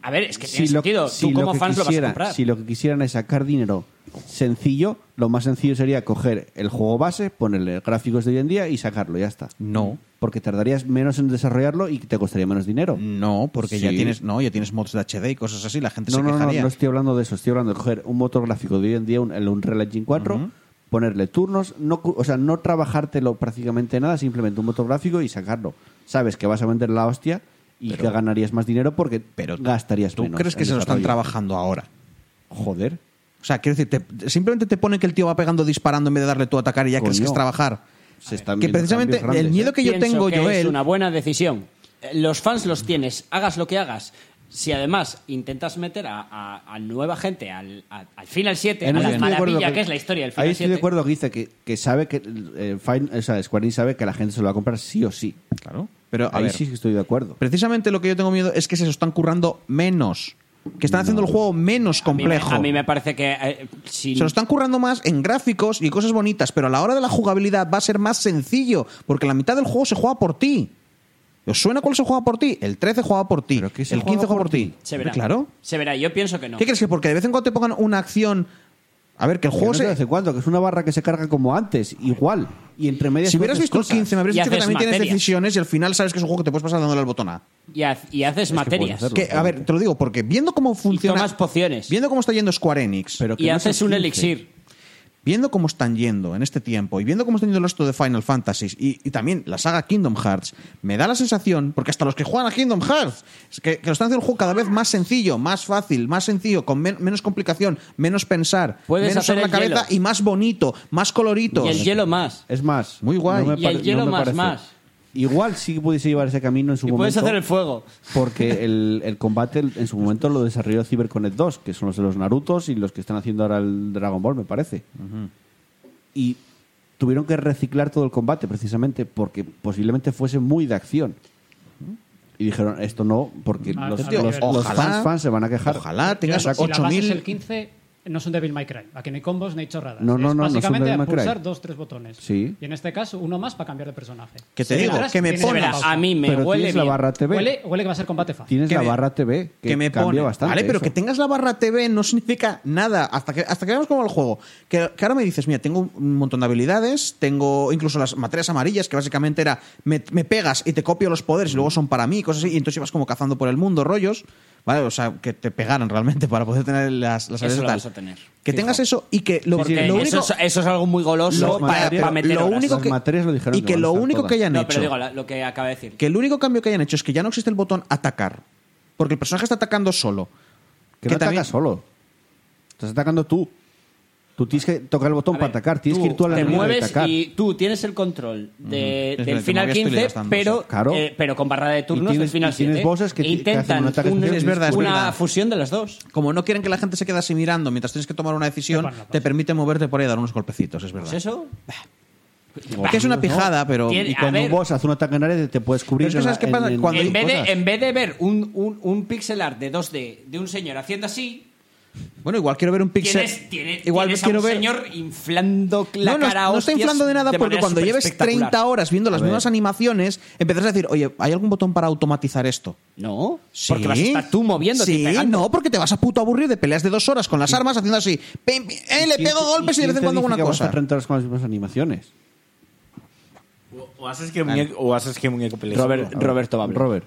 [SPEAKER 9] A ver, es que
[SPEAKER 2] Si
[SPEAKER 9] tiene
[SPEAKER 2] lo-
[SPEAKER 9] sentido.
[SPEAKER 2] si
[SPEAKER 9] Tú como
[SPEAKER 2] que
[SPEAKER 9] fans lo vas
[SPEAKER 2] quisieran-
[SPEAKER 9] a comprar.
[SPEAKER 2] Si lo que quisieran es sacar dinero sencillo, lo más sencillo sería coger el juego base, ponerle gráficos de hoy en día y sacarlo, ya está.
[SPEAKER 6] No.
[SPEAKER 2] Porque tardarías menos en desarrollarlo y te costaría menos dinero.
[SPEAKER 6] No, porque ya
[SPEAKER 2] Sí.
[SPEAKER 6] tienes, no, ya tienes mods de HD y cosas así, la gente
[SPEAKER 2] No,
[SPEAKER 6] se
[SPEAKER 2] no, no,
[SPEAKER 6] quejaría.
[SPEAKER 2] no estoy hablando de eso. Estoy hablando de coger un motor gráfico de hoy en día, un, el Unreal Engine 4, ponerle turnos, no, cu- o sea, no trabajártelo prácticamente nada, simplemente un motor gráfico y sacarlo. Sabes que vas a vender la hostia y que ganarías más dinero porque
[SPEAKER 6] Pero
[SPEAKER 2] gastarías
[SPEAKER 6] ¿Tú
[SPEAKER 2] menos.
[SPEAKER 6] crees que
[SPEAKER 2] en
[SPEAKER 6] se lo están
[SPEAKER 2] desarrollo.
[SPEAKER 6] trabajando ahora?
[SPEAKER 2] Joder.
[SPEAKER 6] O sea, quiero decir, te- simplemente te pone que el tío va pegando disparando en vez de darle tú a atacar y ya
[SPEAKER 2] Coño.
[SPEAKER 6] crees que es trabajar.
[SPEAKER 2] Se están
[SPEAKER 6] Que
[SPEAKER 2] viendo
[SPEAKER 6] precisamente
[SPEAKER 2] cambios grandes,
[SPEAKER 6] el miedo
[SPEAKER 2] ¿eh?
[SPEAKER 6] que yo
[SPEAKER 9] Pienso
[SPEAKER 6] tengo,
[SPEAKER 9] que
[SPEAKER 6] Joel.
[SPEAKER 9] Es una buena decisión. Eh, Los fans los tienes, hagas lo que hagas. Si además intentas meter a, a- a nueva gente al, a- al Final 7, a
[SPEAKER 2] En eso
[SPEAKER 9] la
[SPEAKER 2] estoy de acuerdo
[SPEAKER 9] maravilla que,
[SPEAKER 2] con-
[SPEAKER 9] es la historia del
[SPEAKER 2] Ahí
[SPEAKER 9] Final
[SPEAKER 2] estoy
[SPEAKER 9] 7.
[SPEAKER 2] de acuerdo que dice que, que sabe que eh, Fin- o sea, Square Enix sabe que la gente se lo va a comprar sí o sí.
[SPEAKER 6] Claro. Pero a
[SPEAKER 2] Ahí
[SPEAKER 6] ver,
[SPEAKER 2] sí que estoy de acuerdo.
[SPEAKER 6] precisamente lo que yo tengo miedo es que se lo están currando menos. Que están haciendo el juego menos
[SPEAKER 9] A mí me-
[SPEAKER 6] complejo.
[SPEAKER 9] A mí, me parece que eh, si-
[SPEAKER 6] Se lo están currando más en gráficos y cosas bonitas, pero a la hora de la jugabilidad va a ser más sencillo, porque la mitad del juego se juega por ti. ¿Os suena cuál se juega por ti? El 13 juega por ti. El
[SPEAKER 2] Pero que se
[SPEAKER 6] 15
[SPEAKER 2] juega
[SPEAKER 6] juega
[SPEAKER 2] por
[SPEAKER 6] por, ti.
[SPEAKER 9] se verá.
[SPEAKER 6] Claro.
[SPEAKER 9] Se verá, yo pienso que no.
[SPEAKER 6] ¿Qué crees que porque de vez en cuando te pongan una acción a ver, que el
[SPEAKER 2] Que no
[SPEAKER 6] juego
[SPEAKER 2] sé de
[SPEAKER 6] se
[SPEAKER 2] hace cuánto, que es una barra que se carga como antes, igual. Y entre medias.
[SPEAKER 6] si hubieras
[SPEAKER 2] haces
[SPEAKER 6] visto
[SPEAKER 2] cosas.
[SPEAKER 6] el 15, me habrías
[SPEAKER 9] Y
[SPEAKER 6] dicho que
[SPEAKER 9] haces
[SPEAKER 6] también tienes
[SPEAKER 9] materia.
[SPEAKER 6] decisiones y al final sabes que es un juego que te puedes pasar dándole al botón A.
[SPEAKER 9] Y, haz- y haces materias.
[SPEAKER 2] hacerlo.
[SPEAKER 6] Que, a ver, te lo digo, porque viendo cómo
[SPEAKER 9] Y
[SPEAKER 6] funciona.
[SPEAKER 9] tomas pociones.
[SPEAKER 6] Viendo cómo está yendo Square Enix,
[SPEAKER 2] Pero que
[SPEAKER 9] y
[SPEAKER 2] no
[SPEAKER 9] haces
[SPEAKER 2] sea
[SPEAKER 9] un
[SPEAKER 2] 15.
[SPEAKER 9] elixir.
[SPEAKER 6] viendo cómo están yendo en este tiempo y viendo cómo están yendo el resto de Final Fantasy y, y también la saga Kingdom Hearts, me da la sensación, porque hasta los que juegan a Kingdom Hearts, es que, que lo están haciendo el juego cada vez más sencillo, más fácil, más sencillo, con men- menos complicación, menos pensar,
[SPEAKER 9] Puedes
[SPEAKER 6] menos
[SPEAKER 9] hacer
[SPEAKER 6] sobre la
[SPEAKER 9] el
[SPEAKER 6] cabeza
[SPEAKER 9] hielo.
[SPEAKER 6] y más bonito, más colorito.
[SPEAKER 9] Y el hielo más.
[SPEAKER 2] Es más.
[SPEAKER 6] Muy guay.
[SPEAKER 2] me
[SPEAKER 9] Y el
[SPEAKER 2] pare-
[SPEAKER 9] hielo
[SPEAKER 2] me
[SPEAKER 9] más,
[SPEAKER 2] parece.
[SPEAKER 9] más.
[SPEAKER 2] Igual sí pudiese llevar ese camino en su
[SPEAKER 9] Y
[SPEAKER 2] momento.
[SPEAKER 9] puedes hacer el fuego.
[SPEAKER 2] Porque el, el combate en su momento lo desarrolló CyberConnect 2, que son los de los Narutos y los que están haciendo ahora el Dragon Ball, me parece. Y tuvieron que reciclar todo el combate precisamente porque posiblemente fuese muy de acción. Y dijeron, esto no, porque
[SPEAKER 8] Ah,
[SPEAKER 2] los,
[SPEAKER 8] tío,
[SPEAKER 2] los- los
[SPEAKER 6] ojalá-
[SPEAKER 2] fans, fans se van a quejar.
[SPEAKER 6] Ojalá tengas
[SPEAKER 8] Claro, si la base es el
[SPEAKER 6] 8000.
[SPEAKER 8] 15, no es un Devil May Cry. Aquí no hay combos, no hay chorradas.
[SPEAKER 2] No, no, no,
[SPEAKER 8] es
[SPEAKER 2] no es un
[SPEAKER 8] básicamente
[SPEAKER 2] Devil May Cry.
[SPEAKER 8] pulsar dos, tres botones.
[SPEAKER 2] Sí.
[SPEAKER 8] Y en este caso, uno más para cambiar de personaje.
[SPEAKER 6] Que te
[SPEAKER 8] Si
[SPEAKER 6] digo,
[SPEAKER 8] entras,
[SPEAKER 6] que me
[SPEAKER 8] tienes
[SPEAKER 9] Se
[SPEAKER 6] pones-
[SPEAKER 8] una
[SPEAKER 9] verá,
[SPEAKER 8] pausa.
[SPEAKER 9] a mí me
[SPEAKER 2] Pero
[SPEAKER 9] huele
[SPEAKER 2] tienes la
[SPEAKER 9] bien.
[SPEAKER 2] barra TV.
[SPEAKER 8] Huele, huele que va a ser combate fácil.
[SPEAKER 2] Tienes
[SPEAKER 6] que
[SPEAKER 2] la
[SPEAKER 6] me-
[SPEAKER 2] barra TV que,
[SPEAKER 6] que me
[SPEAKER 2] cambia
[SPEAKER 6] pone.
[SPEAKER 2] bastante.
[SPEAKER 6] Vale, pero
[SPEAKER 2] eso.
[SPEAKER 6] que tengas la barra TV no significa nada. Hasta que, hasta que veamos cómo va el juego. Que, que ahora me dices, mira, tengo un montón de habilidades, tengo incluso las materias amarillas, que básicamente era me, me pegas y te copio los poderes y luego son para mí, cosas así, y entonces ibas como cazando por el mundo, rollos. Vale, o sea, que te pegaran realmente para poder tener las, las
[SPEAKER 9] Eso
[SPEAKER 6] habilidades
[SPEAKER 9] lo
[SPEAKER 6] tal.
[SPEAKER 9] vas a tener,
[SPEAKER 6] Que
[SPEAKER 9] fijo.
[SPEAKER 6] tengas eso y que lo,
[SPEAKER 9] Porque
[SPEAKER 6] lo único.
[SPEAKER 9] eso, es, eso es algo muy goloso
[SPEAKER 2] Lo-
[SPEAKER 9] para,
[SPEAKER 2] pero
[SPEAKER 9] para meter
[SPEAKER 6] lo
[SPEAKER 9] horas.
[SPEAKER 6] único
[SPEAKER 2] Las
[SPEAKER 6] que,
[SPEAKER 2] materias lo dijeron
[SPEAKER 6] y
[SPEAKER 2] que
[SPEAKER 6] que
[SPEAKER 2] van a
[SPEAKER 6] lo
[SPEAKER 2] estar
[SPEAKER 6] único
[SPEAKER 2] todas.
[SPEAKER 6] que hayan
[SPEAKER 9] No,
[SPEAKER 6] hecho
[SPEAKER 9] pero digo la- lo que acaba de decir.
[SPEAKER 6] que el único cambio que hayan hecho es que ya no existe el botón atacar. Porque el personaje está atacando solo.
[SPEAKER 2] Que no atacas
[SPEAKER 6] también-
[SPEAKER 2] solo. Estás atacando tú. Tú tienes que tocar el botón
[SPEAKER 9] A
[SPEAKER 2] para
[SPEAKER 9] ver,
[SPEAKER 2] atacar. Tienes
[SPEAKER 9] tú
[SPEAKER 2] que ir tú a la
[SPEAKER 9] Te
[SPEAKER 2] enemigo y
[SPEAKER 9] mueves
[SPEAKER 2] atacar.
[SPEAKER 9] y tú tienes el control de-
[SPEAKER 6] Ujú. Espera,
[SPEAKER 9] del
[SPEAKER 6] te
[SPEAKER 9] final
[SPEAKER 6] movías tú y le
[SPEAKER 9] 15,
[SPEAKER 6] ibas dando,
[SPEAKER 9] pero,
[SPEAKER 2] claro.
[SPEAKER 9] eh, pero con barra de turnos
[SPEAKER 2] tienes-
[SPEAKER 9] del final
[SPEAKER 2] y tienes
[SPEAKER 9] 7.
[SPEAKER 2] bosses que- que hacen
[SPEAKER 9] intentan
[SPEAKER 2] un ataque
[SPEAKER 9] un-
[SPEAKER 2] especial.
[SPEAKER 6] Es verdad, es
[SPEAKER 9] una
[SPEAKER 6] verdad.
[SPEAKER 9] fusión de las dos.
[SPEAKER 6] Como no quieren que la gente se quede así mirando mientras tienes que tomar una decisión,
[SPEAKER 8] Sepan la cosa.
[SPEAKER 6] te permite moverte por ahí y dar unos golpecitos, es verdad.
[SPEAKER 9] Pues eso.
[SPEAKER 6] Que es una pijada, pero.
[SPEAKER 9] Tiene-
[SPEAKER 2] Y
[SPEAKER 9] a
[SPEAKER 2] cuando un
[SPEAKER 9] ver.
[SPEAKER 2] boss hace un ataque en área te puedes cubrir.
[SPEAKER 6] Pero es que
[SPEAKER 2] en la-
[SPEAKER 6] ¿sabes qué
[SPEAKER 2] en-
[SPEAKER 6] pasa?
[SPEAKER 2] en-
[SPEAKER 6] Cuando-
[SPEAKER 9] En
[SPEAKER 6] hay
[SPEAKER 9] vez,
[SPEAKER 6] cosas.
[SPEAKER 9] de, en vez de ver un, un, un pixel art de 2D de un señor haciendo así,
[SPEAKER 6] Bueno, igual quiero ver un pixel.
[SPEAKER 9] tienes, tienes,
[SPEAKER 6] igual
[SPEAKER 9] tienes a
[SPEAKER 6] quiero
[SPEAKER 9] un
[SPEAKER 6] ver.
[SPEAKER 9] señor inflando la
[SPEAKER 6] no, no,
[SPEAKER 9] cara a
[SPEAKER 6] no está
[SPEAKER 9] hostias
[SPEAKER 6] inflando de nada porque
[SPEAKER 9] manera
[SPEAKER 6] cuando lleves
[SPEAKER 9] superespectacular.
[SPEAKER 6] 30 horas viendo las mismas animaciones, empezarás a decir, oye, ¿hay algún botón para automatizar esto?
[SPEAKER 9] No,
[SPEAKER 6] Sí.
[SPEAKER 9] porque vas a estar tú moviéndote y
[SPEAKER 6] Sí,
[SPEAKER 9] pegando.
[SPEAKER 6] no, porque te vas a puto aburrir de peleas de dos horas con las armas haciendo así. pim, pim, eh, le
[SPEAKER 2] ¿Quién
[SPEAKER 6] pego
[SPEAKER 2] te-
[SPEAKER 6] golpes y de
[SPEAKER 2] quién
[SPEAKER 6] vez en
[SPEAKER 2] te
[SPEAKER 6] cuando
[SPEAKER 2] dice
[SPEAKER 6] una
[SPEAKER 2] que vas a
[SPEAKER 6] cosa.
[SPEAKER 2] enfrentaros con las mismas animaciones.
[SPEAKER 3] O, o haces que muñeco, o haces que muñeco pelee.
[SPEAKER 9] Robert- Roberto va a hablar.
[SPEAKER 2] Robert.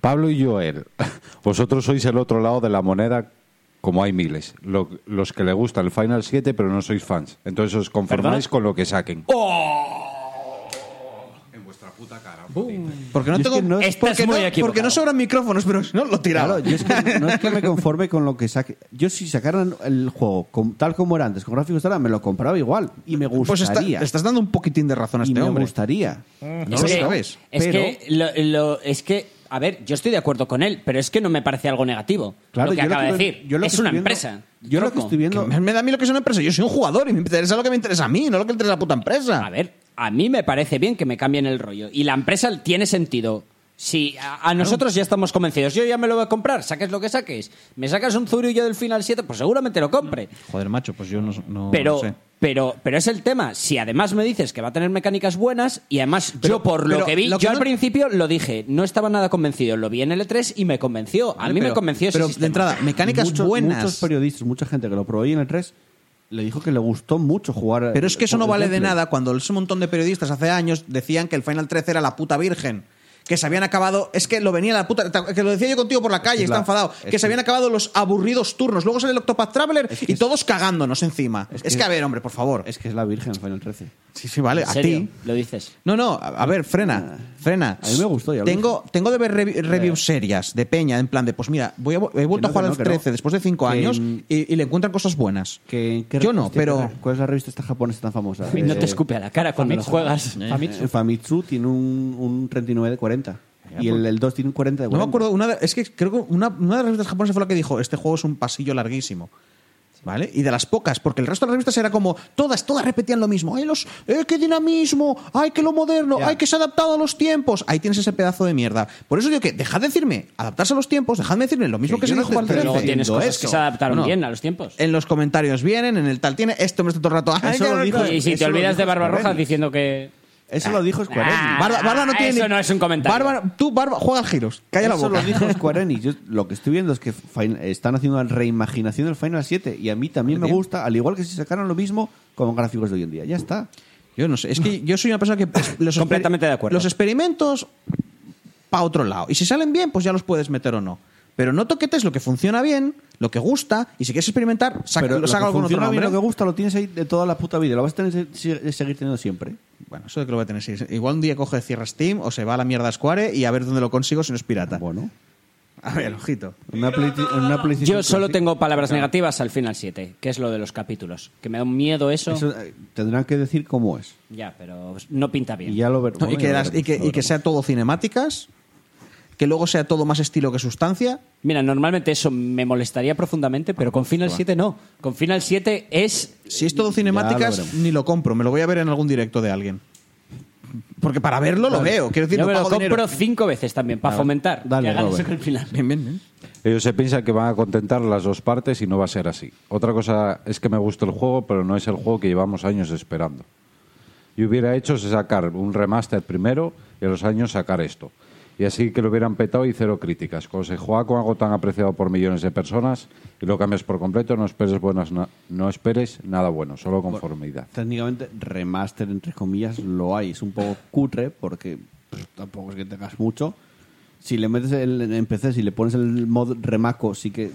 [SPEAKER 7] Pablo y Joel, vosotros sois el otro lado de la moneda, como hay miles. Lo- los que le gusta el Final 7, pero no sois fans. Entonces os conformáis con lo que saquen. En vuestra puta cara.
[SPEAKER 6] Porque no
[SPEAKER 2] Yo es
[SPEAKER 6] tengo.
[SPEAKER 2] que no-
[SPEAKER 9] Estás
[SPEAKER 6] porque,
[SPEAKER 9] muy
[SPEAKER 6] no,
[SPEAKER 9] equivocado.
[SPEAKER 6] porque no sobran micrófonos, pero si no, lo tiraba.
[SPEAKER 2] Claro, yo es que no es que me conforme con lo que saque. Yo si sacaran el juego con- tal como era antes, con gráficos tal, me lo compraba igual. Y me
[SPEAKER 6] Pues está-
[SPEAKER 2] gustaría.
[SPEAKER 6] le estás dando un poquitín de razón a
[SPEAKER 2] y
[SPEAKER 6] este
[SPEAKER 2] me
[SPEAKER 6] hombre. Mm.
[SPEAKER 2] gustaría.
[SPEAKER 6] No lo sabes.
[SPEAKER 9] Es
[SPEAKER 2] pero-
[SPEAKER 9] que, lo- lo- es que, a ver, yo estoy de acuerdo con él, pero es que no me parece algo negativo. lo que
[SPEAKER 2] yo
[SPEAKER 9] acaba de
[SPEAKER 2] lo que-
[SPEAKER 9] decir.
[SPEAKER 2] yo lo que
[SPEAKER 9] es
[SPEAKER 2] estoy
[SPEAKER 9] una
[SPEAKER 2] viendo-
[SPEAKER 9] empresa.
[SPEAKER 2] Yo lo que
[SPEAKER 9] Troco.
[SPEAKER 2] estoy
[SPEAKER 6] Que
[SPEAKER 2] viendo.
[SPEAKER 6] me me da a mí lo que es una empresa. Yo soy un jugador y me interesa lo que me interesa a mí, no lo que interesa a la puta empresa.
[SPEAKER 9] A ver, a mí me parece bien que me cambien el rollo. Y la empresa tiene sentido. Si a, a nosotros ya estamos convencidos, yo ya me lo voy a comprar, saques lo que saques. Me sacas un Zurillo del Final 7, pues seguramente lo compre.
[SPEAKER 6] Joder, macho, pues yo no, no
[SPEAKER 9] pero,
[SPEAKER 6] sé.
[SPEAKER 9] pero, pero es el tema. Si además me dices que va a tener mecánicas buenas, y además yo por lo
[SPEAKER 6] pero
[SPEAKER 9] que vi,
[SPEAKER 6] lo que
[SPEAKER 9] yo
[SPEAKER 6] no-
[SPEAKER 9] al principio lo dije, no estaba nada convencido. Lo vi en L3 y me convenció. a
[SPEAKER 6] Vale,
[SPEAKER 9] mí me
[SPEAKER 6] pero-
[SPEAKER 9] convenció ese
[SPEAKER 6] Pero de
[SPEAKER 9] sistema.
[SPEAKER 6] entrada, mecánicas
[SPEAKER 2] muchos,
[SPEAKER 6] buenas.
[SPEAKER 2] Muchos periodistas, mucha gente que lo probó ahí en el 3 le dijo que le gustó mucho jugar.
[SPEAKER 6] Pero es que eso
[SPEAKER 2] con
[SPEAKER 6] no
[SPEAKER 2] el
[SPEAKER 6] vale de
[SPEAKER 2] gameplay.
[SPEAKER 6] nada cuando ese montón de periodistas hace años decían que el Final 13 era la puta virgen. Que se habían acabado, es que lo venía la puta, que lo decía yo contigo por la calle,
[SPEAKER 2] Es
[SPEAKER 6] está
[SPEAKER 2] la-
[SPEAKER 6] enfadado,
[SPEAKER 2] es
[SPEAKER 6] que
[SPEAKER 2] que-
[SPEAKER 6] se habían acabado los aburridos turnos. Luego sale el Octopath Traveler y todos cagándonos encima. Es que, a ver, hombre, por favor.
[SPEAKER 2] Es que es la Virgen Final 13.
[SPEAKER 6] sí, sí, vale,
[SPEAKER 9] ¿En
[SPEAKER 6] a
[SPEAKER 9] serio?
[SPEAKER 6] ti.
[SPEAKER 9] Lo dices.
[SPEAKER 6] No, no, a, a ver, frena, frena.
[SPEAKER 2] Ah. A mí me gustó, ya lo
[SPEAKER 6] Tengo, tengo de ver revi- reviews serias de Peña, en plan de, pues mira, voy a vo- he vuelto
[SPEAKER 2] Que no,
[SPEAKER 6] a jugar
[SPEAKER 2] que
[SPEAKER 6] al
[SPEAKER 2] no, que
[SPEAKER 6] 13
[SPEAKER 2] no.
[SPEAKER 6] después de 5
[SPEAKER 2] Que
[SPEAKER 6] años
[SPEAKER 2] en-
[SPEAKER 6] y, y le encuentran cosas buenas.
[SPEAKER 2] ¿Que, en qué
[SPEAKER 6] Yo no,
[SPEAKER 2] revista?
[SPEAKER 6] pero-
[SPEAKER 2] ¿Cuál es la revista esta japonesa tan famosa?
[SPEAKER 9] Y no
[SPEAKER 2] Eh,
[SPEAKER 9] te escupe a la cara cuando lo juegas.
[SPEAKER 2] eh, Famitsu tiene un, un 39 de 40. Y el, el 2 tiene un 40 de
[SPEAKER 6] pues. No me
[SPEAKER 2] 40.
[SPEAKER 6] acuerdo, una de- es que creo que una, una de las revistas japonesas fue la que dijo, este juego es un pasillo larguísimo. ¿Vale? Y de las pocas, porque el resto de las revistas era como, todas, todas repetían lo mismo. ¡Ay, los, eh, qué dinamismo! ¡Ay, que lo moderno! ¡Ay, que se ha adaptado a los tiempos! Ahí tienes ese pedazo de mierda. Por eso digo que, dejad de decirme, adaptarse a los tiempos, dejad de decirme lo mismo
[SPEAKER 2] Que
[SPEAKER 6] que, se
[SPEAKER 2] yo no
[SPEAKER 6] dijo
[SPEAKER 2] te
[SPEAKER 6] al
[SPEAKER 2] estoy
[SPEAKER 9] Pero
[SPEAKER 6] trece.
[SPEAKER 9] luego tienes
[SPEAKER 6] Haciendo
[SPEAKER 9] cosas
[SPEAKER 6] esto.
[SPEAKER 9] que se adaptaron
[SPEAKER 6] Bueno,
[SPEAKER 9] bien a los tiempos.
[SPEAKER 6] En los comentarios vienen, en el tal tiene, esto me está todo el rato. "Ah, ¡Ay,
[SPEAKER 2] Eso
[SPEAKER 6] que
[SPEAKER 2] lo
[SPEAKER 6] no-
[SPEAKER 2] dijo-
[SPEAKER 9] y si
[SPEAKER 2] eso
[SPEAKER 9] te
[SPEAKER 2] lo dijo
[SPEAKER 9] olvidas de Barbarroja
[SPEAKER 2] Square Enix.
[SPEAKER 9] diciendo que...
[SPEAKER 2] Eso lo dijo Square Enix.
[SPEAKER 9] Ah,
[SPEAKER 6] Barba, Barba no tiene
[SPEAKER 9] eso
[SPEAKER 6] ni-
[SPEAKER 9] no es un comentario.
[SPEAKER 6] Barba- tú, Barba, juega al giros. Calla la
[SPEAKER 2] Eso
[SPEAKER 6] boca.
[SPEAKER 2] lo dijo Square Enix. Yo lo que estoy viendo es que fin- están haciendo una reimaginación del Final 7 y a mí también me
[SPEAKER 6] Bien.
[SPEAKER 2] gusta, al igual que si sacaran lo mismo con gráficos de hoy en día. Ya está.
[SPEAKER 6] Yo no sé, es que yo soy una persona que los exper-
[SPEAKER 9] Completamente de acuerdo.
[SPEAKER 6] Los experimentos para otro lado y si salen bien, pues ya los puedes meter o no. Pero no toquetes lo que funciona bien, lo que gusta y si quieres experimentar, saca,
[SPEAKER 2] Pero
[SPEAKER 6] lo saca
[SPEAKER 2] que
[SPEAKER 6] algún otro
[SPEAKER 2] funciona bien,
[SPEAKER 6] nombre.
[SPEAKER 2] lo que gusta lo tienes ahí de toda la puta vida. Lo vas a tener, se- seguir teniendo siempre.
[SPEAKER 6] Bueno, eso de que lo voy a tener. sí. Igual un día coge cierra Steam o se va a la mierda Square y a ver dónde lo consigo si no es pirata.
[SPEAKER 2] Bueno.
[SPEAKER 6] A ver, ojito.
[SPEAKER 2] Una Play- una PlayStation
[SPEAKER 9] Yo solo
[SPEAKER 2] Classic.
[SPEAKER 9] tengo palabras negativas al final 7, que es lo de los capítulos. Que me da un miedo eso.
[SPEAKER 2] Eso, eh, tendrán que decir cómo es.
[SPEAKER 9] Ya, pero no pinta bien.
[SPEAKER 2] Y ya lo ver-
[SPEAKER 6] No,
[SPEAKER 2] bueno,
[SPEAKER 6] y, que
[SPEAKER 2] ya
[SPEAKER 6] las-
[SPEAKER 2] veremos,
[SPEAKER 6] y
[SPEAKER 2] lo
[SPEAKER 6] que- y que
[SPEAKER 2] veremos.
[SPEAKER 6] sea todo cinemáticas, que luego sea todo más estilo que sustancia.
[SPEAKER 9] Mira, normalmente eso me molestaría profundamente, pero con Final 7 no. Con Final 7 es...
[SPEAKER 6] Si es todo
[SPEAKER 2] Ya lo
[SPEAKER 6] cinemáticas,
[SPEAKER 2] veremos.
[SPEAKER 6] ni lo compro. Me lo voy a ver en algún directo de alguien. Porque para verlo lo veo. Quiero decir,
[SPEAKER 9] Yo
[SPEAKER 6] no
[SPEAKER 9] me lo
[SPEAKER 6] pago dinero.
[SPEAKER 9] compro cinco veces también, para fomentar.
[SPEAKER 2] dale,
[SPEAKER 9] que hagan eso
[SPEAKER 2] Robert.
[SPEAKER 9] con el final.
[SPEAKER 6] Bien, bien, bien.
[SPEAKER 7] Ellos se piensan que van a contentar las dos partes y no va a ser así. Otra cosa es que me gusta el juego, pero no es el juego que llevamos años esperando. Yo hubiera hecho es sacar un remaster primero y a los años sacar esto. Y así que lo hubieran petado y cero críticas. Cuando se juega con algo tan apreciado por millones de personas y lo cambias por completo, no esperes, buenas na- no esperes nada bueno, solo conformidad.
[SPEAKER 2] Técnicamente, remaster, entre comillas, lo hay. Es un poco cutre porque pues, tampoco es que tengas mucho. Si le metes el, en PC, si le pones el mod remaco, sí que.
[SPEAKER 6] Yo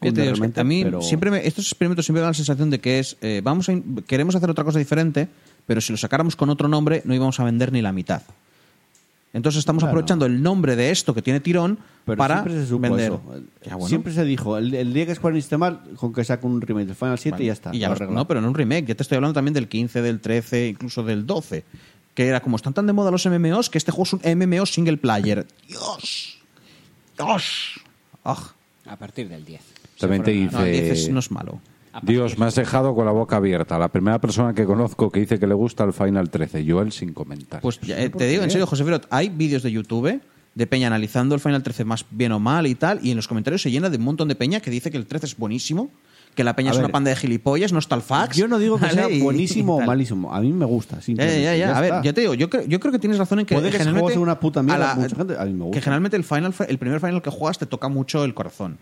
[SPEAKER 6] te digo, es que
[SPEAKER 2] realmente,
[SPEAKER 6] a mí
[SPEAKER 2] pero-
[SPEAKER 6] siempre me- estos experimentos siempre me dan la sensación de que es eh, vamos a in- queremos hacer otra cosa diferente, pero si lo sacáramos con otro nombre no íbamos a vender ni la mitad. Entonces estamos
[SPEAKER 2] Claro.
[SPEAKER 6] aprovechando el nombre de esto que tiene tirón
[SPEAKER 2] Pero
[SPEAKER 6] para
[SPEAKER 2] siempre se supo
[SPEAKER 6] vender.
[SPEAKER 2] eso.
[SPEAKER 6] Ya, bueno.
[SPEAKER 2] Siempre se dijo, el, el día que Square Enix esté mal, con que saque un remake del Final 7
[SPEAKER 6] Vale.
[SPEAKER 2] y ya está.
[SPEAKER 6] Y ya
[SPEAKER 2] lo
[SPEAKER 6] los-
[SPEAKER 2] arreglan.
[SPEAKER 6] no, pero en un remake. Ya te estoy hablando también del 15, del 13, incluso del 12. Que era como están tan de moda los MMOs que este juego es un MMO single player. ¡Dios! ¡Dios! ¡Ah!
[SPEAKER 9] A partir del 10.
[SPEAKER 7] También te
[SPEAKER 6] No, el 10 es-
[SPEAKER 7] dice...
[SPEAKER 6] no es malo.
[SPEAKER 7] Dios, me has dejado con la boca abierta. La primera persona que conozco que dice que le gusta el Final 13, Joel sin
[SPEAKER 2] Ah,
[SPEAKER 7] comentar.
[SPEAKER 6] Pues ya, eh, te digo, en serio, José Firot, hay vídeos de YouTube de Peña analizando el Final 13 más bien o mal y tal, y en los comentarios se llena de un montón de Peña que dice que el 13 es buenísimo, que la Peña
[SPEAKER 2] A
[SPEAKER 6] es
[SPEAKER 2] ver.
[SPEAKER 6] una panda de gilipollas, no está el fax.
[SPEAKER 2] Yo no digo que
[SPEAKER 6] ¿vale? Y-
[SPEAKER 2] sea buenísimo
[SPEAKER 6] y
[SPEAKER 2] o
[SPEAKER 6] tal.
[SPEAKER 2] malísimo. A mí me gusta.
[SPEAKER 6] Ya, ya,
[SPEAKER 2] simplemente,
[SPEAKER 6] ya, ya. A ver,
[SPEAKER 2] está.
[SPEAKER 6] yo te digo, yo creo, yo creo que tienes razón en que.
[SPEAKER 2] Puede que ese juego
[SPEAKER 6] generalmente
[SPEAKER 2] sea una puta mierda,
[SPEAKER 6] a la-
[SPEAKER 2] mucha gente- a mí me gusta.
[SPEAKER 6] Que generalmente el, final, el primer final que juegas te toca mucho el corazón,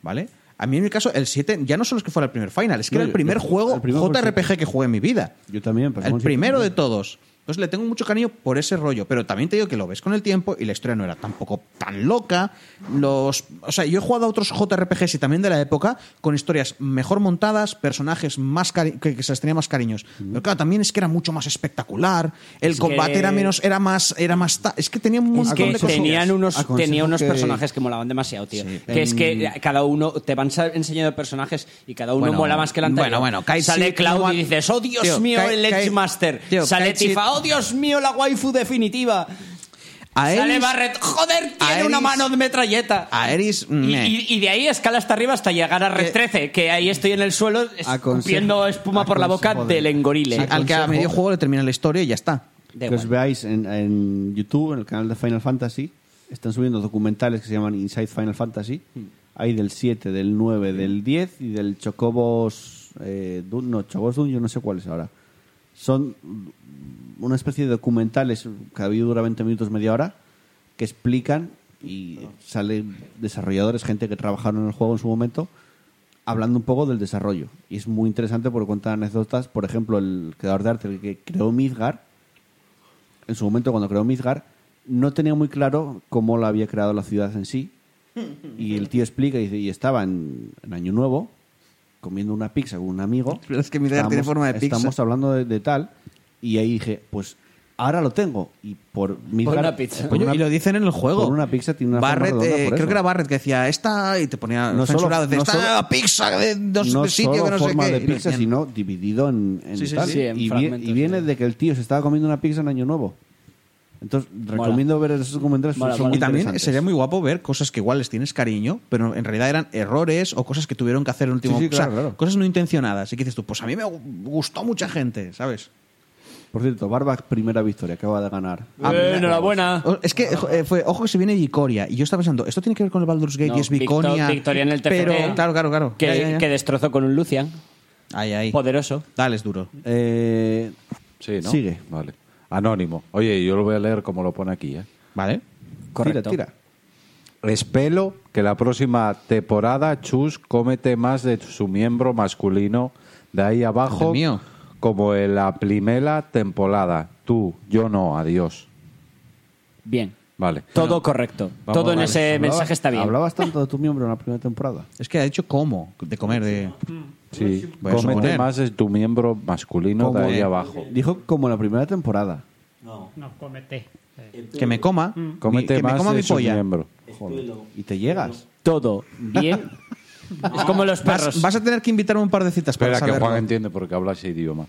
[SPEAKER 6] ¿vale? A mí en mi caso, el 7 ya no solo es que fuera el primer final, es que
[SPEAKER 2] No,
[SPEAKER 6] era el
[SPEAKER 2] yo-
[SPEAKER 6] primer
[SPEAKER 2] yo-
[SPEAKER 6] juego
[SPEAKER 2] el primer juego
[SPEAKER 6] JRPG que jugué en mi vida.
[SPEAKER 2] Yo también. pero
[SPEAKER 6] El
[SPEAKER 2] somos
[SPEAKER 6] primero de
[SPEAKER 2] diferentes.
[SPEAKER 6] todos. Entonces le tengo mucho cariño por ese rollo, pero también te digo que lo ves con el tiempo y la historia no era tampoco tan loca. Los, o sea, yo he jugado a otros JRPGs y también de la época con historias mejor montadas, personajes más cari- que, que se les tenía más cariños. Pero claro, también es que era mucho más espectacular, el
[SPEAKER 9] Es
[SPEAKER 6] combate
[SPEAKER 9] que-
[SPEAKER 6] era menos era más era más ta- es que tenía un
[SPEAKER 9] Es
[SPEAKER 6] montón
[SPEAKER 9] que
[SPEAKER 6] de cosas.
[SPEAKER 9] tenían unos,
[SPEAKER 2] Aconsejo
[SPEAKER 9] tenía unos
[SPEAKER 2] que-
[SPEAKER 9] personajes que molaban demasiado, tío.
[SPEAKER 6] Sí.
[SPEAKER 9] Que es que cada uno te van sa- enseñando personajes y cada uno
[SPEAKER 6] Bueno,
[SPEAKER 9] mola más que el anterior.
[SPEAKER 6] bueno, bueno, Kite
[SPEAKER 9] Sale
[SPEAKER 6] Seed
[SPEAKER 9] Cloud
[SPEAKER 6] no va-
[SPEAKER 9] y dices, oh Dios
[SPEAKER 6] Tío,
[SPEAKER 9] mío,
[SPEAKER 6] Kite-
[SPEAKER 9] el
[SPEAKER 6] Kite-
[SPEAKER 9] Edge Master.
[SPEAKER 6] tío,
[SPEAKER 9] Sale
[SPEAKER 6] Kite Seed-
[SPEAKER 9] Tifa, oh Dios mío, la waifu definitiva.
[SPEAKER 6] A
[SPEAKER 9] Sale
[SPEAKER 6] Eris-
[SPEAKER 9] Barret, joder, tiene
[SPEAKER 6] Aeris-
[SPEAKER 9] una mano de metralleta.
[SPEAKER 6] Aeris,
[SPEAKER 9] y,
[SPEAKER 6] meh.
[SPEAKER 9] y- y de ahí escala hasta arriba hasta llegar a Red
[SPEAKER 6] Que-
[SPEAKER 9] 13, que ahí estoy en el suelo escupiendo
[SPEAKER 2] Aconsejo-
[SPEAKER 9] espuma por la boca
[SPEAKER 2] aconsejo de-
[SPEAKER 9] del engorile.
[SPEAKER 6] Sí, al que a
[SPEAKER 2] aconsejo-
[SPEAKER 6] medio juego le termina la historia y ya está.
[SPEAKER 9] Da
[SPEAKER 2] que
[SPEAKER 9] igual.
[SPEAKER 2] os veáis en, en YouTube, en el canal de Final Fantasy, están subiendo documentales que se llaman Inside Final Fantasy. Hay del 7, del 9, del 10 y del Chocobos eh, Dun, no, Chocobos Dun, yo no sé cuál es ahora. Son una especie de documentales que a dura 20 minutos, media hora, que explican y salen desarrolladores, gente que trabajaron en el juego en su momento, hablando un poco del desarrollo. Y es muy interesante porque cuentan anécdotas, por ejemplo, el creador de arte el que creó Midgar, en su momento cuando creó Midgar, no tenía muy claro cómo la había creado la ciudad en sí. Y el tío explica y dice, y estaba en, en Año Nuevo comiendo una pizza con un amigo.
[SPEAKER 6] Pero es que Midgar tiene forma de pizza.
[SPEAKER 2] Estamos hablando de, de tal. Y ahí dije, pues ahora lo tengo. Y por Midgar...
[SPEAKER 9] una pizza.
[SPEAKER 2] por
[SPEAKER 6] Coño,
[SPEAKER 2] una-
[SPEAKER 6] y lo dicen en el juego.
[SPEAKER 2] Por una pizza tiene una forma
[SPEAKER 6] Barrett,
[SPEAKER 2] redonda
[SPEAKER 6] eh,
[SPEAKER 2] por
[SPEAKER 6] creo
[SPEAKER 2] eso.
[SPEAKER 6] que era Barrett que decía esta y te ponía
[SPEAKER 2] No solo-
[SPEAKER 6] censurado. decía,
[SPEAKER 2] no
[SPEAKER 6] esta
[SPEAKER 2] solo-
[SPEAKER 6] pizza de, dos-
[SPEAKER 2] no
[SPEAKER 6] de sitio
[SPEAKER 2] solo
[SPEAKER 6] pues, que no sé
[SPEAKER 2] forma
[SPEAKER 6] qué.
[SPEAKER 2] de
[SPEAKER 6] Y lo
[SPEAKER 2] pizza,
[SPEAKER 6] hacían.
[SPEAKER 2] sino dividido en, en
[SPEAKER 6] Sí, sí,
[SPEAKER 2] tal.
[SPEAKER 6] sí,
[SPEAKER 9] en
[SPEAKER 2] y, vi-
[SPEAKER 9] fragmentos,
[SPEAKER 2] y viene
[SPEAKER 9] sí.
[SPEAKER 2] de que el tío se estaba comiendo una pizza en Año Nuevo. Entonces, recomiendo ver esos documentales.
[SPEAKER 4] Mola,
[SPEAKER 2] son
[SPEAKER 4] mola.
[SPEAKER 2] muy
[SPEAKER 6] Y también
[SPEAKER 2] interesantes.
[SPEAKER 6] sería muy guapo ver cosas que igual les tienes cariño, pero en realidad eran errores o cosas que tuvieron que hacer en el último
[SPEAKER 2] Sí, sí,
[SPEAKER 6] o sea,
[SPEAKER 2] claro, claro.
[SPEAKER 6] Cosas no intencionadas. Y que dices tú, pues a mí me gustó mucha gente, ¿sabes?
[SPEAKER 2] Por cierto, Barback, primera victoria, acaba de ganar.
[SPEAKER 9] Eh,
[SPEAKER 6] Ah, mira.
[SPEAKER 4] enhorabuena.
[SPEAKER 6] O- Es que jo- eh, fue, ojo que se viene Vicoria. Y yo estaba pensando, ¿esto tiene que ver con el Baldur's Gate
[SPEAKER 9] No,
[SPEAKER 6] y es
[SPEAKER 9] Victor-
[SPEAKER 6] Viconia?
[SPEAKER 9] Victoria en el TFT.
[SPEAKER 6] Pero, claro, claro, claro.
[SPEAKER 9] Que,
[SPEAKER 6] Ya, ya, ya.
[SPEAKER 9] que destrozó con un Lucian.
[SPEAKER 6] Ahí, ahí.
[SPEAKER 9] Poderoso.
[SPEAKER 6] Dale, es duro.
[SPEAKER 2] Eh,
[SPEAKER 7] Sí, ¿no?
[SPEAKER 2] Sigue.
[SPEAKER 7] Vale. Anónimo. Oye, yo lo voy a leer como lo pone aquí, ¿eh?
[SPEAKER 6] ¿Vale?
[SPEAKER 9] Correcto.
[SPEAKER 2] Tira, tira.
[SPEAKER 7] Espero que la próxima temporada Chus comete más de su miembro masculino de ahí abajo,
[SPEAKER 6] Del mío.
[SPEAKER 7] como en la primera temporada. Tú, yo no, adiós.
[SPEAKER 9] Bien.
[SPEAKER 7] Vale.
[SPEAKER 9] Todo correcto.
[SPEAKER 7] Vamos,
[SPEAKER 9] Todo en
[SPEAKER 7] vale.
[SPEAKER 9] ese
[SPEAKER 2] Hablabas-
[SPEAKER 9] mensaje está bien.
[SPEAKER 2] Hablabas tanto de tu miembro en la primera temporada.
[SPEAKER 6] Es que ha dicho cómo, de comer, de...
[SPEAKER 7] Sí,
[SPEAKER 6] Voy a
[SPEAKER 7] comete
[SPEAKER 6] suponer.
[SPEAKER 7] más de tu miembro masculino de
[SPEAKER 6] Como
[SPEAKER 7] ahí
[SPEAKER 6] de-
[SPEAKER 7] abajo.
[SPEAKER 2] Dijo como en la primera temporada.
[SPEAKER 8] No, E comete.
[SPEAKER 6] Que me coma. mi-
[SPEAKER 7] Comete
[SPEAKER 6] que me
[SPEAKER 7] más
[SPEAKER 6] coma
[SPEAKER 7] de
[SPEAKER 6] mi
[SPEAKER 7] su
[SPEAKER 6] polla.
[SPEAKER 7] miembro.
[SPEAKER 2] Y te llegas.
[SPEAKER 9] Todo bien. es como los perros.
[SPEAKER 6] Vas, vas a tener que invitarme a un par de citas
[SPEAKER 7] Espera,
[SPEAKER 6] para
[SPEAKER 7] que Juan
[SPEAKER 6] saberlo.
[SPEAKER 7] entiende porque habla ese idioma.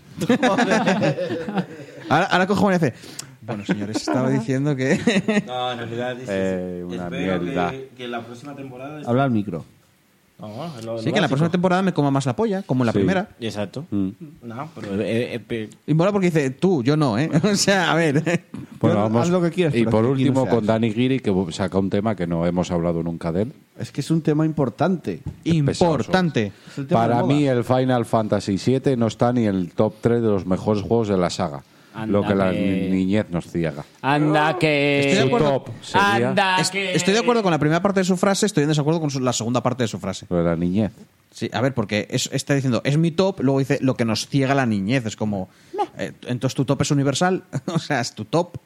[SPEAKER 6] Ahora, ahora cojo Juan y hace... Bueno, señores, estaba diciendo que...
[SPEAKER 3] No, en realidad es,
[SPEAKER 7] Eh, una
[SPEAKER 3] espero
[SPEAKER 7] mierda.
[SPEAKER 3] Que, que la próxima temporada... es-
[SPEAKER 2] Habla al micro.
[SPEAKER 3] No, es lo-
[SPEAKER 6] sí,
[SPEAKER 3] lo
[SPEAKER 6] que en la
[SPEAKER 3] básico.
[SPEAKER 6] próxima temporada me coma más la polla, como en la
[SPEAKER 7] Sí.
[SPEAKER 6] primera.
[SPEAKER 3] Exacto.
[SPEAKER 7] Mm.
[SPEAKER 3] No, pero... eh, eh, pe-
[SPEAKER 6] Y mola porque dice, tú, yo no, ¿eh? O sea, a ver...
[SPEAKER 7] Bueno,
[SPEAKER 2] Yo-
[SPEAKER 7] vamos.
[SPEAKER 2] haz lo que quieras,
[SPEAKER 7] y
[SPEAKER 2] pero
[SPEAKER 7] por
[SPEAKER 2] aquí no
[SPEAKER 7] último,
[SPEAKER 2] seas.
[SPEAKER 7] con Dani Giri, que saca un tema que no hemos hablado nunca de él.
[SPEAKER 2] Es que es un tema importante.
[SPEAKER 6] Importante.
[SPEAKER 2] Es el tema de
[SPEAKER 7] Para
[SPEAKER 2] moda.
[SPEAKER 7] mí el Final Fantasy VII no está ni en el top 3 de los mejores juegos de la saga.
[SPEAKER 9] Anda,
[SPEAKER 7] lo que la
[SPEAKER 9] que-
[SPEAKER 7] niñez nos ciega.
[SPEAKER 9] Anda que.
[SPEAKER 6] Estoy de
[SPEAKER 7] Su
[SPEAKER 6] acuerdo.
[SPEAKER 7] top sería
[SPEAKER 9] Anda
[SPEAKER 6] Es-
[SPEAKER 9] que.
[SPEAKER 6] Estoy de acuerdo con la primera parte de su frase, estoy en desacuerdo con su- la segunda parte de su frase.
[SPEAKER 7] lo de la niñez.
[SPEAKER 6] Sí, a ver, porque es- está diciendo, es mi top, luego dice, lo que nos ciega la niñez. Es como, eh, entonces tu top es universal, o sea, es tu top,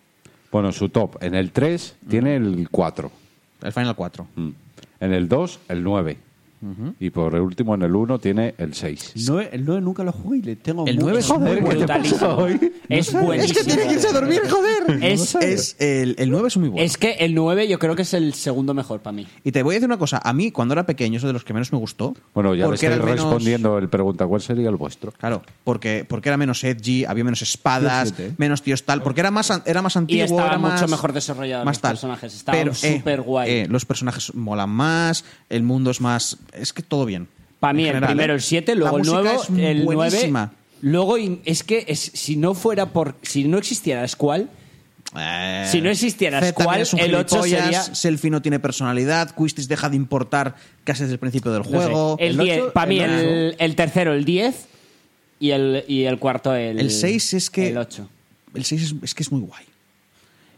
[SPEAKER 7] Bueno, su top. En el 3 tiene el 4.
[SPEAKER 6] el Final 4.
[SPEAKER 7] Mm. En el 2, el 9. Y por último, en el 1 tiene el 6.
[SPEAKER 2] El 9, el 9 nunca lo jugué y le tengo
[SPEAKER 6] El
[SPEAKER 2] mucho-
[SPEAKER 6] 9 es muy
[SPEAKER 2] ¿qué te
[SPEAKER 9] brutalísimo.
[SPEAKER 2] pasa hoy?
[SPEAKER 9] Es buenísimo.
[SPEAKER 6] a dormir, joder.
[SPEAKER 9] Es-
[SPEAKER 6] Es, el, el 9 es muy bueno.
[SPEAKER 9] Es que el 9 yo creo que es el segundo mejor para mí.
[SPEAKER 6] Y te voy a decir una cosa, a mí cuando era pequeño, eso de los que menos me gustó.
[SPEAKER 7] Bueno, ya le
[SPEAKER 6] porque era
[SPEAKER 7] estoy
[SPEAKER 6] el menos-
[SPEAKER 7] respondiendo el pregunta. ¿Cuál sería el vuestro?
[SPEAKER 6] Claro, porque, porque era menos edgy, había menos espadas,
[SPEAKER 2] siete.
[SPEAKER 6] menos tíos tal, porque era más, an- era más antiguo.
[SPEAKER 9] estaba
[SPEAKER 6] era más-
[SPEAKER 9] mucho mejor desarrollado los personajes, estaban
[SPEAKER 6] Pero, eh,
[SPEAKER 9] superguay.
[SPEAKER 6] eh, los personajes molan más, el mundo es más. Es que todo bien.
[SPEAKER 9] Para mí
[SPEAKER 6] En
[SPEAKER 9] el
[SPEAKER 6] general,
[SPEAKER 9] primero
[SPEAKER 6] ¿eh?
[SPEAKER 9] el 7,
[SPEAKER 6] La
[SPEAKER 9] luego el
[SPEAKER 6] música
[SPEAKER 9] 9,
[SPEAKER 6] es
[SPEAKER 9] el 9.
[SPEAKER 6] buenísima.
[SPEAKER 9] Luego in- es que es, si no fuera por si no existiera Squall,
[SPEAKER 6] Eh,
[SPEAKER 9] Si no existieras,
[SPEAKER 6] Z también
[SPEAKER 9] ¿cuál?
[SPEAKER 6] es un
[SPEAKER 9] El ocho
[SPEAKER 6] gilipollas,
[SPEAKER 9] sería-
[SPEAKER 6] Selfie no tiene personalidad, Quistis deja de importar casi desde el principio del
[SPEAKER 9] no sé,
[SPEAKER 6] juego.
[SPEAKER 9] el
[SPEAKER 6] ocho-
[SPEAKER 9] 10, para mí
[SPEAKER 6] el
[SPEAKER 9] el,
[SPEAKER 6] ocho.
[SPEAKER 9] el tercero el 10 y el y el cuarto el
[SPEAKER 6] El 6 es que.
[SPEAKER 9] el 8.
[SPEAKER 6] El 6 es, es que es muy guay.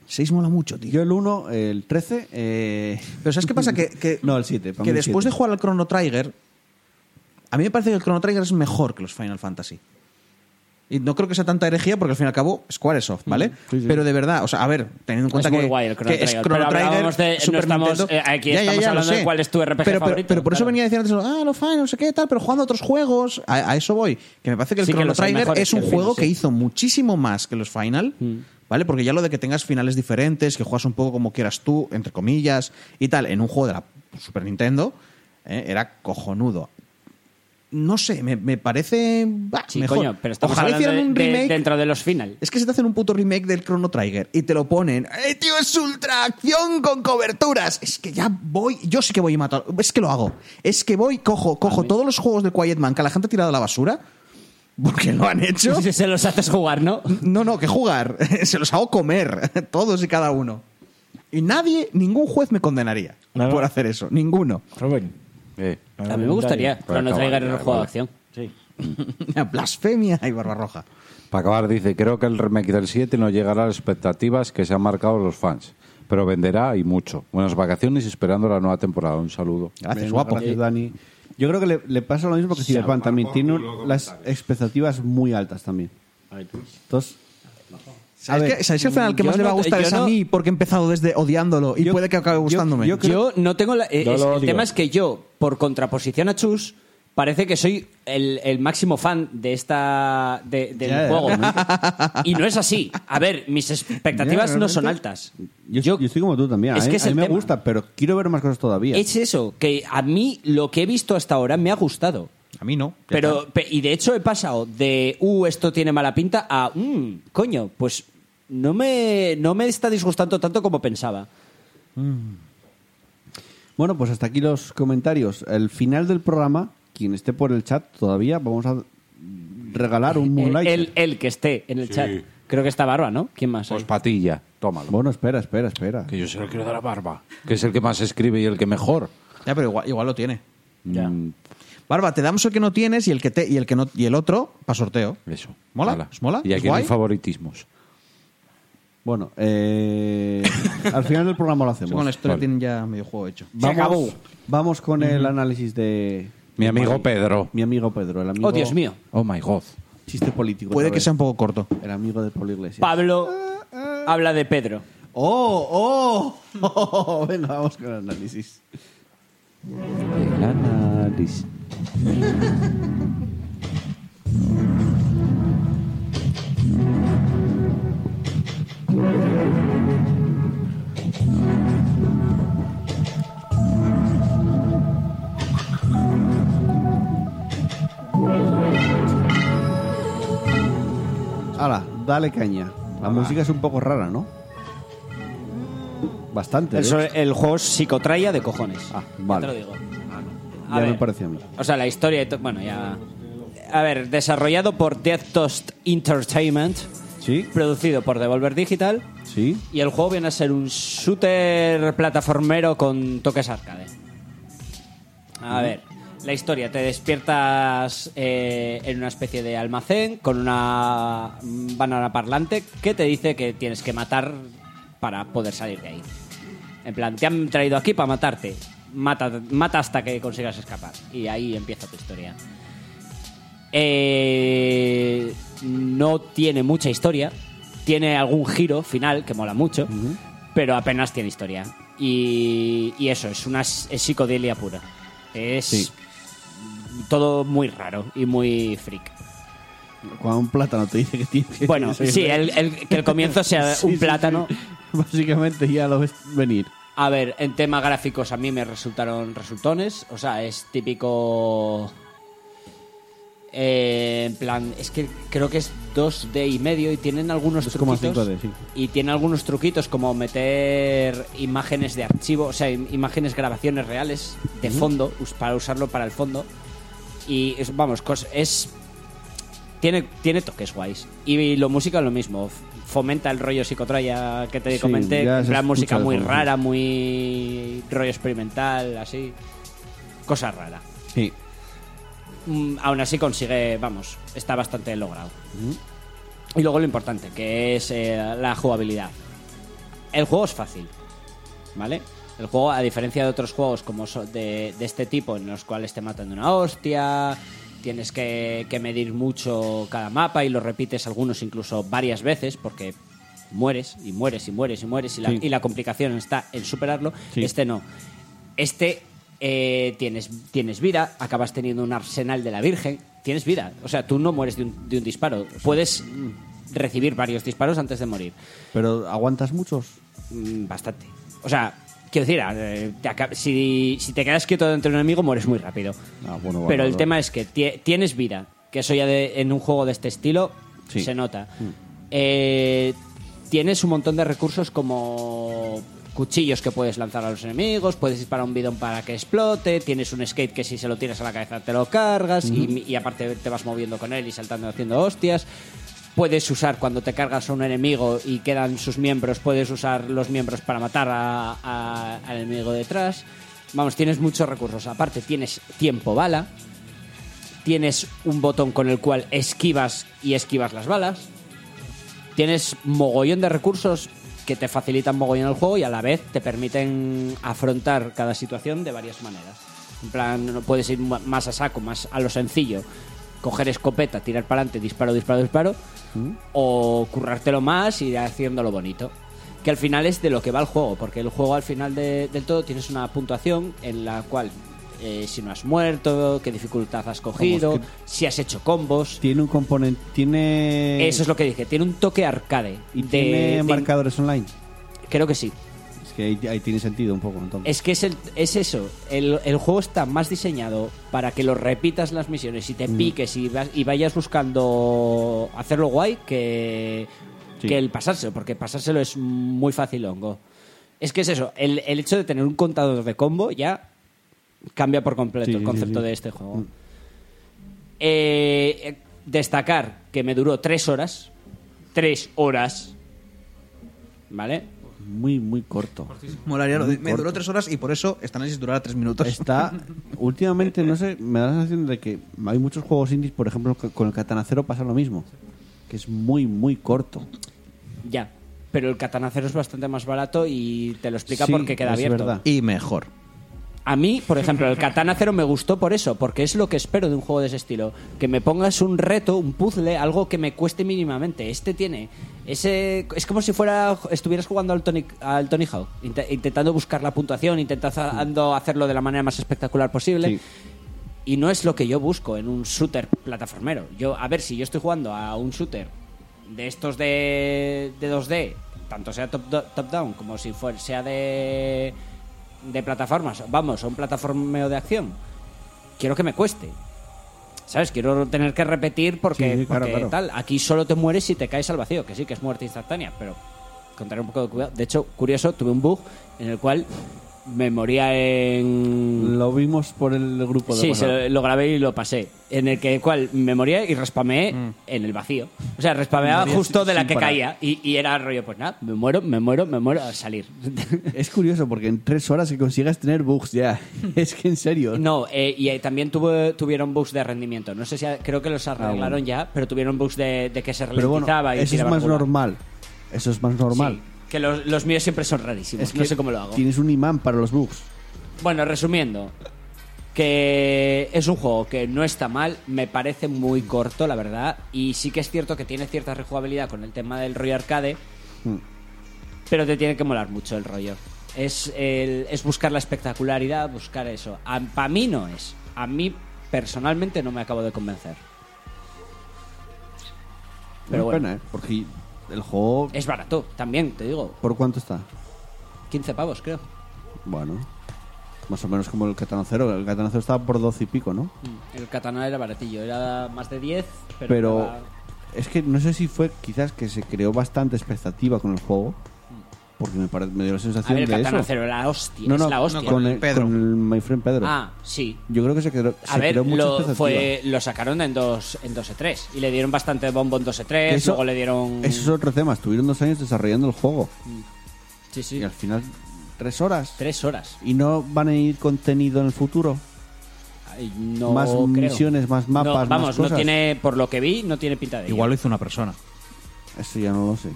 [SPEAKER 6] El 6 mola mucho, tío.
[SPEAKER 2] Yo el 1, el 13. eh,
[SPEAKER 6] Pero ¿sabes qué pasa? Que, que,
[SPEAKER 2] no, el 7.
[SPEAKER 6] Que después de jugar al Chrono Trigger, a mí me parece que el Chrono Trigger es mejor que los Final Fantasy. Y no creo que sea tanta herejía porque al fin y al cabo Squaresoft, ¿vale? Pero de verdad, o sea, a ver, teniendo en cuenta
[SPEAKER 9] muy
[SPEAKER 6] que,
[SPEAKER 9] guay el Chrono
[SPEAKER 6] que
[SPEAKER 9] Trigger, pero hablábamos de- no estamos, eh, aquí estamos
[SPEAKER 6] lo
[SPEAKER 9] hablando de
[SPEAKER 6] sé.
[SPEAKER 9] cuál es tu RPG
[SPEAKER 6] pero, pero-
[SPEAKER 9] favorito,
[SPEAKER 6] pero por eso
[SPEAKER 9] claro.
[SPEAKER 6] venía a decir antes, ah, los Final, no sé qué, tal, pero jugando a otros juegos, a, a eso voy. Que me parece que el
[SPEAKER 9] Sí que
[SPEAKER 6] Chrono
[SPEAKER 9] los hay
[SPEAKER 6] Trigger
[SPEAKER 9] mejores
[SPEAKER 6] es
[SPEAKER 9] que
[SPEAKER 6] un
[SPEAKER 9] el Final,
[SPEAKER 6] juego
[SPEAKER 9] sí. Mm.
[SPEAKER 6] que hizo muchísimo más que los Final, ¿vale? Porque ya lo de que tengas finales diferentes, que juegas un poco como quieras tú, entre comillas, y tal, en un juego de la Super Nintendo, ¿eh? era cojonudo. No sé, me, me parece bah,
[SPEAKER 9] Sí,
[SPEAKER 6] mejor.
[SPEAKER 9] coño, pero estamos
[SPEAKER 6] Ojalá
[SPEAKER 9] hablando
[SPEAKER 6] hicieran
[SPEAKER 9] de-
[SPEAKER 6] un
[SPEAKER 9] de-
[SPEAKER 6] remake.
[SPEAKER 9] dentro de los final.
[SPEAKER 6] Es que se te hacen un puto remake del Chrono Trigger y te lo ponen. ¡Eh, tío, es ultra acción con coberturas! Es que ya voy. Yo sí que voy y mato. Es que lo hago. Es que voy, cojo, cojo todos los juegos de Quiet Man que la gente ha tirado a la basura. Porque lo han hecho.
[SPEAKER 9] Se los haces jugar, ¿no?
[SPEAKER 6] No, no, que jugar. Se los hago comer, todos y cada uno. Y nadie, ningún juez me condenaría
[SPEAKER 3] No, no.
[SPEAKER 6] por hacer eso. Ninguno.
[SPEAKER 3] Rubén.
[SPEAKER 7] Eh,
[SPEAKER 9] A mí me gustaría Chrono
[SPEAKER 7] acabar,
[SPEAKER 9] Trigger en
[SPEAKER 7] ya,
[SPEAKER 9] un juego de
[SPEAKER 7] vale.
[SPEAKER 9] acción.
[SPEAKER 3] Sí.
[SPEAKER 6] Blasfemia y barbarroja.
[SPEAKER 7] Para acabar, dice, creo que el remake del 7 no llegará a las expectativas que se han marcado los fans, pero venderá y mucho. Buenas vacaciones y esperando la nueva temporada. Un saludo.
[SPEAKER 6] Gracias,
[SPEAKER 2] Venga,
[SPEAKER 6] guapo.
[SPEAKER 2] gracias, Dani. Yo creo que le, le pasa lo mismo que Cyberpunk también. Tiene un- las expectativas muy altas también. Entonces,
[SPEAKER 6] ¿Sabéis,
[SPEAKER 2] A ver,
[SPEAKER 6] que, ¿Sabéis que el final que
[SPEAKER 9] yo
[SPEAKER 6] más le va a
[SPEAKER 9] no-
[SPEAKER 6] gustar
[SPEAKER 9] yo
[SPEAKER 6] es
[SPEAKER 9] no-
[SPEAKER 6] a mí? Porque he empezado desde odiándolo y
[SPEAKER 2] Yo-
[SPEAKER 6] puede que acabe
[SPEAKER 2] yo-
[SPEAKER 6] gustándome.
[SPEAKER 2] yo creo-
[SPEAKER 9] Yo no tengo la. eh,
[SPEAKER 3] No
[SPEAKER 9] es-
[SPEAKER 3] lo
[SPEAKER 9] el
[SPEAKER 3] digo.
[SPEAKER 9] tema es que yo, por contraposición a Chus, parece que soy el, el máximo fan de esta. de- del
[SPEAKER 2] Ya,
[SPEAKER 9] juego.
[SPEAKER 2] realmente.
[SPEAKER 9] Y no es así. A ver, mis expectativas
[SPEAKER 2] Ya,
[SPEAKER 9] no son
[SPEAKER 2] realmente.
[SPEAKER 9] altas.
[SPEAKER 2] yo,
[SPEAKER 9] Yo-
[SPEAKER 2] yo estoy como tú también. ¿eh?
[SPEAKER 9] Es
[SPEAKER 2] a mí,
[SPEAKER 9] que es
[SPEAKER 2] a mí
[SPEAKER 9] el
[SPEAKER 2] me
[SPEAKER 9] tema.
[SPEAKER 2] gusta, pero quiero ver más cosas todavía.
[SPEAKER 9] es eso, que a mí lo que he visto hasta ahora me ha gustado.
[SPEAKER 6] A mí no. Ya
[SPEAKER 9] Pero,
[SPEAKER 6] está.
[SPEAKER 9] pe- y de hecho he pasado de, uh, esto tiene mala pinta, a, "Mm, coño, pues no me, no me está disgustando tanto como pensaba.
[SPEAKER 2] Bueno, pues hasta aquí los comentarios. El final del programa, quien esté por el chat todavía, vamos a regalar un
[SPEAKER 9] El,
[SPEAKER 2] Moonlight.
[SPEAKER 9] el, el que esté en el chat. Creo que está Barba, ¿no? ¿Quién más? hay?
[SPEAKER 7] Pues patilla, tómalo.
[SPEAKER 2] Bueno, espera, espera, espera.
[SPEAKER 7] Que yo se lo quiero dar a Barba, que es el que más escribe y el que mejor.
[SPEAKER 6] Ya, pero igual, igual lo tiene.
[SPEAKER 7] Mm,
[SPEAKER 6] Barba, te damos el que no tienes y el que te y el que no y el otro para sorteo.
[SPEAKER 7] eso.
[SPEAKER 6] ¿Mola?
[SPEAKER 7] Hala.
[SPEAKER 6] ¿Os mola?
[SPEAKER 7] Y
[SPEAKER 6] ¿Es
[SPEAKER 7] aquí no hay
[SPEAKER 6] guay?
[SPEAKER 7] favoritismos.
[SPEAKER 2] Bueno, eh, al final del programa lo
[SPEAKER 6] Eso con la
[SPEAKER 2] hacemos.
[SPEAKER 6] historia
[SPEAKER 7] Vale.
[SPEAKER 6] tienen ya medio juego hecho.
[SPEAKER 2] Vamos, vamos con el análisis de...
[SPEAKER 7] Mi amigo Pedro.
[SPEAKER 2] Mi amigo Pedro, el amigo...
[SPEAKER 9] Oh, Dios mío.
[SPEAKER 7] Oh my god.
[SPEAKER 2] Chiste político.
[SPEAKER 6] Puede
[SPEAKER 2] otra
[SPEAKER 6] que
[SPEAKER 2] vez.
[SPEAKER 6] sea un poco corto.
[SPEAKER 2] El amigo de Pablo Iglesias.
[SPEAKER 9] Pablo habla de Pedro.
[SPEAKER 2] ¡Oh, oh! Venga, vamos con el análisis. El análisis. Ahora, dale caña. La música es un poco rara, ¿no? Bastante.
[SPEAKER 9] Mm. Eso,
[SPEAKER 2] ¿eh?
[SPEAKER 9] el juego es psicotraya de cojones.
[SPEAKER 2] Ah,
[SPEAKER 9] Ya
[SPEAKER 2] vale.
[SPEAKER 9] te lo digo.
[SPEAKER 2] ya
[SPEAKER 9] a
[SPEAKER 2] me
[SPEAKER 9] ver.
[SPEAKER 2] parece a mí.
[SPEAKER 9] O sea, la historia y to- Bueno, ya. A ver, desarrollado por Death Toast Entertainment,
[SPEAKER 2] Sí,
[SPEAKER 9] producido por Devolver Digital,
[SPEAKER 2] sí.
[SPEAKER 9] y el juego viene a ser un shooter plataformero con toques arcade. A ver, la historia. Te despiertas eh, en una especie de almacén con una banana parlante que te dice que tienes que matar para poder salir de ahí. En plan, te han traído aquí para matarte. Mata, mata hasta que consigas escapar. Y ahí empieza tu historia. Eh, no tiene mucha historia. Tiene algún giro final que mola mucho, pero apenas tiene historia. Y, y eso, es una s- es psicodelia pura. Es todo muy raro y muy freak.
[SPEAKER 2] Cuando un plátano te dice que tienes que
[SPEAKER 9] Bueno,
[SPEAKER 2] salir
[SPEAKER 9] sí,
[SPEAKER 2] de-
[SPEAKER 9] el- el- que el comienzo sea
[SPEAKER 2] Sí, sí,
[SPEAKER 9] un
[SPEAKER 2] sí.
[SPEAKER 9] plátano.
[SPEAKER 2] Básicamente ya lo ves venir.
[SPEAKER 9] A ver, en tema gráficos a mí me resultaron resultones. O sea, es típico... eh, en plan, es que creo que es 2D y medio y tienen algunos
[SPEAKER 2] 2,5D,
[SPEAKER 9] truquitos.
[SPEAKER 2] sí.
[SPEAKER 9] Y tiene algunos truquitos como meter imágenes de archivo, o sea, im- imágenes, grabaciones reales de fondo us- para usarlo para el fondo. Y es- vamos, cos- es tiene, tiene toques guays. Y lo música lo mismo. f- Fomenta el rollo psicotraya que te
[SPEAKER 2] Sí,
[SPEAKER 9] comenté.
[SPEAKER 2] ya
[SPEAKER 9] en
[SPEAKER 2] se escucha
[SPEAKER 9] plan música
[SPEAKER 2] de
[SPEAKER 9] muy
[SPEAKER 2] fondo.
[SPEAKER 9] rara, muy rollo experimental, así. Cosa rara.
[SPEAKER 2] Sí.
[SPEAKER 9] Mm, aún así consigue, vamos, está bastante logrado. Y luego lo importante, que es eh, la jugabilidad. El juego es fácil, ¿vale? El juego, a diferencia de otros juegos como so- de, de este tipo, en los cuales te matan de una hostia, tienes que, que medir mucho cada mapa y lo repites algunos incluso varias veces porque mueres y mueres y mueres y mueres y la,
[SPEAKER 2] Sí.
[SPEAKER 9] y la complicación está en superarlo.
[SPEAKER 2] Sí.
[SPEAKER 9] Este no. Este eh, tienes, tienes vida, acabas teniendo un arsenal de la Virgen, tienes vida. O sea, tú no mueres de un, de un disparo. Puedes mm, recibir varios disparos antes de morir.
[SPEAKER 2] Pero aguantas muchos.
[SPEAKER 9] Mm, Bastante. O sea, quiero decir, eh, te acab- si, si te quedas quieto dentro de un enemigo, mueres muy rápido.
[SPEAKER 2] Ah, bueno, vale,
[SPEAKER 9] Pero el
[SPEAKER 2] vale.
[SPEAKER 9] tema es que tie- tienes vida, que eso ya de- en un juego de este estilo
[SPEAKER 2] Sí.
[SPEAKER 9] se nota. Eh, tienes un montón de recursos como cuchillos que puedes lanzar a los enemigos, puedes disparar un bidón para que explote, tienes un skate que si se lo tiras a la cabeza te lo cargas y, y aparte te vas moviendo con él y saltando haciendo hostias. Puedes usar cuando te cargas a un enemigo y quedan sus miembros, puedes usar los miembros para matar a- a- al enemigo detrás. Vamos, tienes muchos recursos. Aparte, tienes tiempo bala, tienes un botón con el cual esquivas y esquivas las balas. Tienes mogollón de recursos que te facilitan mogollón el juego y a la vez te permiten afrontar cada situación de varias maneras. En plan, no puedes ir ma- más a saco, más a lo sencillo. Coger escopeta, tirar para adelante, disparo, disparo, disparo. O currártelo más y ir haciéndolo bonito. Que al final es de lo que va el juego, porque el juego al final de- del todo tienes una puntuación en la cual eh, si no has muerto, qué dificultad has cogido,
[SPEAKER 2] que-
[SPEAKER 9] si has hecho combos.
[SPEAKER 2] Tiene un componente. Tiene.
[SPEAKER 9] Eso es lo que dije, tiene un toque arcade.
[SPEAKER 2] Y
[SPEAKER 9] de-
[SPEAKER 2] tiene
[SPEAKER 9] de-
[SPEAKER 2] marcadores online.
[SPEAKER 9] Creo que sí.
[SPEAKER 2] Es que ahí, ahí tiene sentido un poco, entonces.
[SPEAKER 9] Es que es, el- es eso. El, el juego está más diseñado para que lo repitas las
[SPEAKER 2] Mm.
[SPEAKER 9] misiones y te piques y, vas- y vayas buscando hacerlo guay que
[SPEAKER 2] Sí.
[SPEAKER 9] que el pasárselo, porque pasárselo es muy fácil hongo. Es que es eso, el, el hecho de tener un contador de combo ya cambia por completo
[SPEAKER 2] Sí,
[SPEAKER 9] el
[SPEAKER 2] sí,
[SPEAKER 9] concepto
[SPEAKER 2] sí. Mm.
[SPEAKER 9] de este juego. Eh, eh, destacar que me duró tres horas. Tres horas. ¿Vale?
[SPEAKER 3] Muy, muy corto.
[SPEAKER 6] Molaría lo de- Me duró tres horas y por eso esta análisis durará tres minutos.
[SPEAKER 2] Está, últimamente, no sé, me da la sensación de que hay muchos juegos indies, por ejemplo, que con el Catanacero pasa lo mismo. Que es muy, muy corto.
[SPEAKER 9] Ya. Pero el Katana Zero es bastante más barato y te lo explica
[SPEAKER 2] Sí,
[SPEAKER 9] porque queda
[SPEAKER 2] es
[SPEAKER 9] abierto.
[SPEAKER 2] verdad.
[SPEAKER 6] Y mejor.
[SPEAKER 9] A mí, por ejemplo, el Katana Zero me gustó por eso, porque es lo que espero de un juego de ese estilo. Que me pongas un reto, un puzzle, algo que me cueste mínimamente. Este tiene. ese Es como si fuera estuvieras jugando al Tony, al Tony Hawk, inte- intentando buscar la puntuación, intentando hacerlo de la manera más espectacular posible.
[SPEAKER 2] Sí.
[SPEAKER 9] Y no es lo que yo busco en un shooter plataformero. Yo, a ver, si yo estoy jugando a un shooter de estos de, de 2D, tanto sea top- top-down como si fuera, sea de, de plataformas, vamos, a un plataformeo de acción, quiero que me cueste. ¿Sabes? Quiero tener que repetir porque,
[SPEAKER 2] Sí, sí, claro,
[SPEAKER 9] porque
[SPEAKER 2] claro.
[SPEAKER 9] tal. Aquí solo te mueres si te caes al vacío, que sí, que es muerte instantánea, pero con tener un poco de cuidado. De hecho, curioso, tuve un bug en el cual me moría en
[SPEAKER 2] Lo vimos por el grupo de
[SPEAKER 9] Mm. sí,
[SPEAKER 2] WhatsApp.
[SPEAKER 9] se lo, lo grabé y lo pasé. En el que cual me moría y respameé en el vacío. O sea, respameaba
[SPEAKER 2] Morías
[SPEAKER 9] justo de la
[SPEAKER 2] Mm. sin
[SPEAKER 9] que
[SPEAKER 2] parar.
[SPEAKER 9] caía. Y, y era rollo, pues nada, me muero, me muero, me muero a salir.
[SPEAKER 2] Es curioso porque en tres horas que consigas tener bugs ya. Es que en serio.
[SPEAKER 9] no, eh, y eh, también tuvo, tuvieron bugs de rendimiento. No sé si creo que los arreglaron ya, pero tuvieron bugs de, de que se
[SPEAKER 2] Ah, Pero bueno,
[SPEAKER 9] ralentizaba y
[SPEAKER 2] eso es
[SPEAKER 9] tiraba
[SPEAKER 2] más
[SPEAKER 9] curva.
[SPEAKER 2] normal. Eso es más
[SPEAKER 9] Sí,
[SPEAKER 2] normal.
[SPEAKER 9] que los, los míos siempre son rarísimos.
[SPEAKER 2] Es que
[SPEAKER 9] no sé cómo lo hago.
[SPEAKER 2] Tienes un imán para los bugs.
[SPEAKER 9] Bueno, resumiendo, que es un juego que no está mal, me parece muy corto, la verdad, y sí que es cierto que tiene cierta rejugabilidad con el tema del rollo arcade,
[SPEAKER 2] Mm.
[SPEAKER 9] pero te tiene que molar mucho el rollo. Es, el- es buscar la espectacularidad, buscar eso. Para mí no es. A mí personalmente no me acabo de convencer.
[SPEAKER 2] Una
[SPEAKER 9] Pero bueno. Eh.
[SPEAKER 2] pena, ¿eh? Porque el juego.
[SPEAKER 9] Es barato, también, te digo.
[SPEAKER 2] ¿Por cuánto está?
[SPEAKER 9] 15 pavos, creo.
[SPEAKER 2] Bueno. Más o menos como el Catanacero. El Catanacero estaba por 12 y pico, ¿no?
[SPEAKER 9] Mm, El katana era baratillo, era más de 10, pero...
[SPEAKER 2] pero
[SPEAKER 9] era-
[SPEAKER 2] es que no sé si fue quizás que se creó bastante expectativa con el juego porque me, pare- me dio la
[SPEAKER 9] Mm. A
[SPEAKER 2] sensación
[SPEAKER 9] ver, el
[SPEAKER 2] de
[SPEAKER 9] Katana
[SPEAKER 2] eso
[SPEAKER 9] Zero, la hostia,
[SPEAKER 2] no
[SPEAKER 9] es
[SPEAKER 2] no
[SPEAKER 9] la hostia.
[SPEAKER 2] con, el,
[SPEAKER 6] Pedro.
[SPEAKER 2] con el my friend Pedro
[SPEAKER 9] Ah, sí.
[SPEAKER 2] yo creo que se creó, se
[SPEAKER 9] A ver,
[SPEAKER 2] creó mucha
[SPEAKER 9] lo,
[SPEAKER 2] expectativa
[SPEAKER 9] fue, lo sacaron en 2 en 3 y le dieron bastante bombo en 2-3,
[SPEAKER 2] Eso-
[SPEAKER 9] luego le dieron...
[SPEAKER 2] eso es otro tema estuvieron dos años desarrollando el juego
[SPEAKER 9] Sí, sí,
[SPEAKER 2] y al final tres horas
[SPEAKER 9] tres horas.
[SPEAKER 2] y no van a ir contenido en el futuro
[SPEAKER 9] Ay, No
[SPEAKER 2] Más
[SPEAKER 9] creo.
[SPEAKER 2] misiones, más mapas,
[SPEAKER 9] No,
[SPEAKER 2] más
[SPEAKER 9] vamos, no
[SPEAKER 2] cosas.
[SPEAKER 9] tiene, por lo que vi, no tiene pinta de ello.
[SPEAKER 6] Igual lo hizo una persona.
[SPEAKER 2] eso ya no lo sé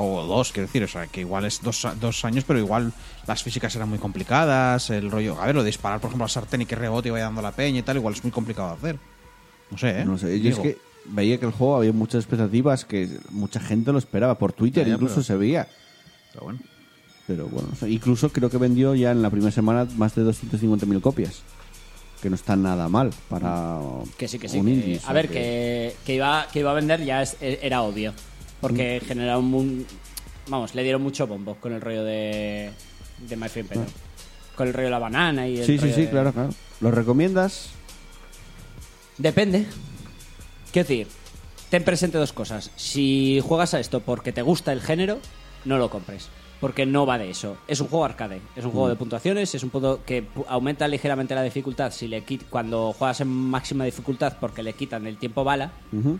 [SPEAKER 6] O dos, quiero decir, o sea, que igual es dos, a- dos años, pero igual las físicas eran muy complicadas, el rollo, a ver, lo de disparar, por ejemplo, a sartén y que rebote y vaya dando la peña y tal, igual es muy complicado de hacer. No sé, ¿eh?
[SPEAKER 2] no lo sé yo es
[SPEAKER 6] Digo,
[SPEAKER 2] que veía que el juego había muchas expectativas que mucha gente lo esperaba por Twitter
[SPEAKER 6] Ya, ya,
[SPEAKER 2] incluso
[SPEAKER 6] pero-
[SPEAKER 2] se veía
[SPEAKER 6] pero bueno.
[SPEAKER 2] Pero bueno, o sea, incluso creo que vendió ya en la primera semana más de 250.000 copias. Que no está nada mal para
[SPEAKER 9] Que sí, que sí.
[SPEAKER 2] un
[SPEAKER 9] que-
[SPEAKER 2] indie, o sea
[SPEAKER 9] a ver, que, que iba, que iba a vender ya es- e, era obvio. Porque
[SPEAKER 2] Mm.
[SPEAKER 9] generaron un. Vamos, le dieron mucho bombo con el rollo de. de My Friend Pedro. Con el rollo de la banana y el
[SPEAKER 2] Ah. Sí, sí,
[SPEAKER 9] rollo
[SPEAKER 2] sí,
[SPEAKER 9] de-
[SPEAKER 2] claro, claro. ¿Lo recomiendas?
[SPEAKER 9] Depende. Quiero decir, ten presente dos cosas. Si juegas a esto porque te gusta el género, no lo compres. Porque no va de eso. Es un juego arcade. Es un juego
[SPEAKER 2] Mm.
[SPEAKER 9] de puntuaciones. Es un juego que pu- aumenta ligeramente la dificultad si le quit- cuando juegas en máxima dificultad porque le quitan el tiempo bala.
[SPEAKER 2] Ujú.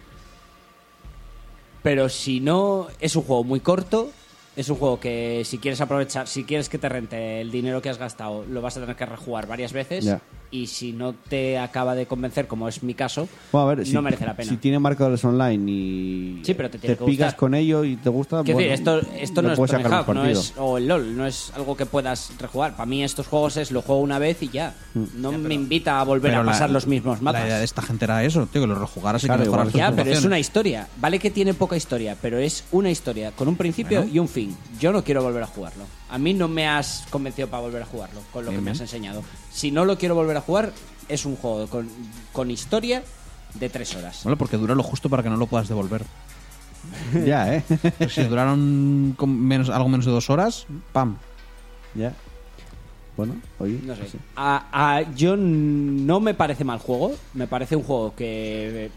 [SPEAKER 9] Pero si no, es un juego muy corto. Es un juego que si quieres aprovechar, si quieres que te rente el dinero que has gastado, lo vas a tener que rejugar varias veces.
[SPEAKER 2] Ya.
[SPEAKER 9] Y si no te acaba de convencer, como es mi caso,
[SPEAKER 2] Bueno, a ver, si,
[SPEAKER 9] no merece la pena.
[SPEAKER 2] Si tiene marcadores online y
[SPEAKER 9] Sí, pero te tiene que
[SPEAKER 2] picas
[SPEAKER 9] gustar.
[SPEAKER 2] con ello y te gusta,
[SPEAKER 9] Quiero
[SPEAKER 2] bueno,
[SPEAKER 9] decir, esto, esto
[SPEAKER 2] le
[SPEAKER 9] no es
[SPEAKER 2] puedes
[SPEAKER 9] Tony
[SPEAKER 2] sacar más
[SPEAKER 9] Hawk, no
[SPEAKER 2] partido.
[SPEAKER 9] es, o el LOL, no es algo que puedas rejugar. Para mí estos juegos es lo juego una vez y ya.
[SPEAKER 2] Mm.
[SPEAKER 9] No me invita a volver
[SPEAKER 6] Pero
[SPEAKER 9] a
[SPEAKER 6] la-
[SPEAKER 9] pasar los mismos mapas.
[SPEAKER 6] La idea de esta gente era eso, tío, que lo rejugaras
[SPEAKER 2] Claro,
[SPEAKER 6] y que mejoras
[SPEAKER 2] igual.
[SPEAKER 9] Ya,
[SPEAKER 6] tus
[SPEAKER 9] pero es
[SPEAKER 6] puntuaciones.
[SPEAKER 9] una historia. Vale que tiene poca historia, pero es una historia con un principio
[SPEAKER 6] Bueno.
[SPEAKER 9] y un fin. Yo no quiero volver a jugarlo. A mí no me has convencido para volver a jugarlo, con lo que
[SPEAKER 6] Bien,
[SPEAKER 9] me
[SPEAKER 6] bien.
[SPEAKER 9] has enseñado. Si no lo quiero volver a jugar, es un juego con, con historia de tres horas.
[SPEAKER 6] Bueno, porque dura lo justo para que no lo puedas devolver.
[SPEAKER 2] Ya, ¿eh?
[SPEAKER 6] Pero si duraron con menos, algo menos de dos horas, ¡pam!
[SPEAKER 2] ya. Bueno, oye.
[SPEAKER 9] No sé.
[SPEAKER 2] sí.
[SPEAKER 9] A- a- yo n- no me parece mal juego. Me parece un juego que eh,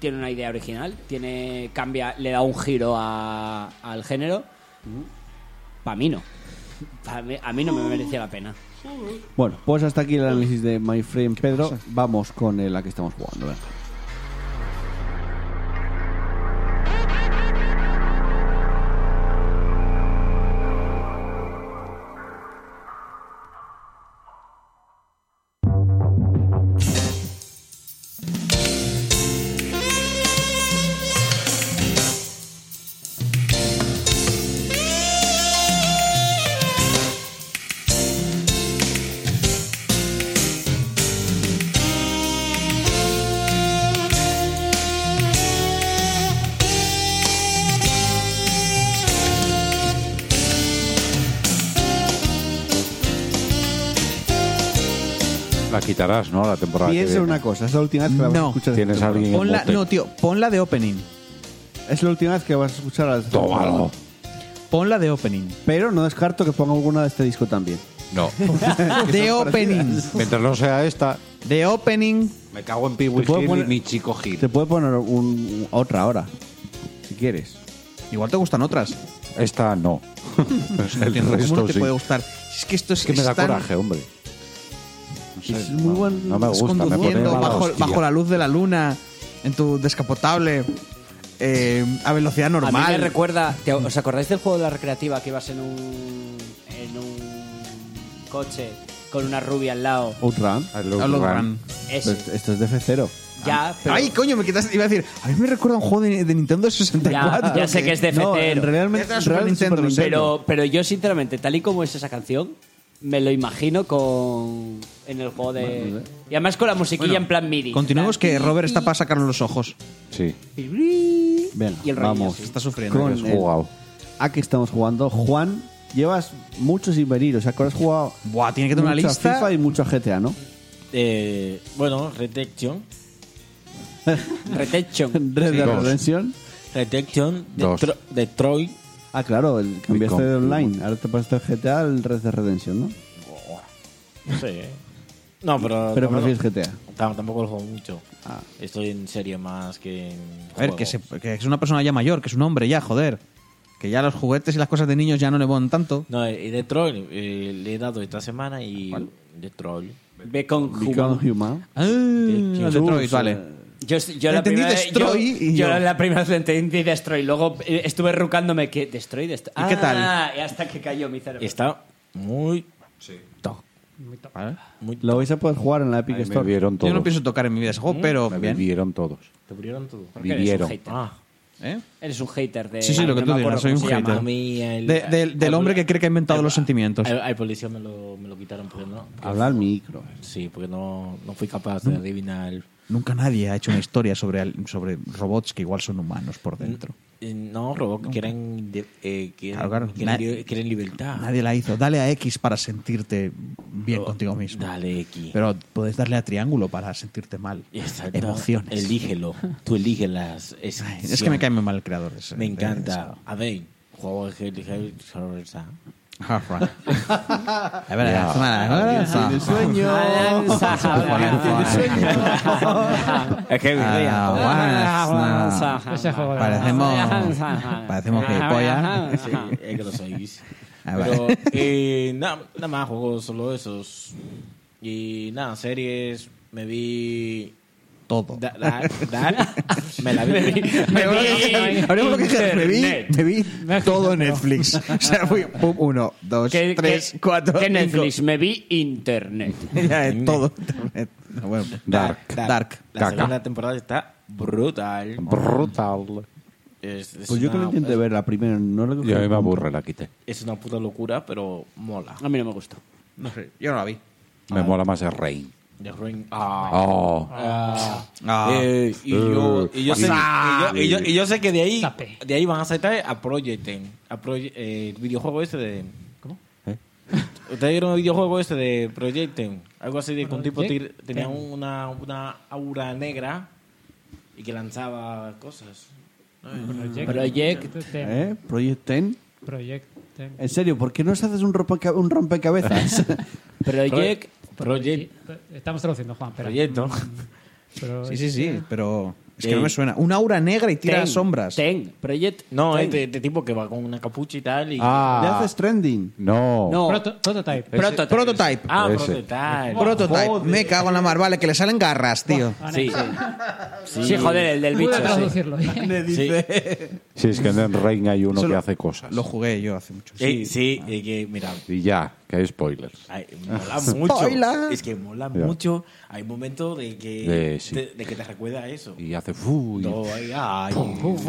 [SPEAKER 9] tiene una idea original, tiene cambia, le da un giro a- al género. Para mí no. Pa' mí- a mí no me merecía la pena.
[SPEAKER 2] Bueno, pues hasta aquí el análisis de My Friend Pedro. Vamos con eh, la que estamos jugando. venga.
[SPEAKER 7] La quitarás, ¿no? La temporada. que
[SPEAKER 2] Piensa
[SPEAKER 7] viene.
[SPEAKER 2] una cosa, es la última vez que la vas a
[SPEAKER 6] No.
[SPEAKER 2] escuchar.
[SPEAKER 7] Tienes a alguien en
[SPEAKER 6] Ponla,
[SPEAKER 7] bote.
[SPEAKER 6] no, tío, ponla de opening.
[SPEAKER 2] Es la última vez que vas a escuchar. a-
[SPEAKER 7] Tómalo.
[SPEAKER 6] Ponla de opening.
[SPEAKER 2] Pero no descarto que ponga alguna de este disco también.
[SPEAKER 7] No. Ah,
[SPEAKER 6] De opening.
[SPEAKER 7] Mientras no sea esta,
[SPEAKER 6] De opening.
[SPEAKER 7] me cago en Pee Wee
[SPEAKER 2] puedo
[SPEAKER 7] Hill y
[SPEAKER 2] poner- Eh,
[SPEAKER 7] mi chico Gil.
[SPEAKER 2] Te puede poner un- otra ahora, si quieres.
[SPEAKER 6] Igual te gustan otras.
[SPEAKER 7] Esta no. El
[SPEAKER 6] Entiendo, ¿Cómo no
[SPEAKER 7] resto
[SPEAKER 6] te
[SPEAKER 7] sí.
[SPEAKER 6] puede gustar? Si Es que esto es,
[SPEAKER 7] Es que me da
[SPEAKER 6] es tan-
[SPEAKER 7] coraje, hombre. No sé,
[SPEAKER 2] Es muy
[SPEAKER 7] no,
[SPEAKER 2] buen-
[SPEAKER 7] no me
[SPEAKER 6] es
[SPEAKER 7] gusta, me pone
[SPEAKER 6] conduciendo
[SPEAKER 7] mala
[SPEAKER 6] bajo,
[SPEAKER 7] hostia.
[SPEAKER 6] bajo la luz de la luna, en tu descapotable, eh, a velocidad
[SPEAKER 9] A mí me
[SPEAKER 6] normal.
[SPEAKER 9] recuerda. ¿te- ¿Os acordáis del juego de la recreativa que ibas en un. en un coche con una rubia al lado?
[SPEAKER 2] Outrun.
[SPEAKER 6] Outrun.
[SPEAKER 9] Ese.
[SPEAKER 2] Pues esto es de F0.
[SPEAKER 9] ya, pero.
[SPEAKER 6] Ay, coño, me quitaste. Iba a decir, a mí me recuerda a un juego de, de Nintendo 64.
[SPEAKER 9] ya, ya sé que es de
[SPEAKER 2] No,
[SPEAKER 9] Fetero.
[SPEAKER 2] realmente
[SPEAKER 6] Era Super
[SPEAKER 2] realmente
[SPEAKER 6] Nintendo,
[SPEAKER 2] Super
[SPEAKER 6] lo sé.
[SPEAKER 2] Nintendo.
[SPEAKER 9] Pero, pero yo, sinceramente, tal y como es esa canción, me lo imagino con. en el juego de. Y además con la musiquilla en plan MIDI.
[SPEAKER 6] Continuemos
[SPEAKER 9] En plan,
[SPEAKER 6] que Robert está para sacarnos los ojos.
[SPEAKER 7] Sí,
[SPEAKER 2] Venga,
[SPEAKER 9] y el rollo,
[SPEAKER 2] vamos.
[SPEAKER 9] sí.
[SPEAKER 6] Está sufriendo.
[SPEAKER 2] Con
[SPEAKER 7] has
[SPEAKER 2] el-
[SPEAKER 7] jugado.
[SPEAKER 2] ¿A qué estamos jugando? Juan, llevas mucho sin venir. O sea, que ahora has jugado
[SPEAKER 6] Buah, tiene que tener una
[SPEAKER 2] mucho a
[SPEAKER 6] lista.
[SPEAKER 2] FIFA y mucho a GTA, ¿no?
[SPEAKER 3] Eh, bueno, Retection.
[SPEAKER 9] Retention.
[SPEAKER 2] Red Dead
[SPEAKER 7] Dos.
[SPEAKER 2] Redemption.
[SPEAKER 3] Retection.
[SPEAKER 7] Dos.
[SPEAKER 3] Detro- Detroit.
[SPEAKER 2] Ah, claro, el, cambiaste
[SPEAKER 7] Become
[SPEAKER 2] de online. Ahora te pasaste al GTA, el Red Dead Redemption, ¿no?
[SPEAKER 3] No sé, eh. No, pero.
[SPEAKER 2] Pero
[SPEAKER 3] tampoco-
[SPEAKER 2] prefieres GTA.
[SPEAKER 3] tam- Tampoco lo juego mucho.
[SPEAKER 2] Ah.
[SPEAKER 3] Estoy en serie más que en.
[SPEAKER 6] A ver,
[SPEAKER 3] juegos.
[SPEAKER 6] que, se- que es una persona ya mayor, que es un hombre ya, joder. Que ya los juguetes y las cosas de niños ya no le van tanto.
[SPEAKER 3] No, y Detroit eh, le he dado esta semana y. Detroit.
[SPEAKER 9] Becon
[SPEAKER 2] Become Human. eh,
[SPEAKER 6] Ah, el Detroit,
[SPEAKER 9] eh.
[SPEAKER 6] vale.
[SPEAKER 9] Yo, yo la
[SPEAKER 6] Entendí
[SPEAKER 9] primera vez- yo-
[SPEAKER 6] Destroy y
[SPEAKER 9] yo
[SPEAKER 6] yo.
[SPEAKER 9] la primera vez lo entendí Destroy. Luego eh, estuve rucándome que Destroy, Destroy.
[SPEAKER 6] ¿Y qué tal?
[SPEAKER 9] Ah, y hasta que cayó mi cerebro.
[SPEAKER 3] Está muy. top.
[SPEAKER 6] Vale.
[SPEAKER 3] Muy
[SPEAKER 2] Lo vais a poder jugar en la Epic
[SPEAKER 7] Ahí me
[SPEAKER 2] Store.
[SPEAKER 7] vieron todos.
[SPEAKER 6] Yo no pienso tocar en mi vida ese
[SPEAKER 9] Mm.
[SPEAKER 6] juego, pero
[SPEAKER 7] Me
[SPEAKER 6] bien.
[SPEAKER 7] vivieron todos.
[SPEAKER 3] Te abrieron todo.
[SPEAKER 9] Porque eres un
[SPEAKER 7] vivieron.
[SPEAKER 9] hater.
[SPEAKER 3] Ah,
[SPEAKER 6] ¿Eh?
[SPEAKER 9] Eres un hater de.
[SPEAKER 6] Sí, sí, lo que
[SPEAKER 9] no
[SPEAKER 6] tú
[SPEAKER 9] me acuerdo
[SPEAKER 6] digas, soy un
[SPEAKER 9] cómo se llama.
[SPEAKER 3] a
[SPEAKER 6] hater.
[SPEAKER 3] mí el-
[SPEAKER 6] De- del- del hombre que cree que ha inventado
[SPEAKER 3] al-
[SPEAKER 6] los sentimientos.
[SPEAKER 3] Al, al policía me lo, me lo quitaron porque no.
[SPEAKER 2] Habla al micro.
[SPEAKER 3] Sí, porque no, no fui capaz
[SPEAKER 6] ¿Mm?
[SPEAKER 3] de adivinar.
[SPEAKER 6] Nunca nadie ha hecho una historia sobre, al- sobre robots que igual son humanos por dentro.
[SPEAKER 3] Eh, No, robó que quieren, de- eh, quieren,
[SPEAKER 6] Claro, claro.
[SPEAKER 3] quieren
[SPEAKER 6] Na-
[SPEAKER 3] li- quieren libertad.
[SPEAKER 6] Nadie la hizo. Dale a X para sentirte bien contigo mismo.
[SPEAKER 3] Dale, X.
[SPEAKER 6] Pero puedes darle a triángulo para sentirte mal.
[SPEAKER 3] Exacto.
[SPEAKER 6] Emociones.
[SPEAKER 3] Elígelo. Tú elígelas. Es,
[SPEAKER 6] Ay, es que me cae muy mal el creador. de ese-
[SPEAKER 3] Me
[SPEAKER 6] de
[SPEAKER 3] encanta. A ver, juego de Hell- Hell- Hellraiser.
[SPEAKER 6] ese- A ver, a ver, a ver.
[SPEAKER 2] Sueño.
[SPEAKER 3] Es que
[SPEAKER 6] Ah, guas,
[SPEAKER 8] Ese
[SPEAKER 6] no.
[SPEAKER 8] juego de-
[SPEAKER 6] Parecemos, parecemos gilipollas.
[SPEAKER 3] es que lo sois.
[SPEAKER 6] Ah,
[SPEAKER 3] Pero
[SPEAKER 6] vale.
[SPEAKER 3] eh, nada, nada más juego solo esos. Y nada, series. Me vi.
[SPEAKER 6] Todo.
[SPEAKER 3] Da- Dark, Dark. Me la vi.
[SPEAKER 6] Habremos lo que hacer. Me vi, me vi
[SPEAKER 8] México,
[SPEAKER 6] todo
[SPEAKER 8] pero-
[SPEAKER 6] Netflix. O sea, fui pum, uno, dos,
[SPEAKER 9] ¿Qué-
[SPEAKER 6] tres,
[SPEAKER 9] qué-
[SPEAKER 6] cuatro.
[SPEAKER 9] qué
[SPEAKER 6] cinco.
[SPEAKER 9] Netflix? Me vi Internet.
[SPEAKER 6] Ya, eh, todo. Internet. Bueno,
[SPEAKER 7] Dark.
[SPEAKER 6] Dark.
[SPEAKER 3] La
[SPEAKER 7] Caca.
[SPEAKER 3] segunda temporada está brutal.
[SPEAKER 7] Brutal.
[SPEAKER 3] Es, es
[SPEAKER 2] Pues yo que lo
[SPEAKER 3] una-
[SPEAKER 2] intenté ver la primera, no lo
[SPEAKER 7] Y a mí me aburre, la quité.
[SPEAKER 3] Es una puta locura, pero mola.
[SPEAKER 2] Ah.
[SPEAKER 9] A mí no me gustó.
[SPEAKER 6] No sé, yo no la vi.
[SPEAKER 7] Me mola más el Rain.
[SPEAKER 3] The Ring. Ah.
[SPEAKER 7] Oh.
[SPEAKER 3] Ah.
[SPEAKER 6] Ah.
[SPEAKER 3] Eh, y, yo, y, yo sé,
[SPEAKER 6] Ah.
[SPEAKER 3] y, yo, y yo- y yo sé que de ahí
[SPEAKER 8] Tape.
[SPEAKER 3] de ahí van a saltar a Project Ten, a Proye- eh, el videojuego ese de ¿cómo? ¿Ustedes vieron el videojuego ese de Project Ten? Algo así de que un tipo tir- tenía una, una aura negra y que lanzaba cosas.
[SPEAKER 9] Project.
[SPEAKER 8] Project.
[SPEAKER 2] ¿Eh? Project 10.
[SPEAKER 8] Project.
[SPEAKER 2] En serio, ¿por qué no os haces un, rompeca- un rompecabezas?
[SPEAKER 9] Project.
[SPEAKER 3] Project
[SPEAKER 8] Estamos traduciendo, Juan. Pero,
[SPEAKER 3] Proyecto.
[SPEAKER 8] pero eh,
[SPEAKER 6] Sí, sí, sí, pero Es que no me suena. Un aura negra y tira sombras.
[SPEAKER 9] Ten, Project.
[SPEAKER 3] No,
[SPEAKER 9] Ten.
[SPEAKER 3] es de, de tipo que va con una capucha y tal. Y...
[SPEAKER 2] Le
[SPEAKER 7] Ah,
[SPEAKER 2] haces trending.
[SPEAKER 7] no.
[SPEAKER 9] No.
[SPEAKER 8] Proto- prototype.
[SPEAKER 7] Ese-
[SPEAKER 6] Prototype. eh, Prototype.
[SPEAKER 3] Ah,
[SPEAKER 7] Ese.
[SPEAKER 3] prototype.
[SPEAKER 6] Prototype.
[SPEAKER 3] Joder.
[SPEAKER 6] Me cago en la mar. Vale, que le salen garras, tío.
[SPEAKER 3] Sí,
[SPEAKER 9] Sí, joder, el del bicho.
[SPEAKER 8] Pude
[SPEAKER 9] sí.
[SPEAKER 8] traducirlo. ¿eh?
[SPEAKER 7] Si es que en el Reign hay uno que hace cosas.
[SPEAKER 6] Lo jugué yo hace mucho.
[SPEAKER 3] sí. Eh, sí, eh, que, mira,
[SPEAKER 7] Y ya, que hay spoilers.
[SPEAKER 3] ay, mola mucho.
[SPEAKER 6] Spoiler.
[SPEAKER 3] Es que mola
[SPEAKER 7] Ya.
[SPEAKER 3] mucho. Hay momentos de que,
[SPEAKER 7] De- sí.
[SPEAKER 3] te, de que te recuerda a eso.
[SPEAKER 7] Y hace fu y-
[SPEAKER 3] No, ay, ay.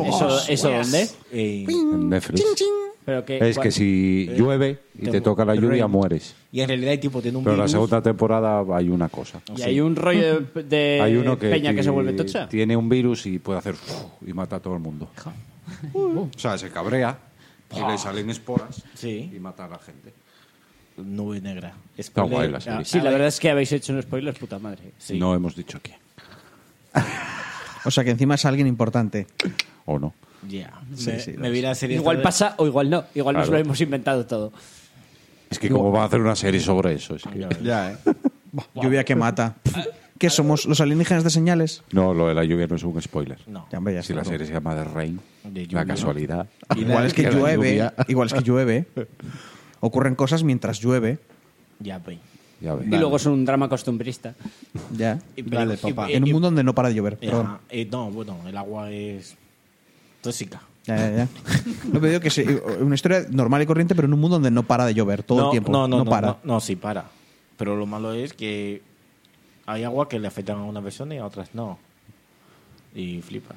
[SPEAKER 9] ¿Eso, eso dónde?
[SPEAKER 3] Eh,
[SPEAKER 7] en Netflix.
[SPEAKER 9] Pero que, Eh,
[SPEAKER 7] Es que si llueve y te,
[SPEAKER 3] te-
[SPEAKER 7] toca la
[SPEAKER 3] te
[SPEAKER 7] lluvia,
[SPEAKER 3] rain.
[SPEAKER 7] mueres.
[SPEAKER 3] y en realidad el tipo tiene un
[SPEAKER 7] Pero en la
[SPEAKER 3] virus.
[SPEAKER 7] segunda temporada hay una cosa.
[SPEAKER 9] Y hay un rollo de, de
[SPEAKER 7] hay uno que,
[SPEAKER 9] Eh, peña que
[SPEAKER 7] ti-
[SPEAKER 9] se vuelve tocha.
[SPEAKER 7] tiene un virus y puede hacer fu y mata a todo el mundo. O sea, se cabrea y le salen esporas
[SPEAKER 3] Sí.
[SPEAKER 7] y mata a la gente.
[SPEAKER 3] Nube negra.
[SPEAKER 7] Está guay
[SPEAKER 3] Spoiler.
[SPEAKER 7] la
[SPEAKER 3] ah,
[SPEAKER 7] serie.
[SPEAKER 9] Sí, la verdad es que habéis hecho un spoiler, puta madre.
[SPEAKER 3] sí.
[SPEAKER 7] No hemos dicho quién.
[SPEAKER 6] O sea, que encima es alguien importante.
[SPEAKER 7] ¿O no?
[SPEAKER 3] Ah, Ya.
[SPEAKER 6] Sí,
[SPEAKER 3] me,
[SPEAKER 6] sí,
[SPEAKER 3] me vi la serie.
[SPEAKER 9] Igual
[SPEAKER 3] esta de-
[SPEAKER 9] pasa o igual no. Igual nos
[SPEAKER 7] Claro.
[SPEAKER 9] lo hemos inventado todo.
[SPEAKER 7] Es que como van a hacer una serie sobre eso.
[SPEAKER 9] Ah,
[SPEAKER 7] Es que-
[SPEAKER 2] Ya, ¿eh?
[SPEAKER 6] Buah, Lluvia que mata. ¿Qué somos? ¿Los alienígenas de señales?
[SPEAKER 7] No, lo de la lluvia no es un spoiler.
[SPEAKER 3] No.
[SPEAKER 6] Ya, hombre, ya
[SPEAKER 7] si
[SPEAKER 6] está,
[SPEAKER 7] la
[SPEAKER 6] ¿no?
[SPEAKER 7] serie se llama The Rain,
[SPEAKER 3] De lluvia.
[SPEAKER 7] la casualidad.
[SPEAKER 6] Igual es que
[SPEAKER 7] la
[SPEAKER 6] llueve.
[SPEAKER 7] lluvia-
[SPEAKER 6] Igual es que llueve. Ocurren cosas mientras llueve.
[SPEAKER 3] Ya, pues.
[SPEAKER 7] Ya ves.
[SPEAKER 9] Y luego es un drama costumbrista.
[SPEAKER 6] Ya.
[SPEAKER 3] Y-
[SPEAKER 2] Dale,
[SPEAKER 3] y-
[SPEAKER 2] papá.
[SPEAKER 3] y-
[SPEAKER 6] En un
[SPEAKER 3] y-
[SPEAKER 6] mundo donde no para de llover.
[SPEAKER 3] Ajá.
[SPEAKER 6] Perdón.
[SPEAKER 3] Eh, no, bueno, el agua es tóxica.
[SPEAKER 6] Ya, ya, ya. No, pero digo que sí, una historia normal y corriente, pero en un mundo donde no para de llover todo
[SPEAKER 3] no,
[SPEAKER 6] el tiempo.
[SPEAKER 3] No, no, no,
[SPEAKER 6] para.
[SPEAKER 3] No, no, sí para. Pero lo malo es que hay agua que le afectan a una persona y a otras no. Y flipas.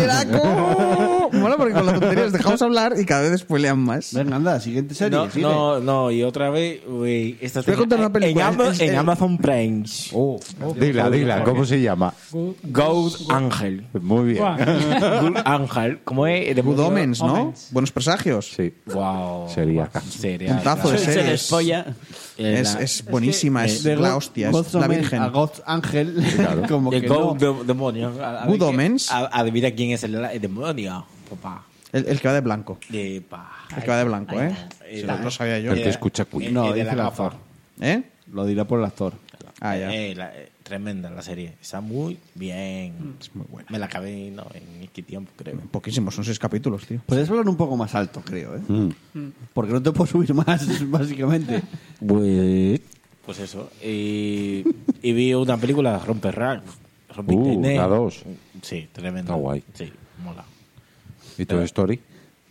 [SPEAKER 6] ¡Spoileraco! Mola porque con las tonterías dejamos hablar y cada vez spoilean más.
[SPEAKER 2] Venga, anda, siguiente serie.
[SPEAKER 3] No,
[SPEAKER 2] sigue.
[SPEAKER 3] no, no, y otra vez, güey, esta
[SPEAKER 6] Te voy a contar una
[SPEAKER 3] en-
[SPEAKER 6] película.
[SPEAKER 3] En, Ama-
[SPEAKER 6] Es- Oh.
[SPEAKER 3] en
[SPEAKER 6] es-
[SPEAKER 3] Amazon Prime.
[SPEAKER 7] Dila, dila, ¿cómo se llama?
[SPEAKER 3] Gold Angel.
[SPEAKER 7] Muy bien.
[SPEAKER 3] Gold Angel. ¿Cómo es? De
[SPEAKER 6] Good Omens, ¿no?
[SPEAKER 8] Omens.
[SPEAKER 6] Buenos presagios.
[SPEAKER 7] Sí,
[SPEAKER 3] Wow.
[SPEAKER 7] sería
[SPEAKER 3] Sería.
[SPEAKER 6] Puntazo de
[SPEAKER 9] Se
[SPEAKER 6] series.
[SPEAKER 9] les folla.
[SPEAKER 6] Es, es buenísima, es,
[SPEAKER 2] De
[SPEAKER 6] la
[SPEAKER 2] God-
[SPEAKER 6] hostia, es
[SPEAKER 2] God's
[SPEAKER 6] la
[SPEAKER 2] Omen
[SPEAKER 6] virgen.
[SPEAKER 2] A God's Ángel. como que
[SPEAKER 3] El Gold
[SPEAKER 2] no.
[SPEAKER 3] de- demonio. A- a
[SPEAKER 6] Good
[SPEAKER 3] ver qué-
[SPEAKER 6] Omens.
[SPEAKER 3] a- Adivina quién es el, el demonio, papá.
[SPEAKER 6] El, el que va de blanco.
[SPEAKER 3] De pa.
[SPEAKER 6] El que va de blanco, ¿eh?
[SPEAKER 3] Ahí
[SPEAKER 6] Sí,
[SPEAKER 3] está.
[SPEAKER 6] lo, lo sabía yo.
[SPEAKER 7] El que escucha Queen.
[SPEAKER 2] No,
[SPEAKER 3] el de
[SPEAKER 2] dice
[SPEAKER 3] la
[SPEAKER 2] el
[SPEAKER 3] gafa.
[SPEAKER 2] actor.
[SPEAKER 6] ¿Eh?
[SPEAKER 2] Lo dirá por el actor.
[SPEAKER 6] Ah, ya.
[SPEAKER 3] Eh, la- eh, tremenda la serie. Está muy bien. Es muy buena. Me la acabé no, en qué tiempo, creo.
[SPEAKER 6] Mm. Poquísimos, son seis capítulos, tío.
[SPEAKER 2] Puedes hablar un poco más alto, creo, ¿eh? Porque no te puedo subir más, básicamente.
[SPEAKER 3] Pues eso. Y, y vi una película, Romper Rack. Rompe
[SPEAKER 7] Uh,
[SPEAKER 3] Internet.
[SPEAKER 7] la dos.
[SPEAKER 3] Sí, tremenda.
[SPEAKER 7] Está guay.
[SPEAKER 3] Sí, mola.
[SPEAKER 7] ¿Y tu story?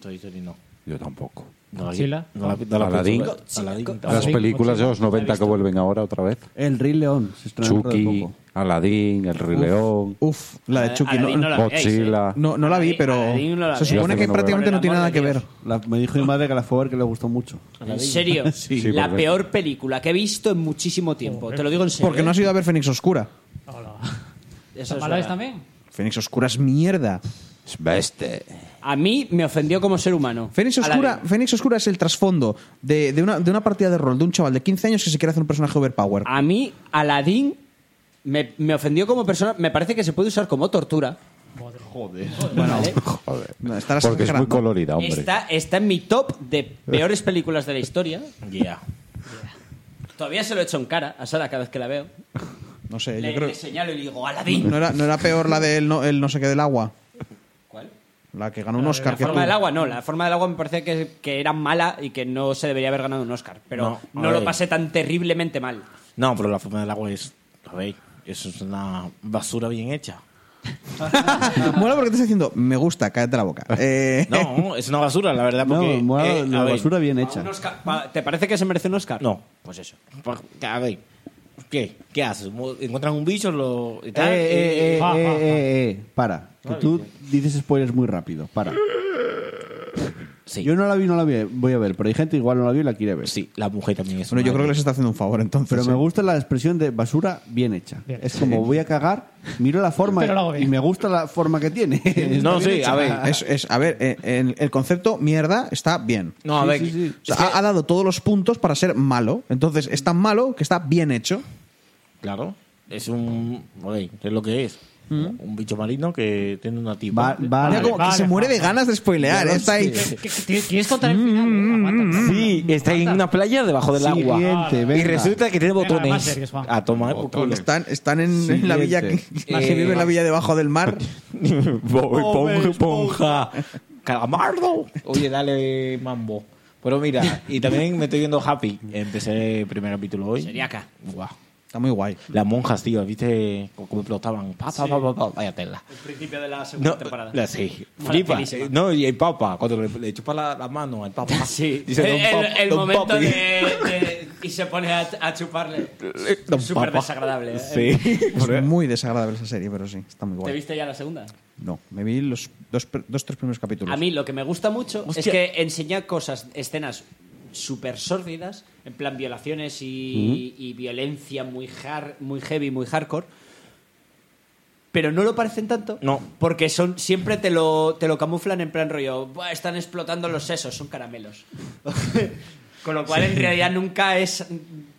[SPEAKER 3] Toy Story no.
[SPEAKER 7] Yo tampoco.
[SPEAKER 3] No,
[SPEAKER 8] Godzilla.
[SPEAKER 3] No la, no la
[SPEAKER 7] Aladín.
[SPEAKER 3] puedo ver. Aladín,
[SPEAKER 7] Las
[SPEAKER 8] Sí,
[SPEAKER 7] películas de los
[SPEAKER 8] Godzilla.
[SPEAKER 7] 90 que vuelven ahora otra vez.
[SPEAKER 2] El Rey León. Se estrena dentro de
[SPEAKER 7] Chucky,
[SPEAKER 2] poco.
[SPEAKER 7] Aladdin, El Rey León,
[SPEAKER 6] Uf, la de Chucky. eh, No,
[SPEAKER 9] Aladdin no
[SPEAKER 6] no,
[SPEAKER 9] la veáis,
[SPEAKER 7] Godzilla.
[SPEAKER 6] no, la vi, pero
[SPEAKER 9] Aladdin no la
[SPEAKER 6] se
[SPEAKER 9] veáis.
[SPEAKER 6] supone
[SPEAKER 7] Yo
[SPEAKER 6] que
[SPEAKER 7] también no
[SPEAKER 6] prácticamente
[SPEAKER 9] veo.
[SPEAKER 6] no tiene nada que
[SPEAKER 9] Por el
[SPEAKER 6] ver.
[SPEAKER 9] amor
[SPEAKER 2] La- me dijo mi madre que la fue a ver que le gustó mucho.
[SPEAKER 9] ¿En serio?
[SPEAKER 7] Sí,
[SPEAKER 9] la
[SPEAKER 7] porque-
[SPEAKER 9] peor película que he visto en muchísimo tiempo. Te lo digo en serio. ¿eh?
[SPEAKER 6] Porque no has ido a ver Fénix Oscura.
[SPEAKER 9] Eso es
[SPEAKER 8] ¿Tamala es
[SPEAKER 9] verdad.
[SPEAKER 8] también?
[SPEAKER 6] Fénix Oscura es mierda.
[SPEAKER 7] Beste.
[SPEAKER 9] A mí me ofendió como ser humano.
[SPEAKER 6] Fénix
[SPEAKER 9] A la
[SPEAKER 6] Oscura,
[SPEAKER 9] vez.
[SPEAKER 6] Fénix Oscura es el trasfondo de, de una, de una partida de rol de un chaval de 15 años que se quiere hacer un personaje overpower.
[SPEAKER 9] A mí, Aladdin me, me ofendió como persona. Me parece que se puede usar como tortura.
[SPEAKER 6] Bueno,
[SPEAKER 7] Joder.
[SPEAKER 6] no, estarás
[SPEAKER 7] Porque es muy
[SPEAKER 6] exagerando.
[SPEAKER 7] colorida, hombre.
[SPEAKER 9] Está, está en mi top de peores películas de la historia.
[SPEAKER 3] Yeah.
[SPEAKER 9] Todavía se lo echo en cara a Sara cada vez que la veo.
[SPEAKER 6] No sé,
[SPEAKER 9] Le,
[SPEAKER 6] Eh, yo creo.
[SPEAKER 9] le señalo y le digo, Aladdin.
[SPEAKER 6] ¿No era, no era peor la del no, el no sé qué del agua?
[SPEAKER 9] ¿Cuál?
[SPEAKER 6] La que ganó un Oscar.
[SPEAKER 9] La
[SPEAKER 6] que
[SPEAKER 9] forma
[SPEAKER 6] tú-
[SPEAKER 9] del agua, no. La forma del agua me parece que, que era mala y que no se debería haber ganado un Oscar. Pero
[SPEAKER 3] No,
[SPEAKER 9] no,
[SPEAKER 3] a
[SPEAKER 9] lo
[SPEAKER 3] ver.
[SPEAKER 9] pasé tan terriblemente mal.
[SPEAKER 3] No, pero la forma del agua es. A ver, eso es una basura bien hecha.
[SPEAKER 6] Mola porque te está diciendo, me gusta, cállate la boca. Eh,
[SPEAKER 3] No, es una basura, la verdad. Porque,
[SPEAKER 2] no, mola
[SPEAKER 3] eh, a
[SPEAKER 2] la
[SPEAKER 3] ver,
[SPEAKER 2] basura bien hecha.
[SPEAKER 9] Un Oscar- pa- ¿Te parece que se merece un Oscar?
[SPEAKER 3] No, pues eso. Pa- A ver, ¿qué? ¿Qué haces? Mo- ¿Encuentran un bicho? Lo, y
[SPEAKER 2] Eh,
[SPEAKER 3] tal,
[SPEAKER 2] eh, eh,
[SPEAKER 3] y-
[SPEAKER 8] Ah,
[SPEAKER 2] eh,
[SPEAKER 8] ah,
[SPEAKER 2] eh, eh, para. Que tú dices spoilers muy rápido. Para.
[SPEAKER 3] Sí.
[SPEAKER 2] Yo no la vi, no la vi, voy a ver, pero hay gente igual no la vio y la quiere ver.
[SPEAKER 3] Sí, la mujer también es.
[SPEAKER 6] Bueno, yo
[SPEAKER 3] madre.
[SPEAKER 6] creo que les está haciendo un favor entonces.
[SPEAKER 2] Pero me
[SPEAKER 6] ¿eh?
[SPEAKER 2] gusta la expresión de basura bien hecha.
[SPEAKER 8] Bien.
[SPEAKER 2] Es como voy a cagar, miro la forma
[SPEAKER 8] Pero lo hago
[SPEAKER 2] y
[SPEAKER 8] bien.
[SPEAKER 2] me gusta la forma que tiene. Está
[SPEAKER 3] No,
[SPEAKER 2] bien
[SPEAKER 3] sí,
[SPEAKER 2] hecha.
[SPEAKER 3] a ver.
[SPEAKER 6] Es- es- a ver, eh, el, el concepto mierda está bien.
[SPEAKER 3] No, a
[SPEAKER 2] Sí,
[SPEAKER 3] ver.
[SPEAKER 2] sí, sí.
[SPEAKER 6] O sea, ha, ha dado todos los puntos para ser malo. Entonces, es tan malo que está bien hecho.
[SPEAKER 3] Claro, es un. a ver, es lo que es. un bicho marino que tiene una tipa.
[SPEAKER 2] Va- vale.
[SPEAKER 6] Mira, como que
[SPEAKER 8] vale,
[SPEAKER 6] se muere de
[SPEAKER 8] vale.
[SPEAKER 6] ganas de Mm, spoilear. ¿eh? Está ahí.
[SPEAKER 8] ¿Qué- qué- qué- ¿Quieres contar el final? Venga, aguanta.
[SPEAKER 3] Sí, está en una playa debajo del agua.
[SPEAKER 2] Siguiente,
[SPEAKER 3] Y
[SPEAKER 2] venga.
[SPEAKER 3] resulta que tiene
[SPEAKER 8] Venga, más
[SPEAKER 3] botones.
[SPEAKER 8] serios, Juan.
[SPEAKER 3] A tomar por culo.
[SPEAKER 6] Están, están en, en la villa que,
[SPEAKER 7] Eh,
[SPEAKER 3] Siguiente.
[SPEAKER 6] la que vive en la villa debajo del mar.
[SPEAKER 3] Bob Esponja. Calamardo. Oh, Oye, dale mambo. Pero mira, y también me estoy viendo Happy. Empecé el primer capítulo hoy. Sería acá. Guau.
[SPEAKER 6] Está muy guay.
[SPEAKER 3] Las monjas, tío, ¿viste cómo explotaban? Pa, pa, pa, pa, pa, vaya tela.
[SPEAKER 4] El principio de la segunda
[SPEAKER 3] No,
[SPEAKER 4] temporada.
[SPEAKER 3] la, sí.
[SPEAKER 4] Fue
[SPEAKER 3] Flipa.
[SPEAKER 4] facilísima.
[SPEAKER 3] Eh, No, y el papa, cuando le, le chupa la, la mano al papa.
[SPEAKER 4] Sí,
[SPEAKER 3] Dice,
[SPEAKER 4] el,
[SPEAKER 3] "Don pap-
[SPEAKER 4] el- el
[SPEAKER 3] don
[SPEAKER 4] momento
[SPEAKER 3] papi".
[SPEAKER 4] de, de- Y se pone a, a chuparle.
[SPEAKER 3] Eh, don
[SPEAKER 4] Súper
[SPEAKER 3] papa.
[SPEAKER 4] desagradable. ¿eh?
[SPEAKER 3] Sí.
[SPEAKER 6] Es muy desagradable esa serie, pero sí, está muy
[SPEAKER 4] ¿Te
[SPEAKER 6] guay.
[SPEAKER 4] viste ya la segunda?
[SPEAKER 6] No, me vi los dos, pr- dos tres primeros capítulos.
[SPEAKER 9] A mí lo que me gusta mucho es
[SPEAKER 3] Hostia.
[SPEAKER 9] que enseña cosas, escenas súper sórdidas, en plan violaciones y, y violencia muy, har- muy heavy, muy hardcore. Pero no lo parecen tanto.
[SPEAKER 3] No.
[SPEAKER 9] Porque son, siempre te lo, te lo camuflan en plan rollo. "Buah, están explotando los sesos, son caramelos. Con lo cual, en realidad, nunca es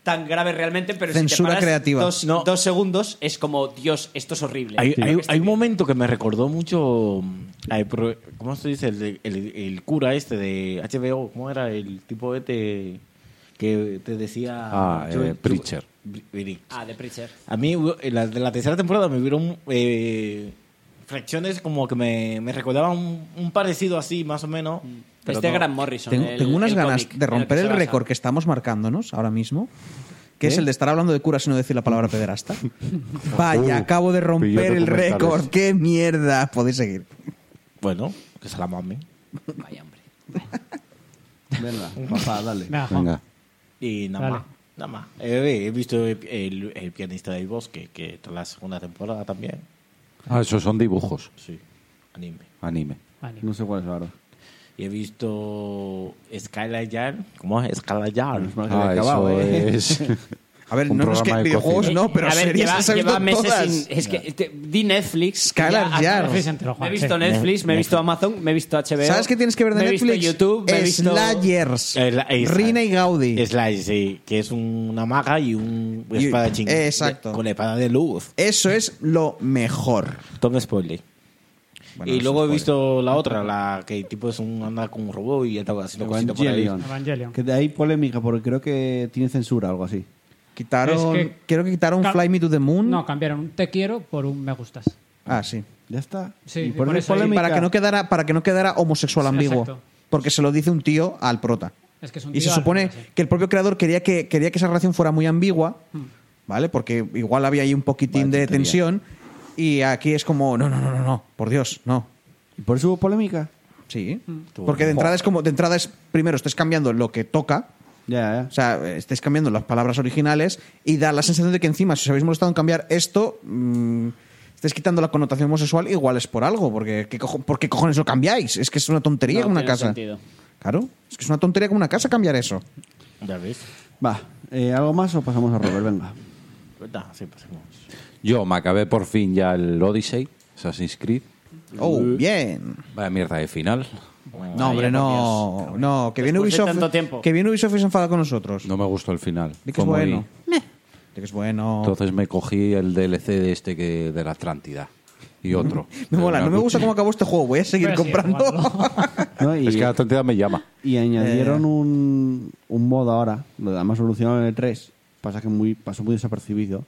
[SPEAKER 9] tan grave realmente, pero si te
[SPEAKER 6] Censura
[SPEAKER 9] paras
[SPEAKER 6] creativa.
[SPEAKER 9] Dos,
[SPEAKER 3] No.
[SPEAKER 9] dos segundos es como, Dios, esto es horrible.
[SPEAKER 3] Hay,
[SPEAKER 9] Lo
[SPEAKER 3] hay-
[SPEAKER 9] que está
[SPEAKER 3] hay un
[SPEAKER 9] viendo.
[SPEAKER 3] momento que me recordó mucho. mm, al pro- ¿Cómo se dice? El, de- el- el cura este de HBO. ¿Cómo era el tipo este que te decía.
[SPEAKER 7] Ah, eh, Preacher.
[SPEAKER 3] Bri- Bri-
[SPEAKER 9] Ah, de Preacher.
[SPEAKER 3] A mí, hu- en la, de la tercera temporada me hubieron eh, fracciones como que me, me recordaban un, un parecido así, más o menos. pero
[SPEAKER 9] este
[SPEAKER 3] no.
[SPEAKER 9] Grant Morrison.
[SPEAKER 6] Tengo,
[SPEAKER 9] el-
[SPEAKER 6] tengo unas
[SPEAKER 9] el
[SPEAKER 6] ganas
[SPEAKER 9] cómic
[SPEAKER 6] de
[SPEAKER 9] en que
[SPEAKER 6] romper
[SPEAKER 9] se
[SPEAKER 6] el
[SPEAKER 9] basa.
[SPEAKER 6] récord que estamos marcándonos ahora mismo, que
[SPEAKER 7] ¿Eh?
[SPEAKER 6] es el de estar hablando de curas y no decir la palabra pederasta. Vaya,
[SPEAKER 7] Uh,
[SPEAKER 6] acabo de
[SPEAKER 7] pillo
[SPEAKER 6] romper el
[SPEAKER 7] documentales.
[SPEAKER 6] récord. ¡Qué mierda! Podéis seguir.
[SPEAKER 3] Bueno, que se la mame.
[SPEAKER 9] Vaya, hombre.
[SPEAKER 2] Venga, papá, dale.
[SPEAKER 8] Venga, Juan.
[SPEAKER 7] Venga.
[SPEAKER 3] Y nada
[SPEAKER 8] Dale.
[SPEAKER 3] más. Nada más. Eh, he visto el, el- el pianista del bosque, que tras la segunda temporada también.
[SPEAKER 7] Ah, esos son dibujos.
[SPEAKER 3] Sí, anime.
[SPEAKER 7] Anime.
[SPEAKER 8] Vale.
[SPEAKER 2] No sé cuál es ahora.
[SPEAKER 3] Y he visto Skylar Yarn. ¿cómo es? Skylar Yarn.
[SPEAKER 2] Menos mal que
[SPEAKER 7] Ah,
[SPEAKER 2] le he acabado,
[SPEAKER 7] eso
[SPEAKER 2] ¿eh?
[SPEAKER 7] es.
[SPEAKER 6] A ver,
[SPEAKER 7] Un
[SPEAKER 6] no, no es que
[SPEAKER 7] programa de
[SPEAKER 6] videojuegos
[SPEAKER 7] cocina.
[SPEAKER 6] no, pero
[SPEAKER 9] a ver,
[SPEAKER 6] series
[SPEAKER 9] lleva,
[SPEAKER 6] las he
[SPEAKER 9] lleva
[SPEAKER 6] visto
[SPEAKER 9] meses
[SPEAKER 6] todas.
[SPEAKER 9] sin. Es que te- di Netflix.
[SPEAKER 6] Skylar
[SPEAKER 9] ya, a-
[SPEAKER 6] Jarl.
[SPEAKER 8] Refieres entero,
[SPEAKER 9] Me he
[SPEAKER 8] Juan, sí.
[SPEAKER 9] visto Netflix, me he visto Amazon, me he visto HBO.
[SPEAKER 6] ¿Sabes qué tienes que ver de
[SPEAKER 9] me
[SPEAKER 6] Netflix?
[SPEAKER 9] He visto YouTube, me he visto.
[SPEAKER 6] Slayers.
[SPEAKER 3] Eh, la- esa.
[SPEAKER 6] Rina y Gaudi.
[SPEAKER 3] Slice, sí, que es una maga y un
[SPEAKER 6] Y-
[SPEAKER 3] espada chingada.
[SPEAKER 6] exacto.
[SPEAKER 3] Con la espada de luz.
[SPEAKER 6] Eso es lo mejor.
[SPEAKER 3] Toma spoiler.
[SPEAKER 6] Bueno,
[SPEAKER 3] y
[SPEAKER 6] no
[SPEAKER 3] luego he
[SPEAKER 6] se puede.
[SPEAKER 3] visto la otra, la que tipo es un anda con un robot y anda haciendo cositas por ahí.
[SPEAKER 2] Evangelion.
[SPEAKER 8] Evangelion.
[SPEAKER 2] Que de ahí polémica, porque creo que tiene censura o algo así.
[SPEAKER 6] Quitaron.
[SPEAKER 8] Es que-
[SPEAKER 6] Creo que quitaron
[SPEAKER 8] Ca-
[SPEAKER 6] Fly Me to the Moon.
[SPEAKER 8] No, cambiaron un te quiero por un me gustas.
[SPEAKER 6] Ah, sí.
[SPEAKER 2] Ya está.
[SPEAKER 8] Sí,
[SPEAKER 2] Y
[SPEAKER 8] por
[SPEAKER 2] eso
[SPEAKER 8] eso, y
[SPEAKER 2] polémica.
[SPEAKER 6] Para que no quedara, para que no quedara homosexual
[SPEAKER 8] Sí,
[SPEAKER 6] ambiguo.
[SPEAKER 8] exacto.
[SPEAKER 6] Porque se lo dice un tío al prota.
[SPEAKER 8] Es que es un
[SPEAKER 6] Y
[SPEAKER 8] tío
[SPEAKER 6] se supone
[SPEAKER 8] al- sí. Hmm.
[SPEAKER 6] que el propio creador quería que, quería que esa relación fuera muy ambigua, ¿vale? Porque igual había ahí un poquitín de tensión. Y aquí es como, no, no, no, no, no, por Dios, no.
[SPEAKER 2] ¿Y por eso hubo polémica?
[SPEAKER 6] Sí.
[SPEAKER 8] Hmm.
[SPEAKER 6] Porque de entrada es como, de entrada es, primero, estáis cambiando lo que toca,
[SPEAKER 2] Ya,
[SPEAKER 6] o sea, eh, estáis cambiando las palabras originales y da la sensación de que encima, si os habéis molestado en cambiar esto, mm, estáis quitando la connotación homosexual, igual es por algo, porque ¿qué, cojo- por qué cojones lo cambiáis? Es que es una tontería
[SPEAKER 9] No,
[SPEAKER 6] como una
[SPEAKER 9] tiene
[SPEAKER 6] casa.
[SPEAKER 9] sentido.
[SPEAKER 6] Claro, es que es una tontería como una casa cambiar eso.
[SPEAKER 3] Ya ves.
[SPEAKER 2] Va, eh, ¿algo más o pasamos a Robert? Venga.
[SPEAKER 3] Nah, sí, pasemos.
[SPEAKER 7] Yo me acabé por fin ya el Odyssey, Assassin's Creed.
[SPEAKER 6] Oh, bien.
[SPEAKER 7] Vaya mierda de final.
[SPEAKER 6] No, hombre, no. No, que viene
[SPEAKER 9] Después de
[SPEAKER 6] Ubisoft.
[SPEAKER 9] tanto tiempo.
[SPEAKER 6] Que viene Ubisoft y se enfada con nosotros.
[SPEAKER 7] No me gustó el final.
[SPEAKER 6] Di que
[SPEAKER 7] Fue
[SPEAKER 6] es
[SPEAKER 7] muy-
[SPEAKER 6] bueno. Di que es bueno.
[SPEAKER 7] Entonces me cogí el DLC de este que, de la Atlántida y otro.
[SPEAKER 6] Me
[SPEAKER 7] De
[SPEAKER 6] mola,
[SPEAKER 7] una
[SPEAKER 6] no me gusta
[SPEAKER 7] cuchilla.
[SPEAKER 6] cómo acabó este juego. Voy a seguir
[SPEAKER 8] Voy a seguir
[SPEAKER 6] comprando.
[SPEAKER 8] jugando.
[SPEAKER 2] ¿No? Y,
[SPEAKER 7] Es que Eh. la Atlántida me llama.
[SPEAKER 2] y añadieron un, un modo ahora, lo además evolucionaron en el 3, pasa que muy, pasó muy desapercibido.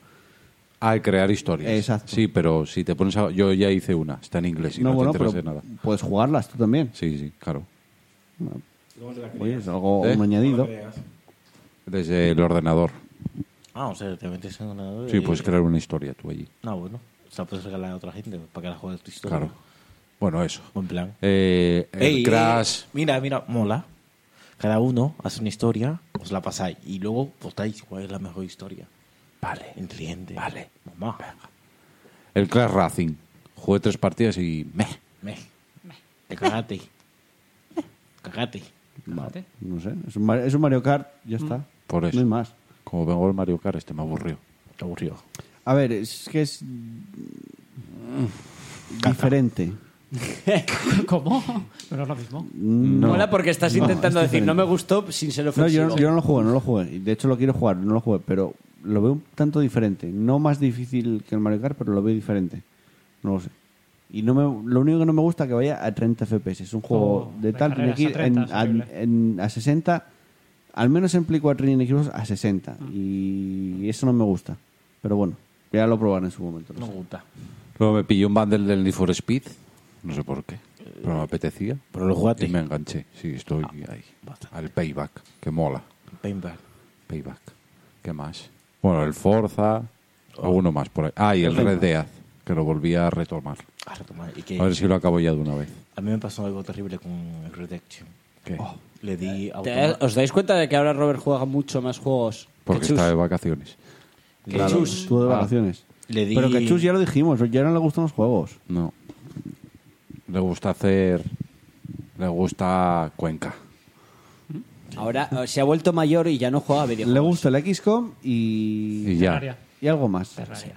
[SPEAKER 7] Al crear historias.
[SPEAKER 2] Exacto.
[SPEAKER 7] Sí, pero si te pones a... Yo ya hice una, está en inglés y no,
[SPEAKER 2] no,
[SPEAKER 7] te
[SPEAKER 2] bueno,
[SPEAKER 7] enteras
[SPEAKER 2] pero
[SPEAKER 7] de nada.
[SPEAKER 2] puedes jugarlas tú también.
[SPEAKER 7] Sí, sí, claro.
[SPEAKER 2] Oye, es algo
[SPEAKER 7] ¿Eh?
[SPEAKER 2] un añadido.
[SPEAKER 7] Desde el ordenador.
[SPEAKER 3] Ah, o sea, te metes en una.
[SPEAKER 7] Sí, pues puedes crear una historia tú allí.
[SPEAKER 3] No, bueno. O sea, puedes regalar a otra gente para que la juegue tu historia.
[SPEAKER 7] Claro. Bueno, eso.
[SPEAKER 3] Buen plan.
[SPEAKER 7] Eh, el
[SPEAKER 3] Ey,
[SPEAKER 7] Crash...
[SPEAKER 3] ey, mira, mira, mola. Cada uno hace una historia, os la pasáis y luego votáis cuál es la mejor historia. Vale. Entiende. Vale. Mamá.
[SPEAKER 7] El Crash Racing. Jugué tres partidas y... meh.
[SPEAKER 3] Me. Te cagaste. cagaste.
[SPEAKER 8] Fíjate.
[SPEAKER 2] No sé, es un, Mar- es un Mario Kart, ya está.
[SPEAKER 7] Mm. Por eso.
[SPEAKER 2] No hay más.
[SPEAKER 7] Como vengo el Mario Kart, este me aburrió.
[SPEAKER 3] Te aburrió.
[SPEAKER 2] A ver, es que es diferente.
[SPEAKER 8] ¿Cómo? Pero es lo mismo.
[SPEAKER 2] No.
[SPEAKER 9] Mola porque estás
[SPEAKER 2] No,
[SPEAKER 9] intentando
[SPEAKER 2] es
[SPEAKER 9] decir,
[SPEAKER 2] diferente.
[SPEAKER 9] no me gustó sin ser
[SPEAKER 2] No,
[SPEAKER 9] ofensivo.
[SPEAKER 2] yo, no- yo no lo juego, no lo jugué. De hecho, lo quiero jugar, no lo jugué, pero lo veo un tanto diferente. No más difícil que el Mario Kart, pero lo veo diferente. No lo sé. Y no me, lo único que no me gusta es que vaya a 30 FPS. Es un juego
[SPEAKER 8] Oh,
[SPEAKER 2] de
[SPEAKER 8] de
[SPEAKER 2] tal. Tiene que ir
[SPEAKER 8] carreras a 30,
[SPEAKER 2] en-
[SPEAKER 8] es
[SPEAKER 2] a, en- a 60. Al menos en Play 4 y en Xbox a 60.
[SPEAKER 8] Ah.
[SPEAKER 2] Y eso no me gusta. Pero bueno, ya lo probaré en su momento. no sé.
[SPEAKER 7] Luego me pillé un bundle del Need for Speed, no sé por qué, pero me apetecía.
[SPEAKER 3] Pero lo jugaste.
[SPEAKER 7] Y me enganché, sí, estoy ahí. Al Payback, que mola.
[SPEAKER 3] Paintball.
[SPEAKER 7] Payback. ¿Qué más? Bueno, el Forza, alguno más por ahí. Ah, y el Red Dead, que lo volví a retomar.
[SPEAKER 3] Ah, retomar. Y que
[SPEAKER 7] A ver si lo acabo ya de una vez.
[SPEAKER 3] a mí me pasó algo terrible con el Redemption. Oh,
[SPEAKER 7] ¿Qué?
[SPEAKER 3] Le di
[SPEAKER 9] Eh, ¿Te-
[SPEAKER 3] automa-
[SPEAKER 9] ¿Os dais cuenta de que ahora Robert juega mucho más juegos? que
[SPEAKER 7] Porque
[SPEAKER 9] Chus?
[SPEAKER 7] está de vacaciones.
[SPEAKER 3] le
[SPEAKER 2] Claro,
[SPEAKER 3] di-
[SPEAKER 2] estuvo de vacaciones.
[SPEAKER 3] le di-
[SPEAKER 2] Pero que Chus ya lo dijimos, ya no le gustan los juegos.
[SPEAKER 7] No. Le gusta hacer... Le gusta Cuenca.
[SPEAKER 9] Ahora eh, se ha vuelto mayor y ya no juega a videojuegos.
[SPEAKER 2] Le gusta el XCOM y,
[SPEAKER 7] Y ya.
[SPEAKER 8] Terraria.
[SPEAKER 2] y algo más.
[SPEAKER 8] Terraria.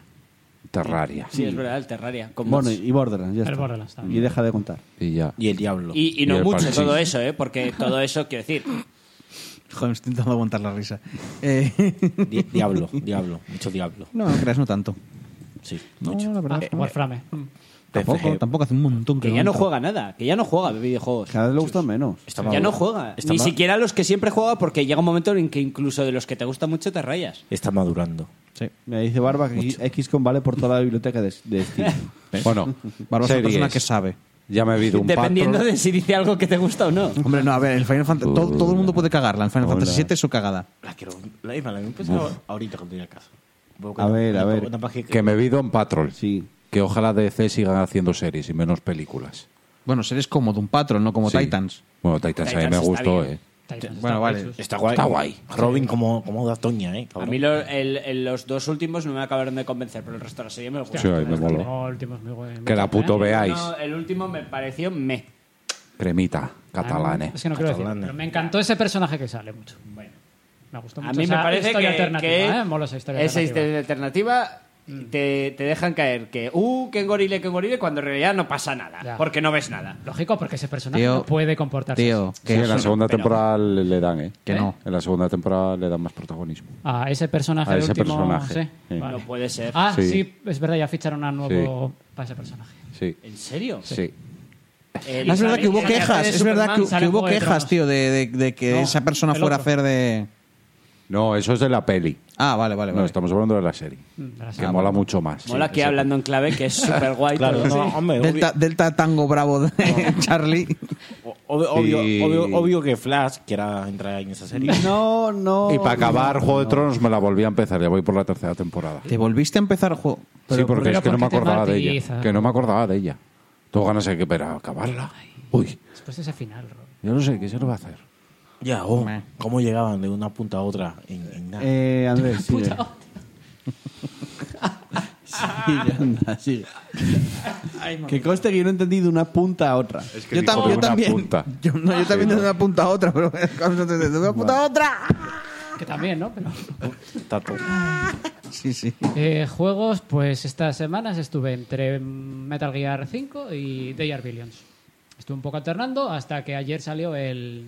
[SPEAKER 7] Terraria.
[SPEAKER 9] Sí, es verdad, el Terraria. con
[SPEAKER 2] Bueno,
[SPEAKER 9] mods.
[SPEAKER 2] y Borderlands, ya
[SPEAKER 8] El
[SPEAKER 2] está.
[SPEAKER 8] Borderlands también.
[SPEAKER 2] y deja de contar.
[SPEAKER 7] Y ya.
[SPEAKER 3] Y el Diablo.
[SPEAKER 9] Y, y
[SPEAKER 7] y
[SPEAKER 9] no
[SPEAKER 7] el
[SPEAKER 9] mucho
[SPEAKER 7] Parchís.
[SPEAKER 9] todo eso, ¿eh? Porque todo eso, quiero decir,
[SPEAKER 6] Joder, me estoy intentando aguantar la risa. Eh,
[SPEAKER 3] Di- Diablo, Diablo, mucho Diablo.
[SPEAKER 6] no, no creas, no tanto.
[SPEAKER 3] Sí,
[SPEAKER 6] No,
[SPEAKER 3] mucho.
[SPEAKER 6] la verdad.
[SPEAKER 8] Ah, Warframe.
[SPEAKER 7] Mm.
[SPEAKER 6] tampoco, tampoco hace un montón que
[SPEAKER 9] que ya no
[SPEAKER 6] entra.
[SPEAKER 9] juega nada, que ya no juega a videojuegos.
[SPEAKER 2] Cada vez le gustan menos.
[SPEAKER 3] Estaba-
[SPEAKER 9] ya no juega.
[SPEAKER 3] Está
[SPEAKER 9] Ni
[SPEAKER 3] mal.
[SPEAKER 9] siquiera los que siempre juega, porque llega un momento en que incluso de los que te gusta mucho te rayas.
[SPEAKER 3] Está madurando.
[SPEAKER 6] Sí.
[SPEAKER 2] Me dice Barba que XCOM vale por toda la biblioteca de, de Steam.
[SPEAKER 7] Bueno,
[SPEAKER 6] Barba es una persona
[SPEAKER 7] series.
[SPEAKER 6] que sabe.
[SPEAKER 7] Ya me he habido un
[SPEAKER 9] Dependiendo
[SPEAKER 7] patrón.
[SPEAKER 9] de si dice algo que te gusta o no.
[SPEAKER 6] Hombre, no, a ver, el Final Fantasy. Todo, todo el mundo puede cagarla. El Final Fantasy VII es su cagada.
[SPEAKER 3] La quiero. La misma, la misma. Pensaba ahorita cuando llegue a casa. Voy
[SPEAKER 2] A ver,
[SPEAKER 3] una-
[SPEAKER 2] a ver.
[SPEAKER 3] una página
[SPEAKER 7] Que me vi Don Patrol.
[SPEAKER 2] Sí.
[SPEAKER 7] Que ojalá DC sigan haciendo series y menos películas.
[SPEAKER 6] Bueno, series como Doom Patrol, no como
[SPEAKER 7] Sí.
[SPEAKER 6] Titans.
[SPEAKER 7] Bueno, Titans, a mí
[SPEAKER 9] Titans
[SPEAKER 7] me
[SPEAKER 9] está
[SPEAKER 7] gustó,
[SPEAKER 9] bien.
[SPEAKER 7] ¿eh?
[SPEAKER 8] Titans,
[SPEAKER 6] Bueno,
[SPEAKER 8] Star
[SPEAKER 6] vale.
[SPEAKER 8] Wars.
[SPEAKER 3] Está guay.
[SPEAKER 7] Está guay.
[SPEAKER 3] Robin como, como da Toña, ¿eh?
[SPEAKER 9] A
[SPEAKER 3] cabrón.
[SPEAKER 9] mí lo- el- el- los dos últimos no me acabaron de convencer, pero el resto de la serie me gusta.
[SPEAKER 7] Sí, a mí me moló.
[SPEAKER 8] No, el último es muy bueno.
[SPEAKER 7] Que la puto veáis.
[SPEAKER 9] No, el último me pareció me.
[SPEAKER 7] Cremita, eh. catalana.
[SPEAKER 8] ¿eh? Ah, Es que no quiero decir,
[SPEAKER 3] Catalane.
[SPEAKER 8] pero me encantó ese personaje que sale mucho. Bueno, me gustó mucho.
[SPEAKER 9] eh. A mí me
[SPEAKER 8] esa
[SPEAKER 9] parece
[SPEAKER 8] historia
[SPEAKER 9] que,
[SPEAKER 8] alternativa,
[SPEAKER 9] que
[SPEAKER 8] ¿eh? Mola esa historia
[SPEAKER 9] esa
[SPEAKER 8] alternativa. Mm.
[SPEAKER 9] historia alternativa te, te dejan caer que, uh, que engorile, que engorile, cuando en realidad no pasa nada,
[SPEAKER 8] Ya.
[SPEAKER 9] porque no ves nada.
[SPEAKER 8] Lógico, porque ese personaje
[SPEAKER 6] Tío,
[SPEAKER 8] no puede comportarse.
[SPEAKER 6] Tío,
[SPEAKER 8] así.
[SPEAKER 7] Sí,
[SPEAKER 6] que
[SPEAKER 7] en la
[SPEAKER 6] eso-
[SPEAKER 7] segunda
[SPEAKER 8] pero-
[SPEAKER 7] temporada le le dan, ¿eh?
[SPEAKER 6] Que no.
[SPEAKER 7] En la segunda temporada le dan más protagonismo.
[SPEAKER 8] A ese personaje,
[SPEAKER 7] A
[SPEAKER 8] el
[SPEAKER 7] ese
[SPEAKER 8] último,
[SPEAKER 7] personaje,
[SPEAKER 8] sí,
[SPEAKER 7] sí.
[SPEAKER 8] vale.
[SPEAKER 9] No puede ser.
[SPEAKER 8] Ah,
[SPEAKER 7] Sí.
[SPEAKER 8] sí. es verdad, ya ficharon a nuevo para ese personaje.
[SPEAKER 7] Sí.
[SPEAKER 9] ¿En serio? Eh,
[SPEAKER 7] Sí.
[SPEAKER 9] El-
[SPEAKER 6] Ah, es verdad que hubo
[SPEAKER 8] Sale-
[SPEAKER 6] quejas,
[SPEAKER 8] sale
[SPEAKER 6] es verdad que,
[SPEAKER 8] Superman, sale
[SPEAKER 6] que hubo
[SPEAKER 8] Juego de
[SPEAKER 6] quejas,
[SPEAKER 8] Tronos.
[SPEAKER 6] tío, de, de- de que
[SPEAKER 8] No,
[SPEAKER 6] esa persona
[SPEAKER 8] el
[SPEAKER 6] fuera a
[SPEAKER 8] otro.
[SPEAKER 6] hacer de...
[SPEAKER 7] No, eso es de la peli.
[SPEAKER 6] Ah, vale, vale,
[SPEAKER 7] No,
[SPEAKER 6] vale.
[SPEAKER 7] estamos hablando de la serie.
[SPEAKER 8] de la
[SPEAKER 7] Que
[SPEAKER 8] serie.
[SPEAKER 7] mola mucho más.
[SPEAKER 9] Mola que hablando en clave, que es súper guay.
[SPEAKER 3] Claro, no, hombre, obvio,
[SPEAKER 6] Delta, Delta Tango Bravo de Charlie.
[SPEAKER 3] obvio, obvio,
[SPEAKER 7] Sí.
[SPEAKER 3] obvio- obvio que Flash quiera entrar en esa serie.
[SPEAKER 2] No, no.
[SPEAKER 7] Y para acabar Juego de Tronos me la volví a empezar. Ya voy por la tercera temporada.
[SPEAKER 6] ¿Te volviste a empezar el juego?
[SPEAKER 7] sí, porque
[SPEAKER 8] pero
[SPEAKER 7] es que no
[SPEAKER 8] ¿por
[SPEAKER 7] me
[SPEAKER 8] qué te
[SPEAKER 7] acordaba de ella.
[SPEAKER 8] martirizas?
[SPEAKER 7] Que no me acordaba de ella. Tengo ganas de que para acabarla. Uy,
[SPEAKER 8] Después de ese final, Rob.
[SPEAKER 7] yo no sé qué se lo va a hacer.
[SPEAKER 3] Ya, oh, cómo llegaban de una punta a otra en, en nada.
[SPEAKER 2] Eh, Andrés, sigue. Sigue, anda, sigue. que conste que yo no he entendido una punta a otra.
[SPEAKER 6] Yo, tam- yo también. Yo, no, yo también de una punta a otra, pero de una punta a otra.
[SPEAKER 8] Que también, ¿no? Pero,
[SPEAKER 3] Tato.
[SPEAKER 6] Sí, sí.
[SPEAKER 8] eh, juegos, pues estas semanas estuve entre mm, Metal Gear 5 y They Are Billions. Estuve un poco alternando hasta que ayer salió el,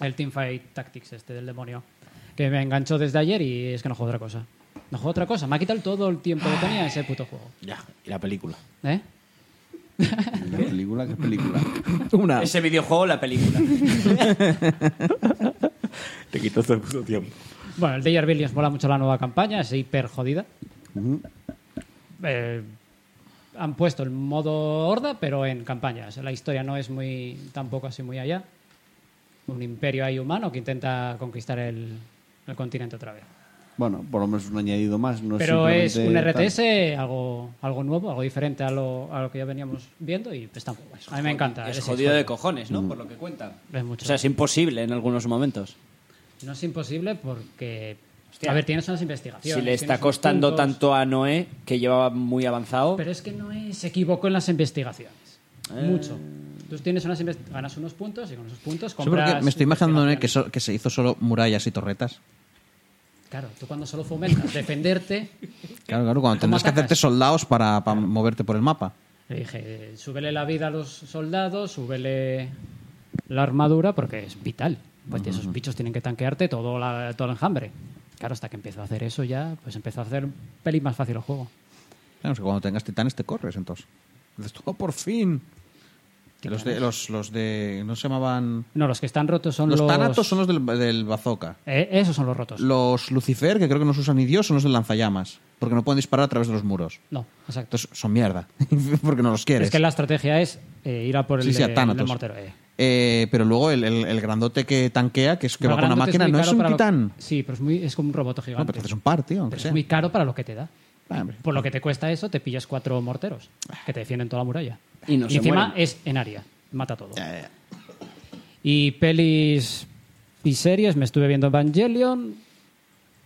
[SPEAKER 8] el Teamfight Tactics este del demonio. Que me enganchó desde ayer y es que no juego otra cosa. No juego otra cosa. Me ha quitado todo el tiempo que tenía ese puto juego.
[SPEAKER 3] Ya, y la película.
[SPEAKER 8] ¿Eh?
[SPEAKER 2] ¿Qué película? ¿Qué película?
[SPEAKER 6] Una.
[SPEAKER 9] Ese videojuego, la película.
[SPEAKER 3] Te quitas el puto tiempo.
[SPEAKER 8] Bueno, el Day of Billions mola mucho la nueva campaña, es hiper jodida. Eh, han puesto el modo horda, pero en campañas. La historia no es muy tampoco así muy allá. Un imperio ahí humano que intenta conquistar el, el continente otra vez.
[SPEAKER 2] Bueno, por lo menos un añadido más. No
[SPEAKER 8] pero es un
[SPEAKER 2] simplemente
[SPEAKER 8] RTS, algo, algo nuevo, algo diferente a lo, a lo que ya veníamos viendo y está muy guay. A mí me encanta.
[SPEAKER 9] Es
[SPEAKER 8] ese Mm.
[SPEAKER 9] jodido
[SPEAKER 8] juego.
[SPEAKER 9] de cojones, ¿no? Por lo que cuentan.
[SPEAKER 8] Es mucho.
[SPEAKER 9] O sea, es imposible en algunos momentos.
[SPEAKER 8] no es imposible porque...
[SPEAKER 9] Hostia.
[SPEAKER 8] a ver, tienes unas
[SPEAKER 9] Si
[SPEAKER 8] investigaciones.
[SPEAKER 9] le está
[SPEAKER 8] tienes unos
[SPEAKER 9] costando
[SPEAKER 8] puntos.
[SPEAKER 9] tanto a Noé, que llevaba muy avanzado.
[SPEAKER 8] Pero es que no es- se equivocó en las investigaciones.
[SPEAKER 6] Eh.
[SPEAKER 8] Mucho. Tú tienes unas invest- ganas unos puntos y con esos puntos
[SPEAKER 6] Yo creo
[SPEAKER 8] compras.
[SPEAKER 6] que me estoy imaginando ¿eh? que,
[SPEAKER 8] investigaciones.
[SPEAKER 6] so- que se hizo solo murallas y torretas.
[SPEAKER 8] Claro, tú cuando solo fomentas defenderte,
[SPEAKER 6] Claro, claro, cuando tendrás que
[SPEAKER 8] atacas?
[SPEAKER 6] hacerte soldados para, para moverte por el mapa.
[SPEAKER 8] le dije, súbele la vida a los soldados, súbele la armadura, porque es vital. Pues esos bichos tienen que tanquearte todo, la- todo el enjambre. Claro, hasta que empezó a hacer eso ya, pues empezó a hacer un pelín más fácil el juego.
[SPEAKER 6] Claro, es que cuando tengas titanes te corres, entonces. Dices, "Oh, por fin. Que Los de, los, los de. No se llamaban.
[SPEAKER 8] No, los que están rotos son
[SPEAKER 6] Los,
[SPEAKER 8] los.
[SPEAKER 6] Thanatos son los del, del bazooka.
[SPEAKER 8] Eh, esos son los rotos.
[SPEAKER 6] Los Lucifer, que creo que no se usan ni Dios, son los del lanzallamas. Porque no pueden disparar a través de los muros.
[SPEAKER 8] No, exacto.
[SPEAKER 6] Entonces son mierda. porque no los quieres.
[SPEAKER 8] Es que la estrategia es eh, ir a por el,
[SPEAKER 6] Sí, sí, a
[SPEAKER 8] de-
[SPEAKER 6] Thanatos.
[SPEAKER 8] del mortero. eh.
[SPEAKER 6] Eh, pero luego el, el- el grandote que tanquea, que es que
[SPEAKER 8] Lo
[SPEAKER 6] va con una
[SPEAKER 8] grandote es
[SPEAKER 6] máquina,
[SPEAKER 8] muy
[SPEAKER 6] no es
[SPEAKER 8] caro
[SPEAKER 6] un
[SPEAKER 8] para lo-
[SPEAKER 6] titán.
[SPEAKER 8] Sí, pero es, muy, es como un robot gigante.
[SPEAKER 6] No, pero es un par, tío. aunque
[SPEAKER 8] Pero
[SPEAKER 6] sea.
[SPEAKER 8] es muy caro para lo que te da.
[SPEAKER 6] Ah, hombre.
[SPEAKER 8] Por lo que te cuesta eso, te pillas cuatro morteros que te defienden toda la muralla.
[SPEAKER 9] Y no se
[SPEAKER 8] encima
[SPEAKER 9] mueren.
[SPEAKER 8] es en área. Mata todo. Y pelis y series, me estuve viendo Evangelion,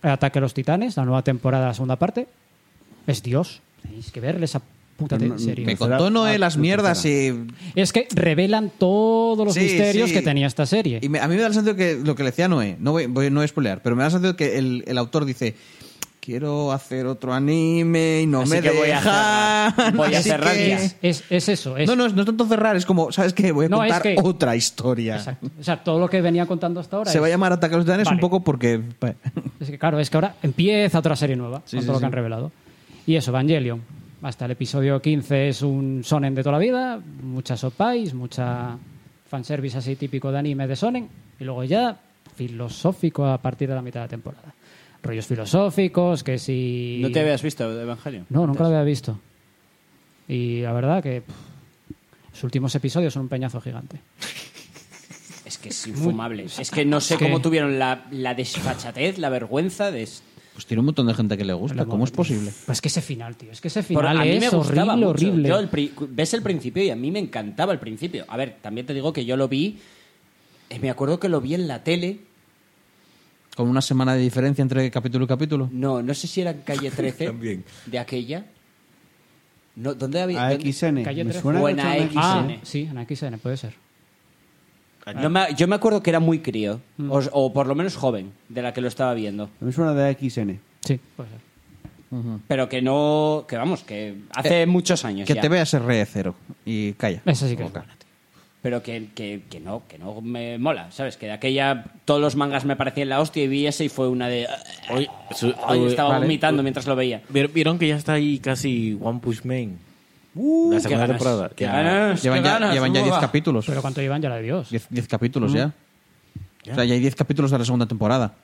[SPEAKER 8] Ataque a los Titanes, la nueva temporada, segunda parte. Es Dios. Tenéis que ver esa puta te- serie.
[SPEAKER 6] Me contó Noé las mierdas y,
[SPEAKER 8] Es que revelan todos los
[SPEAKER 6] Sí,
[SPEAKER 8] misterios
[SPEAKER 6] sí.
[SPEAKER 8] que tenía esta serie.
[SPEAKER 6] y me- a mí me da el sentido que lo que le decía Noé, no voy, voy- no voy a spoilear, pero me da el sentido que el, el autor dice quiero hacer otro anime y no
[SPEAKER 9] Así
[SPEAKER 6] me
[SPEAKER 9] que voy a
[SPEAKER 6] dejan,
[SPEAKER 9] cerrar. Voy a
[SPEAKER 6] así
[SPEAKER 9] cerrar
[SPEAKER 6] que-
[SPEAKER 9] ya.
[SPEAKER 8] Es, es eso. Es,
[SPEAKER 6] No, no, es- no es tanto cerrar, es como, ¿sabes qué? Voy a
[SPEAKER 8] No, es
[SPEAKER 6] contar
[SPEAKER 8] que-
[SPEAKER 6] otra historia.
[SPEAKER 8] Exacto. O sea, todo lo que venía contando hasta ahora
[SPEAKER 6] Se
[SPEAKER 8] es-
[SPEAKER 6] va a llamar Ataque a los Titanes
[SPEAKER 8] Vale.
[SPEAKER 6] un poco porque...
[SPEAKER 8] Es que claro, es que ahora empieza otra serie nueva con todo lo que han revelado. Y eso, Evangelion. Hasta el episodio 15 es un sonen de toda la vida, muchas opais, mucha fanservice así típico de anime de sonen, y luego ya filosófico a partir de la mitad de la temporada. Rollos filosóficos, que si...
[SPEAKER 9] ¿No te habías visto Evangelio?
[SPEAKER 8] No, nunca lo había visto. Y la verdad que pff, los últimos episodios son un peñazo gigante.
[SPEAKER 9] Es que es infumable. Es que no sé
[SPEAKER 8] Es que-
[SPEAKER 9] cómo tuvieron la, la desfachatez, la vergüenza de...
[SPEAKER 6] Pues tiene un montón de gente que le gusta,
[SPEAKER 8] La
[SPEAKER 6] ¿cómo es
[SPEAKER 8] moda, tío.
[SPEAKER 6] posible?
[SPEAKER 8] Pues es que ese final, tío, es que ese
[SPEAKER 9] Por-
[SPEAKER 8] final
[SPEAKER 9] a mí
[SPEAKER 8] es
[SPEAKER 9] me gustaba
[SPEAKER 8] horrible,
[SPEAKER 9] mucho.
[SPEAKER 8] horrible.
[SPEAKER 9] Yo el pri- ves el principio y a mí me encantaba el principio. A ver, también te digo que yo lo vi... eh, Me acuerdo que lo vi en la tele.
[SPEAKER 6] Con una semana de diferencia entre capítulo y capítulo.
[SPEAKER 9] No, no sé si era en Calle 13 de aquella. No, ¿Dónde había? dónde-
[SPEAKER 2] AXN.
[SPEAKER 8] Calle
[SPEAKER 2] Me
[SPEAKER 8] trece.
[SPEAKER 2] suena
[SPEAKER 9] Buena
[SPEAKER 2] mucho a
[SPEAKER 9] X.
[SPEAKER 8] Ah,
[SPEAKER 9] XN.
[SPEAKER 8] sí, en XN puede ser.
[SPEAKER 3] Ah,
[SPEAKER 9] No me- yo me acuerdo que era muy crío,
[SPEAKER 3] Mm.
[SPEAKER 9] o, o por lo menos joven, de la que lo estaba viendo.
[SPEAKER 2] Me suena de AXN.
[SPEAKER 8] Sí, puede ser.
[SPEAKER 3] Mm.
[SPEAKER 9] Pero que no. Que vamos, que hace muchos años.
[SPEAKER 6] Eh, Que
[SPEAKER 9] ya.
[SPEAKER 6] te veas RE0 y calla.
[SPEAKER 8] Esa sí que
[SPEAKER 6] la
[SPEAKER 8] es
[SPEAKER 6] boca.
[SPEAKER 8] buena,
[SPEAKER 9] Pero que, que- que no, que no me mola, ¿sabes? Que de aquella. Todos los mangas me parecían la hostia y vi ese y fue una de.
[SPEAKER 3] Oye, su-
[SPEAKER 9] Ay,
[SPEAKER 3] oye,
[SPEAKER 9] estaba
[SPEAKER 3] vale.
[SPEAKER 9] vomitando mientras lo veía.
[SPEAKER 3] Ver- Vieron que ya está ahí casi One Push Man. la
[SPEAKER 9] Uh, qué
[SPEAKER 3] segunda
[SPEAKER 9] ganas,
[SPEAKER 3] temporada.
[SPEAKER 9] qué
[SPEAKER 3] Ya.
[SPEAKER 9] ganas,
[SPEAKER 6] Llevan
[SPEAKER 9] qué
[SPEAKER 6] ya,
[SPEAKER 9] ganas,
[SPEAKER 6] llevan ya 10
[SPEAKER 9] uah.
[SPEAKER 6] capítulos.
[SPEAKER 8] Pero cuánto llevan ya la de Dios.
[SPEAKER 6] 10 10 capítulos ya. O sea, ya hay 10 capítulos de la segunda temporada.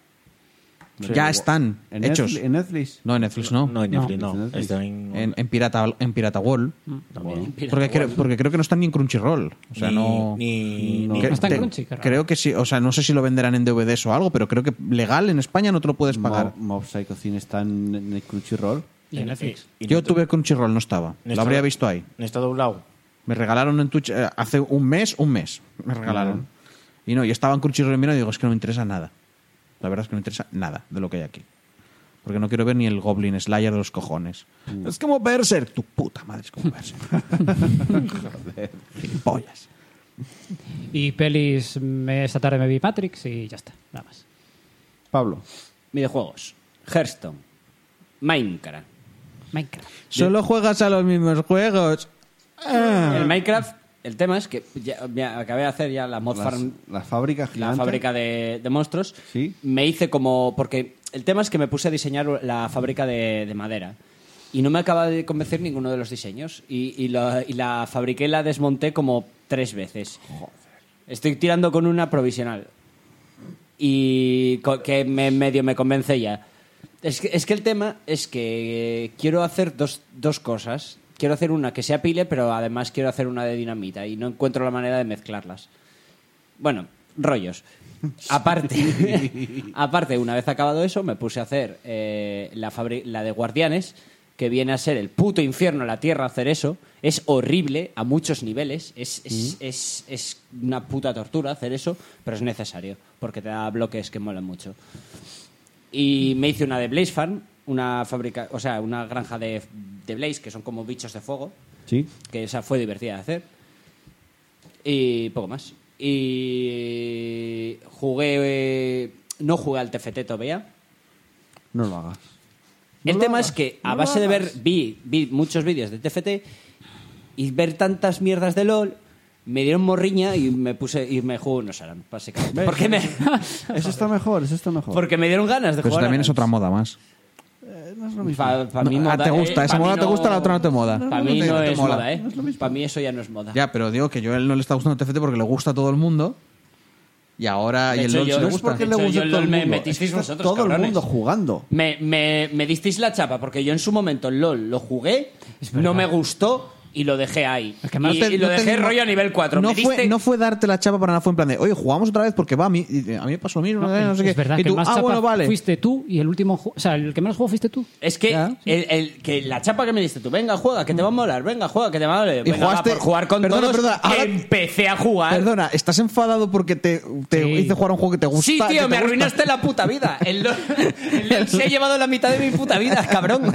[SPEAKER 6] ya están
[SPEAKER 2] En
[SPEAKER 6] hechos.
[SPEAKER 2] Netflix- en Netflix.
[SPEAKER 6] No, en Netflix no.
[SPEAKER 3] No, en
[SPEAKER 8] No.
[SPEAKER 3] Netflix no.
[SPEAKER 2] Netflix.
[SPEAKER 3] Está en,
[SPEAKER 6] en, en Pirata, en Pirata World.
[SPEAKER 8] Mm.
[SPEAKER 9] También.
[SPEAKER 6] Porque creo, porque creo que no están ni en Crunchyroll. O sea,
[SPEAKER 3] ni-
[SPEAKER 6] no.
[SPEAKER 3] ni-
[SPEAKER 2] no.
[SPEAKER 3] ni-
[SPEAKER 6] Cre-
[SPEAKER 8] No está en
[SPEAKER 6] te-
[SPEAKER 8] Crunchy, qué raro.
[SPEAKER 6] Creo que sí. O sea, no sé si lo venderán en DVDs o algo, pero creo que legal en España no te lo puedes pagar.
[SPEAKER 2] Mob, Mob Psycho Cine está en, en el Crunchyroll.
[SPEAKER 8] Y en Netflix.
[SPEAKER 3] y
[SPEAKER 6] Yo
[SPEAKER 3] no-
[SPEAKER 6] tuve Crunchyroll, no estaba.
[SPEAKER 3] no
[SPEAKER 6] lo
[SPEAKER 3] está-
[SPEAKER 6] habría visto ahí.
[SPEAKER 3] No está doblado.
[SPEAKER 6] Me regalaron en Twitch eh, hace un mes, un mes. Me regalaron. Y no, yo estaba en Crunchyroll y mira, digo, es que no me interesa nada. La verdad es que no me interesa nada de lo que hay aquí. Porque no quiero ver ni el Goblin Slayer de los cojones. Es como Berserk. Tu puta madre, es como Berserk. Pollas. eh.
[SPEAKER 8] Y pelis, me- esta tarde me vi Matrix y ya está, nada más.
[SPEAKER 2] Pablo.
[SPEAKER 9] Videojuegos. Hearthstone. Minecraft.
[SPEAKER 8] Minecraft.
[SPEAKER 6] Solo juegas a los mismos juegos.
[SPEAKER 9] El Minecraft, el tema es que ya, me acabé de hacer ya la mod
[SPEAKER 2] Las,
[SPEAKER 9] farm,
[SPEAKER 2] la fábrica
[SPEAKER 9] la
[SPEAKER 2] gigante.
[SPEAKER 9] fábrica de, de monstruos.
[SPEAKER 2] Sí.
[SPEAKER 9] Me hice como. Porque el tema es que me puse a diseñar la fábrica de, de madera. Y no me acaba de convencer ninguno de los diseños. Y, y la, y la fabriqué, la desmonté como tres veces. Estoy tirando con una provisional. Y co- que me, medio me convence ya. Es que, es que el tema es que eh, quiero hacer dos, dos cosas. Quiero hacer una que sea pile, pero además quiero hacer una de dinamita. Y no encuentro la manera de mezclarlas. Bueno, rollos. Aparte, aparte, una vez acabado eso, me puse a hacer eh, la, fabri- la de Guardianes, que viene a ser el puto infierno en la Tierra hacer eso. Es horrible a muchos niveles, es, es, es- es una puta tortura hacer eso, pero es necesario, porque te da bloques que molan mucho. Y me hice una de Blaze Farm, una fábrica, o sea, una granja de, de Blaze, que son como bichos de fuego,
[SPEAKER 2] Sí.
[SPEAKER 9] que esa fue divertida de hacer. Y poco más. Y jugué. eh, no jugué al TFT todavía.
[SPEAKER 2] No lo hagas.
[SPEAKER 9] El tema es que a base de ver. Vi, vi muchos vídeos de TFT y ver tantas mierdas de LOL. Me dieron morriña y me puse y me jugué unos Aran, básicamente. Porque me,
[SPEAKER 2] Eso está mejor, eso está mejor.
[SPEAKER 9] porque me dieron ganas de
[SPEAKER 6] Pero eso
[SPEAKER 9] jugar.
[SPEAKER 6] también es
[SPEAKER 9] Aran.
[SPEAKER 6] otra moda más.
[SPEAKER 2] no es lo mismo.
[SPEAKER 9] Para mí
[SPEAKER 6] Ah,
[SPEAKER 9] moda,
[SPEAKER 6] te gusta,
[SPEAKER 9] eh,
[SPEAKER 6] esa
[SPEAKER 9] pa'
[SPEAKER 6] moda
[SPEAKER 9] mí
[SPEAKER 6] te gusta,
[SPEAKER 9] no-
[SPEAKER 6] la otra no te moda.
[SPEAKER 9] Para mí no
[SPEAKER 6] te
[SPEAKER 9] es
[SPEAKER 6] mola.
[SPEAKER 9] moda, ¿eh? Para mí eso ya no es moda.
[SPEAKER 6] Ya, pero digo que yo a él no le está gustando TFT porque le gusta a todo el mundo. Y ahora.
[SPEAKER 9] De
[SPEAKER 6] y el
[SPEAKER 9] hecho,
[SPEAKER 6] LOL
[SPEAKER 9] yo-
[SPEAKER 6] sí le
[SPEAKER 9] no es
[SPEAKER 6] gusta.
[SPEAKER 9] porque le- Yo- yo
[SPEAKER 2] gusta a todo el
[SPEAKER 9] me
[SPEAKER 2] mundo.
[SPEAKER 9] metisteis
[SPEAKER 2] Es que está
[SPEAKER 9] vosotros,
[SPEAKER 2] Todo el
[SPEAKER 9] cabrones.
[SPEAKER 2] mundo jugando.
[SPEAKER 9] Me, me, me disteis la chapa porque yo en su momento el LOL lo jugué, no me gustó y lo dejé ahí.
[SPEAKER 8] Es que
[SPEAKER 9] y,
[SPEAKER 8] no
[SPEAKER 6] te-
[SPEAKER 9] y lo
[SPEAKER 6] no te-
[SPEAKER 9] dejé rollo a nivel 4.
[SPEAKER 6] No
[SPEAKER 9] me diste...
[SPEAKER 6] fue, no fue darte la chapa para nada, fue en plan de, oye, jugamos otra vez porque va a mí, y a mí me pasó lo mismo, no,
[SPEAKER 8] No,
[SPEAKER 6] sé
[SPEAKER 8] es
[SPEAKER 6] qué.
[SPEAKER 8] verdad
[SPEAKER 6] y
[SPEAKER 8] que
[SPEAKER 6] tú,
[SPEAKER 8] más
[SPEAKER 6] ah,
[SPEAKER 8] chapa
[SPEAKER 6] bueno, vale.
[SPEAKER 8] fuiste tú y el último ju- o sea, el que menos jugó fuiste tú.
[SPEAKER 9] Es que,
[SPEAKER 6] Ya.
[SPEAKER 9] el, el- que la chapa que me diste tú, venga, juega, que te va a molar, venga, juega, que te va a molar.
[SPEAKER 6] Y
[SPEAKER 9] Venga, va,
[SPEAKER 6] jugaste-
[SPEAKER 9] por jugar con
[SPEAKER 6] perdona,
[SPEAKER 9] todos,
[SPEAKER 6] perdona, ahora-
[SPEAKER 9] empecé a jugar.
[SPEAKER 6] Perdona, ¿estás enfadado porque te, te
[SPEAKER 8] Sí.
[SPEAKER 6] hice jugar a un juego que te gusta?
[SPEAKER 9] sí,
[SPEAKER 6] que te
[SPEAKER 9] tío, me
[SPEAKER 6] gusta?
[SPEAKER 9] arruinaste la puta vida. El LOL, el LOL se ha llevado la mitad de mi puta vida, cabrón.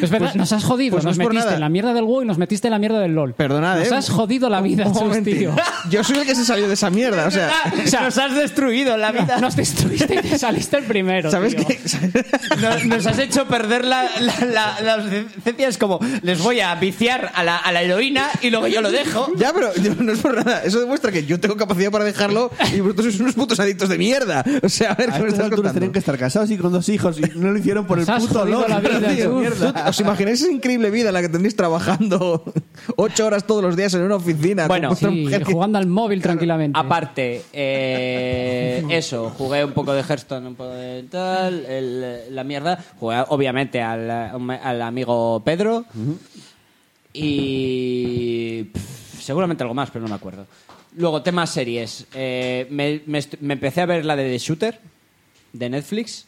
[SPEAKER 8] Es verdad, nos has jodido,
[SPEAKER 6] pues no
[SPEAKER 8] nos
[SPEAKER 6] es por
[SPEAKER 8] metiste
[SPEAKER 6] nada.
[SPEAKER 8] en la mierda del WoW y nos metiste en la mierda del LOL.
[SPEAKER 6] Perdonad,
[SPEAKER 8] Nos
[SPEAKER 6] eh.
[SPEAKER 8] has jodido la vida,
[SPEAKER 6] Un
[SPEAKER 8] Chus,
[SPEAKER 6] momentito.
[SPEAKER 8] tío.
[SPEAKER 6] Yo soy el que se salió de esa mierda, o sea.
[SPEAKER 9] Nos has destruido la vida.
[SPEAKER 8] Nos destruiste y te saliste el primero.
[SPEAKER 6] ¿Sabes
[SPEAKER 8] tío.
[SPEAKER 6] qué?
[SPEAKER 9] Nos, nos has hecho perder la, la- la- las decencias como les voy a viciar a la, a la heroína y luego yo lo dejo.
[SPEAKER 6] Ya, pero yo- no es por nada. Eso demuestra que yo tengo capacidad para dejarlo y vosotros sois unos putos adictos de mierda. O sea, a ver,
[SPEAKER 2] A
[SPEAKER 6] ¿qué
[SPEAKER 2] estas
[SPEAKER 6] me estás
[SPEAKER 2] alturas
[SPEAKER 6] contando?
[SPEAKER 2] tenían que estar casados y con dos hijos y no lo hicieron por el
[SPEAKER 8] Nos has
[SPEAKER 2] puto
[SPEAKER 8] jodido
[SPEAKER 2] LOL.
[SPEAKER 8] la vida,
[SPEAKER 2] tío,
[SPEAKER 8] tú.
[SPEAKER 2] mierda.
[SPEAKER 6] ¿Os imagináis esa increíble vida la que tendréis trabajando ocho horas todos los días en una oficina? con
[SPEAKER 9] Bueno,
[SPEAKER 6] vuestra
[SPEAKER 8] Sí,
[SPEAKER 6] mujer que-
[SPEAKER 8] jugando al móvil tranquilamente.
[SPEAKER 9] Aparte, eh, eso, jugué un poco de Hearthstone, un poco de tal, el- la mierda. Jugué, obviamente, al, um, al amigo Pedro. Y. pff, seguramente algo más, pero no me acuerdo. Luego, temas series. Eh, me, me est- me empecé a ver la de The Shooter, de Netflix.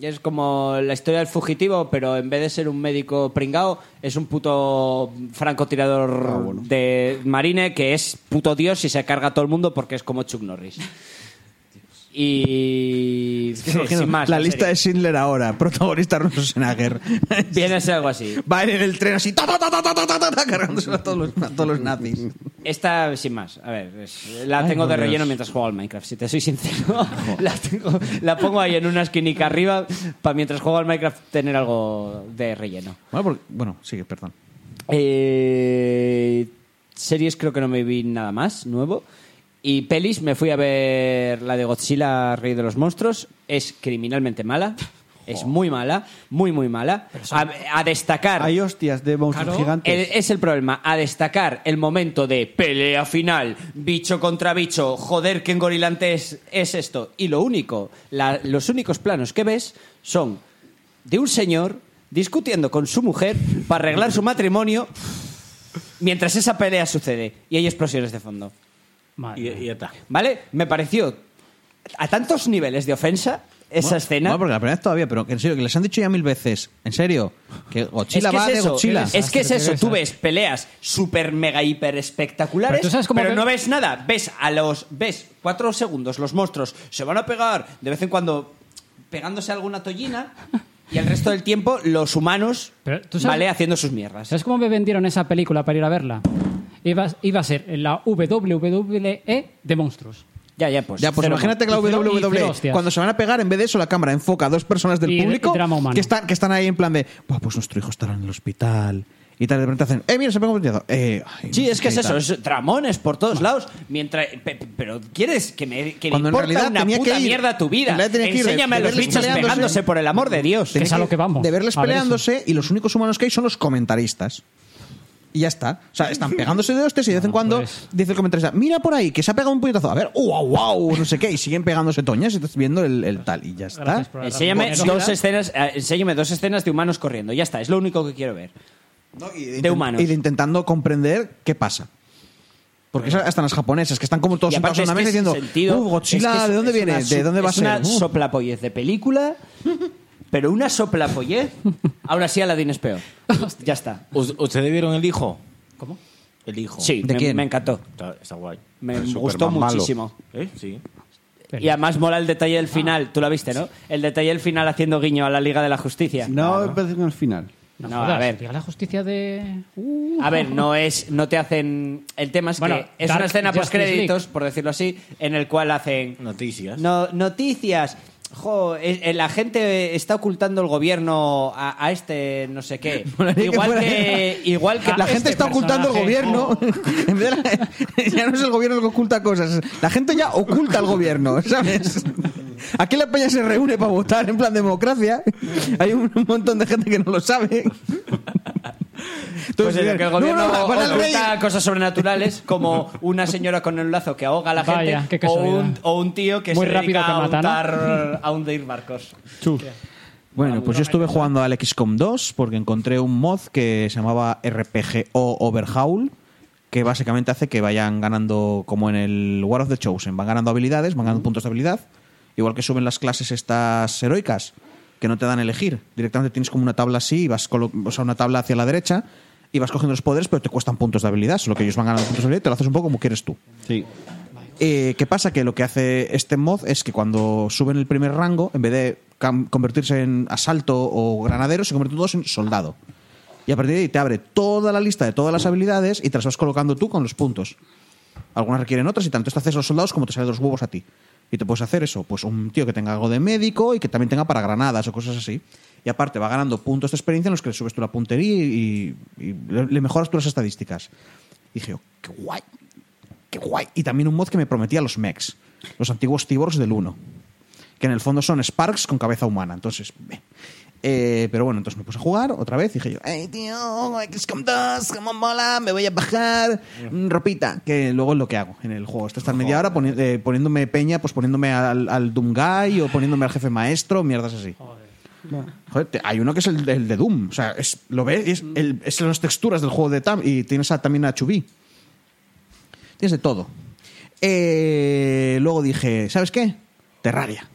[SPEAKER 9] Y Es como la historia del fugitivo, pero en vez de ser un médico pringao, es un puto francotirador
[SPEAKER 6] Ah,
[SPEAKER 9] de marine que es puto dios y se carga a todo el mundo porque es como Chuck Norris. Y. sí,
[SPEAKER 6] Imagino,
[SPEAKER 9] sin más,
[SPEAKER 6] la
[SPEAKER 9] la
[SPEAKER 6] lista de
[SPEAKER 9] serie.
[SPEAKER 6] Schindler ahora, protagonista Arnold Schwarzenegger.
[SPEAKER 9] Viene a ser algo así.
[SPEAKER 6] Va en el tren así, ta, ta, ta, ta, ta, ta, ta, ta, cargándose a todos los, a todos los nazis.
[SPEAKER 9] Esta, sin más. A ver, es- la tengo de
[SPEAKER 6] por Dios.
[SPEAKER 9] relleno mientras juego al Minecraft, si te soy sincero. la, tengo- la pongo ahí en una esquinica arriba para mientras juego al Minecraft tener algo de relleno.
[SPEAKER 6] Bueno, porque- bueno, sigue, perdón.
[SPEAKER 9] Eh, series creo que no me vi nada más nuevo. Y pelis, me fui a ver la de Godzilla, Rey de los Monstruos. Es criminalmente mala. Es muy mala, muy, muy mala. A, a destacar...
[SPEAKER 2] Hay hostias de monstruos gigantes.
[SPEAKER 9] El- es el problema. A destacar el momento de pelea final, bicho contra bicho, joder, qué engorilante es, es esto. Y lo único, la- los únicos planos que ves son de un señor discutiendo con su mujer para arreglar su matrimonio mientras esa pelea sucede y hay explosiones de fondo.
[SPEAKER 8] Madre
[SPEAKER 3] Y,
[SPEAKER 8] mía.
[SPEAKER 3] y ya está.
[SPEAKER 9] ¿Vale? Me pareció a tantos niveles de ofensa esa
[SPEAKER 6] Bueno,
[SPEAKER 9] escena.
[SPEAKER 6] bueno, porque la primera vez todavía, pero que en serio, que les han dicho ya mil veces. En serio, que
[SPEAKER 9] Es
[SPEAKER 6] Godzilla
[SPEAKER 9] que,
[SPEAKER 6] va
[SPEAKER 9] es,
[SPEAKER 6] de
[SPEAKER 9] eso,
[SPEAKER 6] Godzilla.
[SPEAKER 9] es que es eso, tú
[SPEAKER 8] Desastre.
[SPEAKER 9] ves peleas super mega hiper espectaculares,
[SPEAKER 8] Pero
[SPEAKER 9] pero,
[SPEAKER 8] tú sabes cómo que-
[SPEAKER 9] no ves nada, ves a los ves cuatro segundos los monstruos se van a pegar de vez en cuando pegándose alguna tollina y el resto del tiempo los humanos
[SPEAKER 8] Pero tú sabes-
[SPEAKER 9] vale haciendo sus mierdas.
[SPEAKER 8] ¿Sabes cómo me vendieron esa película para ir a verla? Iba, iba a ser la WWE de monstruos.
[SPEAKER 9] Ya, ya pues.
[SPEAKER 6] Ya, pues
[SPEAKER 8] Cero,
[SPEAKER 6] imagínate que la
[SPEAKER 8] y cero- y cero
[SPEAKER 6] WWE,
[SPEAKER 8] hostias.
[SPEAKER 6] cuando se van a pegar, en vez de eso, la cámara enfoca a dos personas del
[SPEAKER 8] Y de-
[SPEAKER 6] público
[SPEAKER 8] y drama humano.
[SPEAKER 6] que, están, que están ahí en plan de, "Buah, pues nuestro hijo estará en el hospital. Y tal, de repente hacen, eh, mira, se pega un puñetazo. Eh, ay, no
[SPEAKER 9] Sí,
[SPEAKER 6] sé
[SPEAKER 9] es que es
[SPEAKER 6] qué y
[SPEAKER 9] eso,
[SPEAKER 6] tal.
[SPEAKER 9] es tramones por todos lados. Mientras, pe- pe- pero quieres que me que me
[SPEAKER 6] Cuando en
[SPEAKER 9] importa
[SPEAKER 6] realidad
[SPEAKER 9] una
[SPEAKER 6] tenía que
[SPEAKER 9] puta
[SPEAKER 6] ir-
[SPEAKER 9] mierda tu
[SPEAKER 6] en
[SPEAKER 9] vida.
[SPEAKER 6] realidad tenía que ir de-
[SPEAKER 9] Enséñame a
[SPEAKER 6] de
[SPEAKER 9] los
[SPEAKER 6] verles
[SPEAKER 9] bichos
[SPEAKER 6] peleándose.
[SPEAKER 9] pegándose por el amor de Dios.
[SPEAKER 8] Que es a lo que vamos.
[SPEAKER 6] De verles
[SPEAKER 8] a ver
[SPEAKER 6] peleándose y los únicos humanos que hay son los comentaristas. Y ya está. O sea, están pegándose de hostias y de vez en
[SPEAKER 8] Bueno,
[SPEAKER 6] cuando
[SPEAKER 8] pues.
[SPEAKER 6] dice el comentarista, mira por ahí, que se ha pegado un puñetazo. A ver, wow, wow, no sé qué. Y siguen pegándose toñas y estás viendo el, el tal. Y ya
[SPEAKER 8] eso. Gracias
[SPEAKER 6] está.
[SPEAKER 8] por la
[SPEAKER 9] Enséñame
[SPEAKER 8] razón.
[SPEAKER 9] dos, escenas, eh, enséñame dos escenas de humanos corriendo. Ya está, es lo único que quiero ver.
[SPEAKER 6] Y
[SPEAKER 9] de humanos.
[SPEAKER 6] Y de intentando comprender qué pasa. Porque es hasta las japonesas, que están como todos
[SPEAKER 9] Y aparte
[SPEAKER 6] sentados en
[SPEAKER 9] es
[SPEAKER 6] una
[SPEAKER 9] que
[SPEAKER 6] mesa diciendo,
[SPEAKER 9] sin sentido,
[SPEAKER 6] "Uh, Godzilla,
[SPEAKER 9] es que es-
[SPEAKER 6] ¿de dónde
[SPEAKER 9] es
[SPEAKER 6] viene?
[SPEAKER 9] una
[SPEAKER 6] ¿De
[SPEAKER 9] su-
[SPEAKER 6] dónde va a
[SPEAKER 9] es una
[SPEAKER 6] ser? Uh".
[SPEAKER 9] soplapollez de película, pero una soplapollez. Ahora sí, Aladdin es peor. ya está.
[SPEAKER 3] ¿Us- ¿Ustedes vieron el hijo?
[SPEAKER 8] ¿Cómo?
[SPEAKER 3] El hijo.
[SPEAKER 9] Sí,
[SPEAKER 6] ¿De
[SPEAKER 9] me,
[SPEAKER 6] quién?
[SPEAKER 9] me encantó.
[SPEAKER 3] Está, está guay.
[SPEAKER 9] Me
[SPEAKER 7] El
[SPEAKER 9] gustó
[SPEAKER 7] Superman malo.
[SPEAKER 9] muchísimo.
[SPEAKER 3] ¿Eh? Sí.
[SPEAKER 8] Pero- Ah.
[SPEAKER 9] Y además mola el detalle del final. Tú la viste, ¿no? El detalle del final haciendo guiño a la Liga de la Justicia.
[SPEAKER 2] No empecé con el final.
[SPEAKER 8] No,
[SPEAKER 9] No,
[SPEAKER 8] jodas,
[SPEAKER 9] a ver.
[SPEAKER 8] Liga de la justicia de. Uh.
[SPEAKER 9] A ver, no es, no te hacen. El tema es
[SPEAKER 8] Bueno,
[SPEAKER 9] que es
[SPEAKER 8] Dark
[SPEAKER 9] una escena
[SPEAKER 8] Justice
[SPEAKER 9] post créditos, por decirlo así, en el cual hacen
[SPEAKER 3] Noticias.
[SPEAKER 9] No, noticias. Jo, eh, eh, la gente está ocultando el gobierno a, a este no sé qué.
[SPEAKER 6] Molaría que
[SPEAKER 9] Igual
[SPEAKER 6] fuera-
[SPEAKER 9] que, igual que
[SPEAKER 8] Ah,
[SPEAKER 6] La
[SPEAKER 8] este
[SPEAKER 6] gente está ocultando el
[SPEAKER 8] personaje, Oh.
[SPEAKER 6] gobierno. En vez de
[SPEAKER 15] eh,
[SPEAKER 6] la- ya no es el gobierno el que oculta cosas. La gente ya oculta al gobierno, ¿sabes?
[SPEAKER 15] Aquí la peña se reúne para votar en plan democracia. Hay un montón de gente que no lo sabe.
[SPEAKER 9] Pues eso, que el gobierno
[SPEAKER 15] No, no, van al rey.
[SPEAKER 9] oculta cosas sobrenaturales como una señora con un lazo que ahoga a la
[SPEAKER 8] Vaya,
[SPEAKER 9] gente
[SPEAKER 8] qué
[SPEAKER 9] o,
[SPEAKER 8] casualidad.
[SPEAKER 9] un, o un tío que
[SPEAKER 8] Muy
[SPEAKER 9] se
[SPEAKER 8] rápido
[SPEAKER 9] dedica
[SPEAKER 8] te
[SPEAKER 9] a
[SPEAKER 8] mata, ¿no?
[SPEAKER 9] untar, a hundir barcos.
[SPEAKER 6] Bueno, pues yo estuve jugando al XCOM 2 porque encontré un mod que se llamaba RPGO Overhaul que básicamente hace que vayan ganando como en el War of the Chosen, van ganando habilidades, van ganando puntos de habilidad, igual que suben las clases estas heroicas que no te dan a elegir, directamente tienes como una tabla así, y vas colo- o sea, una tabla hacia la derecha y vas cogiendo los poderes, pero te cuestan puntos de habilidad, solo que ellos van ganando puntos de habilidad, y te lo haces un poco como quieres tú.
[SPEAKER 2] Sí.
[SPEAKER 6] Eh, ¿Qué pasa? Que lo que hace este mod es que cuando suben el primer rango, en vez de cam- convertirse en asalto o granadero, se convierten todos en soldado. Y a partir de ahí te abre toda la lista de todas las habilidades y te las vas colocando tú con los puntos. Algunas requieren otras y tanto te haces los soldados como te salen los huevos a ti. Y te puedes hacer eso, pues un tío que tenga algo de médico y que también tenga para granadas o cosas así. Y aparte va ganando puntos de experiencia en los que le subes tú la puntería y, y le le mejoras tú las estadísticas. Y dije, yo, qué guay, qué guay. Y también un mod que me prometía los mechs, los antiguos Tiborgs del 1, que en el fondo son Sparks con cabeza humana. Entonces, meh. Eh, pero bueno, entonces me puse a jugar otra vez y dije yo, hey tío, XCOM 2, como mola, me voy a bajar, mm, ropita, que luego es lo que hago en el juego. Esto estar media hora poni- eh, poniéndome peña, pues poniéndome al, al Doom Guy o poniéndome al jefe maestro, mierdas así. Joder, te- hay uno que es el, el de Doom. O sea, es- lo ves, y es, el- es las texturas del juego de Tam. Y tienes a- también a Chubí. Tienes de todo. Eh, luego dije, ¿sabes qué? Terraria.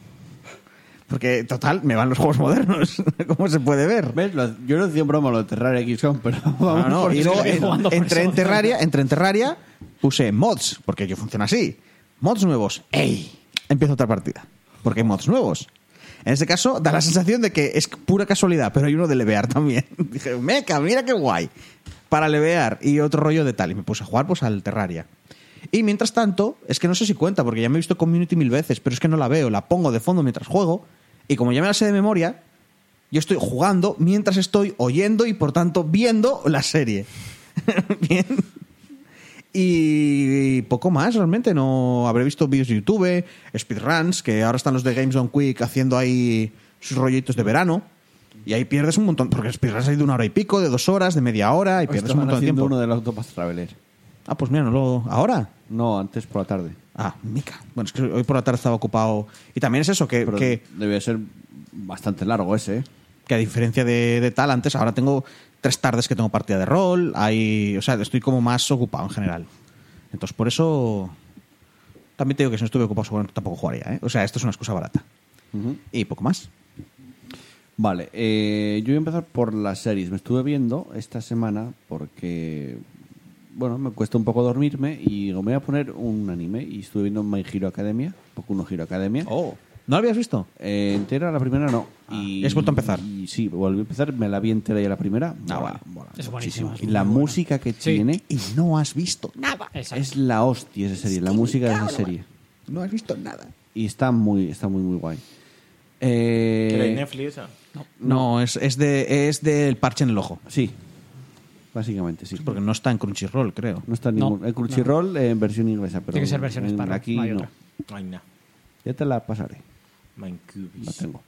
[SPEAKER 6] Porque, total, me van los juegos modernos. ¿Cómo se puede ver?
[SPEAKER 2] ¿Ves? Lo- yo no decía en broma lo de Terraria XCOM, pero vamos
[SPEAKER 6] Ah, No, no,
[SPEAKER 2] por
[SPEAKER 6] y luego
[SPEAKER 2] ahí.
[SPEAKER 6] en- entré, en Terraria, entré en Terraria, puse mods, porque yo funciona así. Mods nuevos. ¡Ey! Empiezo otra partida. Porque hay mods nuevos. En este caso, da la sensación de que es pura casualidad, pero hay uno de levear también. Dije, meca, mira qué guay. Para levear y otro rollo de tal. Y me puse a jugar pues al Terraria. Y mientras tanto, es que no sé si cuenta, porque ya me he visto community mil veces, pero es que no la veo, la pongo de fondo mientras juego. Y como ya me la sé de memoria, yo estoy jugando mientras estoy oyendo y por tanto viendo la serie. Bien. Y poco más, realmente. No habré visto vídeos de YouTube, speedruns, que ahora están los de Games on Quick haciendo ahí sus rollitos de verano. Y ahí pierdes un montón, porque speedruns hay de una hora y pico, de dos horas, de media hora, y pierdes
[SPEAKER 2] Estaban
[SPEAKER 6] un montón de
[SPEAKER 2] haciendo
[SPEAKER 6] tiempo.
[SPEAKER 2] uno del Autopath Traveler.
[SPEAKER 6] Ah, pues mira, no lo... ahora.
[SPEAKER 2] No, antes por la tarde.
[SPEAKER 6] Ah, mica. Bueno, es que hoy por la tarde estaba ocupado. Y también es eso, que,
[SPEAKER 2] Pero
[SPEAKER 6] que,
[SPEAKER 2] debía ser bastante largo ese, ¿eh?
[SPEAKER 6] que a diferencia de, de tal, antes ahora tengo tres tardes que tengo partida de rol, hay, o sea, estoy como más ocupado en general. Entonces, por eso también te digo que si no estuve ocupado seguramente tampoco jugaría, ¿eh? O sea, esto es una excusa barata. Y poco más.
[SPEAKER 2] Vale, eh, yo voy a empezar por las series. Me estuve viendo esta semana porque, bueno, me cuesta un poco dormirme y digo, me voy a poner un anime y estuve viendo My Hero Academia, Poco no Hero Academia.
[SPEAKER 6] Oh. ¿No lo habías visto?
[SPEAKER 2] Eh, entera la primera no. y,
[SPEAKER 6] ¿y has vuelto a empezar?
[SPEAKER 2] y sí, volví a empezar, me la vi entera ya la primera. Mola,
[SPEAKER 6] vale.
[SPEAKER 2] mola
[SPEAKER 8] Es
[SPEAKER 2] muchísimo.
[SPEAKER 8] buenísima, es
[SPEAKER 2] Y
[SPEAKER 8] muy
[SPEAKER 2] la
[SPEAKER 8] buena.
[SPEAKER 2] música que
[SPEAKER 8] Sí.
[SPEAKER 2] tiene
[SPEAKER 6] Y no has visto nada.
[SPEAKER 8] Exacto.
[SPEAKER 2] es la hostia esa serie, la música de esa serie.
[SPEAKER 6] No has visto nada.
[SPEAKER 2] Y está muy, está muy, muy guay. Eh,
[SPEAKER 3] ¿Era de Netflix? ah?
[SPEAKER 6] No, es, es, de, es del parche en el ojo.
[SPEAKER 2] Sí, básicamente, sí.
[SPEAKER 6] Porque no está en Crunchyroll, creo.
[SPEAKER 2] No está en
[SPEAKER 8] No,
[SPEAKER 2] ningún. El Crunchyroll eh, en versión inglesa, pero.
[SPEAKER 8] Tiene que ser versión
[SPEAKER 2] en-
[SPEAKER 8] española,
[SPEAKER 2] Aquí
[SPEAKER 8] no hay
[SPEAKER 2] no.
[SPEAKER 8] otra.
[SPEAKER 3] Ay, na.
[SPEAKER 2] Ya te la pasaré.
[SPEAKER 3] Mein Kubis.
[SPEAKER 2] La tengo.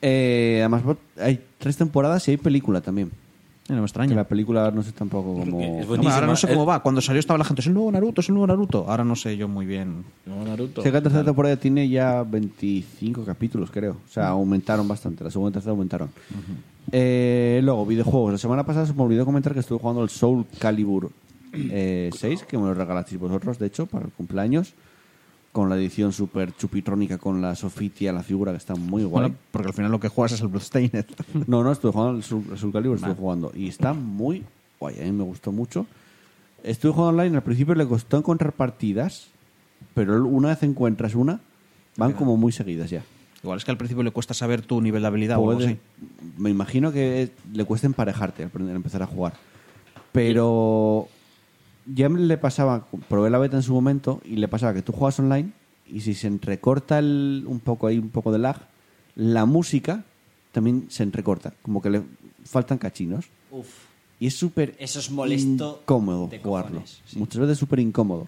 [SPEAKER 2] Eh, además, bot- hay tres temporadas y hay película también.
[SPEAKER 6] Eh, No me
[SPEAKER 2] Que
[SPEAKER 6] extraña.
[SPEAKER 2] la película no sé tampoco cómo.
[SPEAKER 3] Es
[SPEAKER 6] No, pero ahora no sé
[SPEAKER 3] buenísima.
[SPEAKER 6] cómo va. Cuando salió estaba la gente, es el nuevo Naruto, es el nuevo Naruto. Ahora no sé yo muy bien.
[SPEAKER 3] No, Naruto.
[SPEAKER 2] Sé que la tercera temporada tiene ya 25 capítulos, creo. O sea, aumentaron bastante. La segunda y tercera aumentaron. Eh, luego, videojuegos. La semana pasada se me olvidó comentar que estuve jugando el Soul Calibur eh, 6, que me lo regalasteis vosotros, de hecho, para el cumpleaños. Con la edición super chupitrónica, con la Sofitia, la figura que está muy guay.
[SPEAKER 6] Bueno, porque al final lo que juegas es el Bloodstained.
[SPEAKER 2] No, no, estuve jugando al Soul, al Soul Calibur, estuve jugando. Y está muy guay, a mí me gustó mucho. Estuve jugando online, al principio le costó encontrar partidas, pero una vez encuentras una, van como muy seguidas ya.
[SPEAKER 6] Igual es que al principio le cuesta saber tu nivel de habilidad o algo
[SPEAKER 2] Puedes-
[SPEAKER 6] así.
[SPEAKER 2] Me imagino que le cuesta emparejarte al aprender- al empezar a jugar. Pero ya me le pasaba, probé la beta en su momento y le pasaba que tú juegas online y si se entrecorta el- un poco ahí, un poco de lag, la música también se entrecorta, como que le faltan cachinos.
[SPEAKER 9] Uf.
[SPEAKER 2] Y es súper
[SPEAKER 9] Eso es molesto
[SPEAKER 2] incómodo
[SPEAKER 9] de cojones,
[SPEAKER 2] jugarlo.
[SPEAKER 9] sí.
[SPEAKER 2] Muchas veces súper incómodo.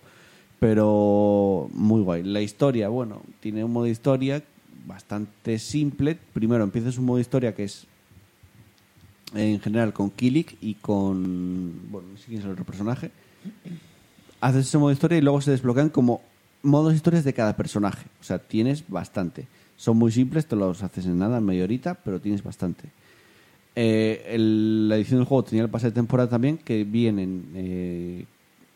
[SPEAKER 2] Pero muy guay. La historia, bueno, tiene un modo historia bastante simple. Primero empiezas un modo historia que es en general con Kilik y con. Bueno, no sé quién es el otro personaje. Haces ese modo historia y luego se desbloquean como modos historias de cada personaje. O sea, tienes bastante. Son muy simples, te los haces en nada, en media horita, pero tienes bastante. Eh, el- la edición del juego tenía el pase de temporada también, que vienen eh,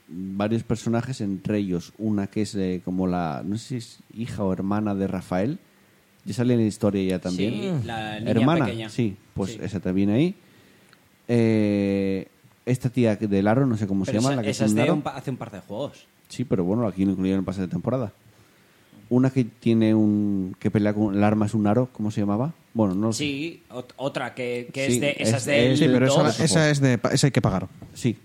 [SPEAKER 2] varios personajes, entre ellos una que es eh, como la, no sé si es hija o hermana de Rafael, ya sale en la historia ya también.
[SPEAKER 9] Sí, la niña
[SPEAKER 2] hermana,
[SPEAKER 9] pequeña.
[SPEAKER 2] sí, pues
[SPEAKER 9] Sí.
[SPEAKER 2] esa también ahí. Eh, esta tía que- del aro, no sé cómo
[SPEAKER 9] Pero
[SPEAKER 2] se llama,
[SPEAKER 9] esa-
[SPEAKER 2] la que
[SPEAKER 9] esa
[SPEAKER 2] es
[SPEAKER 9] es
[SPEAKER 2] un
[SPEAKER 9] de
[SPEAKER 2] aro.
[SPEAKER 9] un pa- hace un par de juegos.
[SPEAKER 2] Sí, pero bueno, aquí no incluyeron el pase de temporada. Una que tiene un. que pelea con. el arma es un aro, ¿cómo se llamaba? Bueno, no lo sé.
[SPEAKER 9] Sí, ot- otra que, que
[SPEAKER 2] Sí,
[SPEAKER 9] es de. Esa
[SPEAKER 2] es- este,
[SPEAKER 9] es, del.
[SPEAKER 2] es-
[SPEAKER 16] Sí, pero Ah, esa,
[SPEAKER 9] dos.
[SPEAKER 16] esa es de, pa- esa hay que pagar
[SPEAKER 2] Sí.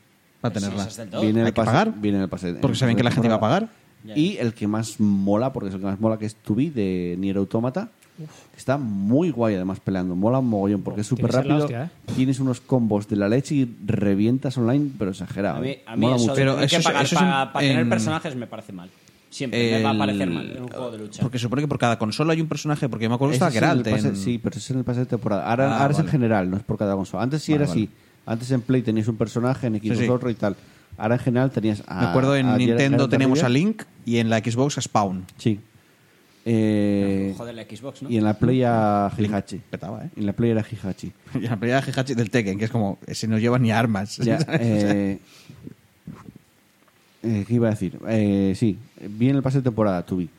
[SPEAKER 16] para
[SPEAKER 9] Sí,
[SPEAKER 16] tenerla.
[SPEAKER 9] esa es del dos.
[SPEAKER 2] Viene
[SPEAKER 16] ¿Hay
[SPEAKER 2] el
[SPEAKER 16] que
[SPEAKER 2] pase,
[SPEAKER 16] pagar?
[SPEAKER 2] Viene el pase
[SPEAKER 16] Porque saben que la gente iba a pagar.
[SPEAKER 2] Y el que más mola, porque es el que más mola, que es Tubi de Nier Automata. que Está muy guay además peleando, mola un mogollón porque es
[SPEAKER 8] tiene
[SPEAKER 2] súper
[SPEAKER 8] que ser la
[SPEAKER 2] rápido.
[SPEAKER 8] hostia,
[SPEAKER 9] ¿eh?
[SPEAKER 2] Tienes unos combos de la leche y revientas online, pero exagerado.
[SPEAKER 9] A mí,
[SPEAKER 2] ¿eh?
[SPEAKER 9] a mí
[SPEAKER 2] Mola
[SPEAKER 9] eso
[SPEAKER 2] mucho.
[SPEAKER 9] de
[SPEAKER 16] Pero
[SPEAKER 9] tener
[SPEAKER 16] eso
[SPEAKER 9] que
[SPEAKER 16] es-
[SPEAKER 9] pagar
[SPEAKER 16] eso es
[SPEAKER 9] para
[SPEAKER 16] en-
[SPEAKER 9] tener
[SPEAKER 16] en-
[SPEAKER 9] personajes me parece mal. Siempre me va a
[SPEAKER 16] El-
[SPEAKER 9] parecer mal en un juego de lucha.
[SPEAKER 16] Porque se supone que por cada consola hay un personaje, porque me acuerdo que
[SPEAKER 2] Ese
[SPEAKER 16] estaba
[SPEAKER 2] es en el
[SPEAKER 16] Geralt.
[SPEAKER 2] pase-
[SPEAKER 16] en-
[SPEAKER 2] Sí, pero eso es en el pase de temporada. Ahora,
[SPEAKER 16] Ah,
[SPEAKER 2] ahora es en
[SPEAKER 16] vale.
[SPEAKER 2] general, no es por cada consola. Antes sí
[SPEAKER 16] Vale,
[SPEAKER 2] era así. Antes en Play tenías un personaje, en Xbox
[SPEAKER 16] Sí, sí.
[SPEAKER 2] otro y tal. Ahora en general tenías a.
[SPEAKER 16] me acuerdo en
[SPEAKER 2] a Geralt-
[SPEAKER 16] Nintendo
[SPEAKER 2] Geralt de
[SPEAKER 16] teníamos
[SPEAKER 2] Rivia.
[SPEAKER 16] a Link y en la Xbox a Spawn.
[SPEAKER 2] Sí. Eh,
[SPEAKER 9] Joder, la Xbox, ¿no?
[SPEAKER 2] y en la Play a Hihachi.
[SPEAKER 16] Petaba, ¿eh?
[SPEAKER 2] En la Play era Hihachi.
[SPEAKER 16] Y en la primera Hihachi del Tekken, que es como, si no lleva ni armas.
[SPEAKER 2] Ya,
[SPEAKER 16] ¿sabes?
[SPEAKER 2] eh, eh, ¿Qué iba a decir? Eh, sí, viene el pase de temporada, tubi.